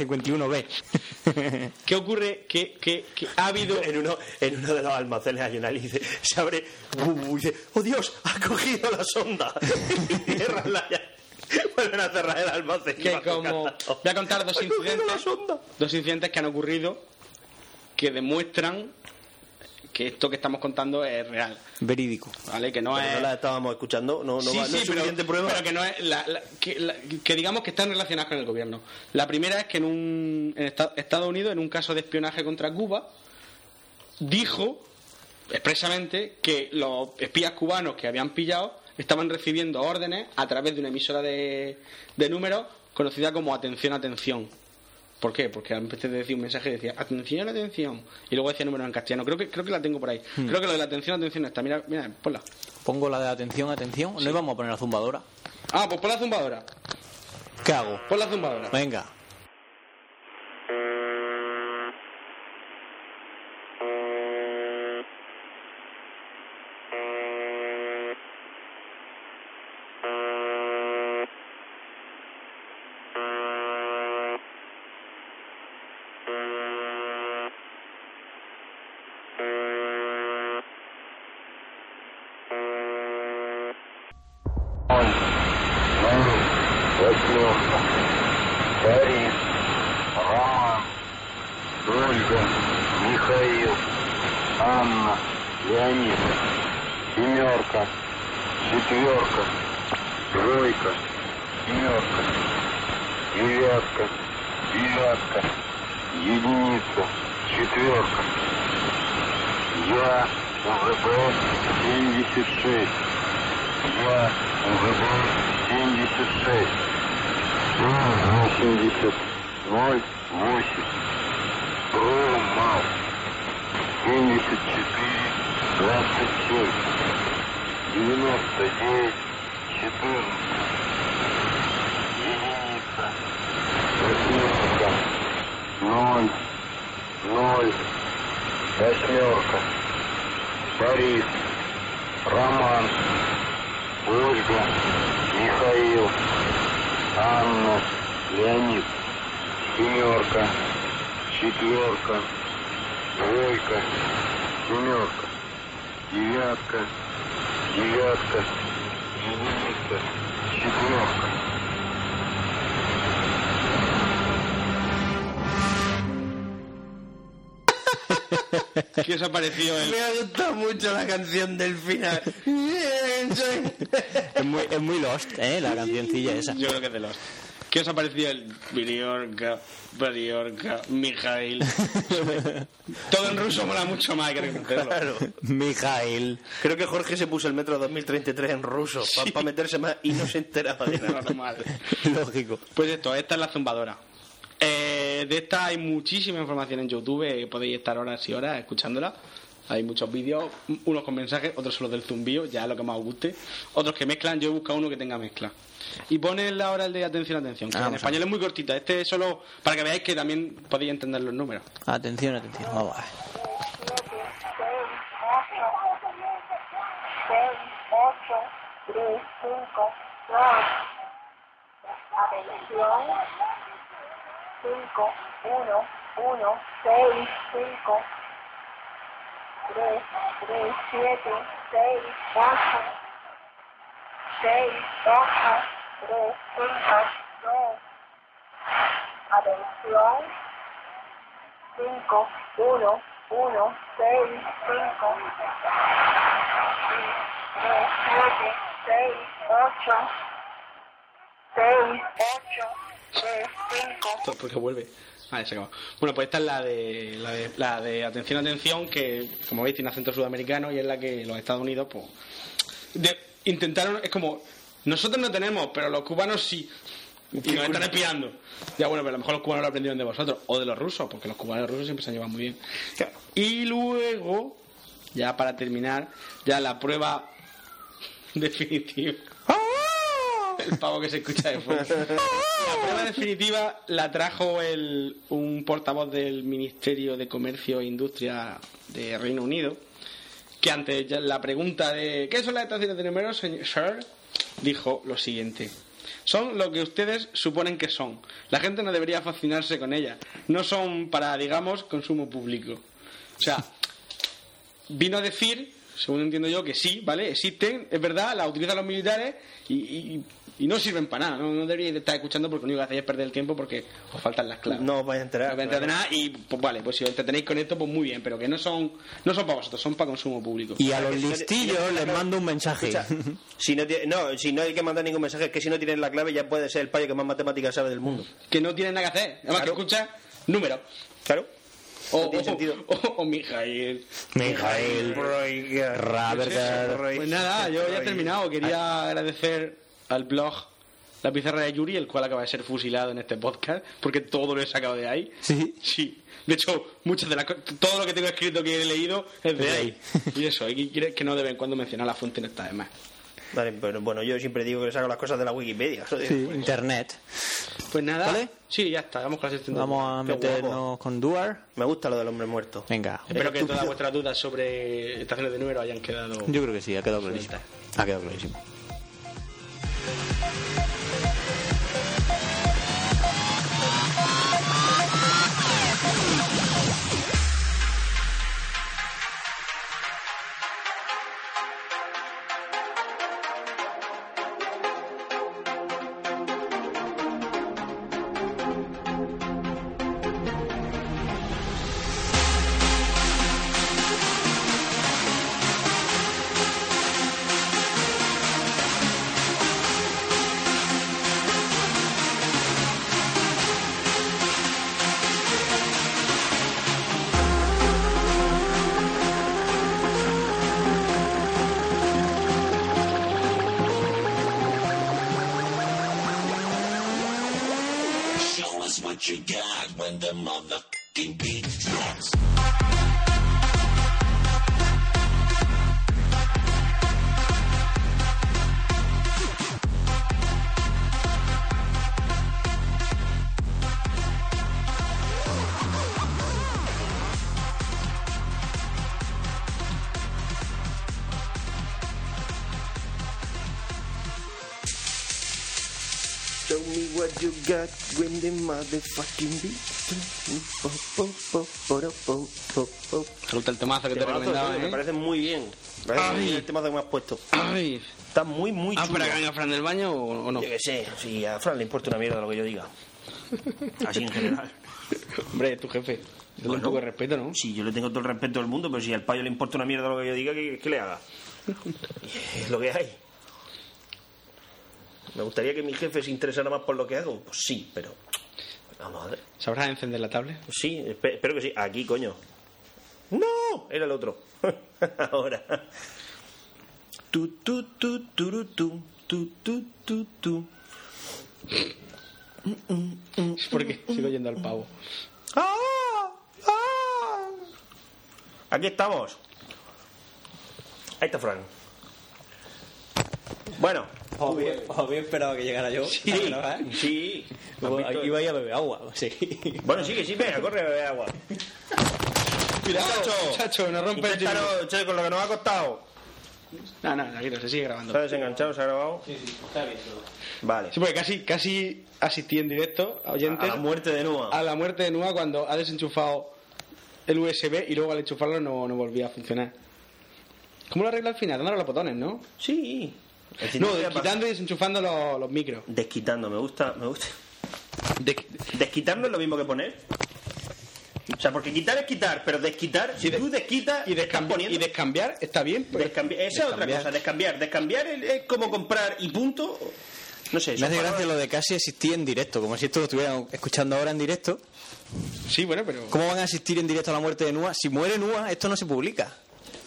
Speaker 7: 51B.
Speaker 8: qué ocurre que, que- que ha habido
Speaker 4: En uno, en uno de los almacenes hay una y dice, se abre, bu, bu, y dice, ¡Oh Dios! ¡Ha cogido la sonda! Y cierran la llave. Vuelven a cerrar el almacén. y
Speaker 8: que
Speaker 4: bajo
Speaker 8: como
Speaker 4: candado.
Speaker 8: voy a contar dos
Speaker 4: ¡Ha cogido la
Speaker 8: incidentes
Speaker 4: sonda!
Speaker 8: dos incidentes que han ocurrido que demuestran que esto que estamos contando es real
Speaker 7: Verídico.
Speaker 8: vale que no
Speaker 4: Pero no
Speaker 8: es
Speaker 4: la estábamos escuchando, no, no,
Speaker 8: Sí,
Speaker 4: va- no
Speaker 8: sí,
Speaker 4: es
Speaker 8: pero,
Speaker 4: suficiente prueba.
Speaker 8: pero que no es la- la- que, la- que digamos que están relacionadas con el gobierno la primera es que en un en Esta- Estados Unidos en un caso de espionaje contra Cuba dijo expresamente que los espías cubanos que habían pillado estaban recibiendo órdenes a través de una emisora de, de números conocida como atención atención ¿Por qué? Porque a veces decía un mensaje y decía atención, atención. Y luego decía números en castellano. Creo que, creo que la tengo por ahí.
Speaker 4: Hmm.
Speaker 8: Creo que lo de la atención, atención está. Mira, mira, ponla.
Speaker 7: Pongo la de atención, atención. No íbamos a poner la zumbadora.
Speaker 8: Ah, pues pon la zumbadora.
Speaker 7: ¿Qué hago?
Speaker 8: Pon la zumbadora.
Speaker 7: Venga.
Speaker 8: ¿Qué os ha parecido el-
Speaker 4: Me ha gustado mucho la canción del final. Bien, soy-
Speaker 7: Es muy, es muy lost, ¿eh? La cancioncilla esa.
Speaker 8: Yo creo que es de los. ¿Qué os ha parecido el Briorka, Briorka, Mijail? Todo en ruso mola mucho más hay que reconocerlo.
Speaker 4: Claro.
Speaker 7: Mijail.
Speaker 4: Creo que Jorge se puso el metro 2033 en ruso para meterse más y no se enteraba de nada.
Speaker 8: Normal.
Speaker 7: Lógico.
Speaker 8: Pues esto, esta es la zumbadora. Eh, de esta hay muchísima información en YouTube, eh, podéis estar horas y horas escuchándola. Hay muchos vídeos, unos con mensajes, otros solo del zumbío, ya es lo que más os guste. Otros que mezclan, yo he buscado uno que tenga mezcla. Y pone la hora el de atención, atención. que
Speaker 7: Ah,
Speaker 8: en
Speaker 7: vamos a
Speaker 8: español es muy cortita. Este es solo para que veáis que también podéis entender los números.
Speaker 7: Atención, atención. Vamos a ver.
Speaker 15: Atención. 5, 1, 1, 6, 5, 3, 3, 7, 6, 8, 6, 8, 3, 5, 2. Atención. 5, 1, 1, 6, 5, 3, 7, 6, 8, 6, 8, 3, 5.
Speaker 8: Esto es porque vuelve. Vale, se acabó. Bueno, pues esta es la de, la de, la de atención, atención, que como veis tiene acento sudamericano y es la que los Estados Unidos, pues. de- intentaron, es como, nosotros no tenemos, pero los cubanos sí. Y nos están espiando. Ya bueno, pero a lo mejor los cubanos lo aprendieron de vosotros, o de los rusos, porque los cubanos y los rusos siempre se han llevado muy bien. Y luego, ya para terminar, ya la prueba definitiva. El pavo que se escucha de fondo. La prueba definitiva la trajo el, un portavoz del Ministerio de Comercio e Industria de Reino Unido, que ante ya la pregunta de ¿qué son las estaciones de números, señor? sir?", dijo lo siguiente. Son lo que ustedes suponen que son. La gente no debería fascinarse con ellas. No son para, digamos, consumo público. O sea, vino a decir, según entiendo yo, que sí, ¿vale? Existen, es verdad, las utilizan los militares y, y- y no sirven para nada. No, no deberíais de estar escuchando porque lo único que hacéis es perder el tiempo porque os faltan las claves.
Speaker 4: No os vais a enterar.
Speaker 8: No vais a entender nada y, pues vale, pues si os entretenéis con esto, pues muy bien, pero que no son no son para vosotros, son para consumo público.
Speaker 7: Y a los listillos les mando un mensaje.
Speaker 4: Escucha, si no, tiene- no, si no hay que mandar ningún mensaje, es que si no tienes la clave ya puede ser el payo que más matemáticas sabe del mundo.
Speaker 8: Que no tienen nada que hacer. Además, que escucha números.
Speaker 4: Claro.
Speaker 8: O,
Speaker 4: No tiene
Speaker 8: o-
Speaker 4: sentido.
Speaker 8: o- o Mijael.
Speaker 7: Mijael
Speaker 4: Breuer.
Speaker 7: Raberger.
Speaker 8: Pues nada, yo ya he terminado. Quería agradecer al blog La Pizarra de Yuri, el cual acaba de ser fusilado en este podcast, porque todo lo he sacado de ahí.
Speaker 7: Sí.
Speaker 8: Sí. De hecho, muchas de las co- todo lo que tengo escrito que he leído es de
Speaker 4: De
Speaker 8: ahí. Y eso, y que- que no deben cuando mencionar la fuente no está de más.
Speaker 4: Vale, pero bueno, yo siempre digo que saco las cosas de la Wikipedia. joder.
Speaker 7: Sí, internet.
Speaker 8: Pues nada.
Speaker 7: ¿Vale?
Speaker 8: Sí, ya está. Vamos con la sección de-
Speaker 7: Vamos a
Speaker 8: Qué guapo.
Speaker 7: meternos con Duar.
Speaker 4: Me gusta lo del hombre muerto.
Speaker 7: Venga.
Speaker 8: Espero que todas vuestras dudas sobre estaciones de número hayan quedado.
Speaker 7: Yo creo que sí, ha quedado clarísimo. Ha quedado clarísimo.
Speaker 1: Show us what you got when the motherfucking beat drops.
Speaker 12: Show me what you got when the motherfucking beat. Po, po, po, poro, po, po, po.
Speaker 8: Resulta el temazo que te
Speaker 4: Temazo,
Speaker 8: recomendaba,
Speaker 4: tío,
Speaker 8: ¿eh?
Speaker 4: Me parece muy bien. Me parece
Speaker 8: Ay.
Speaker 4: muy bien el tema que me has puesto.
Speaker 8: Ay.
Speaker 4: Está muy, muy
Speaker 8: Ah,
Speaker 4: chulo.
Speaker 8: para que venga Fran del baño o, o no.
Speaker 4: Yo qué sé, si a Fran le importa una mierda lo que yo diga. Así en general.
Speaker 8: Hombre, tu jefe. Dale un
Speaker 4: Bueno.
Speaker 8: poco de respeto, ¿no?
Speaker 4: Sí, yo le tengo todo el respeto del mundo, pero si al payo le importa una mierda lo que yo diga, ¿qué, qué le haga? Es lo que hay. ¿Me gustaría que mi jefe se interesara más por lo que hago? Pues sí, pero... Vamos a ver.
Speaker 8: ¿Sabrás encender la tablet?
Speaker 4: Pues sí, espe- espero que sí. Aquí, coño. ¡No! Era el otro. Ahora. Tu, tu, tu, turu, tu, tu, tu, tu, tu.
Speaker 8: Es porque sigo yendo al pavo.
Speaker 4: ¡Ah! ¡Ah! Aquí estamos.
Speaker 3: Ahí está Frank.
Speaker 4: Bueno.
Speaker 10: Os había, os había esperado que llegara yo. eh?
Speaker 4: Sí, sí.
Speaker 10: Luego, aquí iba a ir a beber agua. Sí.
Speaker 4: Bueno, sí, que sí, venga, corre a beber agua.
Speaker 8: Cuidado, muchacho, no rompe el
Speaker 4: Inténtalo, che, con lo que nos ha costado.
Speaker 8: No, no, tranquilo, se sigue grabando.
Speaker 4: ¿Está desenganchado? ¿Se ha grabado?
Speaker 9: Sí, sí, está bien todo.
Speaker 4: Vale.
Speaker 8: Sí, porque casi, casi asistí en directo, oyente,
Speaker 4: A la muerte de Nua.
Speaker 8: a la muerte de Nua cuando ha desenchufado el USB y luego al enchufarlo no, no volvía a funcionar. ¿Cómo lo arregla al final? Dándole los botones, ¿no?
Speaker 4: Sí. Es decir,
Speaker 8: No,
Speaker 4: te voy a pasar-
Speaker 8: quitando y desenchufando los, los micros.
Speaker 4: Desquitando, me gusta, me gusta. ¿Desquitarlo es lo mismo que poner? O sea, porque quitar es quitar, pero desquitar, si tú desquitas y estás poniendo...
Speaker 8: Y descambiar está bien, pues. pero
Speaker 4: Descambi- Esa es otra
Speaker 7: Descambiar.
Speaker 4: cosa, descambiar. Descambiar es, es como comprar y punto. No sé,
Speaker 7: Me
Speaker 4: son
Speaker 7: hace
Speaker 4: palabras-
Speaker 7: gracia lo de casi asistir en directo, como si esto lo estuvieran escuchando ahora en directo.
Speaker 8: Sí, bueno, pero.
Speaker 7: ¿Cómo van a asistir en directo a la muerte de Nua? Si muere Nua, esto no se publica.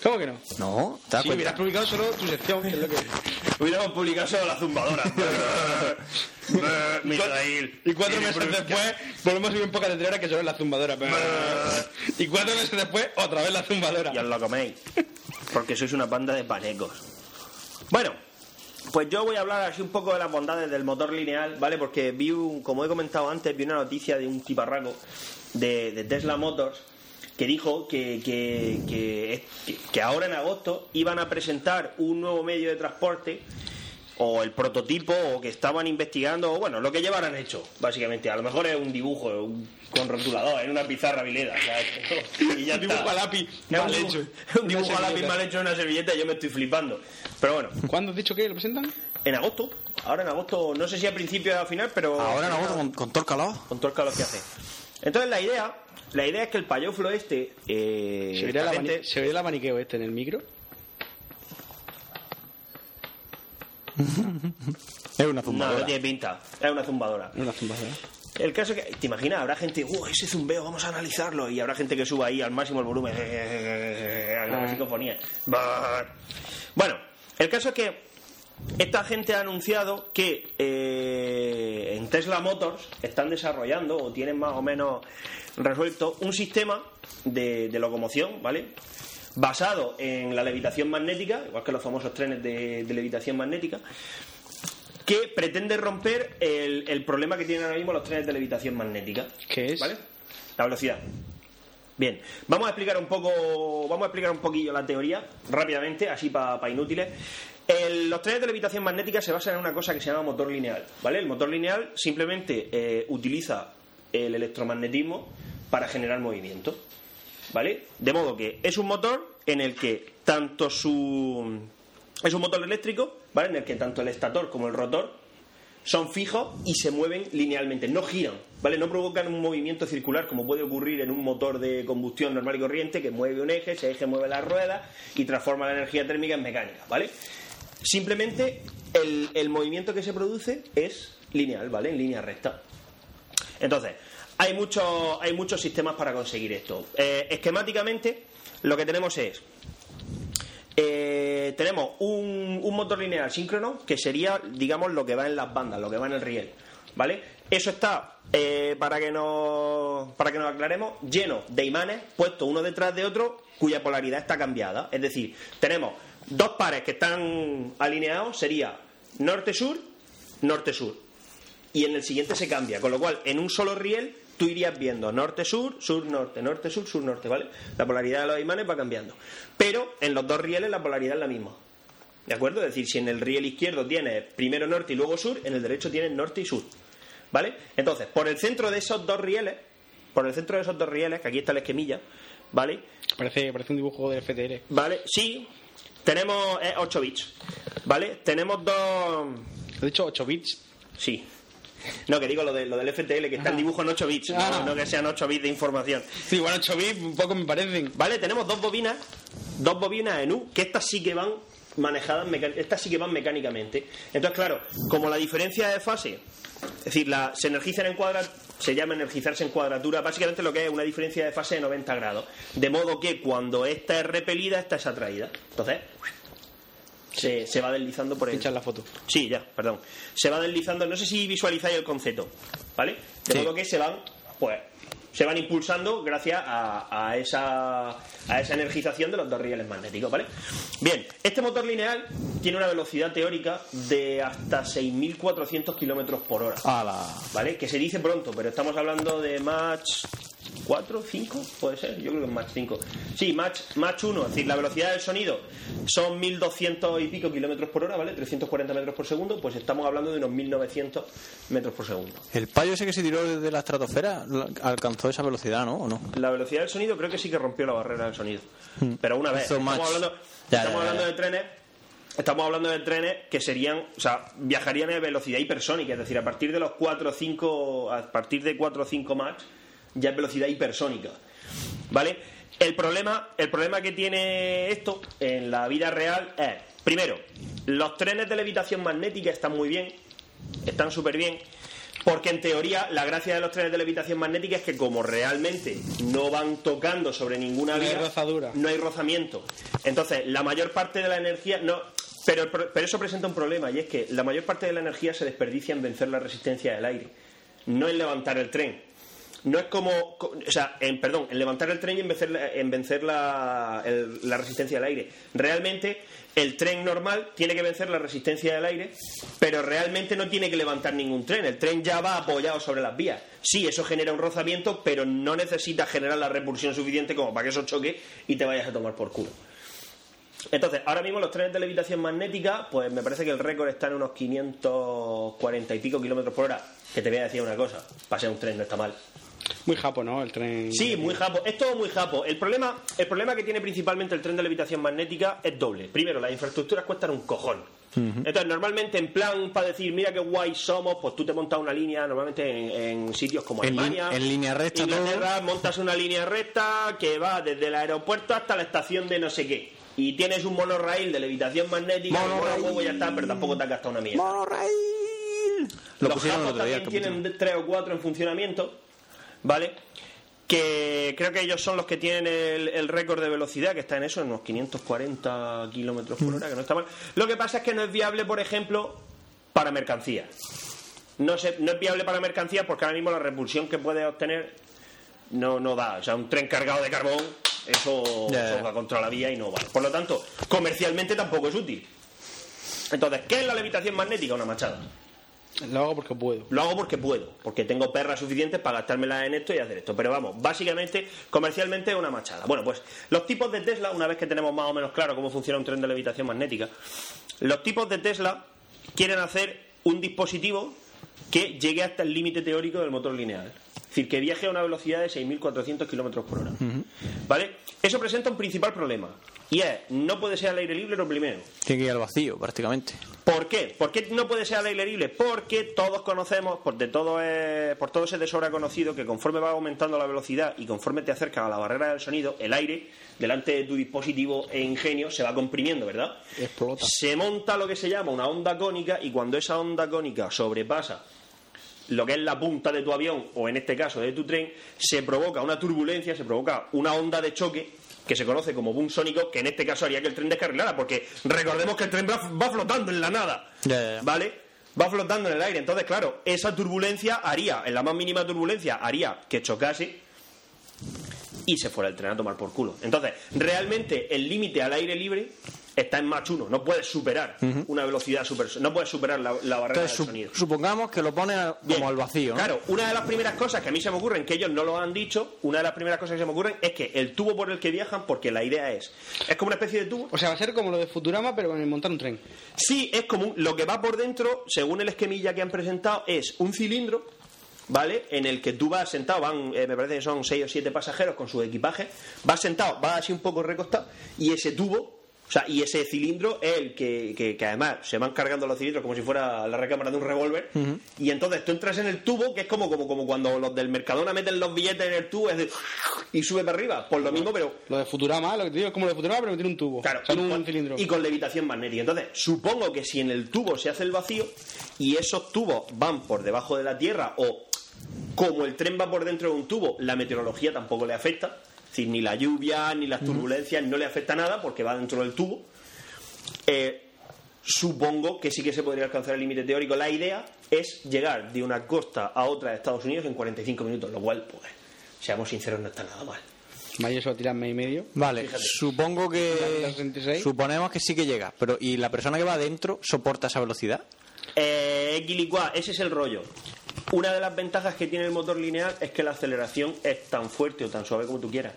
Speaker 8: ¿Cómo que no?
Speaker 4: Ah,
Speaker 7: No, ¿te das
Speaker 8: Sí,
Speaker 4: pues
Speaker 7: cuenta?
Speaker 8: hubieras publicado solo tu sección, que es lo que.
Speaker 4: Hubiéramos publicado solo la zumbadora. Misael.
Speaker 8: Y cuatro meses después volvemos a subir un poco de horas que solo es la zumbadora. pero- Y cuatro meses después otra vez la zumbadora.
Speaker 4: Y os lo coméis. Porque sois una banda de panecos. Bueno, pues yo voy a hablar así un poco de las bondades del motor lineal, ¿vale? Porque vi, un- como he comentado antes, vi una noticia de un tiparraco de, de Tesla Motors que dijo que, que, que, que ahora en agosto iban a presentar un nuevo medio de transporte o el prototipo o que estaban investigando o bueno lo que llevaran hecho básicamente a lo mejor es un dibujo un- con rotulador en una pizarra vilera ¿sabes? y ya
Speaker 8: Un dibujo
Speaker 4: está.
Speaker 8: a lápiz
Speaker 4: Es un
Speaker 8: mal
Speaker 4: dibujo-
Speaker 8: hecho.
Speaker 4: un dibujo
Speaker 8: Una
Speaker 4: a lápiz
Speaker 8: servilleta.
Speaker 4: mal hecho en una servilleta yo me estoy flipando pero bueno
Speaker 8: ¿Cuándo has dicho que lo presentan?
Speaker 4: en agosto ahora en agosto no sé si a principio o a final pero
Speaker 7: Ahora no, con, con Torcaló.
Speaker 4: con todo el calor que hace entonces la idea la idea es que el payoflo este eh,
Speaker 8: ¿Se oirá el
Speaker 4: esta
Speaker 8: abani-
Speaker 4: gente-
Speaker 8: ¿Se oirá el abaniqueo este en el micro?
Speaker 7: Es una
Speaker 4: no,
Speaker 7: zumbadora.
Speaker 4: no tiene pinta es una zumbadora
Speaker 8: No, la zumbadora.
Speaker 4: El caso es que, ¿te imaginas? Habrá gente, ¡uh, ese zumbeo, vamos a analizarlo! Y habrá gente que suba ahí al máximo el volumen, a
Speaker 7: Ah.
Speaker 4: la psicofonía. Bueno, el caso es que esta gente ha anunciado que eh, en Tesla Motors están desarrollando o tienen más o menos resuelto un sistema de, de locomoción, ¿vale? Basado en la levitación magnética, igual que los famosos trenes de- de levitación magnética, que pretende romper el, el problema que tienen ahora mismo los trenes de levitación magnética.
Speaker 8: ¿Qué es?
Speaker 4: ¿Vale? La velocidad. Bien, vamos a explicar un poco, vamos a explicar un poquillo la teoría rápidamente, así para inútiles. El- los trenes de levitación magnética se basan en una cosa que se llama motor lineal, ¿vale? El motor lineal simplemente eh, utiliza el electromagnetismo para generar movimiento, ¿vale? De modo que es un motor en el que tanto su es un motor eléctrico, ¿vale? En el que tanto el estator como el rotor son fijos y se mueven linealmente, no giran, ¿vale? No provocan un movimiento circular como puede ocurrir en un motor de combustión normal y corriente que mueve un eje, ese eje mueve las ruedas y transforma la energía térmica en mecánica, ¿vale? Simplemente el, el movimiento que se produce es lineal, ¿vale? En línea recta. Entonces, hay muchos, hay muchos sistemas para conseguir esto. Eh, esquemáticamente, lo que tenemos es eh, tenemos un, un motor lineal síncrono que sería, digamos, lo que va en las bandas, lo que va en el riel. ¿Vale? Eso está, eh, para, que nos, para que nos aclaremos, lleno de imanes puestos uno detrás de otro cuya polaridad está cambiada. Es decir, tenemos dos pares que están alineados, sería norte-sur, norte-sur. Y en el siguiente se cambia, con lo cual en un solo riel tú irías viendo norte-sur, sur-norte, norte-sur, sur-norte, ¿vale? La polaridad de los imanes va cambiando. Pero en los dos rieles la polaridad es la misma. ¿De acuerdo? Es decir, si en el riel izquierdo tienes primero norte y luego sur, en el derecho tienes norte y sur. ¿Vale? Entonces, por el centro de esos dos rieles, por el centro de esos dos rieles, que aquí está la esquemilla, ¿vale?
Speaker 8: Parece, parece un dibujo del FTL.
Speaker 4: ¿Vale? Sí, tenemos 8 bits, ¿vale? Tenemos dos...
Speaker 8: ¿Has dicho 8 bits?
Speaker 4: Sí. No, que digo lo, de, lo del FTL, que está el dibujo en 8 bits, no-
Speaker 8: Ah.
Speaker 4: no que sean 8 bits de información.
Speaker 8: Sí, bueno, 8 bits, un poco me parecen.
Speaker 4: Vale, tenemos dos bobinas, dos bobinas en U, que estas sí que van manejadas, meca- estas sí que van mecánicamente. Entonces, claro, como la diferencia de fase, es decir, la, se energizan en cuadra, se llama energizarse en cuadratura, básicamente lo que es una diferencia de fase de 90 grados. De modo que cuando esta es repelida, esta es atraída. Entonces, se, se va deslizando por el...
Speaker 8: Pinchar la foto.
Speaker 4: Sí, ya, perdón. Se va deslizando, no sé si visualizáis el concepto, ¿vale? De modo que se van, pues, se van impulsando gracias a, a esa, a esa energización de los dos rieles magnéticos, ¿vale? Bien, este motor lineal tiene una velocidad teórica de hasta 6.400 kilómetros por hora. ¿Vale? Que se dice pronto, pero estamos hablando de Mach 4, 5, puede ser, yo creo que es Mach 5. Sí, Mach, Mach 1, es decir, la velocidad del sonido son 1200 y pico kilómetros por hora, ¿vale? 340 metros por segundo, pues estamos hablando de unos 1900 metros por segundo.
Speaker 7: El payo ese que se tiró desde la estratosfera la- alcanzó esa velocidad, ¿no? ¿O no?
Speaker 4: La velocidad del sonido creo que sí que rompió la barrera del sonido. Pero una vez,
Speaker 7: Hizo
Speaker 4: estamos
Speaker 7: Mach.
Speaker 4: hablando,
Speaker 7: Ya,
Speaker 4: estamos
Speaker 7: ya, ya,
Speaker 4: hablando
Speaker 7: ya.
Speaker 4: de trenes. Estamos hablando de trenes que serían, o sea, viajarían a velocidad hipersónica, es decir, a partir de los 4 o 5, a partir de 4 o 5 Mach, ya es velocidad hipersónica. ¿Vale? El problema, el problema que tiene esto en la vida real es, primero, los trenes de levitación magnética están muy bien, están súper bien, porque en teoría la gracia de los trenes de levitación magnética es que como realmente no van tocando sobre ninguna
Speaker 14: No hay
Speaker 4: vía,
Speaker 14: rozadura.
Speaker 4: no hay rozamiento. Entonces, la mayor parte de la energía no pero, el pro- pero eso presenta un problema y es que la mayor parte de la energía se desperdicia en vencer la resistencia del aire, no en levantar el tren. No es como, co- o sea, en, perdón, en levantar el tren y en vencer, la, en vencer la, el- la resistencia del aire. Realmente el tren normal tiene que vencer la resistencia del aire, pero realmente no tiene que levantar ningún tren. El tren ya va apoyado sobre las vías. Sí, eso genera un rozamiento, pero no necesita generar la repulsión suficiente como para que eso choque y te vayas a tomar por culo. Entonces, ahora mismo los trenes de levitación magnética, pues me parece que el récord está en unos 540 y pico kilómetros por hora. Que te voy a decir una cosa, para ser un tren no está mal.
Speaker 8: Muy japo, ¿no? El tren.
Speaker 4: Sí, muy japo. Es todo muy japo. El problema, el problema que tiene principalmente el tren de levitación magnética es doble. Primero, las infraestructuras cuestan un cojón. Entonces, normalmente en plan para decir, mira qué guay somos, pues tú te montas una línea normalmente en, en sitios como
Speaker 7: En lin-
Speaker 4: Alemania.
Speaker 7: en línea recta
Speaker 4: Inglaterra, montas una línea recta que va desde el aeropuerto hasta la estación de no sé qué. Y tienes un monorail de levitación magnética, que mola huevo y ya está, pero tampoco te has gastado una mierda.
Speaker 7: Lo
Speaker 4: Los
Speaker 7: pusieron el
Speaker 4: japos
Speaker 7: otro día,
Speaker 4: también tienen de- tres o cuatro en funcionamiento, ¿vale? Que creo que ellos son los que tienen el, el récord de velocidad, que está en eso, en unos 540 kilómetros
Speaker 7: Mm.
Speaker 4: por hora, que no está mal. Lo que pasa es que no es viable, por ejemplo, para mercancías. No, se- no es viable para mercancías porque ahora mismo la repulsión que puede obtener no, no da. O sea, un tren cargado de carbón, eso,
Speaker 7: Ya, ya.
Speaker 4: eso va contra la vía y no vale. Por lo tanto, comercialmente tampoco es útil. Entonces, ¿qué es la levitación magnética? Una machada.
Speaker 8: Lo hago porque puedo.
Speaker 4: Lo hago porque puedo, porque tengo perras suficientes para gastármelas en esto y hacer esto. Pero vamos, básicamente, comercialmente es una machada. Bueno, pues los tipos de Tesla, una vez que tenemos más o menos claro cómo funciona un tren de levitación magnética, los tipos de Tesla quieren hacer un dispositivo que llegue hasta el límite teórico del motor lineal. Es decir, que viaje a una velocidad de 6.400 kilómetros por hora. ¿Vale? Eso presenta un principal problema. Y es, no puede ser al aire libre lo primero.
Speaker 7: Tiene que ir al vacío, prácticamente.
Speaker 4: ¿Por qué? ¿Por qué no puede ser al aire libre? Porque todos conocemos, por, de todo es- por todo se de sobra conocido, que conforme va aumentando la velocidad y conforme te acercas a la barrera del sonido, el aire delante de tu dispositivo e ingenio se va comprimiendo, ¿verdad?
Speaker 14: Explota.
Speaker 4: Se monta lo que se llama una onda cónica y cuando esa onda cónica sobrepasa lo que es la punta de tu avión o en este caso de tu tren, se provoca una turbulencia, se provoca una onda de choque que se conoce como boom sónico, que en este caso haría que el tren descarrilara, porque recordemos que el tren va, va flotando en la nada, ¿vale? Va flotando en el aire, entonces claro, esa turbulencia haría, en la más mínima turbulencia, haría que chocase y se fuera el tren a tomar por culo. Entonces, realmente el límite al aire libre está en Mach 1, no puedes superar
Speaker 7: Ujú.
Speaker 4: una velocidad super, no puedes superar la, la barrera
Speaker 7: Entonces,
Speaker 4: del
Speaker 7: sup-
Speaker 4: sonido.
Speaker 7: supongamos que lo pone a- como al vacío. ¿no?
Speaker 4: Claro, una de las primeras cosas que a mí se me ocurren, que ellos no lo han dicho, una de las primeras cosas que se me ocurren es que el tubo por el que viajan, porque la idea es, es como una especie de tubo.
Speaker 8: O sea, va a ser como lo de Futurama, pero con el montar un tren.
Speaker 4: Sí, es como un- lo que va por dentro, según el esquemilla que han presentado, es un cilindro, ¿vale? En el que tú vas sentado, van, eh, me parece que son seis o siete pasajeros con su equipaje, vas sentado, vas así un poco recostado, y ese tubo, o sea, y ese cilindro es el que, que- que además se van cargando los cilindros como si fuera la recámara de un revólver, y entonces tú entras en el tubo, que es como, como, como cuando los del Mercadona meten los billetes en el tubo es de- y sube para arriba. Por lo mismo, pero.
Speaker 8: Lo de Futurama, lo que te digo es como lo de Futurama, pero tiene un tubo.
Speaker 4: Claro,
Speaker 8: O sea,
Speaker 4: y,
Speaker 8: no un
Speaker 4: con,
Speaker 8: cilindro.
Speaker 4: y con levitación magnética. Entonces, supongo que si en el tubo se hace el vacío y esos tubos van por debajo de la tierra o como el tren va por dentro de un tubo, la meteorología tampoco le afecta. Es decir, ni la lluvia, ni las turbulencias, no le afecta nada porque va dentro del tubo. Eh, supongo que sí que se podría alcanzar el límite teórico. La idea es llegar de una costa a otra de Estados Unidos en 45 minutos, lo cual, pues,
Speaker 10: Seamos sinceros, no está nada mal.
Speaker 8: Mayo se va a tirar mes y medio.
Speaker 7: Vale, supongo que. Suponemos que sí que llega, pero ¿y la persona que va adentro soporta esa velocidad?
Speaker 4: Eh, Guilicuá, ese es el rollo. Una de las ventajas que tiene el motor lineal es que la aceleración es tan fuerte o tan suave como tú quieras.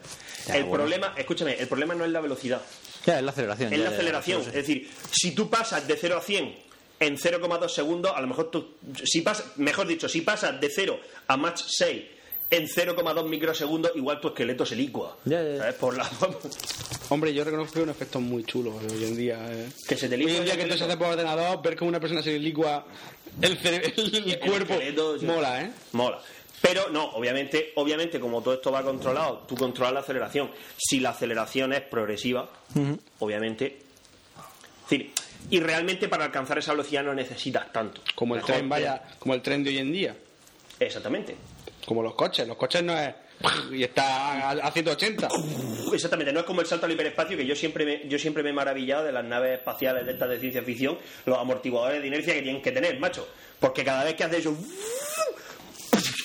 Speaker 4: el
Speaker 7: bueno.
Speaker 4: problema, escúchame, el problema no es la velocidad,
Speaker 7: Ya, es la aceleración.
Speaker 4: es
Speaker 7: ya,
Speaker 4: la
Speaker 7: ya, ya,
Speaker 4: aceleración.
Speaker 7: no sé.
Speaker 4: Es decir, si tú pasas de 0 a 100 en 0,2 segundos, a lo mejor tú, si pasas, mejor dicho, si pasas de 0 a Mach 6 en 0,2 microsegundos, igual tu esqueleto se licua. ¿Sabes? Por la...
Speaker 8: Hombre, yo reconozco que es un efecto muy chulo eh, hoy en día. eh.
Speaker 4: Que se te licua
Speaker 8: Hoy en día
Speaker 4: el
Speaker 8: que todo se hace por ordenador, ver cómo una persona se le licua el, cere- el cuerpo.
Speaker 4: esqueleto, sí.
Speaker 8: Mola, ¿eh?
Speaker 4: Mola. Pero no, obviamente, obviamente, como todo esto va controlado, tú controlas la aceleración. Si la aceleración es progresiva, obviamente. Es decir, y realmente para alcanzar esa velocidad no necesitas tanto.
Speaker 8: Como el tren, vaya, como el tren de hoy en día.
Speaker 4: Exactamente.
Speaker 8: Como los coches. Los coches no es. Y está a, a 180.
Speaker 4: Exactamente, no es como el salto al hiperespacio, que yo siempre me, yo siempre me he maravillado de las naves espaciales de estas de ciencia ficción, los amortiguadores de inercia que tienen que tener, macho. Porque cada vez que haces eso.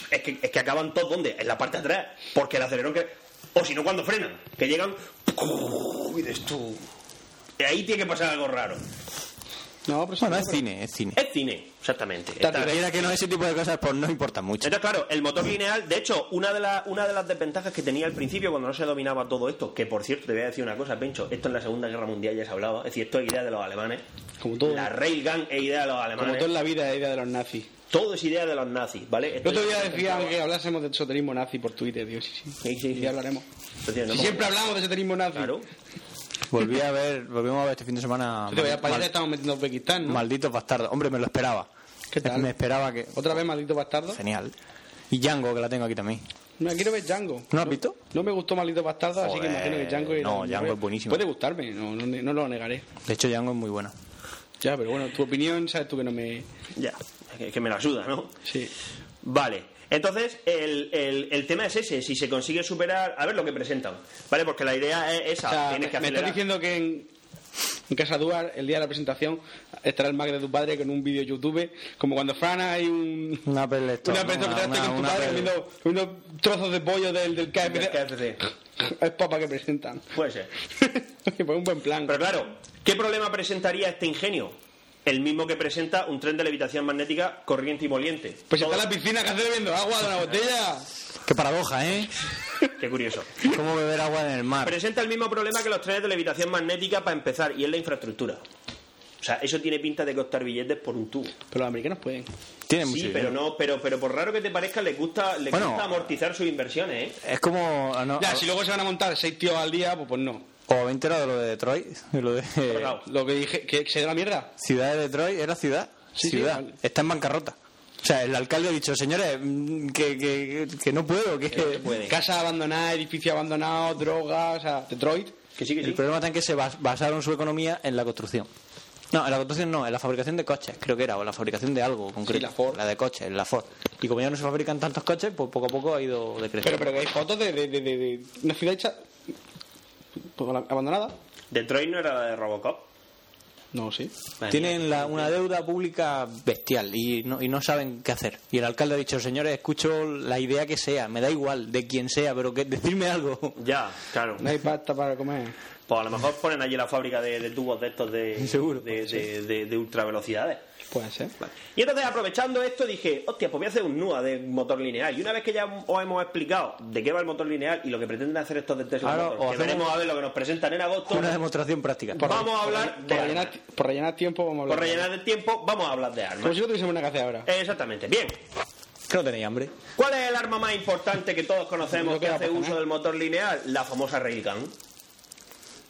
Speaker 4: Es que, es que acaban todos donde? En la parte de atrás. Porque el acelerón que. O si no, cuando frenan, que llegan. Y dices tú. Ahí tiene que pasar algo raro.
Speaker 8: No, pero
Speaker 7: bueno, es cine, es cine.
Speaker 4: Es cine, exactamente.
Speaker 7: Te creerá que no ese tipo de cosas pues no importan mucho.
Speaker 4: Entonces, claro, el motor lineal, de hecho, una de, las una de las desventajas que tenía al principio cuando no se dominaba todo esto, que por cierto, te voy a decir una cosa, Pencho, esto en la Segunda Guerra Mundial ya se hablaba, es decir, esto es idea de los alemanes.
Speaker 8: Como todo.
Speaker 4: La Railgun es idea de los alemanes.
Speaker 8: Como todo en la vida es idea de los nazis.
Speaker 4: Todo es idea de los nazis, ¿vale?
Speaker 8: El
Speaker 4: Esto
Speaker 8: otro día
Speaker 4: ya-
Speaker 8: decían que hablásemos de esoterismo nazi por Twitter, Dios, sí, sí.
Speaker 4: Sí, sí, sí.
Speaker 8: Y hablaremos.
Speaker 4: Esto tiene-
Speaker 8: Si siempre hablamos de esoterismo nazi.
Speaker 4: Claro.
Speaker 7: Volví a ver, volvimos a ver este fin de semana.
Speaker 8: Yo te voy a
Speaker 7: mal-
Speaker 8: parar, estamos metiendo a Uzbekistán, ¿no?
Speaker 7: Malditos bastardos. Hombre, me lo esperaba.
Speaker 8: ¿Qué tal?
Speaker 7: Me esperaba que.
Speaker 8: Otra vez maldito bastardo.
Speaker 7: Genial. Y Django, que la tengo aquí también.
Speaker 8: No, quiero ver Django.
Speaker 7: ¿No has visto?
Speaker 8: No me gustó Maldito Bastardo, así que
Speaker 7: Joder,
Speaker 8: imagino que Django era-
Speaker 7: no, Django es buenísimo.
Speaker 8: Puede gustarme, no, no, no lo negaré.
Speaker 7: De hecho, Django es muy bueno.
Speaker 8: Ya, pero bueno, tu opinión, sabes tú que no me.
Speaker 4: Ya, que- que me la ayuda, ¿no?
Speaker 8: Sí.
Speaker 4: Vale. Entonces, el, el- el tema es ese, si se consigue superar, a ver lo que presentan, ¿vale? Porque la idea es esa,
Speaker 8: O sea,
Speaker 4: tienes que
Speaker 8: me, me estás
Speaker 4: acelerar.
Speaker 8: diciendo que en, en Casa Duar, el día de la presentación, estará el Mac de tu padre con un vídeo YouTube, como cuando Fran hay un.
Speaker 7: Una pelea
Speaker 8: Una persona que con tu padre comiendo unos trozos de pollo del,
Speaker 4: Del
Speaker 8: del KFC.
Speaker 4: KFC.
Speaker 8: Es papa que presentan.
Speaker 4: Puede ser.
Speaker 8: Que fue un buen plan.
Speaker 4: Pero claro, ¿qué problema presentaría este ingenio? El mismo que presenta un tren de levitación magnética corriente y moliente.
Speaker 8: Pues está en la piscina que hace bebiendo agua de una botella.
Speaker 7: Qué paradoja, ¿eh?
Speaker 4: Qué curioso.
Speaker 7: Cómo beber agua en el mar.
Speaker 4: Presenta el mismo problema que los trenes de levitación magnética para empezar, y es la infraestructura. O sea, eso tiene pinta de costar billetes por un tubo.
Speaker 8: Pero los americanos pueden.
Speaker 7: Tiene mucho
Speaker 4: Sí,
Speaker 7: dinero.
Speaker 4: pero no, pero, pero por raro que te parezca, les gusta, les
Speaker 7: Bueno.
Speaker 4: gusta amortizar sus inversiones, ¿eh?
Speaker 7: Es como... ah, no,
Speaker 8: Ya, si luego se van a montar seis tíos al día, pues, pues no.
Speaker 7: ¿Os habéis enterado de lo de Detroit? De lo de...
Speaker 4: Claro.
Speaker 8: Lo que dije, que se dio la mierda.
Speaker 7: Ciudad de Detroit, ¿era ciudad?
Speaker 8: Sí, sí,
Speaker 7: ciudad.
Speaker 8: vale.
Speaker 7: Está en bancarrota. O sea, el alcalde ha dicho, señores, mm, que, que, que no puedo, que...
Speaker 4: puede.
Speaker 8: Casa abandonada, edificio abandonado, drogas, o sea, Detroit.
Speaker 4: Que sí, que
Speaker 7: El
Speaker 4: sí.
Speaker 7: problema está en que se bas- basaron su economía en la construcción. No, en la construcción no, en la fabricación de coches, creo que era, o la fabricación de algo concreto.
Speaker 8: la Ford.
Speaker 7: de coches, la Ford. Y como ya no se fabrican tantos coches, pues poco a poco ha ido
Speaker 8: Pero,
Speaker 7: decreciendo.
Speaker 8: pero que hay fotos de, de, de, de- de una ciudad hecha pues, abandonada.
Speaker 4: Detroit no era la de Robocop.
Speaker 8: No, sí.
Speaker 4: Madre
Speaker 7: Tienen la- una deuda pública bestial y no, y no saben qué hacer. Y el alcalde ha dicho, señores, escucho la idea que sea, me da igual de quién sea, pero que, decirme algo.
Speaker 4: mía. Ya, claro.
Speaker 8: No hay pasta para comer.
Speaker 4: Pues a lo mejor ponen allí la fábrica de, de tubos de estos de,
Speaker 7: Seguro.
Speaker 4: de, de, de- de ultravelocidades.
Speaker 8: Puede ser.
Speaker 4: Y entonces, aprovechando esto, dije, hostia, pues voy a hacer un NUA de motor lineal. Y una vez que ya os hemos explicado de qué va el motor lineal y lo que pretenden hacer estos de Tesla
Speaker 7: Ahora,
Speaker 4: Motor,
Speaker 7: o
Speaker 4: que
Speaker 7: hacemos-
Speaker 4: veremos a ver lo que nos presentan en agosto,
Speaker 7: Una demostración práctica.
Speaker 4: vamos a hablar
Speaker 8: Por
Speaker 4: de
Speaker 8: rellenar,
Speaker 4: armas.
Speaker 8: por rellenar tiempo vamos a hablar.
Speaker 4: Por rellenar Eh. el tiempo, vamos a hablar de
Speaker 8: Como
Speaker 4: armas.
Speaker 8: si no tuviésemos una que hacer ahora.
Speaker 4: Exactamente. Bien.
Speaker 7: Que no tenéis hambre.
Speaker 4: ¿Cuál es el arma más importante que todos conocemos
Speaker 8: Yo creo
Speaker 4: que
Speaker 8: que
Speaker 4: hace
Speaker 8: la
Speaker 4: uso
Speaker 8: pajarera.
Speaker 4: del motor lineal? La famosa Railgun.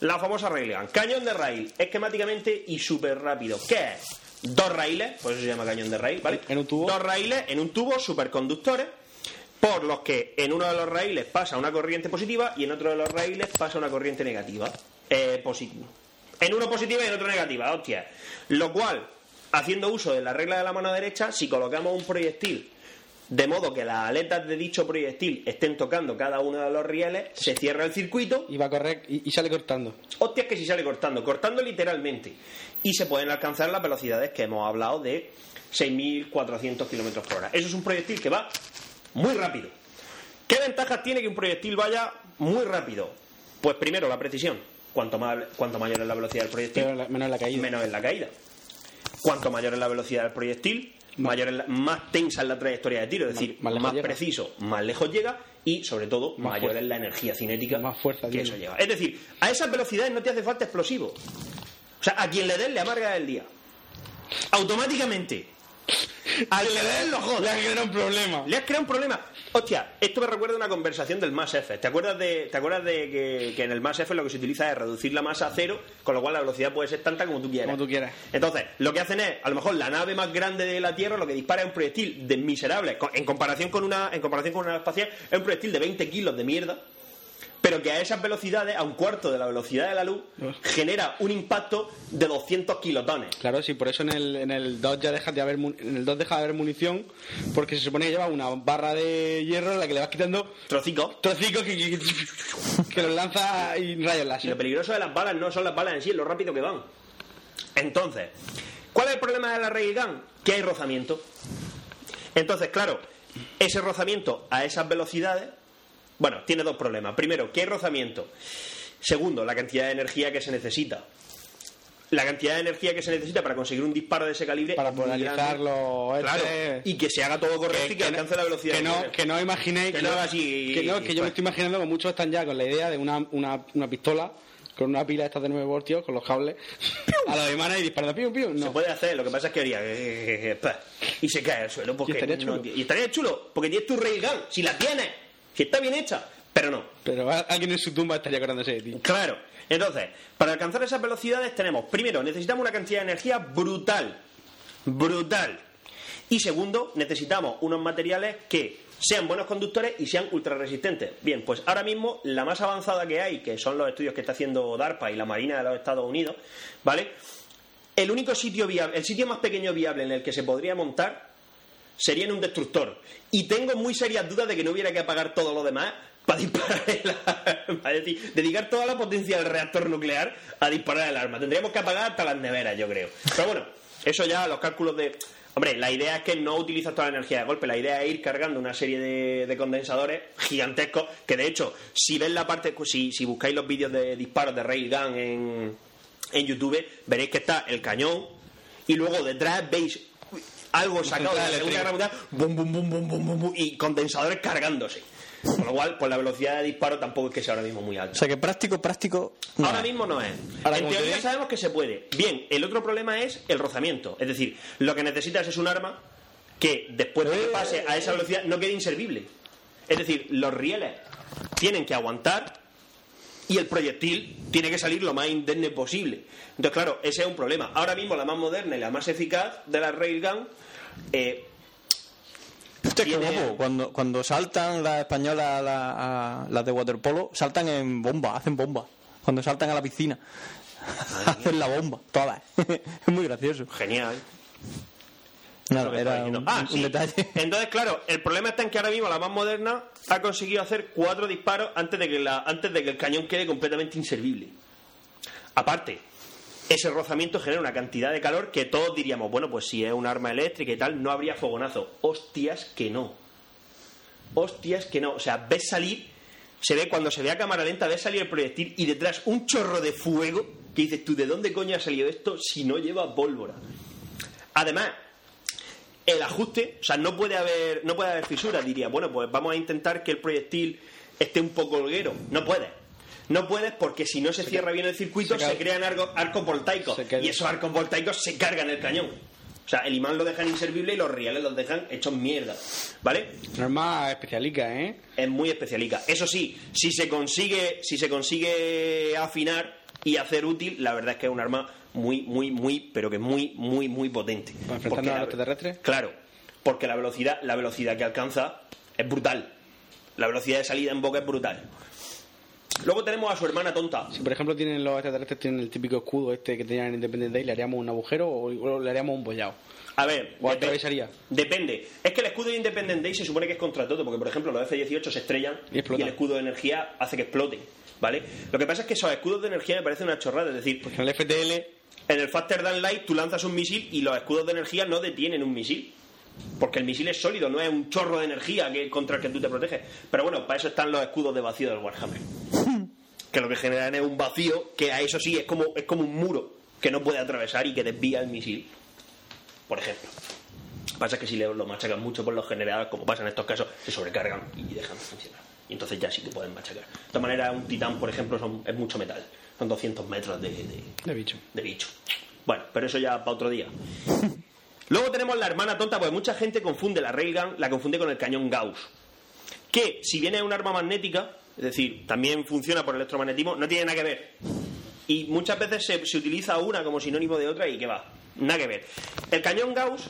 Speaker 4: La famosa Railgun. Cañón de rail, esquemáticamente y súper rápido. ¿Qué es? Dos raíles, por eso se llama cañón de rail, ¿vale?
Speaker 8: En un tubo.
Speaker 4: Dos raíles en un tubo, superconductores, por los que en uno de los raíles pasa una corriente positiva y en otro de los raíles pasa una corriente negativa. Eh, positiva. En uno positiva y en otro negativa, hostia. Lo cual, haciendo uso de la regla de la mano derecha, si colocamos un proyectil de modo que las aletas de dicho proyectil estén tocando cada uno de los rieles, se cierra el circuito.
Speaker 8: Y va a correr y, y sale cortando.
Speaker 4: Hostias que si sale cortando, cortando literalmente. Y se pueden alcanzar las velocidades que hemos hablado de 6.400 kilómetros por hora. Eso es un proyectil que va muy rápido. ¿Qué ventajas tiene que un proyectil vaya muy rápido? Pues primero, la precisión. Cuanto, más, cuanto mayor es la velocidad del proyectil, menos,
Speaker 8: la caída.
Speaker 4: Menos es la caída. Cuanto mayor es la velocidad del proyectil, mayor es la- más tensa es la trayectoria de tiro, es decir, más,
Speaker 8: más lejos llega.
Speaker 4: preciso, más lejos llega y, sobre todo,
Speaker 8: Más
Speaker 4: mayor
Speaker 8: fuerza.
Speaker 4: es la energía cinética
Speaker 8: Más fuerza
Speaker 4: que
Speaker 8: tiene.
Speaker 4: eso lleva. Es decir, a esas velocidades no te hace falta explosivo. O sea, a quien le den le amarga el día. Automáticamente. Al que le den lo jode. Le has creado un problema. Le has creado un problema. Hostia, esto me recuerda a una conversación del Mass F. ¿Te acuerdas de, te acuerdas de que, que en el Mass F lo que se utiliza es reducir la masa a cero, con lo cual la velocidad puede ser tanta como tú quieras?
Speaker 8: Como tú quieras.
Speaker 4: Entonces, lo que hacen es, a lo mejor la nave más grande de la Tierra lo que dispara es un proyectil de miserable. Co- En comparación con una, en comparación con una nave espacial, es un proyectil de 20 kilos de mierda. Pero que a esas velocidades, a un cuarto de la velocidad de la luz, genera un impacto de 200 kilotones.
Speaker 8: Claro, sí, por eso en el, en el 2 ya deja de haber mun- en el 2 deja de haber munición, porque se supone que lleva una barra de hierro a la que le vas quitando
Speaker 4: trocicos,
Speaker 8: trocicos que, que, que- que los lanza y rayos
Speaker 4: Y lo
Speaker 8: láser.
Speaker 4: peligroso de las balas no son las balas en sí, es lo rápido que van. Entonces, ¿cuál es el problema de la Railgun? Que hay rozamiento. Entonces, claro, ese rozamiento a esas velocidades, bueno, tiene dos problemas. Primero, que hay rozamiento. Segundo, la cantidad de energía que se necesita. La cantidad de energía que se necesita para conseguir un disparo de ese calibre
Speaker 8: Para
Speaker 4: es muy grande.
Speaker 8: polarizarlo, este-
Speaker 4: Claro, y que se haga todo correcto y que alcance la velocidad
Speaker 8: que
Speaker 4: que
Speaker 8: no
Speaker 4: quiere.
Speaker 8: que no imaginéis
Speaker 4: Que no haga así.
Speaker 8: que no, es que yo me
Speaker 4: Pues.
Speaker 8: estoy imaginando que muchos están ya con la idea de una, una, una pistola con una pila esta de 9 voltios con los cables a los imanes y disparando piu piu no
Speaker 4: Se puede hacer, lo que pasa es que haría. eh, pa, Y se cae al suelo. Porque
Speaker 8: Y estaría
Speaker 4: no
Speaker 8: chulo.
Speaker 4: tiene- y estaría chulo, porque tienes tu railgun, si la tienes, si está bien hecha. Pero no.
Speaker 8: pero a- alguien en su tumba estaría acordándose de ti
Speaker 4: Claro. Entonces, para alcanzar esas velocidades tenemos, primero, necesitamos una cantidad de energía brutal. Brutal. Y segundo, necesitamos unos materiales que sean buenos conductores y sean ultra resistentes. Bien, pues ahora mismo la más avanzada que hay, que son los estudios que está haciendo DARPA y la Marina de los Estados Unidos, ¿vale? El único sitio viable, el sitio más pequeño viable en el que se podría montar sería en un destructor. Y tengo muy serias dudas de que no hubiera que apagar todo lo demás para disparar el arma. Es decir, dedicar toda la potencia del reactor nuclear a disparar el arma. Tendríamos que apagar hasta las neveras, yo creo. Pero bueno, eso ya los cálculos de... Hombre, la idea es que no utilizas toda la energía de golpe, la idea es ir cargando una serie de, de condensadores gigantescos, que de hecho, si ves la parte, si, si buscáis los vídeos de disparos de Railgun en, en YouTube, veréis que está el cañón y luego detrás veis algo sacado de la Segunda Guerra Mundial, bum, bum, bum, bum, bum, bum, bum, y condensadores cargándose. Con lo cual, pues la velocidad de disparo tampoco es que sea ahora mismo muy alta.
Speaker 7: O sea que práctico, práctico. no.
Speaker 4: Ahora mismo no es.
Speaker 7: Ahora,
Speaker 4: en
Speaker 7: como te
Speaker 4: teoría
Speaker 7: digo-
Speaker 4: sabemos que se puede. Bien, el otro problema es el rozamiento. Es decir, lo que necesitas es un arma que después de que pase a esa velocidad no quede inservible. Es decir, los rieles tienen que aguantar y el proyectil tiene que salir lo más indemne posible. Entonces, claro, ese es un problema. Ahora mismo la más moderna y la más eficaz de la Railgun eh,
Speaker 7: Hostia, qué
Speaker 4: tiene-
Speaker 7: guapo. Cuando, cuando saltan las españolas, la- a- las de waterpolo, saltan en bomba, hacen bomba. Cuando saltan a la piscina, hacen la bomba, todas. es muy gracioso.
Speaker 4: Genial.
Speaker 7: Nada,
Speaker 4: lo que estaba
Speaker 7: era un,
Speaker 4: diciendo. Ah,
Speaker 7: un
Speaker 4: sí.
Speaker 7: detalle.
Speaker 4: Entonces, claro, el problema está en que ahora mismo la más moderna ha conseguido hacer cuatro disparos antes de que, la, antes de que el cañón quede completamente inservible. Aparte, ese rozamiento genera una cantidad de calor que todos diríamos, bueno, pues si es un arma eléctrica y tal, no habría fogonazo. Hostias que no. Hostias que no. O sea, ves salir, se ve cuando se ve a cámara lenta, ves salir el proyectil y detrás un chorro de fuego que dices tú, ¿de dónde coño ha salido esto si no lleva pólvora? Además, el ajuste, o sea, no puede haber, no puede haber fisuras, diría, bueno, pues vamos a intentar que el proyectil esté un poco holguero. No puedes. No puedes porque si no se, cierra bien el circuito
Speaker 8: se
Speaker 4: se,
Speaker 8: cae-
Speaker 4: crean argo- arcos voltaicos
Speaker 8: Se cae-
Speaker 4: y esos arcos voltaicos se cargan el cañón. O sea, el imán lo dejan inservible y los rieles los dejan hechos mierda. ¿Vale?
Speaker 8: no es más especialica eh
Speaker 4: Es muy especialica. Eso sí, si se consigue, si se consigue afinar y hacer útil, la verdad es que es un arma muy, muy, muy, pero que muy, muy, muy potente.
Speaker 8: para
Speaker 4: Porque
Speaker 8: enfrentarnos a
Speaker 4: la-
Speaker 8: los extraterrestres
Speaker 4: Claro, porque la velocidad, la velocidad que alcanza es brutal. La velocidad de salida en boca es brutal. Luego tenemos a su hermana tonta.
Speaker 8: si por ejemplo tienen los extraterrestres tienen el típico escudo este que tenían en Independence Day le haríamos un agujero o, o le haríamos un bollado
Speaker 4: A ver,
Speaker 8: o
Speaker 4: depe-
Speaker 8: atravesaría
Speaker 4: depende. Es que el escudo de Independent Day se supone que es contra todo, porque por ejemplo los F-18 se estrellan
Speaker 8: Y explotan.
Speaker 4: el escudo de energía hace que exploten, ¿vale? Lo que pasa es que esos escudos de energía me parecen una chorrada, es decir,
Speaker 8: porque en el FTL
Speaker 4: en el Faster Than Light tú lanzas un misil y los escudos de energía no detienen un misil. Porque el misil es sólido, no es un chorro de energía que, contra el que tú te proteges. Pero bueno, para eso están los escudos de vacío del Warhammer. Que lo que generan es un vacío que a eso sí es como, es como un muro que no puede atravesar y que desvía el misil. Por ejemplo. Pasa que si le- lo machacan mucho por los generadores, como pasa en estos casos, se sobrecargan y dejan de funcionar. Y entonces ya sí que pueden machacar. De esta manera, un titán, por ejemplo, son- es mucho metal. Son 200 metros de, de-
Speaker 8: De bicho.
Speaker 4: de bicho. Bueno, pero eso ya para otro día. Luego tenemos la hermana tonta, porque mucha gente confunde la railgun, la confunde con el cañón Gauss. Que, si bien es un arma magnética, es decir, también funciona por electromagnetismo, no tiene nada que ver. Y muchas veces se, se utiliza una como sinónimo de otra y que va, nada que ver. El cañón Gauss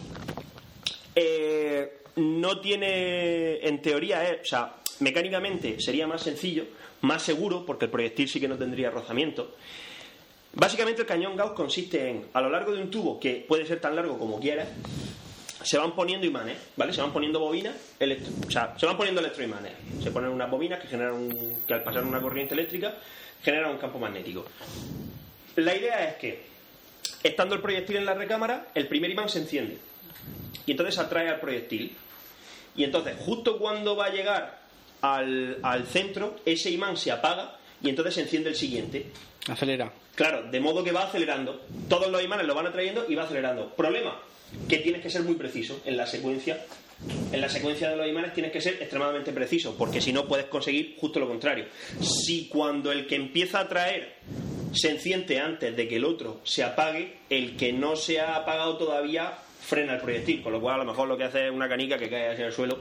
Speaker 4: eh, no tiene, en teoría, eh, o sea, mecánicamente sería más sencillo, más seguro, porque el proyectil sí que no tendría rozamiento. Básicamente el cañón Gauss consiste en, a lo largo de un tubo, que puede ser tan largo como quieras, se van poniendo imanes, ¿vale? Se van poniendo bobinas, electro- o sea, se van poniendo electroimanes. Se ponen unas bobinas que generan un- que al pasar una corriente eléctrica generan un campo magnético. La idea es que, estando el proyectil en la recámara, el primer imán se enciende y entonces atrae al proyectil. Y entonces, justo cuando va a llegar al, al centro, ese imán se apaga y entonces se enciende el siguiente.
Speaker 8: Acelera.
Speaker 4: Claro, de modo que va acelerando. Todos los imanes lo van atrayendo y va acelerando. Problema, que tienes que ser muy preciso en la secuencia. En la secuencia de los imanes tienes que ser extremadamente preciso, porque si no puedes conseguir justo lo contrario. Si cuando el que empieza a atraer se enciende antes de que el otro se apague, el que no se ha apagado todavía frena el proyectil, con lo cual a lo mejor lo que hace es una canica que cae hacia el suelo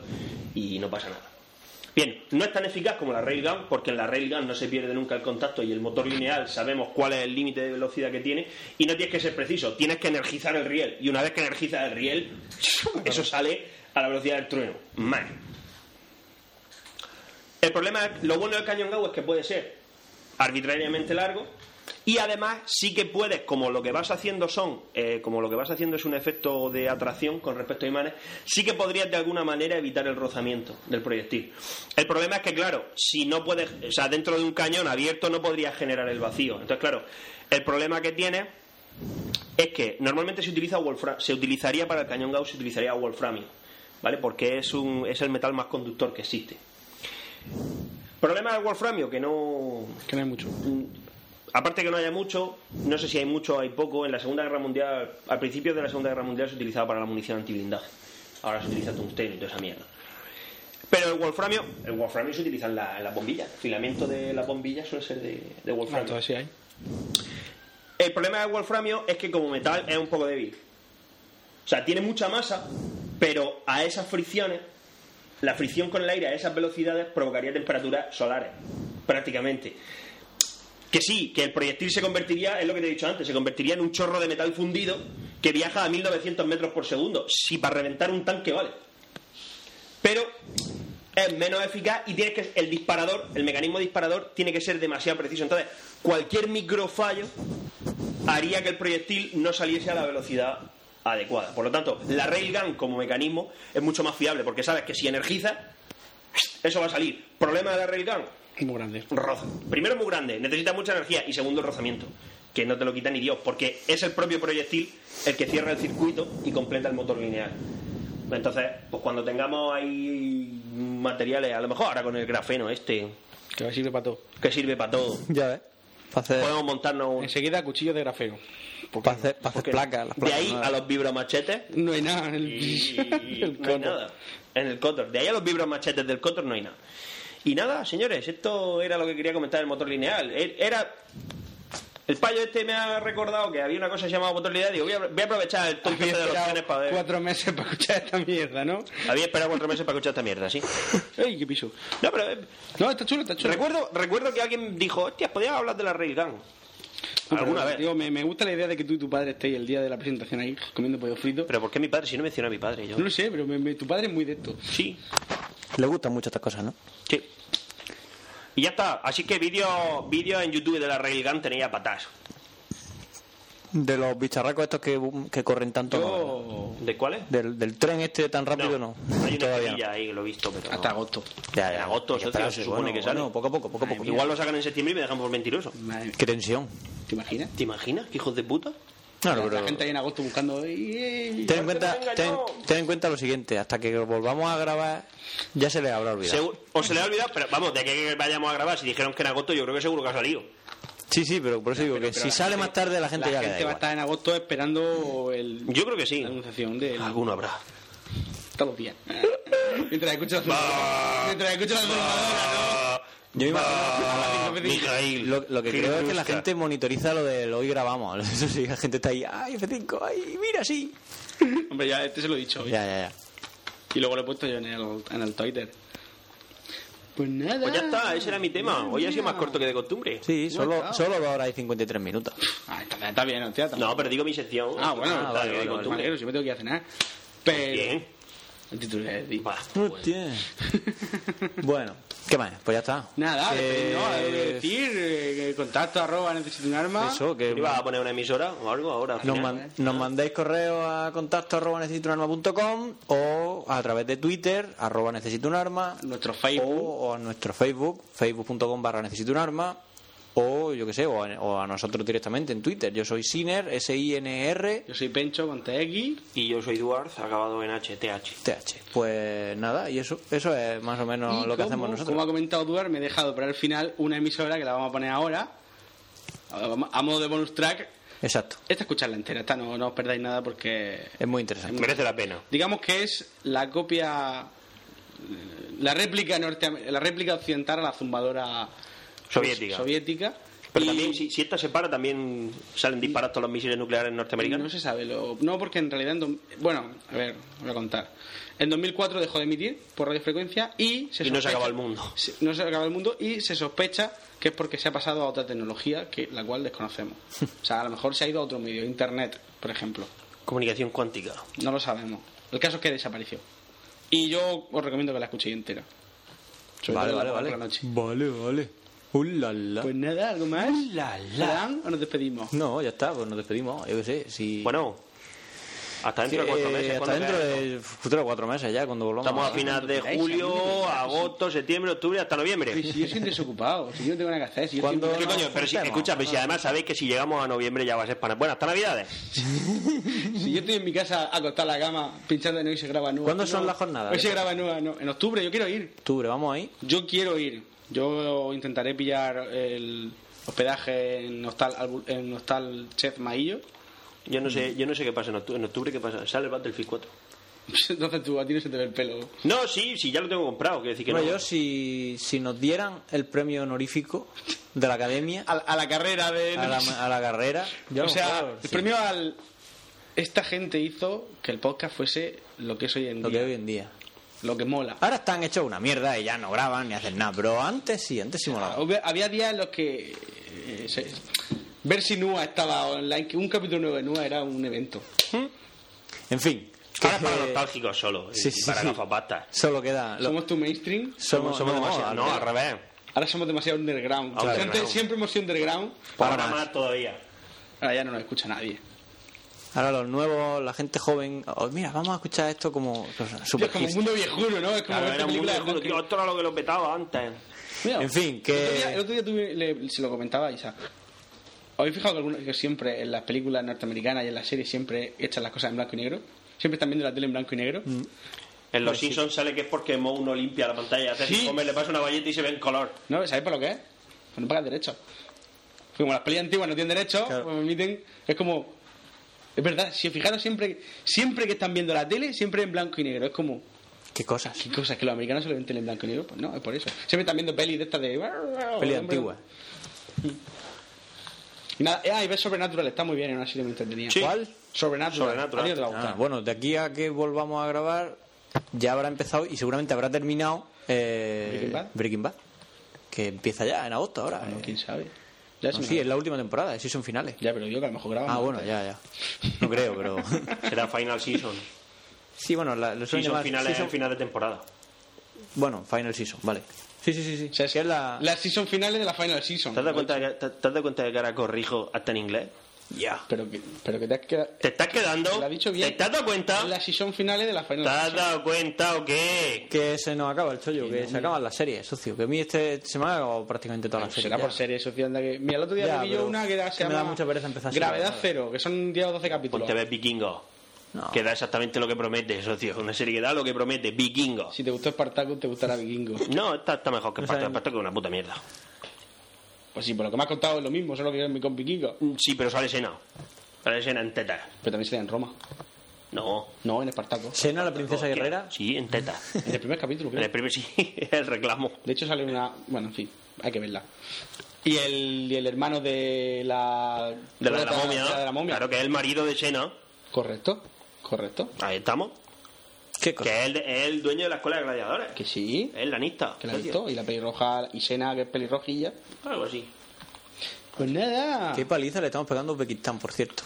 Speaker 4: y no pasa nada. Bien, no es tan eficaz como la Railgun, porque en la Railgun no se pierde nunca el contacto y el motor lineal sabemos cuál es el límite de velocidad que tiene y no tienes que ser preciso, tienes que energizar el riel y una vez que energizas el riel, eso sale a la velocidad del trueno. Mal. El problema, es- lo bueno del cañón Gauss es que puede ser arbitrariamente largo y además sí que puedes como lo que vas haciendo son eh, como lo que vas haciendo es un efecto de atracción con respecto a imanes sí que podrías de alguna manera evitar el rozamiento del proyectil el problema es que claro si no puedes o sea dentro de un cañón abierto no podrías generar el vacío entonces claro el problema que tienes es que normalmente se utiliza wolfra- se utilizaría para el cañón Gauss se utilizaría wolframio vale porque es un es el metal más conductor que existe problema del wolframio que no
Speaker 8: Que no hay mucho.
Speaker 4: Mm, aparte que no haya mucho, no sé si hay mucho o hay poco, en la Segunda Guerra Mundial, al principio de la Segunda Guerra Mundial se utilizaba para la munición antiblindaje. Ahora se utiliza tungsteno y toda esa mierda. Pero el wolframio, el wolframio se utiliza en la, en las bombillas. El filamento de las bombillas suele ser de, de
Speaker 8: Ah,
Speaker 4: wolframio.
Speaker 8: entonces sí hay.
Speaker 4: El problema del wolframio es que como metal es un poco débil. O sea, tiene mucha masa, pero a esas fricciones, la fricción con el aire a esas velocidades provocaría temperaturas solares, prácticamente. Que sí, que el proyectil se convertiría, es lo que te he dicho antes, se convertiría en un chorro de metal fundido que viaja a 1900 metros por segundo, si para reventar un tanque vale. Pero es menos eficaz y tienes que el disparador, el mecanismo disparador tiene que ser demasiado preciso. Entonces, cualquier microfallo haría que el proyectil no saliese a la velocidad adecuada. Por lo tanto, la railgun como mecanismo es mucho más fiable porque sabes que si energiza eso va a salir. Problema de la railgun,
Speaker 8: Muy grande.
Speaker 4: roza. Primero muy grande, necesita mucha energía y segundo el rozamiento, que no te lo quita ni Dios, porque es el propio proyectil el que cierra el circuito y completa el motor lineal. Entonces, pues cuando tengamos ahí materiales, a lo mejor ahora con el grafeno este,
Speaker 8: Que sirve para todo.
Speaker 4: que sirve para todo,
Speaker 7: Ya ves. Para hacer,
Speaker 4: podemos montarnos un-
Speaker 8: Enseguida cuchillo de grafeo.
Speaker 7: pa' hacer, pa' hacer
Speaker 4: porque
Speaker 7: placas. las
Speaker 4: de
Speaker 7: placas,
Speaker 4: ahí
Speaker 7: ¿no?
Speaker 4: a los vibromachetes
Speaker 8: No hay nada en el,
Speaker 4: y
Speaker 8: el
Speaker 4: no hay
Speaker 8: cono.
Speaker 4: nada en el Cotor. De ahí a los vibromachetes del Cotor no hay nada. Y nada, señores, esto era lo que quería comentar del motor lineal. E- Era. El payo este me ha recordado que había una cosa llamada motor lineal. Digo, voy a, voy a aprovechar el toque
Speaker 8: Había
Speaker 4: de los
Speaker 8: esperado
Speaker 4: trenes para ver.
Speaker 8: cuatro meses para escuchar esta mierda, ¿no?
Speaker 4: Había esperado cuatro meses para escuchar esta mierda, sí.
Speaker 8: ¡Ey, qué piso!
Speaker 4: No, pero. eh,
Speaker 8: No, está chulo, está chulo.
Speaker 4: Recuerdo, recuerdo que alguien dijo, hostias, podías hablar de la Railgun.
Speaker 8: No, pero,
Speaker 4: Alguna vez.
Speaker 8: Digo, me, me gusta la idea de que tú y tu padre estéis el día de la presentación ahí comiendo pollo frito.
Speaker 4: Pero ¿por qué mi padre? Si no menciona a mi padre, yo.
Speaker 8: No lo sé, pero me- me- tu padre es muy de esto.
Speaker 4: Sí,
Speaker 7: Le gustan mucho estas cosas, ¿no?
Speaker 4: sí. Y ya está. Así que vídeos vídeos en YouTube de la Railgun tenéis a patas.
Speaker 7: De los bicharracos estos que, que corren tanto. no, ¿verdad?
Speaker 8: Yo...
Speaker 4: ¿De cuáles?
Speaker 7: del, del tren este tan rápido, no.
Speaker 4: Hay una
Speaker 7: Todavía.
Speaker 4: capilla ahí que lo he visto, pero.
Speaker 8: Hasta
Speaker 4: no.
Speaker 8: agosto.
Speaker 4: Ya, en agosto,
Speaker 7: Ya,
Speaker 4: socio,
Speaker 7: pero
Speaker 4: se supone
Speaker 7: bueno,
Speaker 4: que sale.
Speaker 7: bueno, poco a poco, poco a poco.
Speaker 4: Igual lo sacan en septiembre y me dejan por mentiroso.
Speaker 8: Madre mía,
Speaker 7: Qué tensión.
Speaker 8: ¿Te imaginas?
Speaker 4: ¿Te imaginas, qué hijos de puta?
Speaker 7: Claro,
Speaker 8: la
Speaker 7: pero-
Speaker 8: gente ahí en agosto buscando. "Ey,
Speaker 7: Ten en,
Speaker 8: Marta,
Speaker 7: cuenta,
Speaker 8: venga,
Speaker 7: ten,
Speaker 8: no".
Speaker 7: ten en cuenta lo siguiente, hasta que volvamos a grabar ya se les habrá olvidado.
Speaker 4: Segu- o se le ha olvidado, pero vamos, de aquí a que vayamos a grabar, si dijeron que en agosto, yo creo que seguro que ha salido.
Speaker 7: Sí, sí, pero por eso digo que
Speaker 8: pero
Speaker 7: si
Speaker 8: la
Speaker 7: sale
Speaker 8: gente-
Speaker 7: más tarde la gente ya
Speaker 8: La
Speaker 7: le da
Speaker 8: gente va a
Speaker 7: igual.
Speaker 8: estar en agosto esperando el,
Speaker 4: Yo creo que sí.
Speaker 8: la anunciación de
Speaker 4: Alguno habrá.
Speaker 8: todos los días. Mientras escucho la Mientras escucho la
Speaker 7: Yo me imagino-
Speaker 4: Ah, Mijail,
Speaker 7: Ah, lo, lo que
Speaker 4: ¿qué
Speaker 7: creo es que la
Speaker 4: busca?
Speaker 7: gente monitoriza lo del hoy grabamos. Eso sí, la gente está ahí, ay, F5, ay, mira, sí.
Speaker 8: Hombre, ya este se lo he dicho. hoy.
Speaker 7: Ya, ya, ya.
Speaker 8: Y luego lo he puesto yo en el, en el Twitter. Pues nada.
Speaker 4: Pues ya está, ese era mi tema. Hoy ha sido más corto que de costumbre.
Speaker 7: Sí, solo,
Speaker 8: claro.
Speaker 7: solo 2 horas y 53 minutos.
Speaker 8: Ah, está, está bien, hostia. está
Speaker 4: No,
Speaker 8: bien.
Speaker 4: pero digo mi sección.
Speaker 8: Ah, bueno,
Speaker 4: Está
Speaker 8: está
Speaker 4: bien,
Speaker 8: bien,
Speaker 4: de
Speaker 8: me
Speaker 4: costumbre.
Speaker 8: alegro, si me tengo que ir a cenar. Pero.
Speaker 4: Bien.
Speaker 8: El título es de-
Speaker 4: Va.
Speaker 7: Hostia. bueno, ¿qué más? Pues ya está.
Speaker 8: Nada,
Speaker 7: Eh,
Speaker 8: no, hay que decir, eh, contacto arroba necesito un arma.
Speaker 7: Eso, que
Speaker 4: ¿Iba a poner una emisora o algo ahora? al
Speaker 7: Nos,
Speaker 4: final?
Speaker 7: man- nos mandáis correo a contacto arroba necesitounarma.com o a través de Twitter arroba necesitounarma
Speaker 8: Nuestro Facebook.
Speaker 7: o, o a nuestro Facebook facebook.com barra necesitounarma o yo que sé o a, o a nosotros directamente en Twitter yo soy Siner S-I-N-R
Speaker 8: Yo soy Pencho con TX.
Speaker 4: Y yo soy Duarte, acabado en HTH.
Speaker 7: TH pues nada y eso eso es más o menos
Speaker 8: Y
Speaker 7: lo que
Speaker 8: como-
Speaker 7: hacemos nosotros
Speaker 8: Como ha comentado Duar, me he dejado para el final una emisora que la vamos a poner ahora. A a modo de bonus track.
Speaker 7: exacto
Speaker 8: Esta escucharla entera, esta no, no os perdáis nada porque.
Speaker 7: es muy interesante
Speaker 4: Merece la pena.
Speaker 8: Digamos que es la copia. La réplica norte, la réplica occidental a la zumbadora
Speaker 4: Soviética.
Speaker 8: soviética.
Speaker 4: Pero
Speaker 8: Y-
Speaker 4: también, si, si esta se para, también salen disparados todos los misiles nucleares
Speaker 8: No
Speaker 4: norteamericanos.
Speaker 8: se sabe. Lo... No, porque en realidad. en do- Bueno, a ver, voy a contar. En 2004 dejó de emitir por radiofrecuencia y se
Speaker 4: Y no se
Speaker 8: sospecha-
Speaker 4: acabó el mundo.
Speaker 8: se- No se acabó el mundo y se sospecha que es porque se ha pasado a otra tecnología que la cual desconocemos. O sea, a lo mejor se ha ido a otro medio, Internet, por ejemplo.
Speaker 4: Comunicación cuántica.
Speaker 8: No lo sabemos. El caso es que desapareció. Y yo os recomiendo que la escuchéis entera. Sobre
Speaker 7: vale
Speaker 8: todo
Speaker 7: vale
Speaker 8: por
Speaker 7: vale
Speaker 8: la noche.
Speaker 7: vale vale Ulala.
Speaker 8: Pues nada, ¿algo más? ¿Fran, ¿O nos despedimos?
Speaker 7: no ya está pues nos despedimos yo que sé si
Speaker 4: Bueno, hasta dentro de cuatro
Speaker 7: Eh,
Speaker 4: meses.
Speaker 7: hasta
Speaker 4: ¿cuándo
Speaker 7: dentro
Speaker 4: queda esto?
Speaker 7: de tres o cuatro meses ya cuando volvamos
Speaker 4: Estamos a final de julio, agosto, septiembre, octubre, hasta noviembre.
Speaker 8: Pero si yo soy un desocupado, si yo no tengo nada que hacer, si yo
Speaker 7: ¿Cuándo?
Speaker 4: ¿Qué
Speaker 8: estoy-
Speaker 7: no,
Speaker 4: coño? Pero si,
Speaker 7: juntemos.
Speaker 4: escucha, pero si además sabéis que si llegamos a noviembre ya va a ser para... Bueno, hasta navidades.
Speaker 8: Si yo estoy en mi casa acostada en la cama, pinchando en hoy se graba nueva.
Speaker 7: ¿Cuándo son
Speaker 8: No,
Speaker 7: las jornadas?
Speaker 8: Hoy se graba nueva, no. En octubre, yo quiero ir.
Speaker 7: octubre vamos ahí
Speaker 8: Yo quiero ir. Yo intentaré pillar el hospedaje en Hostal, Albu- en hostal Chef Maillo.
Speaker 4: Yo no
Speaker 7: Mm.
Speaker 4: sé, yo no sé qué pasa en octubre, en octubre qué pasa. Sale el Battlefield 4.
Speaker 8: Entonces tú a ti no se te ve el pelo.
Speaker 4: No, sí, sí, ya lo tengo comprado, quiero decir que
Speaker 7: Bueno,
Speaker 4: no.
Speaker 7: yo si, si nos dieran el premio honorífico de la academia
Speaker 8: A, a la carrera de.
Speaker 7: a la, a la carrera, yo a
Speaker 8: o
Speaker 7: lo
Speaker 8: sea,
Speaker 7: mejor, sí,
Speaker 8: el premio al. Esta gente hizo que el podcast fuese lo que es hoy en
Speaker 7: lo que
Speaker 8: día.
Speaker 7: hay hoy en día.
Speaker 8: Lo que mola.
Speaker 7: Ahora están hechos una mierda y ya no graban ni hacen nada, pero antes sí, antes sí molaba.
Speaker 8: Había- Había días en los que eh, se- ver si Nua estaba online, que un capítulo nuevo de Nua era un evento.
Speaker 7: En fin,
Speaker 4: Ahora es
Speaker 7: que-
Speaker 4: para nostálgicos solo,
Speaker 7: Sí,
Speaker 4: y
Speaker 7: sí,
Speaker 4: para
Speaker 7: sí.
Speaker 4: gafapastas.
Speaker 7: solo queda. lo-
Speaker 8: Somos tu mainstream,
Speaker 7: somos, ¿eh?
Speaker 4: Somos
Speaker 7: no,
Speaker 4: demasiado,
Speaker 7: al-
Speaker 4: no, al revés.
Speaker 8: ahora somos demasiado underground.
Speaker 4: Claro.
Speaker 8: Antes
Speaker 4: Underground.
Speaker 8: siempre hemos sido underground,
Speaker 4: Ahora más todavía.
Speaker 8: ahora ya no nos escucha nadie.
Speaker 7: Ahora los nuevos, la gente joven. oh, mira, vamos a escuchar esto como
Speaker 8: Tío,
Speaker 7: super
Speaker 8: es como un
Speaker 7: hipster.
Speaker 8: mundo viejuno, ¿no? Es como
Speaker 4: Claro,
Speaker 8: ver
Speaker 4: era muy
Speaker 8: películas de
Speaker 4: lejos,
Speaker 8: Hulk.
Speaker 4: tío, esto era lo que lo petaba antes.
Speaker 8: Mira,
Speaker 7: En fin, que-
Speaker 8: El otro día, el otro día tuve- le- se lo comentaba a Isa. ¿Habéis fijado que, alguna- que siempre en las películas norteamericanas y en las series siempre echan las cosas en blanco y negro? Siempre están viendo la tele en blanco y negro.
Speaker 7: Mm.
Speaker 4: En los Simpsons sale que es porque Moe no limpia la pantalla. Hace
Speaker 8: Sí.
Speaker 4: cinco meses le pasa una valleta y se ve en color.
Speaker 8: ¿No? ¿Sabéis por lo que es? Pues no pagan derechos. Porque Como las pelis antiguas no tienen derechos,
Speaker 7: Claro.
Speaker 8: pues emiten- Es como. Es verdad, si os fijaros, siempre, siempre que están viendo la tele, siempre en blanco y negro. Es como.
Speaker 7: Qué cosas.
Speaker 8: ¿Qué cosas? ¿Que los americanos solo ven tele en blanco y negro? Pues no, es por eso. Siempre están viendo pelis de estas de.
Speaker 7: Peli
Speaker 8: Pelis
Speaker 7: antigua.
Speaker 8: Y nada, eh, ah, y ves Sobrenatural, está muy bien, en una serie muy entretenida.
Speaker 4: Sí.
Speaker 7: ¿Cuál?
Speaker 8: Sobrenatural.
Speaker 4: Sobrenatural.
Speaker 8: A ti no te va a
Speaker 7: Ah,
Speaker 8: gustar.
Speaker 7: bueno, de aquí a que volvamos a grabar, ya habrá empezado y seguramente habrá terminado eh,
Speaker 8: Breaking Bad.
Speaker 7: que empieza ya en agosto ahora.
Speaker 8: Bueno,
Speaker 7: eh.
Speaker 8: quién sabe. Ya,
Speaker 7: No,
Speaker 8: se me-
Speaker 7: sí, es la última temporada, sí son finales.
Speaker 8: ya, pero yo que a lo mejor grabamos.
Speaker 7: Ah, bueno, ya, ya. No creo, pero.
Speaker 4: Será Final Season.
Speaker 7: Sí, bueno, la, lo suelen
Speaker 4: Sí, son
Speaker 7: llamar- sí,
Speaker 4: finales,
Speaker 7: son-
Speaker 4: final de temporada.
Speaker 7: Bueno, Final Season, vale. Sí, sí, sí. sí.
Speaker 8: O sea, es
Speaker 7: Que es la...
Speaker 8: Las season finales de la final season.
Speaker 4: ¿Te has dado cuenta, de que- te- te has dado cuenta de que ahora corrijo hasta en inglés? Ya.
Speaker 8: Pero que, pero que te has quedado.
Speaker 4: Te estás quedando.
Speaker 8: Lo ha dicho bien.
Speaker 4: ¿Te estás dando cuenta?
Speaker 8: Las season finales de la
Speaker 4: ¿Te
Speaker 8: final.
Speaker 4: has dado cuenta o qué?
Speaker 7: Que se nos acaba el chollo, que se acaban las series, socio. Que a mí este se me ha acabado prácticamente todas las series.
Speaker 8: Será
Speaker 7: ya.
Speaker 8: por serie social. de que- Mira, el otro día
Speaker 7: Ya,
Speaker 8: vi yo
Speaker 7: pero
Speaker 8: una que era- se
Speaker 7: que me da
Speaker 8: llama
Speaker 7: mucha pereza empezar así, la
Speaker 8: Gravedad
Speaker 7: verdad.
Speaker 8: Cero, que son 10 o 12 capítulos.
Speaker 4: Ponte a ver Vikingo. Que da exactamente lo que promete, socio. Una serie que da lo que promete, Vikingo.
Speaker 8: Si te gustó Espartaco, te gustará Vikingo.
Speaker 4: No, esta está mejor que Espartaco.
Speaker 8: No saben.
Speaker 4: Espartaco es una puta mierda.
Speaker 8: Pues sí, por lo que me has contado es lo mismo, solo que yo en mi con Vikingo.
Speaker 4: Sí, pero sale Sena. Sale Sena en teta.
Speaker 8: Pero también se da en Roma.
Speaker 4: No.
Speaker 8: No, en Espartaco.
Speaker 7: ¿Sena la
Speaker 8: Oh,
Speaker 7: princesa
Speaker 4: Hostia,
Speaker 7: guerrera?
Speaker 4: Sí, en teta.
Speaker 8: En el primer capítulo,
Speaker 4: En
Speaker 8: creo.
Speaker 4: el primer sí, el reclamo.
Speaker 8: De hecho, sale una. Bueno, en fin, hay que verla. Y el, y el hermano de la.
Speaker 4: De la de la momia,
Speaker 8: de la
Speaker 4: ¿no?
Speaker 8: momia.
Speaker 4: Claro que es el marido de Sena.
Speaker 8: Correcto, correcto.
Speaker 4: Ahí estamos. Que es el, es el dueño de la escuela de gladiadores.
Speaker 8: Que sí.
Speaker 4: Es el lanista.
Speaker 8: Que la he
Speaker 4: socio.
Speaker 8: visto. Y la pelirroja. Y Sena, que es pelirrojilla.
Speaker 4: Algo así.
Speaker 8: Pues nada.
Speaker 7: Qué paliza le estamos pegando a Uzbekistán, por cierto.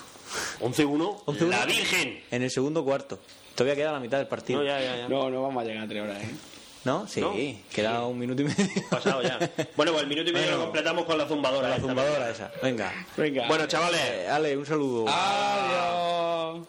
Speaker 4: 11-1.
Speaker 7: 11-1.
Speaker 4: La Virgen.
Speaker 7: En el segundo cuarto. Todavía queda la mitad del partido.
Speaker 4: No, ya, ya, ya.
Speaker 8: No, no vamos a llegar a tres horas, ¿eh?
Speaker 7: ¿No? Sí,
Speaker 4: No.
Speaker 7: queda un minuto y medio.
Speaker 4: Pasado ya. Bueno, pues el minuto y medio
Speaker 7: Bueno.
Speaker 4: lo completamos con la zumbadora.
Speaker 7: La
Speaker 4: esta.
Speaker 7: zumbadora esa. Venga.
Speaker 8: Venga.
Speaker 4: Bueno, chavales. Ah,
Speaker 7: Eh, Ale, un saludo.
Speaker 8: Adiós.